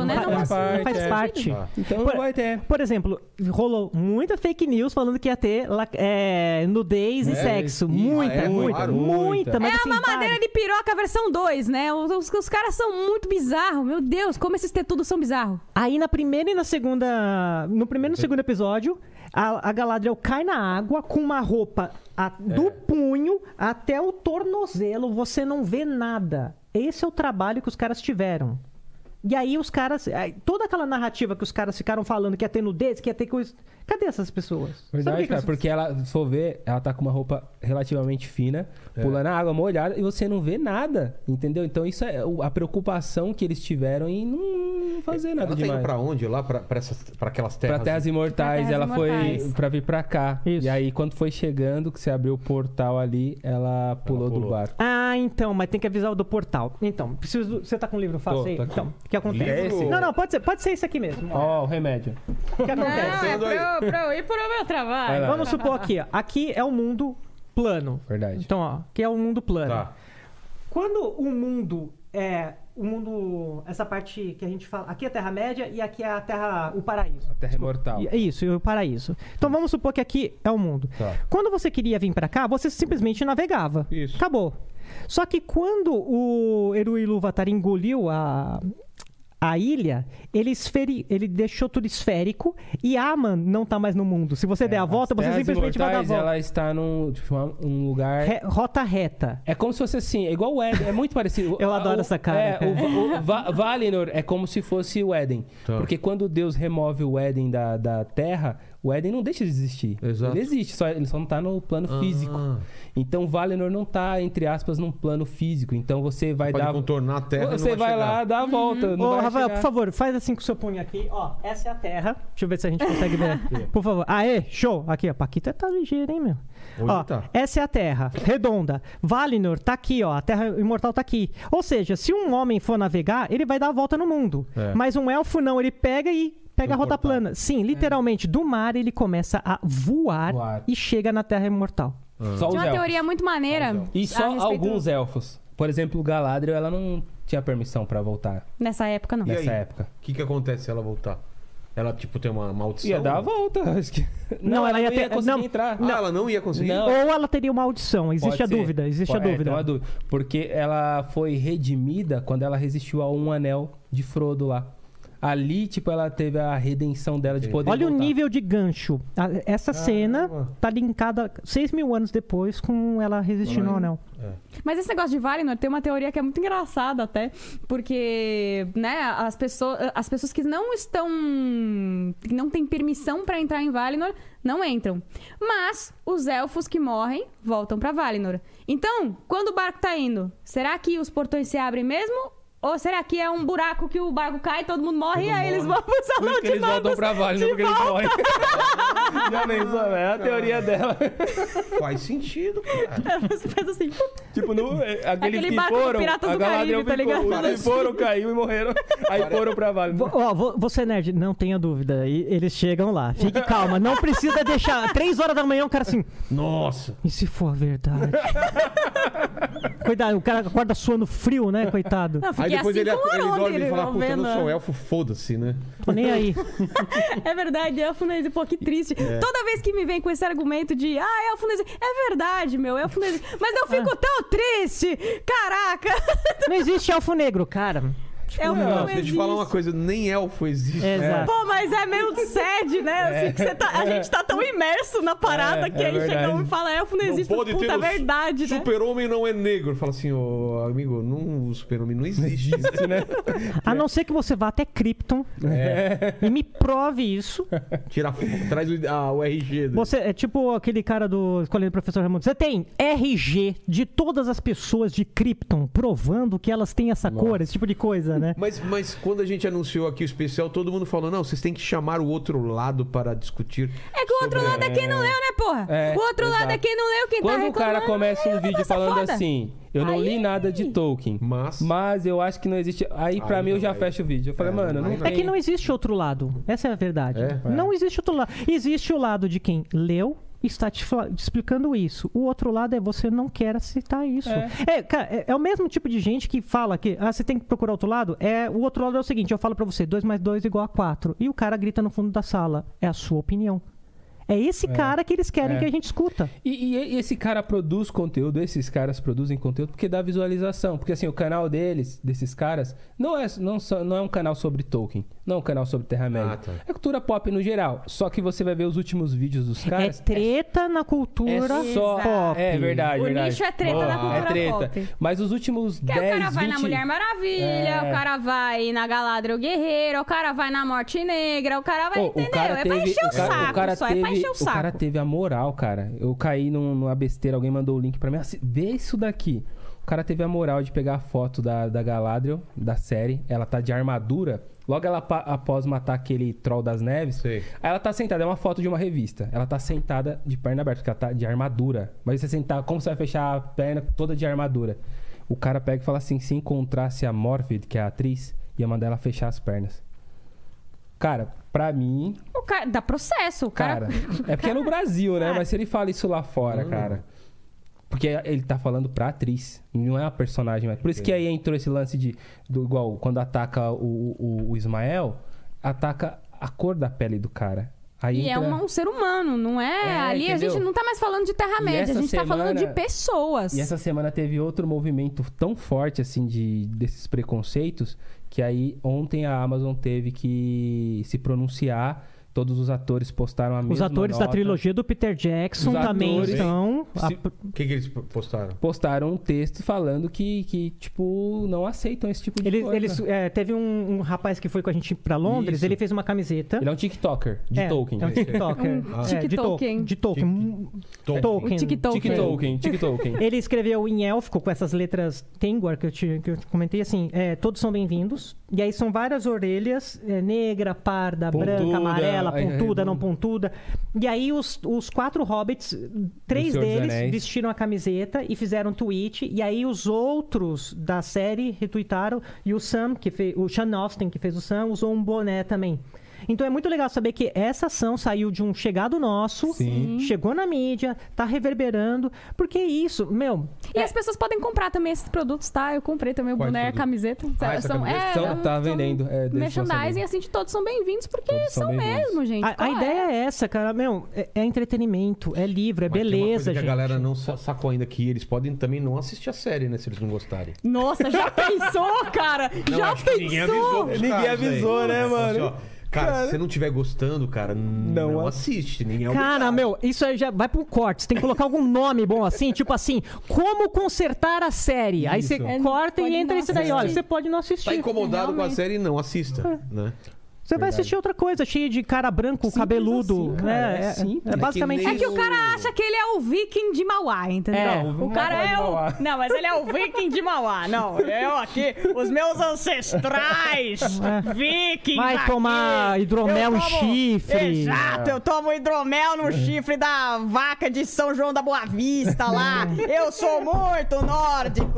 dentro, né? Não, Não faz, faz- não faz é. parte. Então Por- não vai ter. Por exemplo, rolou muita fake news falando que ia ter la- é, nudez e sexo. Ih, Muita, é, muita, claro, muita, muita. Mas é assim, a mamadeira várias. de piroca versão 2, né? Os, os caras são muito bizarros. Meu Deus, como esses tetudos são bizarros. Aí na primeira e na segunda. No primeiro e no segundo episódio, a, a Galadriel cai na água com uma roupa a- do punho até o tornozelo. Você não vê nada. Esse é o trabalho que os caras tiveram. E aí os caras. aí Toda aquela narrativa que os caras ficaram falando que ia ter nudez, que ia ter coisa. Cadê essas pessoas? Sabe o Verdade, que que cara, essas- porque ela, se for ver, ela tá com uma roupa relativamente fina, É. pulando a água molhada e você não vê nada, entendeu? Então isso é o- a preocupação que eles tiveram em não fazer nada Ela tá indo demais. pra onde? Lá pra, pra, essas, pra aquelas Pra terras. Terras Imortais, Pra Terras ela foi Imortais. pra vir pra cá. Isso. E aí, quando foi chegando, que você abriu o portal ali, ela pulou, do pulou. barco. Ah, então, mas tem que avisar o do portal. Então, preciso. Você tá com o livro fácil Tô, aí? tô aqui. então, o que acontece? Livro? É esse? Não, não, pode ser, pode ser isso aqui mesmo. ó. Ó, o remédio. O que acontece? é pra eu- ir pro meu Vai trabalho. lá. Vamos supor aqui, ó. Aqui é o mundo plano. Verdade. Então, ó, aqui é o mundo plano. Tá. Quando o mundo é. O mundo. Essa parte que a gente fala. Aqui é a Terra-média e aqui é a Terra. o paraíso. A Terra Imortal. E- é Isso, e o paraíso. Então vamos supor que aqui é o mundo. Tá. Quando você queria vir pra cá, você simplesmente navegava. Isso. Acabou. Só que quando o Eru Ilúvatar engoliu a, a ilha, ele, esferi, ele deixou tudo esférico e Aman não tá mais no mundo. Se você der a É, volta, As Então, você Terras simplesmente vai dar a Imortais, volta. Ela está num tipo, uma- um lugar. Re- rota reta. É como se fosse assim, é igual o Éden, é muito parecido. Eu O- adoro o- essa cara, É, cara. O, Va- o Va- Valinor é como se fosse o Éden. Tá. Porque quando Deus remove o Éden da, da terra, o Éden não deixa de existir. Exato. Ah. Ele existe, só, ele só não tá no plano físico. Então Valinor não tá, entre aspas, num plano físico. Então você vai Pode dar. contornar a terra. e você não vai chegar. lá, Uhum. dá a volta. não Ô, vai Rafael, chegar. por favor, faz assim com o seu punho aqui. Ó, essa é a terra. Deixa eu ver se a gente consegue ver. por favor. Aê, show. Aqui, ó. Paquita tá ligeira, hein, meu? Hoje ó, tá. essa é a terra. Redonda. Valinor tá aqui, ó. A terra imortal tá aqui. Ou seja, se um homem for navegar, ele vai dar a volta no mundo. É. Mas um elfo não. Ele pega e... Pega a rota plana. Sim, literalmente, do mar ele começa a voar, Voar. e chega na Terra Imortal. Só os Tinha uma elfos. teoria muito maneira. E a só respeito- alguns elfos. Por exemplo, Galadriel, ela não tinha permissão pra voltar Nessa época, não. E aí? nessa época. O que, que acontece se ela voltar? Ela, tipo, tem uma maldição? Ia dar a volta. acho que- Não, ela ia ter- conseguir não. entrar. Ah, ela não ia conseguir? Não. Ou ela teria uma audição. Existe Pode a ser. dúvida. Existe Pode- a é, dúvida. tem uma dúvida. Porque ela foi redimida quando ela resistiu a um anel de Frodo lá. Ali, tipo, ela teve a redenção dela de poder Olha o voltar. nível de gancho. A- Essa cena tá linkada 6 mil anos depois com ela resistindo ao anel. Mas esse negócio de Valinor tem uma teoria que é muito engraçada até, porque, né, as pessoas, as pessoas que não estão que não têm permissão pra entrar em Valinor não entram. Mas os elfos que morrem voltam pra Valinor. Então, quando o barco tá indo, será que os portões se abrem mesmo? Ou será que é um buraco que o barco cai, todo mundo morre e aí eles vão pro Por salão isso que de eles voltam novo? pra Vale, não porque eles morrem. Já pensou? É a teoria dela. Faz sentido, cara. Você faz assim. Tipo, no, é, aqueles Aquele que barco do foram, Piratas a do Galadriel Caribe, tá ficou, ligado? os que foram, caiu e morreram. Aí foram pra vale. Vo- ó, vo- você, nerd, não tenha dúvida. E- eles chegam lá. Fique calma. Não precisa deixar. Três horas da manhã, o cara assim. Nossa. E se for verdade? Cuidado, o cara acorda suando frio, né, coitado? Não, Aí fiquei depois assim ele, com o ele Aron dorme e dele, fala, não puta, eu vendo. né?" não sou um elfo, foda-se, né? Tô nem aí. É verdade, elfo não existe. Pô, que triste. É. Toda vez que me vem com esse argumento de, ah, elfo não existe. É verdade, meu, elfo não existe. Mas eu Ah. fico tão triste. Caraca. Não existe elfo negro, cara. Tipo, elfo não, Não, deixa eu existe. te falar uma coisa, nem elfo existe. né? É, Exato. Pô, mas é meio sede, né? Assim, que você tá- a gente tá tão imerso na parada É, que é aí chega um verdade. e fala, elfo não Não existe. pode Puta, ter é o verdade, né? Super-homem não é negro. Fala assim, ô amigo, não, o super-homem não existe. né? A não ser que você vá até Krypton e me prove isso. Tira a fo- traz o, ah, o RG. dele. Você é tipo aquele cara do escolhendo o professor Raimundo. Você tem RG de todas as pessoas de Krypton provando que elas têm essa cor, esse tipo de coisa, né? Mas, mas quando a gente anunciou aqui o especial, todo mundo falou: não, vocês têm que chamar o outro lado para discutir. É que o outro lado é quem não leu, né, porra? É, o outro lado exato. é quem não leu, quem tá Quando o reclamando. cara começa aí um o vídeo negócio é falando foda. assim, eu não Aí- li nada de Tolkien, Mas. mas eu acho que não existe. Aí pra Aí mim eu não já vai. fecho o vídeo. Eu falei, É, mano, não não vai. É tem. que não existe outro lado. Essa é a verdade. É? Não existe outro lado. Existe o lado de quem leu e está te, fla- te explicando isso. O outro lado é você não quer aceitar isso. É. É. cara, é- é o mesmo tipo de gente que fala que ah, você tem que procurar outro lado. É, o outro lado é o seguinte: eu falo pra você, 2 mais 2 igual a 4. E o cara grita no fundo da sala. É a sua opinião. É esse cara que eles querem É. que a gente escuta. E, e- e esse cara produz conteúdo, esses caras produzem conteúdo porque dá visualização. Porque assim, o canal deles, desses caras, não é, não, só- não é um canal sobre Tolkien, não é um canal sobre Terra-média. Ah, tá. É cultura pop no geral. Só que você vai ver os últimos vídeos dos É caras. treta na cultura é só pop. É verdade, O verdade. nicho é treta Boa. da cultura É treta. pop. Mas os últimos Que 10, aí o cara vai 20... na Mulher Maravilha, É. o cara vai na Galadriel Guerreira, o cara vai na Morte Negra, o cara vai, Pô, entendeu? o cara é teve, pra encher o, cara- saco, cara só teve, é pra encher o saco. cara teve a moral, cara. Eu caí num- numa besteira, alguém mandou o link pra mim. Assim, vê isso daqui. O cara teve a moral de pegar a foto da, da Galadriel, da série. Ela tá de armadura. Logo ela, pa- após matar aquele Troll das Neves, Sei. aí ela tá sentada. É uma foto de uma revista. Ela tá sentada de perna aberta, porque ela tá de armadura. Mas você sentar, como você vai fechar a perna toda de armadura? O cara pega e fala assim: se encontrasse a Morphid, que é a atriz, ia mandar ela fechar as pernas. Cara, pra mim, O cara, dá processo, o cara. Cara, é porque é no Brasil, né? Cara. Mas se ele fala isso lá Hum. fora, cara. Porque ele tá falando pra atriz, não é a personagem. mais. Por isso que aí entrou esse lance de. do- igual, quando ataca o, o, o Ismael, ataca a cor da pele do cara. Aí E é entra- uma- um ser humano, não é? É, Ali a entendeu? gente não tá mais falando de E Terra-média, essa a gente tá falando de semana- pessoas. E essa semana teve outro movimento tão forte, assim, de, desses preconceitos, que aí ontem a Amazon teve que se pronunciar. Todos os atores postaram a mesma Os atores da nota. trilogia do Peter Jackson Os também atores- estão. a- Se- O que, que eles postaram? postaram um texto falando que, que tipo, não aceitam esse tipo de Ele, coisa. ele su- é, teve um, um rapaz que foi com a gente pra Londres, Isso. ele fez uma camiseta. Ele é um TikToker de é, Tolkien. né? É um TikToker. Ah. É, de Tolkien. TikToken. De Tolkien. Hum, Tolkien. Tolkien. TikTok. TikToken, TikToken. Ele escreveu em élfico com essas letras Tengwar que eu te, que eu te comentei assim: é, todos são bem-vindos. E aí são várias orelhas: é, negra, parda, Pontuda, branca, amarela, é, pontuda, é, não pontuda. E aí os, os quatro hobbits, três Senhor dos deles Anéis. vestiram a camiseta e fizeram um tweet. E aí os outros da série retweetaram. E o Sam, que fez. O Sean Austin, que fez o Sam, usou um boné também. Então é muito legal saber que essa ação saiu de um chegado nosso, Sim. chegou na mídia, tá reverberando. Porque é isso, meu, E É. as pessoas podem comprar também esses produtos, tá? Eu comprei também o Quais boné, a produtos? camiseta. é, Ah, essa camiseta. São- tá vendendo, é, desse lançamento. merchandising, assim, de todos são bem-vindos, porque Todos são são, bem-vindos. mesmo, gente. A, a Qual é? ideia é essa, cara. Meu, é, é entretenimento, é livro, é Mas tem uma coisa beleza, que gente. a galera não sa- sacou ainda que eles podem também não assistir a série, né? Se eles não gostarem. Nossa, já pensou, cara? já acho que ninguém avisou. pensou? pros Ninguém caras, avisou, velho. né, Fala assim, mano? ó, cara, se você não estiver gostando, cara, n- Não não, ass- assiste. Ninguém é Cara, obrigado. meu, isso aí já vai pra um corte. Você tem que colocar algum nome bom assim, tipo assim, como consertar a série. Aí você Isso. É, corta pode e entra não isso daí. assistir. Olha, você pode não assistir. Tá incomodado com a Realmente. É. série? Não assista, né? Você vai assistir outra coisa, cheia de cara branco, Simples cabeludo. assim, cara, né? é simples. é basicamente. É É que o cara acha que ele é o viking de Mauá, entendeu? É, o não cara é é de Mauá. o. Não, mas ele é o viking de Mauá. Não, eu aqui, os meus ancestrais É. vikings. né? Vai aqui. tomar hidromel Eu em tomo- chifre. É. Exato, eu tomo hidromel no chifre da vaca de São João da Boa Vista lá. Eu sou muito nórdico.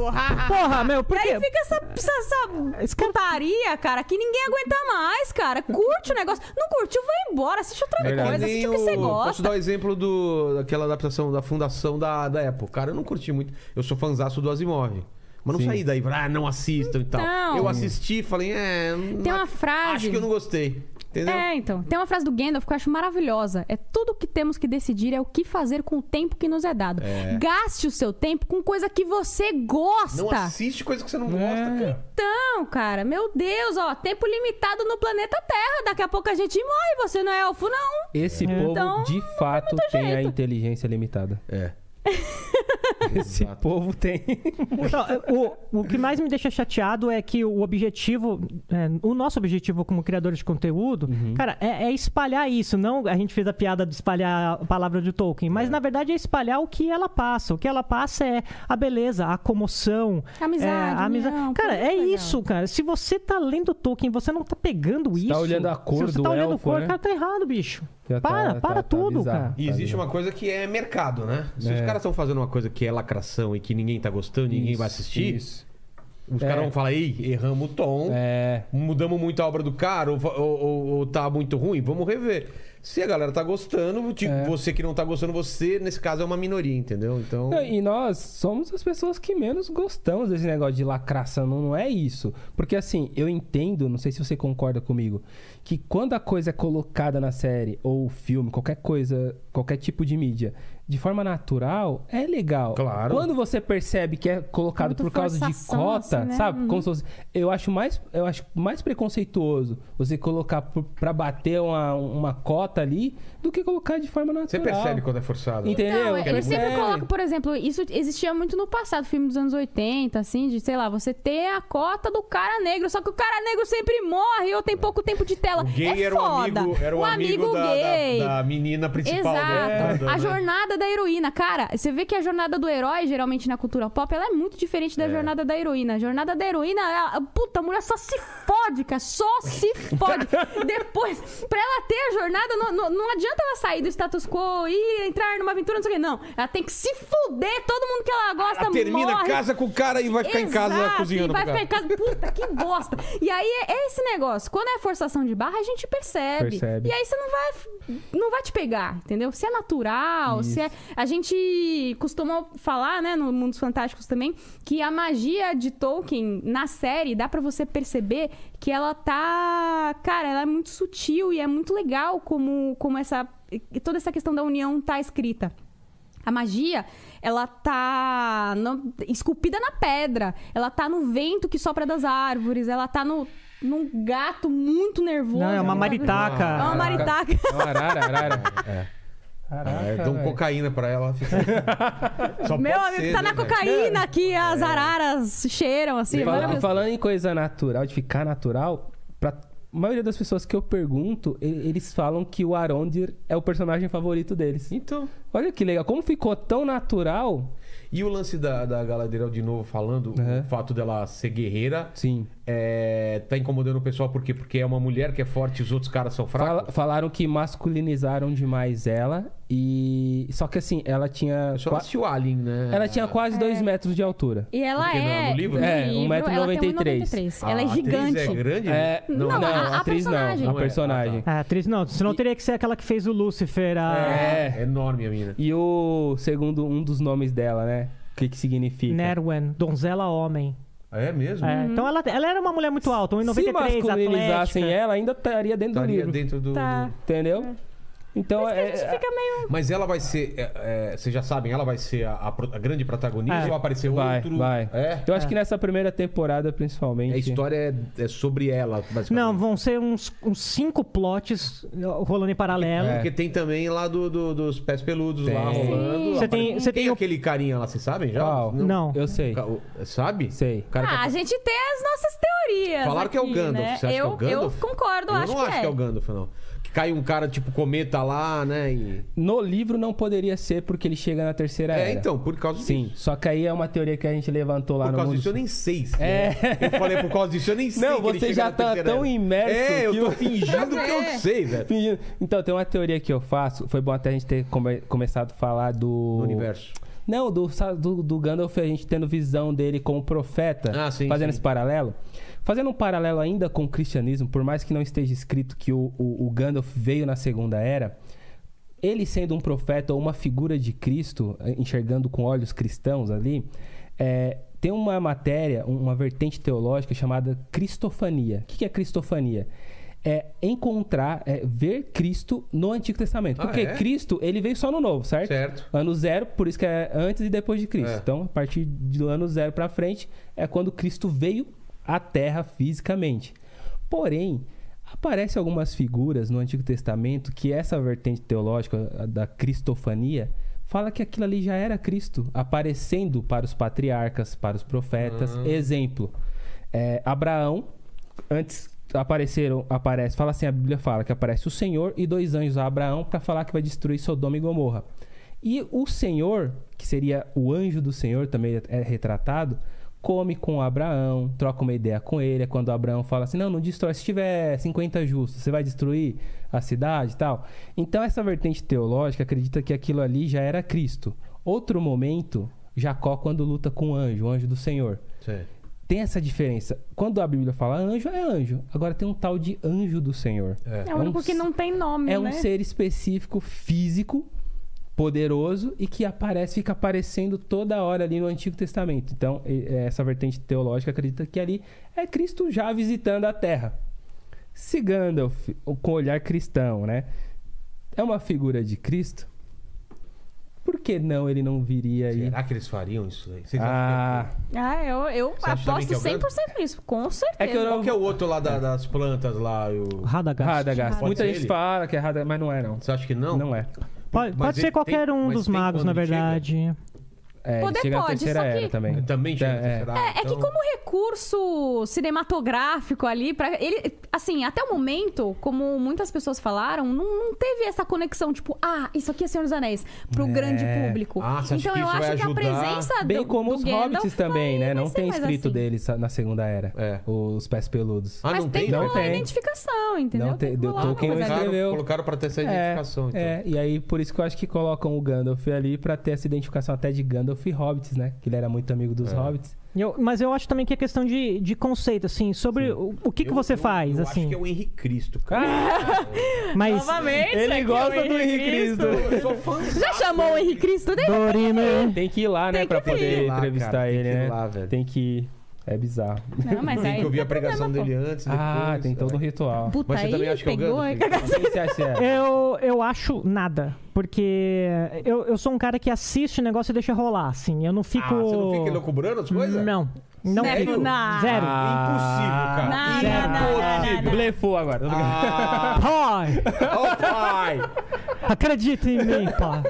Porra, meu, por E aí quê? fica essa, essa, É essa putaria, cara, que ninguém aguenta mais, cara. Curte o negócio. Não curtiu, vai embora. Assiste outra Verdade. É coisa, Que nem assiste o que você o- Posso gosta. dar o exemplo do, daquela adaptação da fundação da, da Apple. Cara, eu não curti muito. Eu sou fanzaço do Asimov. Mas não saí daí, ah, não assistam e tal. Então. eu assisti e falei, é. não- Tem uma frase. Acho que eu não né? gostei. Entendeu? É, então. Tem uma frase do Gandalf que eu acho maravilhosa. É tudo que temos que decidir é o que fazer com o tempo que nos é dado. Gaste o seu tempo com coisa que você gosta. Não assiste coisa que você não gosta, É. cara. Então, cara, meu Deus, ó, tempo limitado no planeta Terra. Daqui a pouco a gente morre, você não é elfo, não. Esse É. povo, Então, de fato, muito tem a jeito. inteligência limitada. É. Esse povo tem. Então, o, o que mais me deixa chateado é que o objetivo, é, o nosso objetivo como criadores de conteúdo, Uhum. cara, é, é espalhar isso. Não a gente fez a piada de espalhar a palavra de Tolkien, mas na verdade é espalhar o que ela passa. O que ela passa é a beleza, a comoção, Amizade, é, a união, Cara, tudo é legal. isso, cara. Se você tá lendo Tolkien, você não tá pegando Você isso. tá olhando a cor Se você do tá olhando elfo, a cor, né? cara, tá errado, bicho. Já tá- para, tá- para tá tudo, bizarro. cara. E existe uma coisa que é mercado, né? Se os caras estão fazendo uma coisa que é lacração e que ninguém tá gostando, ninguém vai assistir, Isso. os É. caras vão falar, ei, erramos o tom. É. Mudamos muito a obra do cara, ou, fa- ou- ou- ou tá muito ruim, vamos rever. Se a galera tá gostando, tipo, É. você que não tá gostando, você, nesse caso, é uma minoria, entendeu? Então. Não, E nós somos as pessoas que menos gostamos desse negócio de lacração, não, não é isso. Porque assim, eu entendo, não sei se você concorda comigo, que quando a coisa é colocada na série ou filme, qualquer coisa, qualquer tipo de mídia, de forma natural, é legal. Claro. Quando você percebe que é colocado Muito por causa de forçação, cota, assim, né? sabe? Uhum. Como se fosse- eu acho mais eu acho mais preconceituoso você colocar por- pra bater uma, uma cota ali do que colocar de forma natural. Você percebe quando é forçado. né? Entendeu? Não, eles Então, sempre Percebe. colocam, por exemplo, isso existia muito no passado, filme dos anos 80, assim, de, sei lá, você ter a cota do cara negro, só que o cara negro sempre morre ou tem pouco tempo de tela. O gay é era o foda. amigo, era o amigo da, gay. da- da menina principal. da- Exato. da- A né? jornada da heroína, cara, você vê que a jornada do herói, geralmente na cultura pop, ela é muito diferente da jornada da heroína. A jornada da heroína, a, a- puta, a mulher só se fode, cara, só se fode. Depois, pra ela ter a jornada, não, não, não adianta ela sair do status quo e entrar numa aventura, não sei o quê. Não, ela tem que se fuder, todo mundo que ela gosta Ela Ah, termina, morre. casa com o cara e vai ficar em casa Exato, cozinhando. e Vai pro ficar cara. em casa. Puta, que bosta. E aí é- é esse negócio. Quando é forçação de barra, a gente percebe. Percebe. E aí você não vai, não vai te pegar, entendeu? Se é natural, se é. A gente costuma falar, né, no Mundos Fantásticos também, que a magia de Tolkien na série dá pra você perceber que ela tá. Cara, ela é muito sutil e é muito legal como, como essa. Toda essa questão da união tá escrita. A magia, ela tá no- esculpida na pedra, ela tá no vento que sopra das árvores, ela tá no, num gato muito nervoso. Não, é uma que tá- maritaca. É uma maritaca. É uma arara, arara. Ah, Caraca, eu dou um velho. cocaína pra ela. Fica... Só Meu pode amigo, ser, tá né, na velho? É. cocaína aqui, as araras cheiram assim. E é fala- maravilhoso. falando em coisa natural, de ficar natural, pra maioria das pessoas que eu pergunto, e- eles falam que o Arondir é o personagem favorito deles. Então. Olha que legal, como ficou tão natural. E o lance da, da Galadriel de novo falando, o fato dela ser guerreira. Sim. é, tá incomodando o pessoal por quê? Porque é uma mulher que é forte e os outros caras são fracos. Fala- falaram que masculinizaram demais ela e só que assim, ela tinha Eu É só qua- não assisti o Alien, né? ela tinha quase É. dois metros de altura. E ela Porque no- é. no livro? É, no 1,93. A Ela é atriz gigante. É grande? É, Não, a- a atriz personagem. não, Ah, tá. Não a é, personagem. A atriz não, senão teria que ser aquela que fez o Lúcifer. A... É enorme a mina. E o segundo um dos nomes dela, né? O que que significa? Né? Nerwen, donzela homem. É mesmo? É, Então ela, ela era uma mulher muito alta, Se 1,93, masculinizassem atlética. ela, ainda estaria dentro Estaria do livro. dentro do. Tá. Entendeu? Então, Mas que a gente é- fica meio. Mas ela vai ser. é, é, vocês já sabem, ela vai ser a, a pro- a grande protagonista É. ou aparecer Vai, outro? vai. É. Eu acho que nessa primeira temporada, principalmente. A história é, é sobre ela, basicamente. Não, Vão ser uns, uns cinco plots ó, rolando em paralelo. Porque tem também lá do, do- dos pés peludos É. Tem. lá rolando. Você tem- Apare- você tem tem o- aquele carinha lá, vocês sabem já? Qual? Não. Eu sei. Ca- o- Sabe? Sei. O Cara, ah, a que- é gente tem as nossas teorias. Falaram que é o aqui, Gandalf. Né? Você acha eu, que é o Gandalf? eu concordo, eu acho, não que, acho é. que é o Gandalf, não. Que cai um cara tipo cometa lá, né? E... No livro não poderia ser porque ele chega na terceira É, era. então, por causa Sim, disso. só que aí é uma teoria que a gente levantou lá Por no causa mundo. disso eu nem sei. se É. Eu falei por causa disso eu nem sei. Não, que ele você chega já na tá terceira tão era. imerso É, eu que tô eu- fingindo que eu É. sei, velho. Fingindo. Então, tem uma teoria que eu faço. Foi bom até a gente ter come- começado a falar do. No universo. Não, do, sa- do, do Gandalf, a gente tendo visão dele como profeta, Ah, sim, fazendo sim. esse paralelo. Fazendo um paralelo ainda com o cristianismo, por mais que não esteja escrito que o, o- o Gandalf veio na Segunda Era, ele sendo um profeta ou uma figura de Cristo, eh, enxergando com olhos cristãos ali, eh, tem uma matéria, um- uma vertente teológica chamada cristofania. O que que é cristofania? É encontrar, é ver Cristo no Antigo Testamento. Ah, Porque é? Cristo, ele veio só no Novo, certo? Certo. Ano zero, por isso que é antes e depois de Cristo. É. Então, a partir do ano zero pra frente, é quando Cristo veio à Terra fisicamente. Porém, aparecem algumas figuras no Antigo Testamento que essa vertente teológica a da cristofania fala que aquilo ali já era Cristo, aparecendo para os patriarcas, para os profetas. Ah. Exemplo, é, Abraão, antes apareceram, aparece, fala assim, a Bíblia fala que aparece o Senhor e dois anjos a Abraão para falar que vai destruir Sodoma e Gomorra. E o Senhor, que seria o anjo do Senhor, também é retratado, come com Abraão, troca uma ideia com ele. É quando Abraão fala assim: Não, não destrói. Se tiver 50 justos, você vai destruir a cidade e tal. Então, essa vertente teológica acredita que aquilo ali já era Cristo. Outro momento, Jacó, quando luta com o anjo, o anjo do Senhor. Sim. Tem essa diferença. Quando a Bíblia fala anjo, é anjo. Agora tem um tal de anjo do Senhor. É o único um que não tem nome, É um né? ser específico, físico, poderoso e que aparece, fica aparecendo toda hora ali no Antigo Testamento. Então, e- essa vertente teológica acredita que ali é Cristo já visitando a Terra. Se Gandalf, com olhar cristão, né? É uma figura de Cristo. Por que não ele não viria aí? Será que eles fariam isso aí? Vocês acham é Ah, Ah, eu, eu Você acha também aposto que é o 100% nisso, com certeza. É que eu que é- não- Qual que é o outro lá da- das plantas lá? o- Radagast. Radagast. Pode Muita ser gente ele? fala que é Radagast, mas não é não. Você acha que não? Não é. Pode, Mas pode ele ser qualquer tem- um mas dos tem magos, quando na ele chega? verdade. É, Poder ele chega na pode, terceira só que- era também. Também chega Tá, na terceira É, área, é que então- como recurso cinematográfico ali, para ele, assim, até o momento, como muitas pessoas falaram, não, não teve essa conexão, tipo, ah, isso aqui é Senhor dos Anéis, pro É. grande público. Ah, você acha então que eu isso vai acho que a ajudar? presença Bem do, como do os Gandalf hobbits também, vai- né? vai Não ser tem mais escrito assim. deles na Segunda Era. É. Os pés peludos. Ah, Mas não tem, tem? que Não rolar tem. a identificação, entendeu? Não tem- que deu- rolar uma Tolkien não coisa ali. Colocaram, escreveu. colocaram pra ter essa É, identificação, então. é, e aí por isso que eu acho que colocam o Gandalf ali pra ter essa identificação até de Gandalf e Hobbits, né? Que ele era muito amigo É. dos Hobbits. E eu- mas eu acho também que é questão de, de conceito, assim, sobre o, o que, que Eu- você eu- faz, eu assim. acho que é o Henrique Cristo, cara. Mas Novamente, Ele aqui é o gosta do Henrique Cristo. Eu sou fã desse Já chamou o Henrique Cristo? Nem Dorina, Tem que ir lá, né? Tem que Pra ter. poder Tem que ir lá, entrevistar cara, tem ele, que ir né? lá, velho. Tem que ir. É bizarro. Não, mas Tem Tá aí que ouvir a não tem pregação problema, dele antes. ah, depois, tem todo um é. ritual. pô. Puta, Mas você Tá aí também acha que é o pegou, Gandalf? hein? O que você acha? eu, eu acho nada. Porque eu, eu sou um cara que assiste o negócio e deixa rolar, assim. Eu não fico. Ah, você não fica elucubrando as coisas? Ah. É Não. Não Sério? fico. Não. Zero. Impossível, cara. é Não, não, não, não, não, Impossível. não. Blefou agora. Ah, Pai! Ó, pai! Acredita em mim, pá.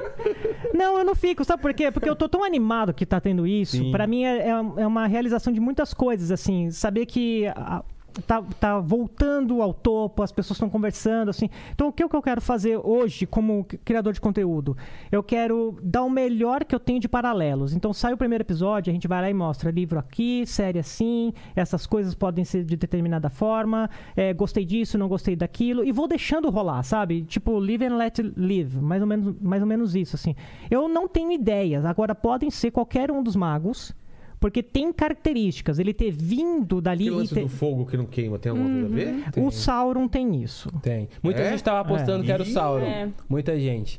Não, eu não fico, sabe por quê? Porque eu tô tão animado que tá tendo isso. Sim. Pra mim é, é- é uma realização de muitas coisas, assim. Saber que a- tá, tá voltando ao topo, as pessoas estão conversando, assim. Então, o que, é que eu quero fazer hoje como c- criador de conteúdo? Eu quero dar o melhor que eu tenho de paralelos. Então, sai o primeiro episódio, a gente vai lá e mostra livro aqui, série assim, essas coisas podem ser de determinada forma, é, gostei disso, não gostei daquilo, e vou deixando rolar, sabe? Tipo, live and let live, mais ou menos, mais ou menos isso, assim. Eu não tenho ideias, agora podem ser qualquer um dos magos, porque tem características, ele ter vindo dali Que e lance ter... do fogo que não queima tem né? alguma coisa a Uhum. ver? O Sauron tem isso. Tem. Muita É? gente tava apostando que era o Ih. Sauron. É. Muita gente.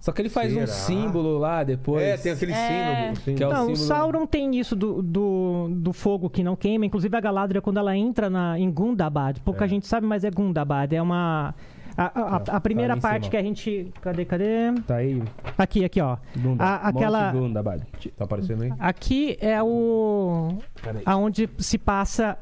Só que ele faz Será? um símbolo lá depois. É, tem aquele É. símbolo. sim. Que é o Não, símbolo- o Sauron tem isso do, do, do fogo que não queima. Inclusive, a Galadriel, quando ela entra na, em Gundabad, pouca gente sabe, mas é Gundabad. É uma. A, a- a primeira lá tá em parte cima. que a gente. Cadê, cadê? Tá aí, Aqui, aqui, ó. Gunda. A- Ah, aquela- Monte Gunda, Bali. Tá aparecendo aí? Aqui é o. Peraí. Aonde se passa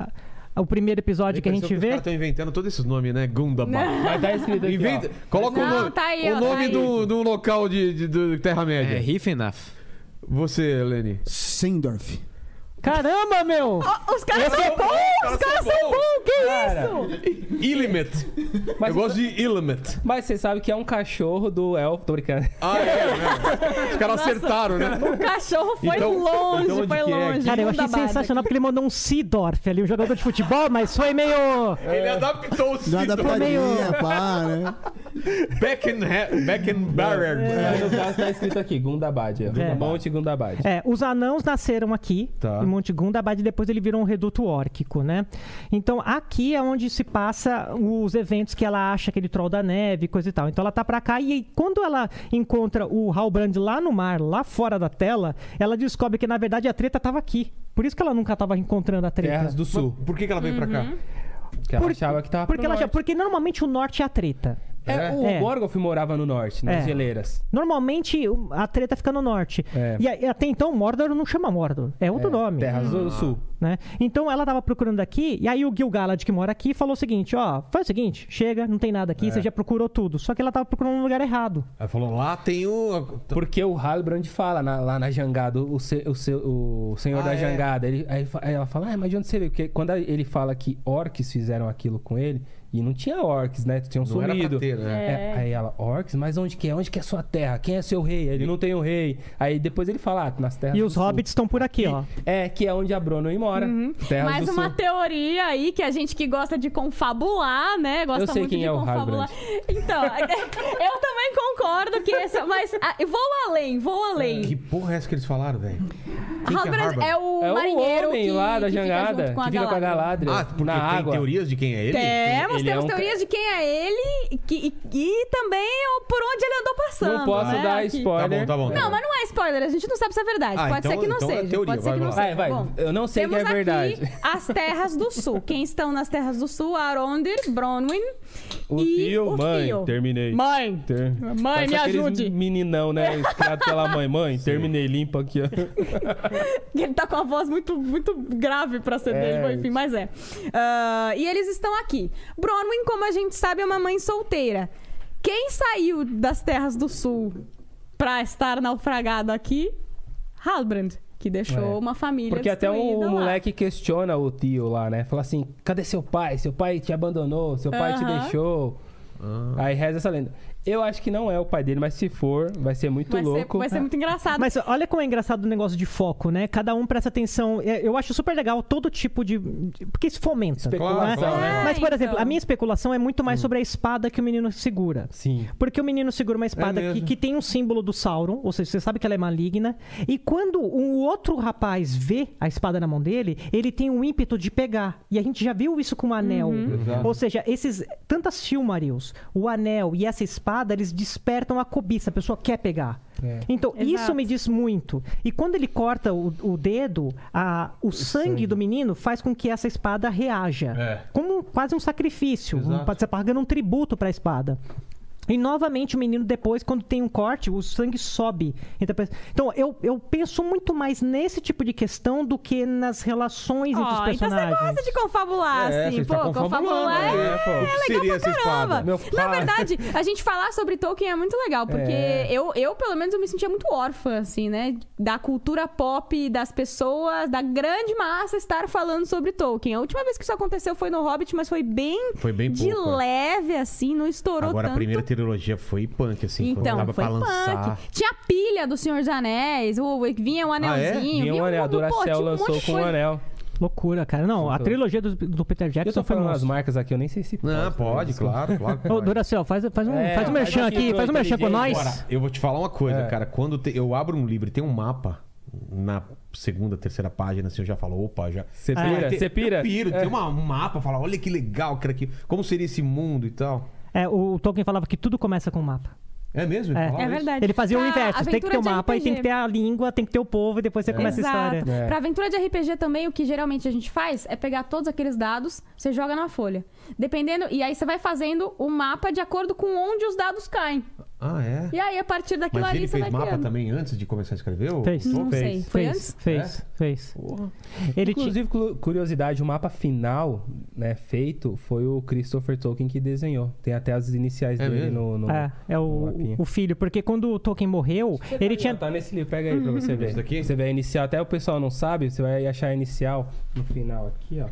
o primeiro episódio que a Pareceu gente os vê. caras estão inventando todos esses nomes, né? Gundabá. Mas tá escrito aqui, Inventa, ó. coloca o Não, nome, tá aí, o ó, tá nome aí. do, do local de, de- do É, Terra-média. riff enough. Você, Leni. Sendorf. Caramba, meu! Ó, Os caras é são bons! Os caras são bons! Que isso? Illimit. Mas Eu gosto de Illimit. Mas você sabe que é um cachorro do elfo, tô brincando. Ah, é, né? Os caras acertaram, né? O cachorro foi Então- longe, então onde foi que é? longe. Cara, eu achei Gundabada. sensacional porque ele mandou um Seedorf ali, um jogador de futebol, mas foi meio. Ele adaptou o Dá Cito. da meio- padinha, pá, né? Beckenha- Beckenbauer. É. Mas no caso tá escrito aqui, Gundabad. ó. É. Monte Gundabad. É, os anãos nasceram aqui, Tá. em Monte Gundabad, e depois ele virou um reduto órquico, né? Então, aqui é onde se passa os eventos que ela acha aquele troll da neve, coisa e tal. Então, ela tá pra cá e aí, quando ela encontra o Halbrand lá no mar, lá fora da tela, ela descobre que, na verdade, a treta tava aqui. Por isso que ela nunca tava encontrando a treta. Terras do Sul. Por que, que ela veio pra Uhum. cá? Que É, ela achava que tava pro Porque, ela já, norte. porque normalmente o norte é a treta. É, o É. Gorgoth morava no norte, nas É. geleiras. Normalmente o- a treta fica no norte. É. E a- até então Mordor não chama Mordor, é outro É, nome. Terras do Sul. né? Então ela tava procurando aqui, e aí o Gil Galad, que mora aqui, falou o seguinte: ó, faz o seguinte, chega, não tem nada aqui, você já procurou tudo. Só que ela tava procurando um lugar errado. Ela falou, lá tem o... Porque o Halbrand fala na- lá na jangada, o, se- o se- o senhor Ah, da é. jangada. Ele, aí, fa- aí ela fala, ah, mas de onde você veio? Porque quando ele fala que orcs fizeram aquilo com ele, e não tinha orcs, né? Tinham Não era pra sumido. ter, né? É, aí ela, orcs, mas onde que é? Onde que é sua terra? Quem é seu rei? Ele não tem um rei. Aí depois ele fala, ah, nas terras e do os sul. hobbits estão por aqui, ó. É, que é onde a Bronwyn mora. Terras Uhum. Mais do uma sul. teoria aí que a gente que gosta de confabular, né? Gosta Eu sei muito quem de é o confabular. Então, eu também concordo que essa, mas ah, vou além, vou Que além. porra é essa que eles falaram, velho? Quem que é Halbrand Halbrand? é, o É marinheiro o homem que, lá da que fica jangada, junto com a que fica com a Galadriel Ah, porque na tem água. teorias de quem é ele? Temos, Ele é temos um ca- teorias de quem é ele e, que- e- e também o- por onde ele andou passando. Não posso né? dar Que- Tá bom, spoiler. tá bom. tá Não, bom. mas não é spoiler, a gente não sabe se é verdade. Ah, Pode então- ser que não então é seja. teoria, Pode ser vai, que não vai. seja. Vai, vai. Bom, Eu não sei que temos é verdade. aqui as terras do sul. Quem estão nas terras do sul? Arondir, Bronwyn O e tio, o mãe, Fio. terminei. Mãe, Ter- mãe, Parece me aqueles ajude. Meninão, né? Escrito pela mãe. Mãe, terminei, limpa aqui. ó. Ele tá com a voz muito, muito grave pra ser É, dele, mas enfim, mas é. Ah, e eles estão aqui. Bronwyn, como a gente sabe, é uma mãe solteira. Quem saiu das terras do sul pra estar naufragado aqui? Halbrand, que deixou É. uma família Porque até o destruída lá. moleque questiona o tio lá, né? Fala assim: cadê seu pai? Seu pai te abandonou, seu pai te Aham. deixou. Aí reza essa lenda. Eu acho que não é o pai dele, mas se for, vai ser muito vai louco. Ser, vai ser muito engraçado. Mas olha como é engraçado o negócio de foco, né? Cada um presta atenção. É, Eu acho super legal todo tipo de. Porque isso fomenta. Especulação, né? né? Hum. É, Mas, por exemplo, então. a minha especulação é muito mais sobre a espada que o menino segura. Sim. É Porque o menino segura uma espada que, mesmo. que tem um símbolo do Sauron, ou seja, você sabe que ela é maligna. E quando um outro rapaz vê a espada na mão dele, ele tem um ímpeto de pegar. E a gente já viu isso com o anel. Uhum. Ou seja, esses tantas Silmarils, o anel e essa espada, eles despertam a cobiça, a pessoa quer pegar. É. Então, isso Exato. me diz muito. E quando ele corta o, o dedo, a- o, sangue, do menino faz com que essa espada reaja. É. Como um- quase um sacrifício. Um, você pagando um tributo para a espada. E novamente o menino depois, quando tem um corte, o sangue sobe. Então, pensa- então, eu, eu penso muito mais nesse tipo de questão do que nas relações entre os Ó, então você personagens. gosta de confabular, É, assim. você Pô, tá confabulando, confabular é, né? Pô, o é que legal seria pra essa espada? caramba. Meu pai. Na verdade, a gente falar sobre Tolkien é muito legal, porque É. eu, eu, pelo menos, eu me sentia muito órfã, assim, né? Da cultura pop, das pessoas, da grande massa estar falando sobre Tolkien. A última vez que isso aconteceu foi no Hobbit, mas foi bem, Foi bem de pouco, é. leve, assim, não estourou Agora, tanto. a primeira trilogia foi punk, assim. foi- Então, dava foi pra lançar. punk. Tinha a pilha do Senhor dos Anéis, o, vinha um Ah, é? anelzinho. Vinha um anel, a pô, tinha Duracell um monte de lançou com um coisa. anel. Loucura, cara. Não, a Então. trilogia do, do Peter Eu Jackson tô foi falando as monstro. marcas aqui, eu nem sei se. Não, posso, pode, né? claro, claro. que Ô, pode. Duracel, faz, faz um, É, faz um faz merchan aqui, aqui, tô faz um merchan com inteligente. nós. Agora, eu vou te falar uma coisa, É. cara. Quando te- eu abro um livro e tem um mapa na segunda, terceira página, assim, eu já falo, opa, já. Você Ah, pira? Tem- Você pira? eu piro, É. tem uma- um mapa, fala, olha que legal que era aqui. Como seria esse mundo e tal. É, o Tolkien falava que tudo começa com um mapa. É mesmo? É. Fala É isso? verdade. Ele fazia o Pra inverso. Tem que aventura ter o de mapa e tem que RPG. ter a língua, tem que ter o povo e depois você começa a Exato. história. É. Pra aventura de RPG também, o que geralmente a gente faz é pegar todos aqueles dados, você joga na folha. Dependendo, e aí você vai fazendo o mapa de acordo com onde os dados caem. Ah, é? E aí, a partir daquilo Mas ali, ele você fez vai mapa criando. também antes de começar a escrever? o- Fez. Não Fez. sei. Foi antes? Fez, fez, fez. Ele tinha- É? Inclusive, clu- curiosidade, o mapa final, né, feito, foi o Christopher Tolkien que desenhou. Tem até as iniciais É dele mesmo? no, no- É, é no o, um mapinha. o filho, porque quando o Tolkien morreu, ele tinha. Tá nesse livro, pega aí pra você ver. Uhum. Esse daqui? Você vê a inicial, até o pessoal não sabe, você vai achar a inicial no final aqui, ó.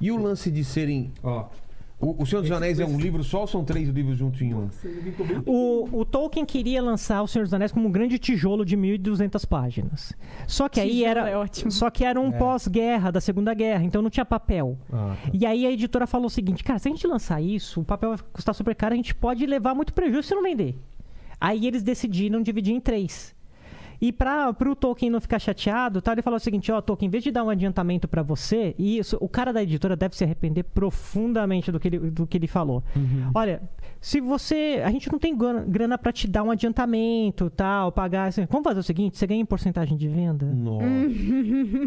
E o lance de serem. Ó, O, o Senhor dos Anéis é um livro só ou são três livros juntos em um? O, o Tolkien queria lançar O Senhor dos Anéis como um grande tijolo de 1.200 páginas. Só que aí Tijolo era. é ótimo. Só que era um pós-guerra, da Segunda Guerra, então não tinha papel. Ah, E aí a editora falou o seguinte: cara, se a gente lançar isso, o papel vai custar super caro, a gente pode levar muito prejuízo se não vender. Aí eles decidiram dividir em três. E para o Tolkien não ficar chateado, tá, ele falou o seguinte: ó, Tolkien, em vez de dar um adiantamento para você, e isso, o cara da editora deve se arrepender profundamente do que ele, do que ele falou. Olha, se você. A gente não tem grana- grana para te dar um adiantamento, tal, pagar. assim, vamos fazer o seguinte: você ganha em porcentagem de venda, Hum. Nossa. Hum.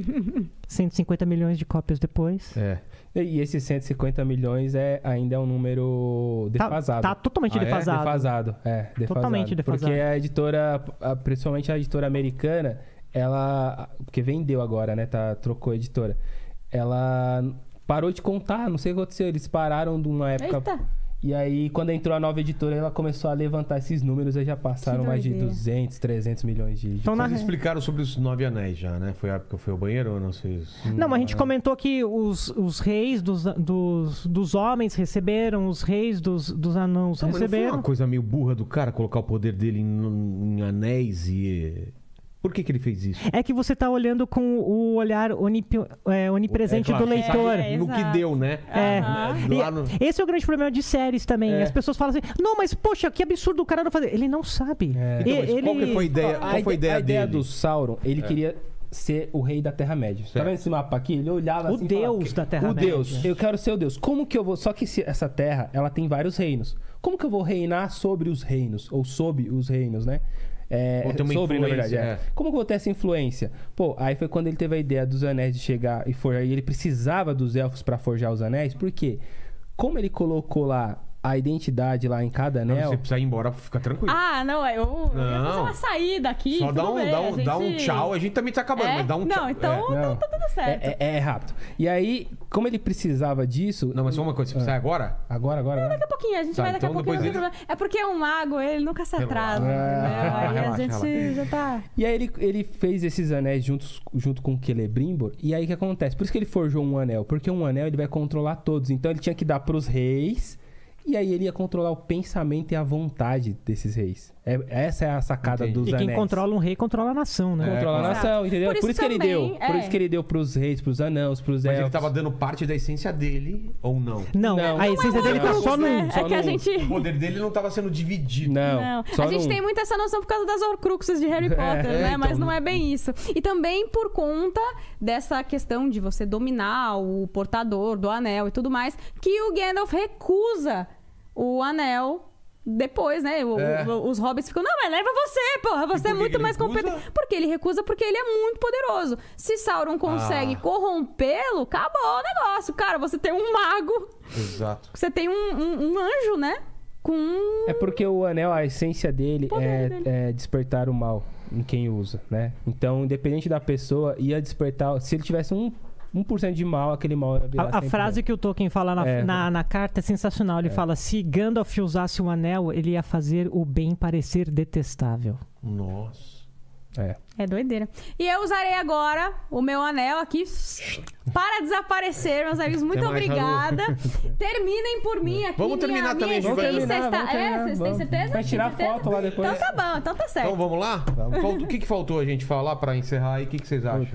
150 milhões de cópias depois. é. E- E esses 150 milhões é, ainda é um número Tá, defasado. tá totalmente Ah, é? defasado. Defasado, é. Defasado. Totalmente defasado. Porque a editora, a- principalmente a editora americana, ela. Porque vendeu agora, né? Tá, trocou a editora. Ela parou de contar, não sei o que aconteceu. Eles pararam de uma época. Eita. E aí, quando entrou a nova editora, ela começou a levantar esses números e já passaram Que mais de doideira. 200, 300 milhões de. de- Então, na... Vocês explicaram sobre os Nove Anéis já, né? Foi a época que eu fui ao banheiro ou não sei. Não, mas a né? gente comentou que os, os reis dos, dos, dos homens receberam, os reis dos, dos anãos Não, mas não foi receberam. uma coisa meio burra do cara colocar o poder dele em, em anéis e. Por que, que ele fez isso? É que você tá olhando com o olhar onipio- é, onipresente É claro, do você sabe leitor. É, no que exato. deu, né? É. Né? E Lá no- Esse é o grande problema de séries também. É. As pessoas falam assim: não, mas poxa, que absurdo o cara não fazer. Ele não sabe. É. E- Então, mas ele... Qual que foi a ideia, A qual foi a ide- ideia, a ideia dele? do Sauron, ele queria ser o rei da Terra-média. Tá É. Certo. vendo esse mapa aqui? Ele olhava O assim e deus falava, da Terra-média. O deus. Eu quero ser o deus. Como que eu vou... Só que esse- essa terra, ela tem vários reinos. Como que eu vou reinar sobre os reinos? Ou sob os reinos, né? É, Ou ter uma sobre, na verdade. influência, é. é. Como que eu vou ter essa influência? Pô, aí foi quando ele teve a ideia dos anéis de chegar e forjar. E ele precisava dos elfos pra forjar os anéis. Por quê? Como ele colocou lá a identidade lá em cada Não, anel... você precisa ir embora, fica tranquilo. Ah, não, eu, eu ia fazer Não. uma saída aqui. Só dá tudo um, bem, dá, a um, dá um gente- tchau, a gente também tá acabando, É? mas dá um tchau. Não, então É. tá, tá tudo certo. É, é- é rápido. E aí, como ele precisava disso. Não, mas só uma coisa, você sai agora? Agora, agora, agora. Daqui a pouquinho, a gente Tá, vai daqui então a pouquinho. depois não tem problema. É porque é um mago, ele nunca se atrasa. entendeu? É. Ah, Aí a relaxa, gente já tá. E aí ele, ele fez esses anéis juntos, junto com Celebrimbor. E aí o que acontece? Por isso que ele forjou um anel. Porque um anel ele vai controlar todos. Então ele tinha que dar pros reis. E aí ele ia controlar o pensamento e a vontade desses reis. É- essa é a sacada Entendi. dos E anéis. É, quem controla um rei controla a nação, né? Controla a Exato. nação, entendeu? Por isso que ele também, deu. Por é. isso que ele deu pros reis, pros anãos, pros Mas elfos. ele tava dando parte da essência dele ou não? Não, Não. a essência dele tá não. só Todos, no. né? só É que a num. gente. O poder dele não tava sendo dividido. Não, Não. só a gente num. tem muito essa noção por causa das horcruxes de Harry Potter, né? Mas não é bem isso. E também por conta dessa questão de você dominar o portador do anel e tudo mais, que o Gandalf recusa o anel. Depois, né? o- É. o- os hobbits ficam, não, mas leva você, porra, você é que muito ele mais recusa? competente. Porque ele recusa porque ele é muito poderoso. Se Sauron consegue corrompê-lo, acabou o negócio. Cara, você tem um mago, Exato. você tem um, um- um anjo, né? Com um É porque o anel, a essência dele poder é, dele. é despertar o mal em quem usa, né? Então, independente da pessoa, ia despertar. Se ele tivesse um, 1% de mal, aquele mal ia virar A, a sempre frase bem. que o Tolkien fala na, É. na, na carta é sensacional. Ele fala: se Gandalf usasse o anel, ele ia fazer o bem parecer detestável. Nossa. É. É doideira. E eu usarei agora o meu anel aqui para desaparecer, meus amigos. Muito Até mais, obrigada. Terminem por mim aqui. Vamos terminar minha, também, minha Vamos preguiça terminar, está- vamos É, terminar, vocês têm vamos. certeza? Vai tirar Tem certeza? foto lá depois. Então tá bom, então tá certo. Então vamos lá? Falt- O que, que faltou a gente falar pra encerrar aí? O que, que vocês acham?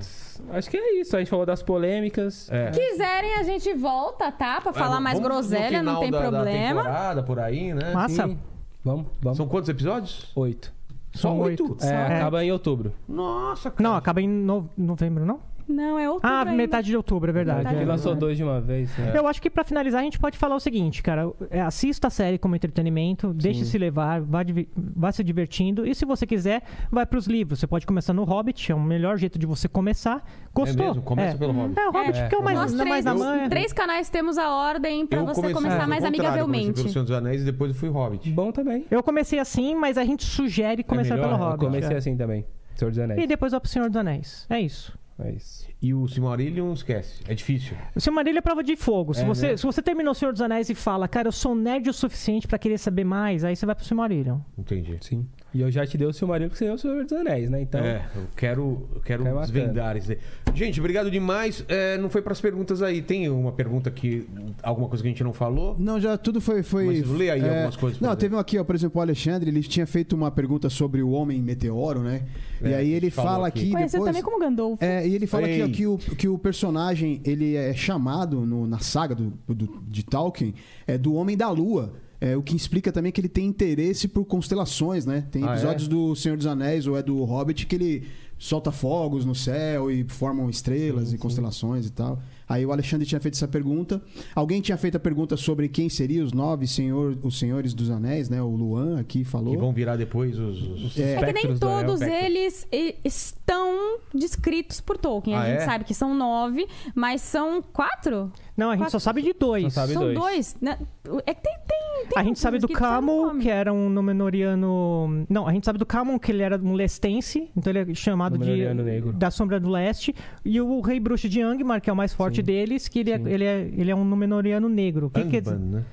Acho que é isso. A gente falou das polêmicas. É. Quiserem, a gente volta, tá? Pra falar É, mais vamos no groselha, não final tem da- da problema. temporada, por aí, né? Ah, Massa. Sim. Vamos, vamos. São quantos episódios? Oito. Só São oito? oito. É, É. acaba em outubro. Nossa, cara. Não, acaba em no- novembro, não? Não, é outubro. Ah, ainda. metade de outubro, é verdade. Metade é. de Ele lançou dois de uma vez. né? Eu acho que pra finalizar a gente pode falar o seguinte, cara, é, assista a série como entretenimento, deixe se levar, vá, divi- vá se divertindo e se você quiser, vai pros livros. Você pode começar no Hobbit, é o melhor jeito de você começar. Gostou? É mesmo? Começa é. pelo Hobbit. É, o Hobbit, É, porque é o mais, Nós na- mais três, na manha. três canais temos a ordem pra Eu você comecei- começar é, mais ao contrário, eu comecei amigavelmente. Pelo Senhor dos Anéis e depois eu fui Hobbit. Bom também. Eu comecei assim, mas a gente sugere começar É melhor? pelo Eu Eu Hobbit. comecei é. assim também. Senhor dos E Anéis. depois vai pro Senhor dos Anéis. É isso. É isso. E o Silmarillion, esquece. É difícil. O Silmarillion é prova de fogo. Se, É, você, né? se você terminou o Senhor dos Anéis e fala, cara, eu sou nerd o suficiente pra querer saber mais, aí você vai pro Silmarillion. Entendi. Sim. E eu já te dei o Silmarillion porque você deu o Senhor dos Anéis, né? Então, É, eu quero, eu quero É bacana. desvendar isso aí. Gente, obrigado demais. É, não foi pras perguntas aí. Tem uma pergunta que. Alguma coisa que a gente não falou? Não, já tudo foi. foi Mas lê aí é, algumas coisas pra Não, ver. teve um aqui, ó, por exemplo, o Alexandre, ele tinha feito uma pergunta sobre o homem meteoro, né? e É, aí a ele gente falou fala aqui. aqui. Conheceu depois, também como Gandolfo. É, e ele fala aqui ó, Ei. que, o, que o personagem ele é chamado no- na saga do, do- de Tolkien é, do Homem da Lua. É, o que explica também que ele tem interesse por constelações, né? Tem Ah, é? episódios do Senhor dos Anéis ou é do Hobbit que ele solta fogos no céu e formam estrelas e constelações e tal. Aí o Alexandre tinha feito essa pergunta. Alguém tinha feito a pergunta sobre quem seria os nove senhor, os senhores dos anéis, né? O Luan aqui falou. Que vão virar depois os. os- É, que nem espectros do anel, todos espectros. eles e- estão descritos por Tolkien. Ah, a gente é? sabe que são nove, mas são quatro? Não, a gente só sabe de dois. Só sabe são dois. né? É que tem, tem, tem A gente sabe do que precisa de Camon, nome. que era um Númenoriano. Não, a gente sabe do Camon, que ele era um lestense, então ele é chamado de Númenoriano negro. da Sombra do Leste. E o Rei Bruxo de Angmar, que é o mais forte deles, que ele é, ele é, ele é um Númenoriano negro. O que que Angband, né?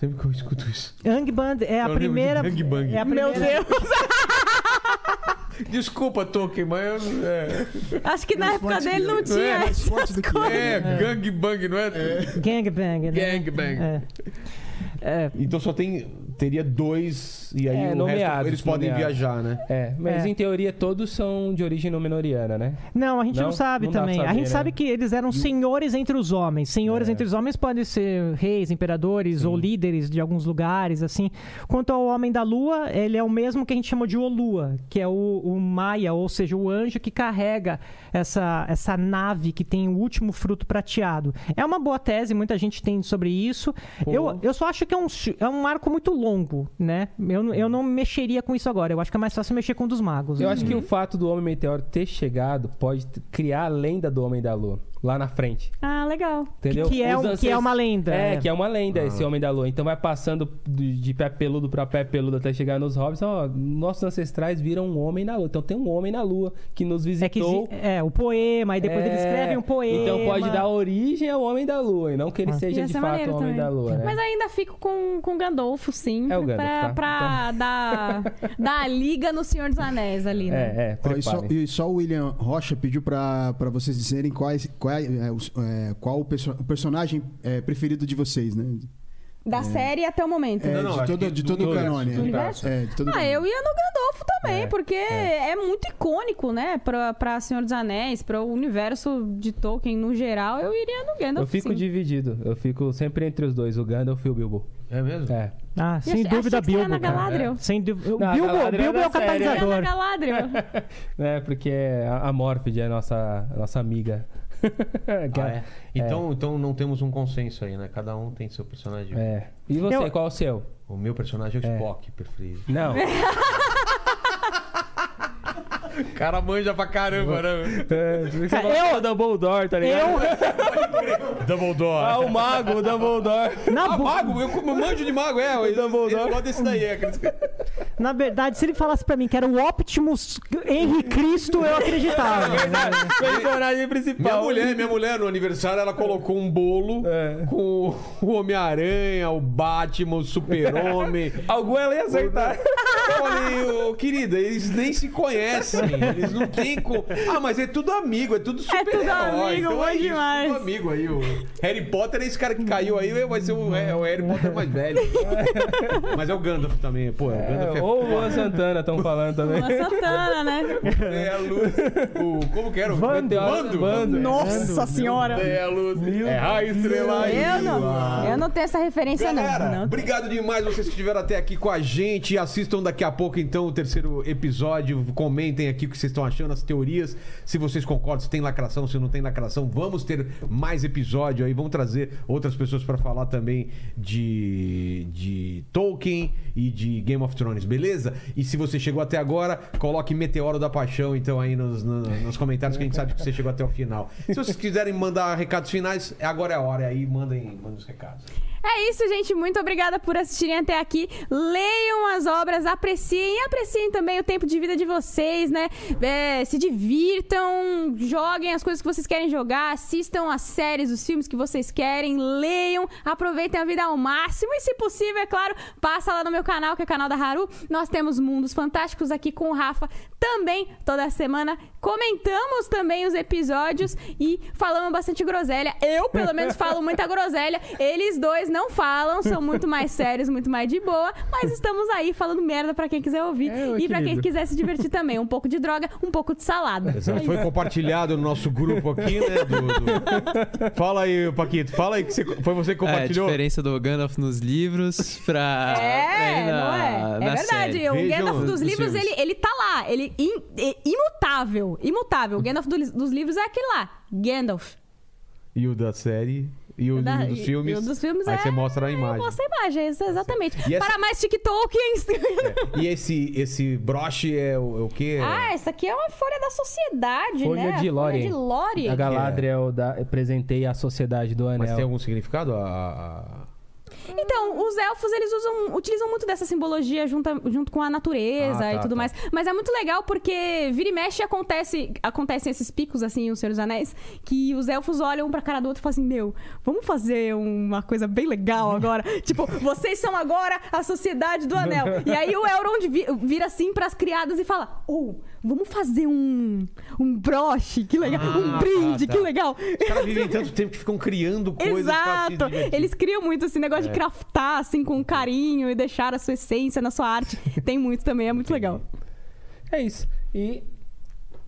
Sempre que eu escuto isso. Angband é Eu a lembro de primeira. Gangbang. É a primeira. Desculpa, Tolkien, mas. eu- É, Acho que na época forte dele que- não tinha. mais forte do que ele. é, gangbang, não é? Gangbang, né? Gangbang. É. É, Então só tem. Teria dois. E aí É, o resto- nomeados, eles podem nomeados. viajar, né? É, mas É. em teoria todos são de origem númenoriana, né? Não, a gente não, Não? sabe Não dá pra também. a saber, gente né? sabe que eles eram senhores entre os homens. Senhores É. entre os homens podem ser reis, imperadores ou líderes de alguns lugares, assim. Quanto ao Homem da Lua, ele é o mesmo que a gente chama de Olua, que é o, o Maia, ou seja, o anjo que carrega essa, essa nave que tem o último fruto prateado. É uma boa tese, muita gente tem sobre isso. Eu, eu só acho que é um, su- é um arco muito longo, né? Eu, não- Hum. eu não mexeria com isso agora. Eu acho que é mais fácil mexer com um dos magos. Eu né? acho que o fato do Homem Meteoro ter chegado pode t- criar a lenda do Homem da Lua lá na frente. Ah, legal. Entendeu? Que é Os um- que ancest- é uma lenda, É, é. que é uma lenda esse Homem da Lua. Então vai passando do- de pé peludo pra pé peludo até chegar nos hobbits. Ó, nossos ancestrais viram um homem na lua. Então tem um homem na lua que nos É que visitou. exi- é o poema, aí depois É, eles escrevem um poema. Ah. é Então pode dar origem ao Homem da Lua, e não que ele seja Ia de ser fato maneiro o Homem também. da Lua, né? Mas ainda fico com, com o Gandolfo, sim. É o Gandalf, pra tá? pra dar, dar a liga no Senhor dos Anéis ali, né? É, é, Ó, e, só, preparem. e só o William Rocha pediu pra pra vocês dizerem quais, qual, é, os- é, qual o, perso- o personagem é, preferido de vocês, né? É. Da série até o momento. né? É, Não, não, de acho todo, que de do todo o universo, canone. do é. universo. É, de todo o Ah, canone. eu ia no Gandolfo também, É, porque é. muito icônico, né? Pra, pra Senhor dos Anéis, pra o universo de Tolkien no geral, eu iria no Eu Gandalf. fico sim. dividido. Eu fico sempre entre os dois, o Gandalf e o Bilbo. É mesmo? É. Ah, Eu sem achei- dúvida, achei que você Bilbo. era na cara. Galadriel. Sem dúvida. Não, Bilbo, Galadriel Bilbo é da o série, né? Eu ia na catalisador. Galadriel. É, porque a, a Morphid é a nossa, a nossa amiga. Ah, é? Então, então não temos um consenso aí, né? Cada um tem seu personagem. É. E você, Eu- qual é o seu? O meu personagem é o É. Spock, preferido. Não. O cara manja pra caramba, né? É, Cara, eu... O Dumbledore, tá ligado? Eu, Ah, Dumbledore. o mago, o Dumbledore. na, bo- Ah, Mago, eu como manjo de mago, é. Eu, eu gosto desse daí, é. aqueles que- na verdade, se ele falasse pra mim que era o Optimus Henry Cristo, eu acreditava. Personagem principal. Minha mulher, minha mulher, no aniversário, ela colocou um bolo É. com o Homem-Aranha, o Batman, o Super-Homem. Algum ela ia acertar. Eu falei, ô, querida, eles nem se conhecem. Eles não têm co... Ah, mas é tudo amigo, é tudo super amigo, bom demais. Tudo amigo aí. O Harry Potter é esse cara que caiu aí, vai ser o, é, o Harry Potter mais velho. mas é o Gandalf também. Pô, o Gandalf é, o Ou o Luan Santana estão falando também. Luan Santana, né? É a luz. O, como que era? O Vando, Vando? Vando. Nossa senhora! É a luz. É a estrela. Eu não, eu não tenho essa referência, não. Galera, não. obrigado demais vocês que estiveram até aqui com a gente. Assistam daqui a pouco, então, o terceiro episódio. Comentem aqui o que vocês estão achando, as teorias. Se vocês concordam, se tem lacração, se não tem lacração. Vamos ter mais episódio aí. Vamos trazer outras pessoas para falar também de, de Tolkien e de Game of Thrones, beleza? E se você chegou até agora, coloque Meteoro da Paixão, então, aí nos, no- nos comentários, que a gente sabe que você chegou até o final. Se vocês quiserem mandar recados finais, agora é a hora. Aí mandem, mandem os recados. É isso, gente. Muito obrigada por assistirem até aqui. Leiam as obras, apreciem. E apreciem também o tempo de vida de vocês, né? É, se divirtam, joguem as coisas que vocês querem jogar, assistam as séries, os filmes que vocês querem, leiam, aproveitem a vida ao máximo. E se possível, é claro, passa lá no meu canal, que é o canal da Haru. Nós temos Mundos Fantásticos aqui com o Rafa também toda semana. Comentamos também os episódios e falamos bastante groselha. Eu, pelo menos, falo muita groselha. Eles dois não falam, são muito mais sérios, muito mais de boa, mas estamos aí falando merda pra quem quiser ouvir É, meu e pra quem querido. quiser se divertir também. Um pouco de droga, um pouco de salada. Exato. Foi compartilhado no nosso grupo aqui, né? do- do- Fala aí, Paquito. Fala aí que você- foi você que É, a compartilhou. diferença do Gandalf nos livros pra. pra É, ir na- não é? na É verdade. série. O Vejam Gandalf os dos livros, filmes. ele, ele tá lá. Ele in- é imutável. Imutável. O Gandalf do- dos livros é aquele lá. Gandalf. E o da série. E o, Um Da- e o dos filmes. e o dos filmes aí é- você mostra a imagem. Mostra a imagem, é isso, exatamente. E essa- Para mais TikToks. E esse, esse broche é o, é o quê? Ah, essa aqui é uma folha da sociedade, Folha né? de É. Lórien. Folha de Lórien. A Galadriel da, presentei a Sociedade do Anel. Mas tem algum significado? A- a- a- Então, os elfos, eles usam, utilizam muito dessa simbologia junta- junto com a Ah, natureza tá, e tudo tá. mais. Mas é muito legal porque vira e mexe acontece, acontecem esses picos, assim, em O Senhor dos Anéis, que os elfos olham pra cara do outro e falam assim, meu, vamos fazer uma coisa bem legal agora. tipo, vocês são agora a Sociedade do Anel. E aí o Elrond vi- vira assim pras criadas e fala, ou, vamos fazer um, um broche, que legal, Ah, um brinde, tá, tá. que legal. Os caras vivem tanto tempo que ficam criando coisas pra se Exato! divertir. É. Eles criam muito esse negócio de craftar, assim, com carinho e deixar a sua essência na sua arte. Tem muito também, é muito legal. É isso. E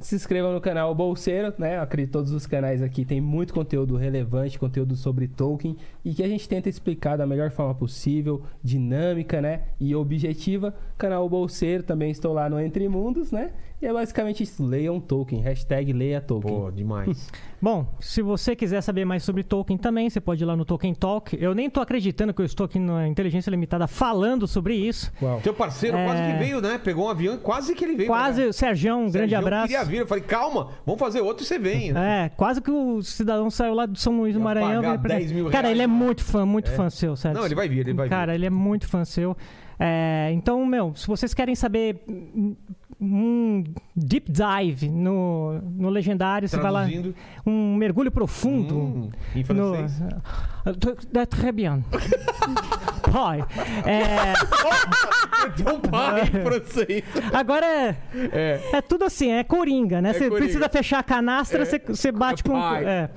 se inscrevam no canal Bolseiro, né? Eu acredito que todos os canais aqui tem muito conteúdo relevante, conteúdo sobre Tolkien e que a gente tenta explicar da melhor forma possível, dinâmica, né? E objetiva. Canal Bolseiro também estou lá no Entre Mundos, né? E é basicamente isso. Leiam Tolkien. Hashtag leia Tolkien. Pô, demais. Bom, se você quiser saber mais sobre Tolkien também, você pode ir lá no Tolkien Talk. Eu nem tô acreditando que eu estou aqui na Inteligência Limitada falando sobre isso. Uau. Teu parceiro quase É. que veio, né? Pegou um avião e quase que ele veio. Quase, né? o Sergião, um grande Sérgio, Eu abraço. queria vir. Eu falei, calma, vamos fazer outro e você vem. né? É, quase que o cidadão saiu lá do São Luís do Ia Maranhão. pagar veio pra- 10 mil Cara, reais. ele é muito fã, muito fã seu, Sérgio. Não, ele vai vir, ele vai Cara, ele é muito fã seu. É, então, meu, se vocês querem saber hum, um deep dive no, no Legendário, você vai lá. Traduzindo. Um mergulho profundo. Hum, em francês. No... Très bien. Pai. É, Então para em francês. agora é. É. É tudo assim, é coringa, né? Você coringa. É. precisa fechar a canastra, você você bate com. Pai. é.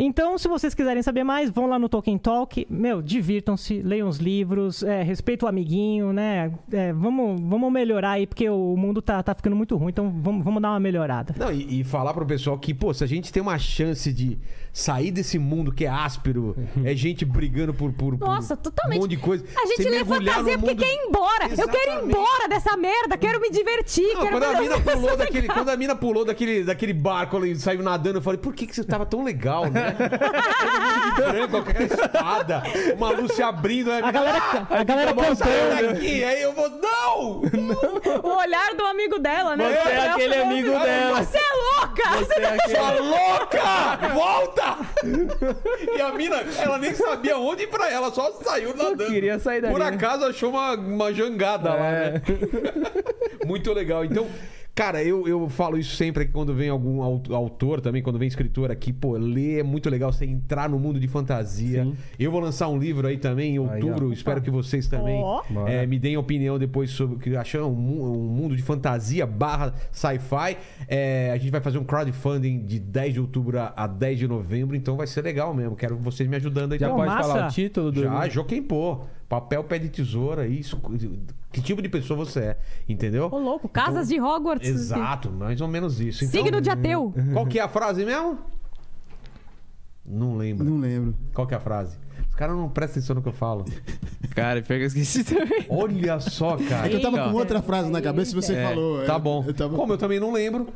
Então, se vocês quiserem saber mais, vão lá no Tolkien Talk. Meu, divirtam-se, leiam os livros, é, respeita o amiguinho, né? É, vamos, vamos melhorar aí, porque o mundo tá, tá ficando muito ruim, então vamos, vamos dar uma melhorada. Não, e, e falar pro pessoal que, pô, se a gente tem uma chance de sair desse mundo que é áspero, é gente brigando por, por, por Nossa, totalmente. um monte de coisa. A gente você lê mergulhar fantasia no porque mundo- quer ir embora. Eu quero ir Exatamente. embora dessa merda, quero me divertir, Não, quero quando, a fazer mina uma coisa pulou daquele, legal. quando a mina pulou daquele, daquele barco ali e saiu nadando, eu falei, por que, que você tava tão legal, né? Todo mundo de branco, com aquela espada, uma luz se abrindo. né? A galera, a galera Tá bom, saiu cantando. daqui, aí eu vou, não! O olhar do amigo dela, né? Você é aquele amigo dela. Você é louca! Você não- Sua é louca! Volta! E a mina, ela nem sabia onde ir pra ela, só saiu nadando. queria sair dali, Por né? acaso achou uma, uma jangada lá, É. né? Muito legal. Então, cara, eu, eu falo isso sempre aqui quando vem algum au- autor também, quando vem escritor aqui, pô, ler é muito legal você entrar no mundo de fantasia. Eu vou lançar um livro aí também em outubro, espero que vocês também Ó. Bora. eh, me deem opinião depois sobre o que acharam um, mu- um mundo de fantasia barra sci-fi. Eh, a gente vai fazer um crowdfunding de 10 de outubro a, a 10 de novembro, então vai ser legal mesmo. Quero vocês me ajudando aí Já também. pode massa. falar o título do. Já, Joaquim Pô. Papel, pé de tesoura, isso. Que tipo de pessoa você é, entendeu? Ô, louco, casas de Hogwarts. Exato, mais ou menos isso. Então, Signo de ateu. Qual que é a frase mesmo? Não lembro. Não lembro. Qual que é a frase? Os caras não prestam atenção no que eu falo. Cara, pior que eu esqueci também. Olha só, cara. É Eu tava Eita. com outra frase na cabeça e você falou. Tá é, bom. eu tava- Como eu também não lembro,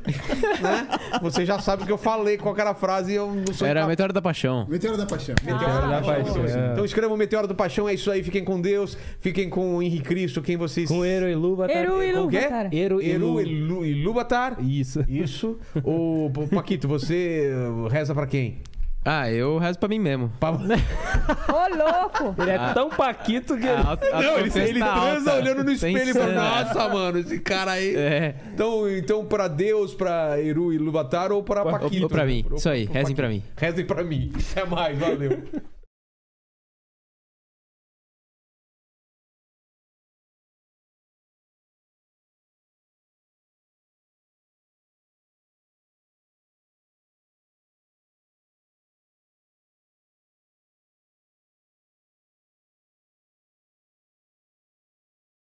né? Você já sabe o que eu falei, qual que era a frase e eu não sou Era a incapaz. Meteoro da Paixão. Meteoro da Paixão. Meteoro da Paixão. Paixão. Então escrevam Meteoro da Paixão, é isso aí. Fiquem com Deus, fiquem com o Henrique Cristo, quem vocês. Com Eru e Luva. tá- Eru e Com o quê? Luva, cara. Eru e Eru Lu. Ilu- Ilubatar. Isso. Isso. O P- Paquito, você eh, reza pra quem? Ah, eu rezo pra mim mesmo. Pra... Ô, louco. Ele é tão paquito que. A auto- a Não, ele, autoconfiança ele tá transa Ah, alta. olhando no Tá espelho e fala, insana. nossa, mano, esse cara aí. É. Então, então pra Deus, pra Eru e Lubatar ou pra Ou- Paquito. né? ou pra mim. Ou- Isso aí, ou rezem pra mim. Rezem pra mim. Até mais, valeu.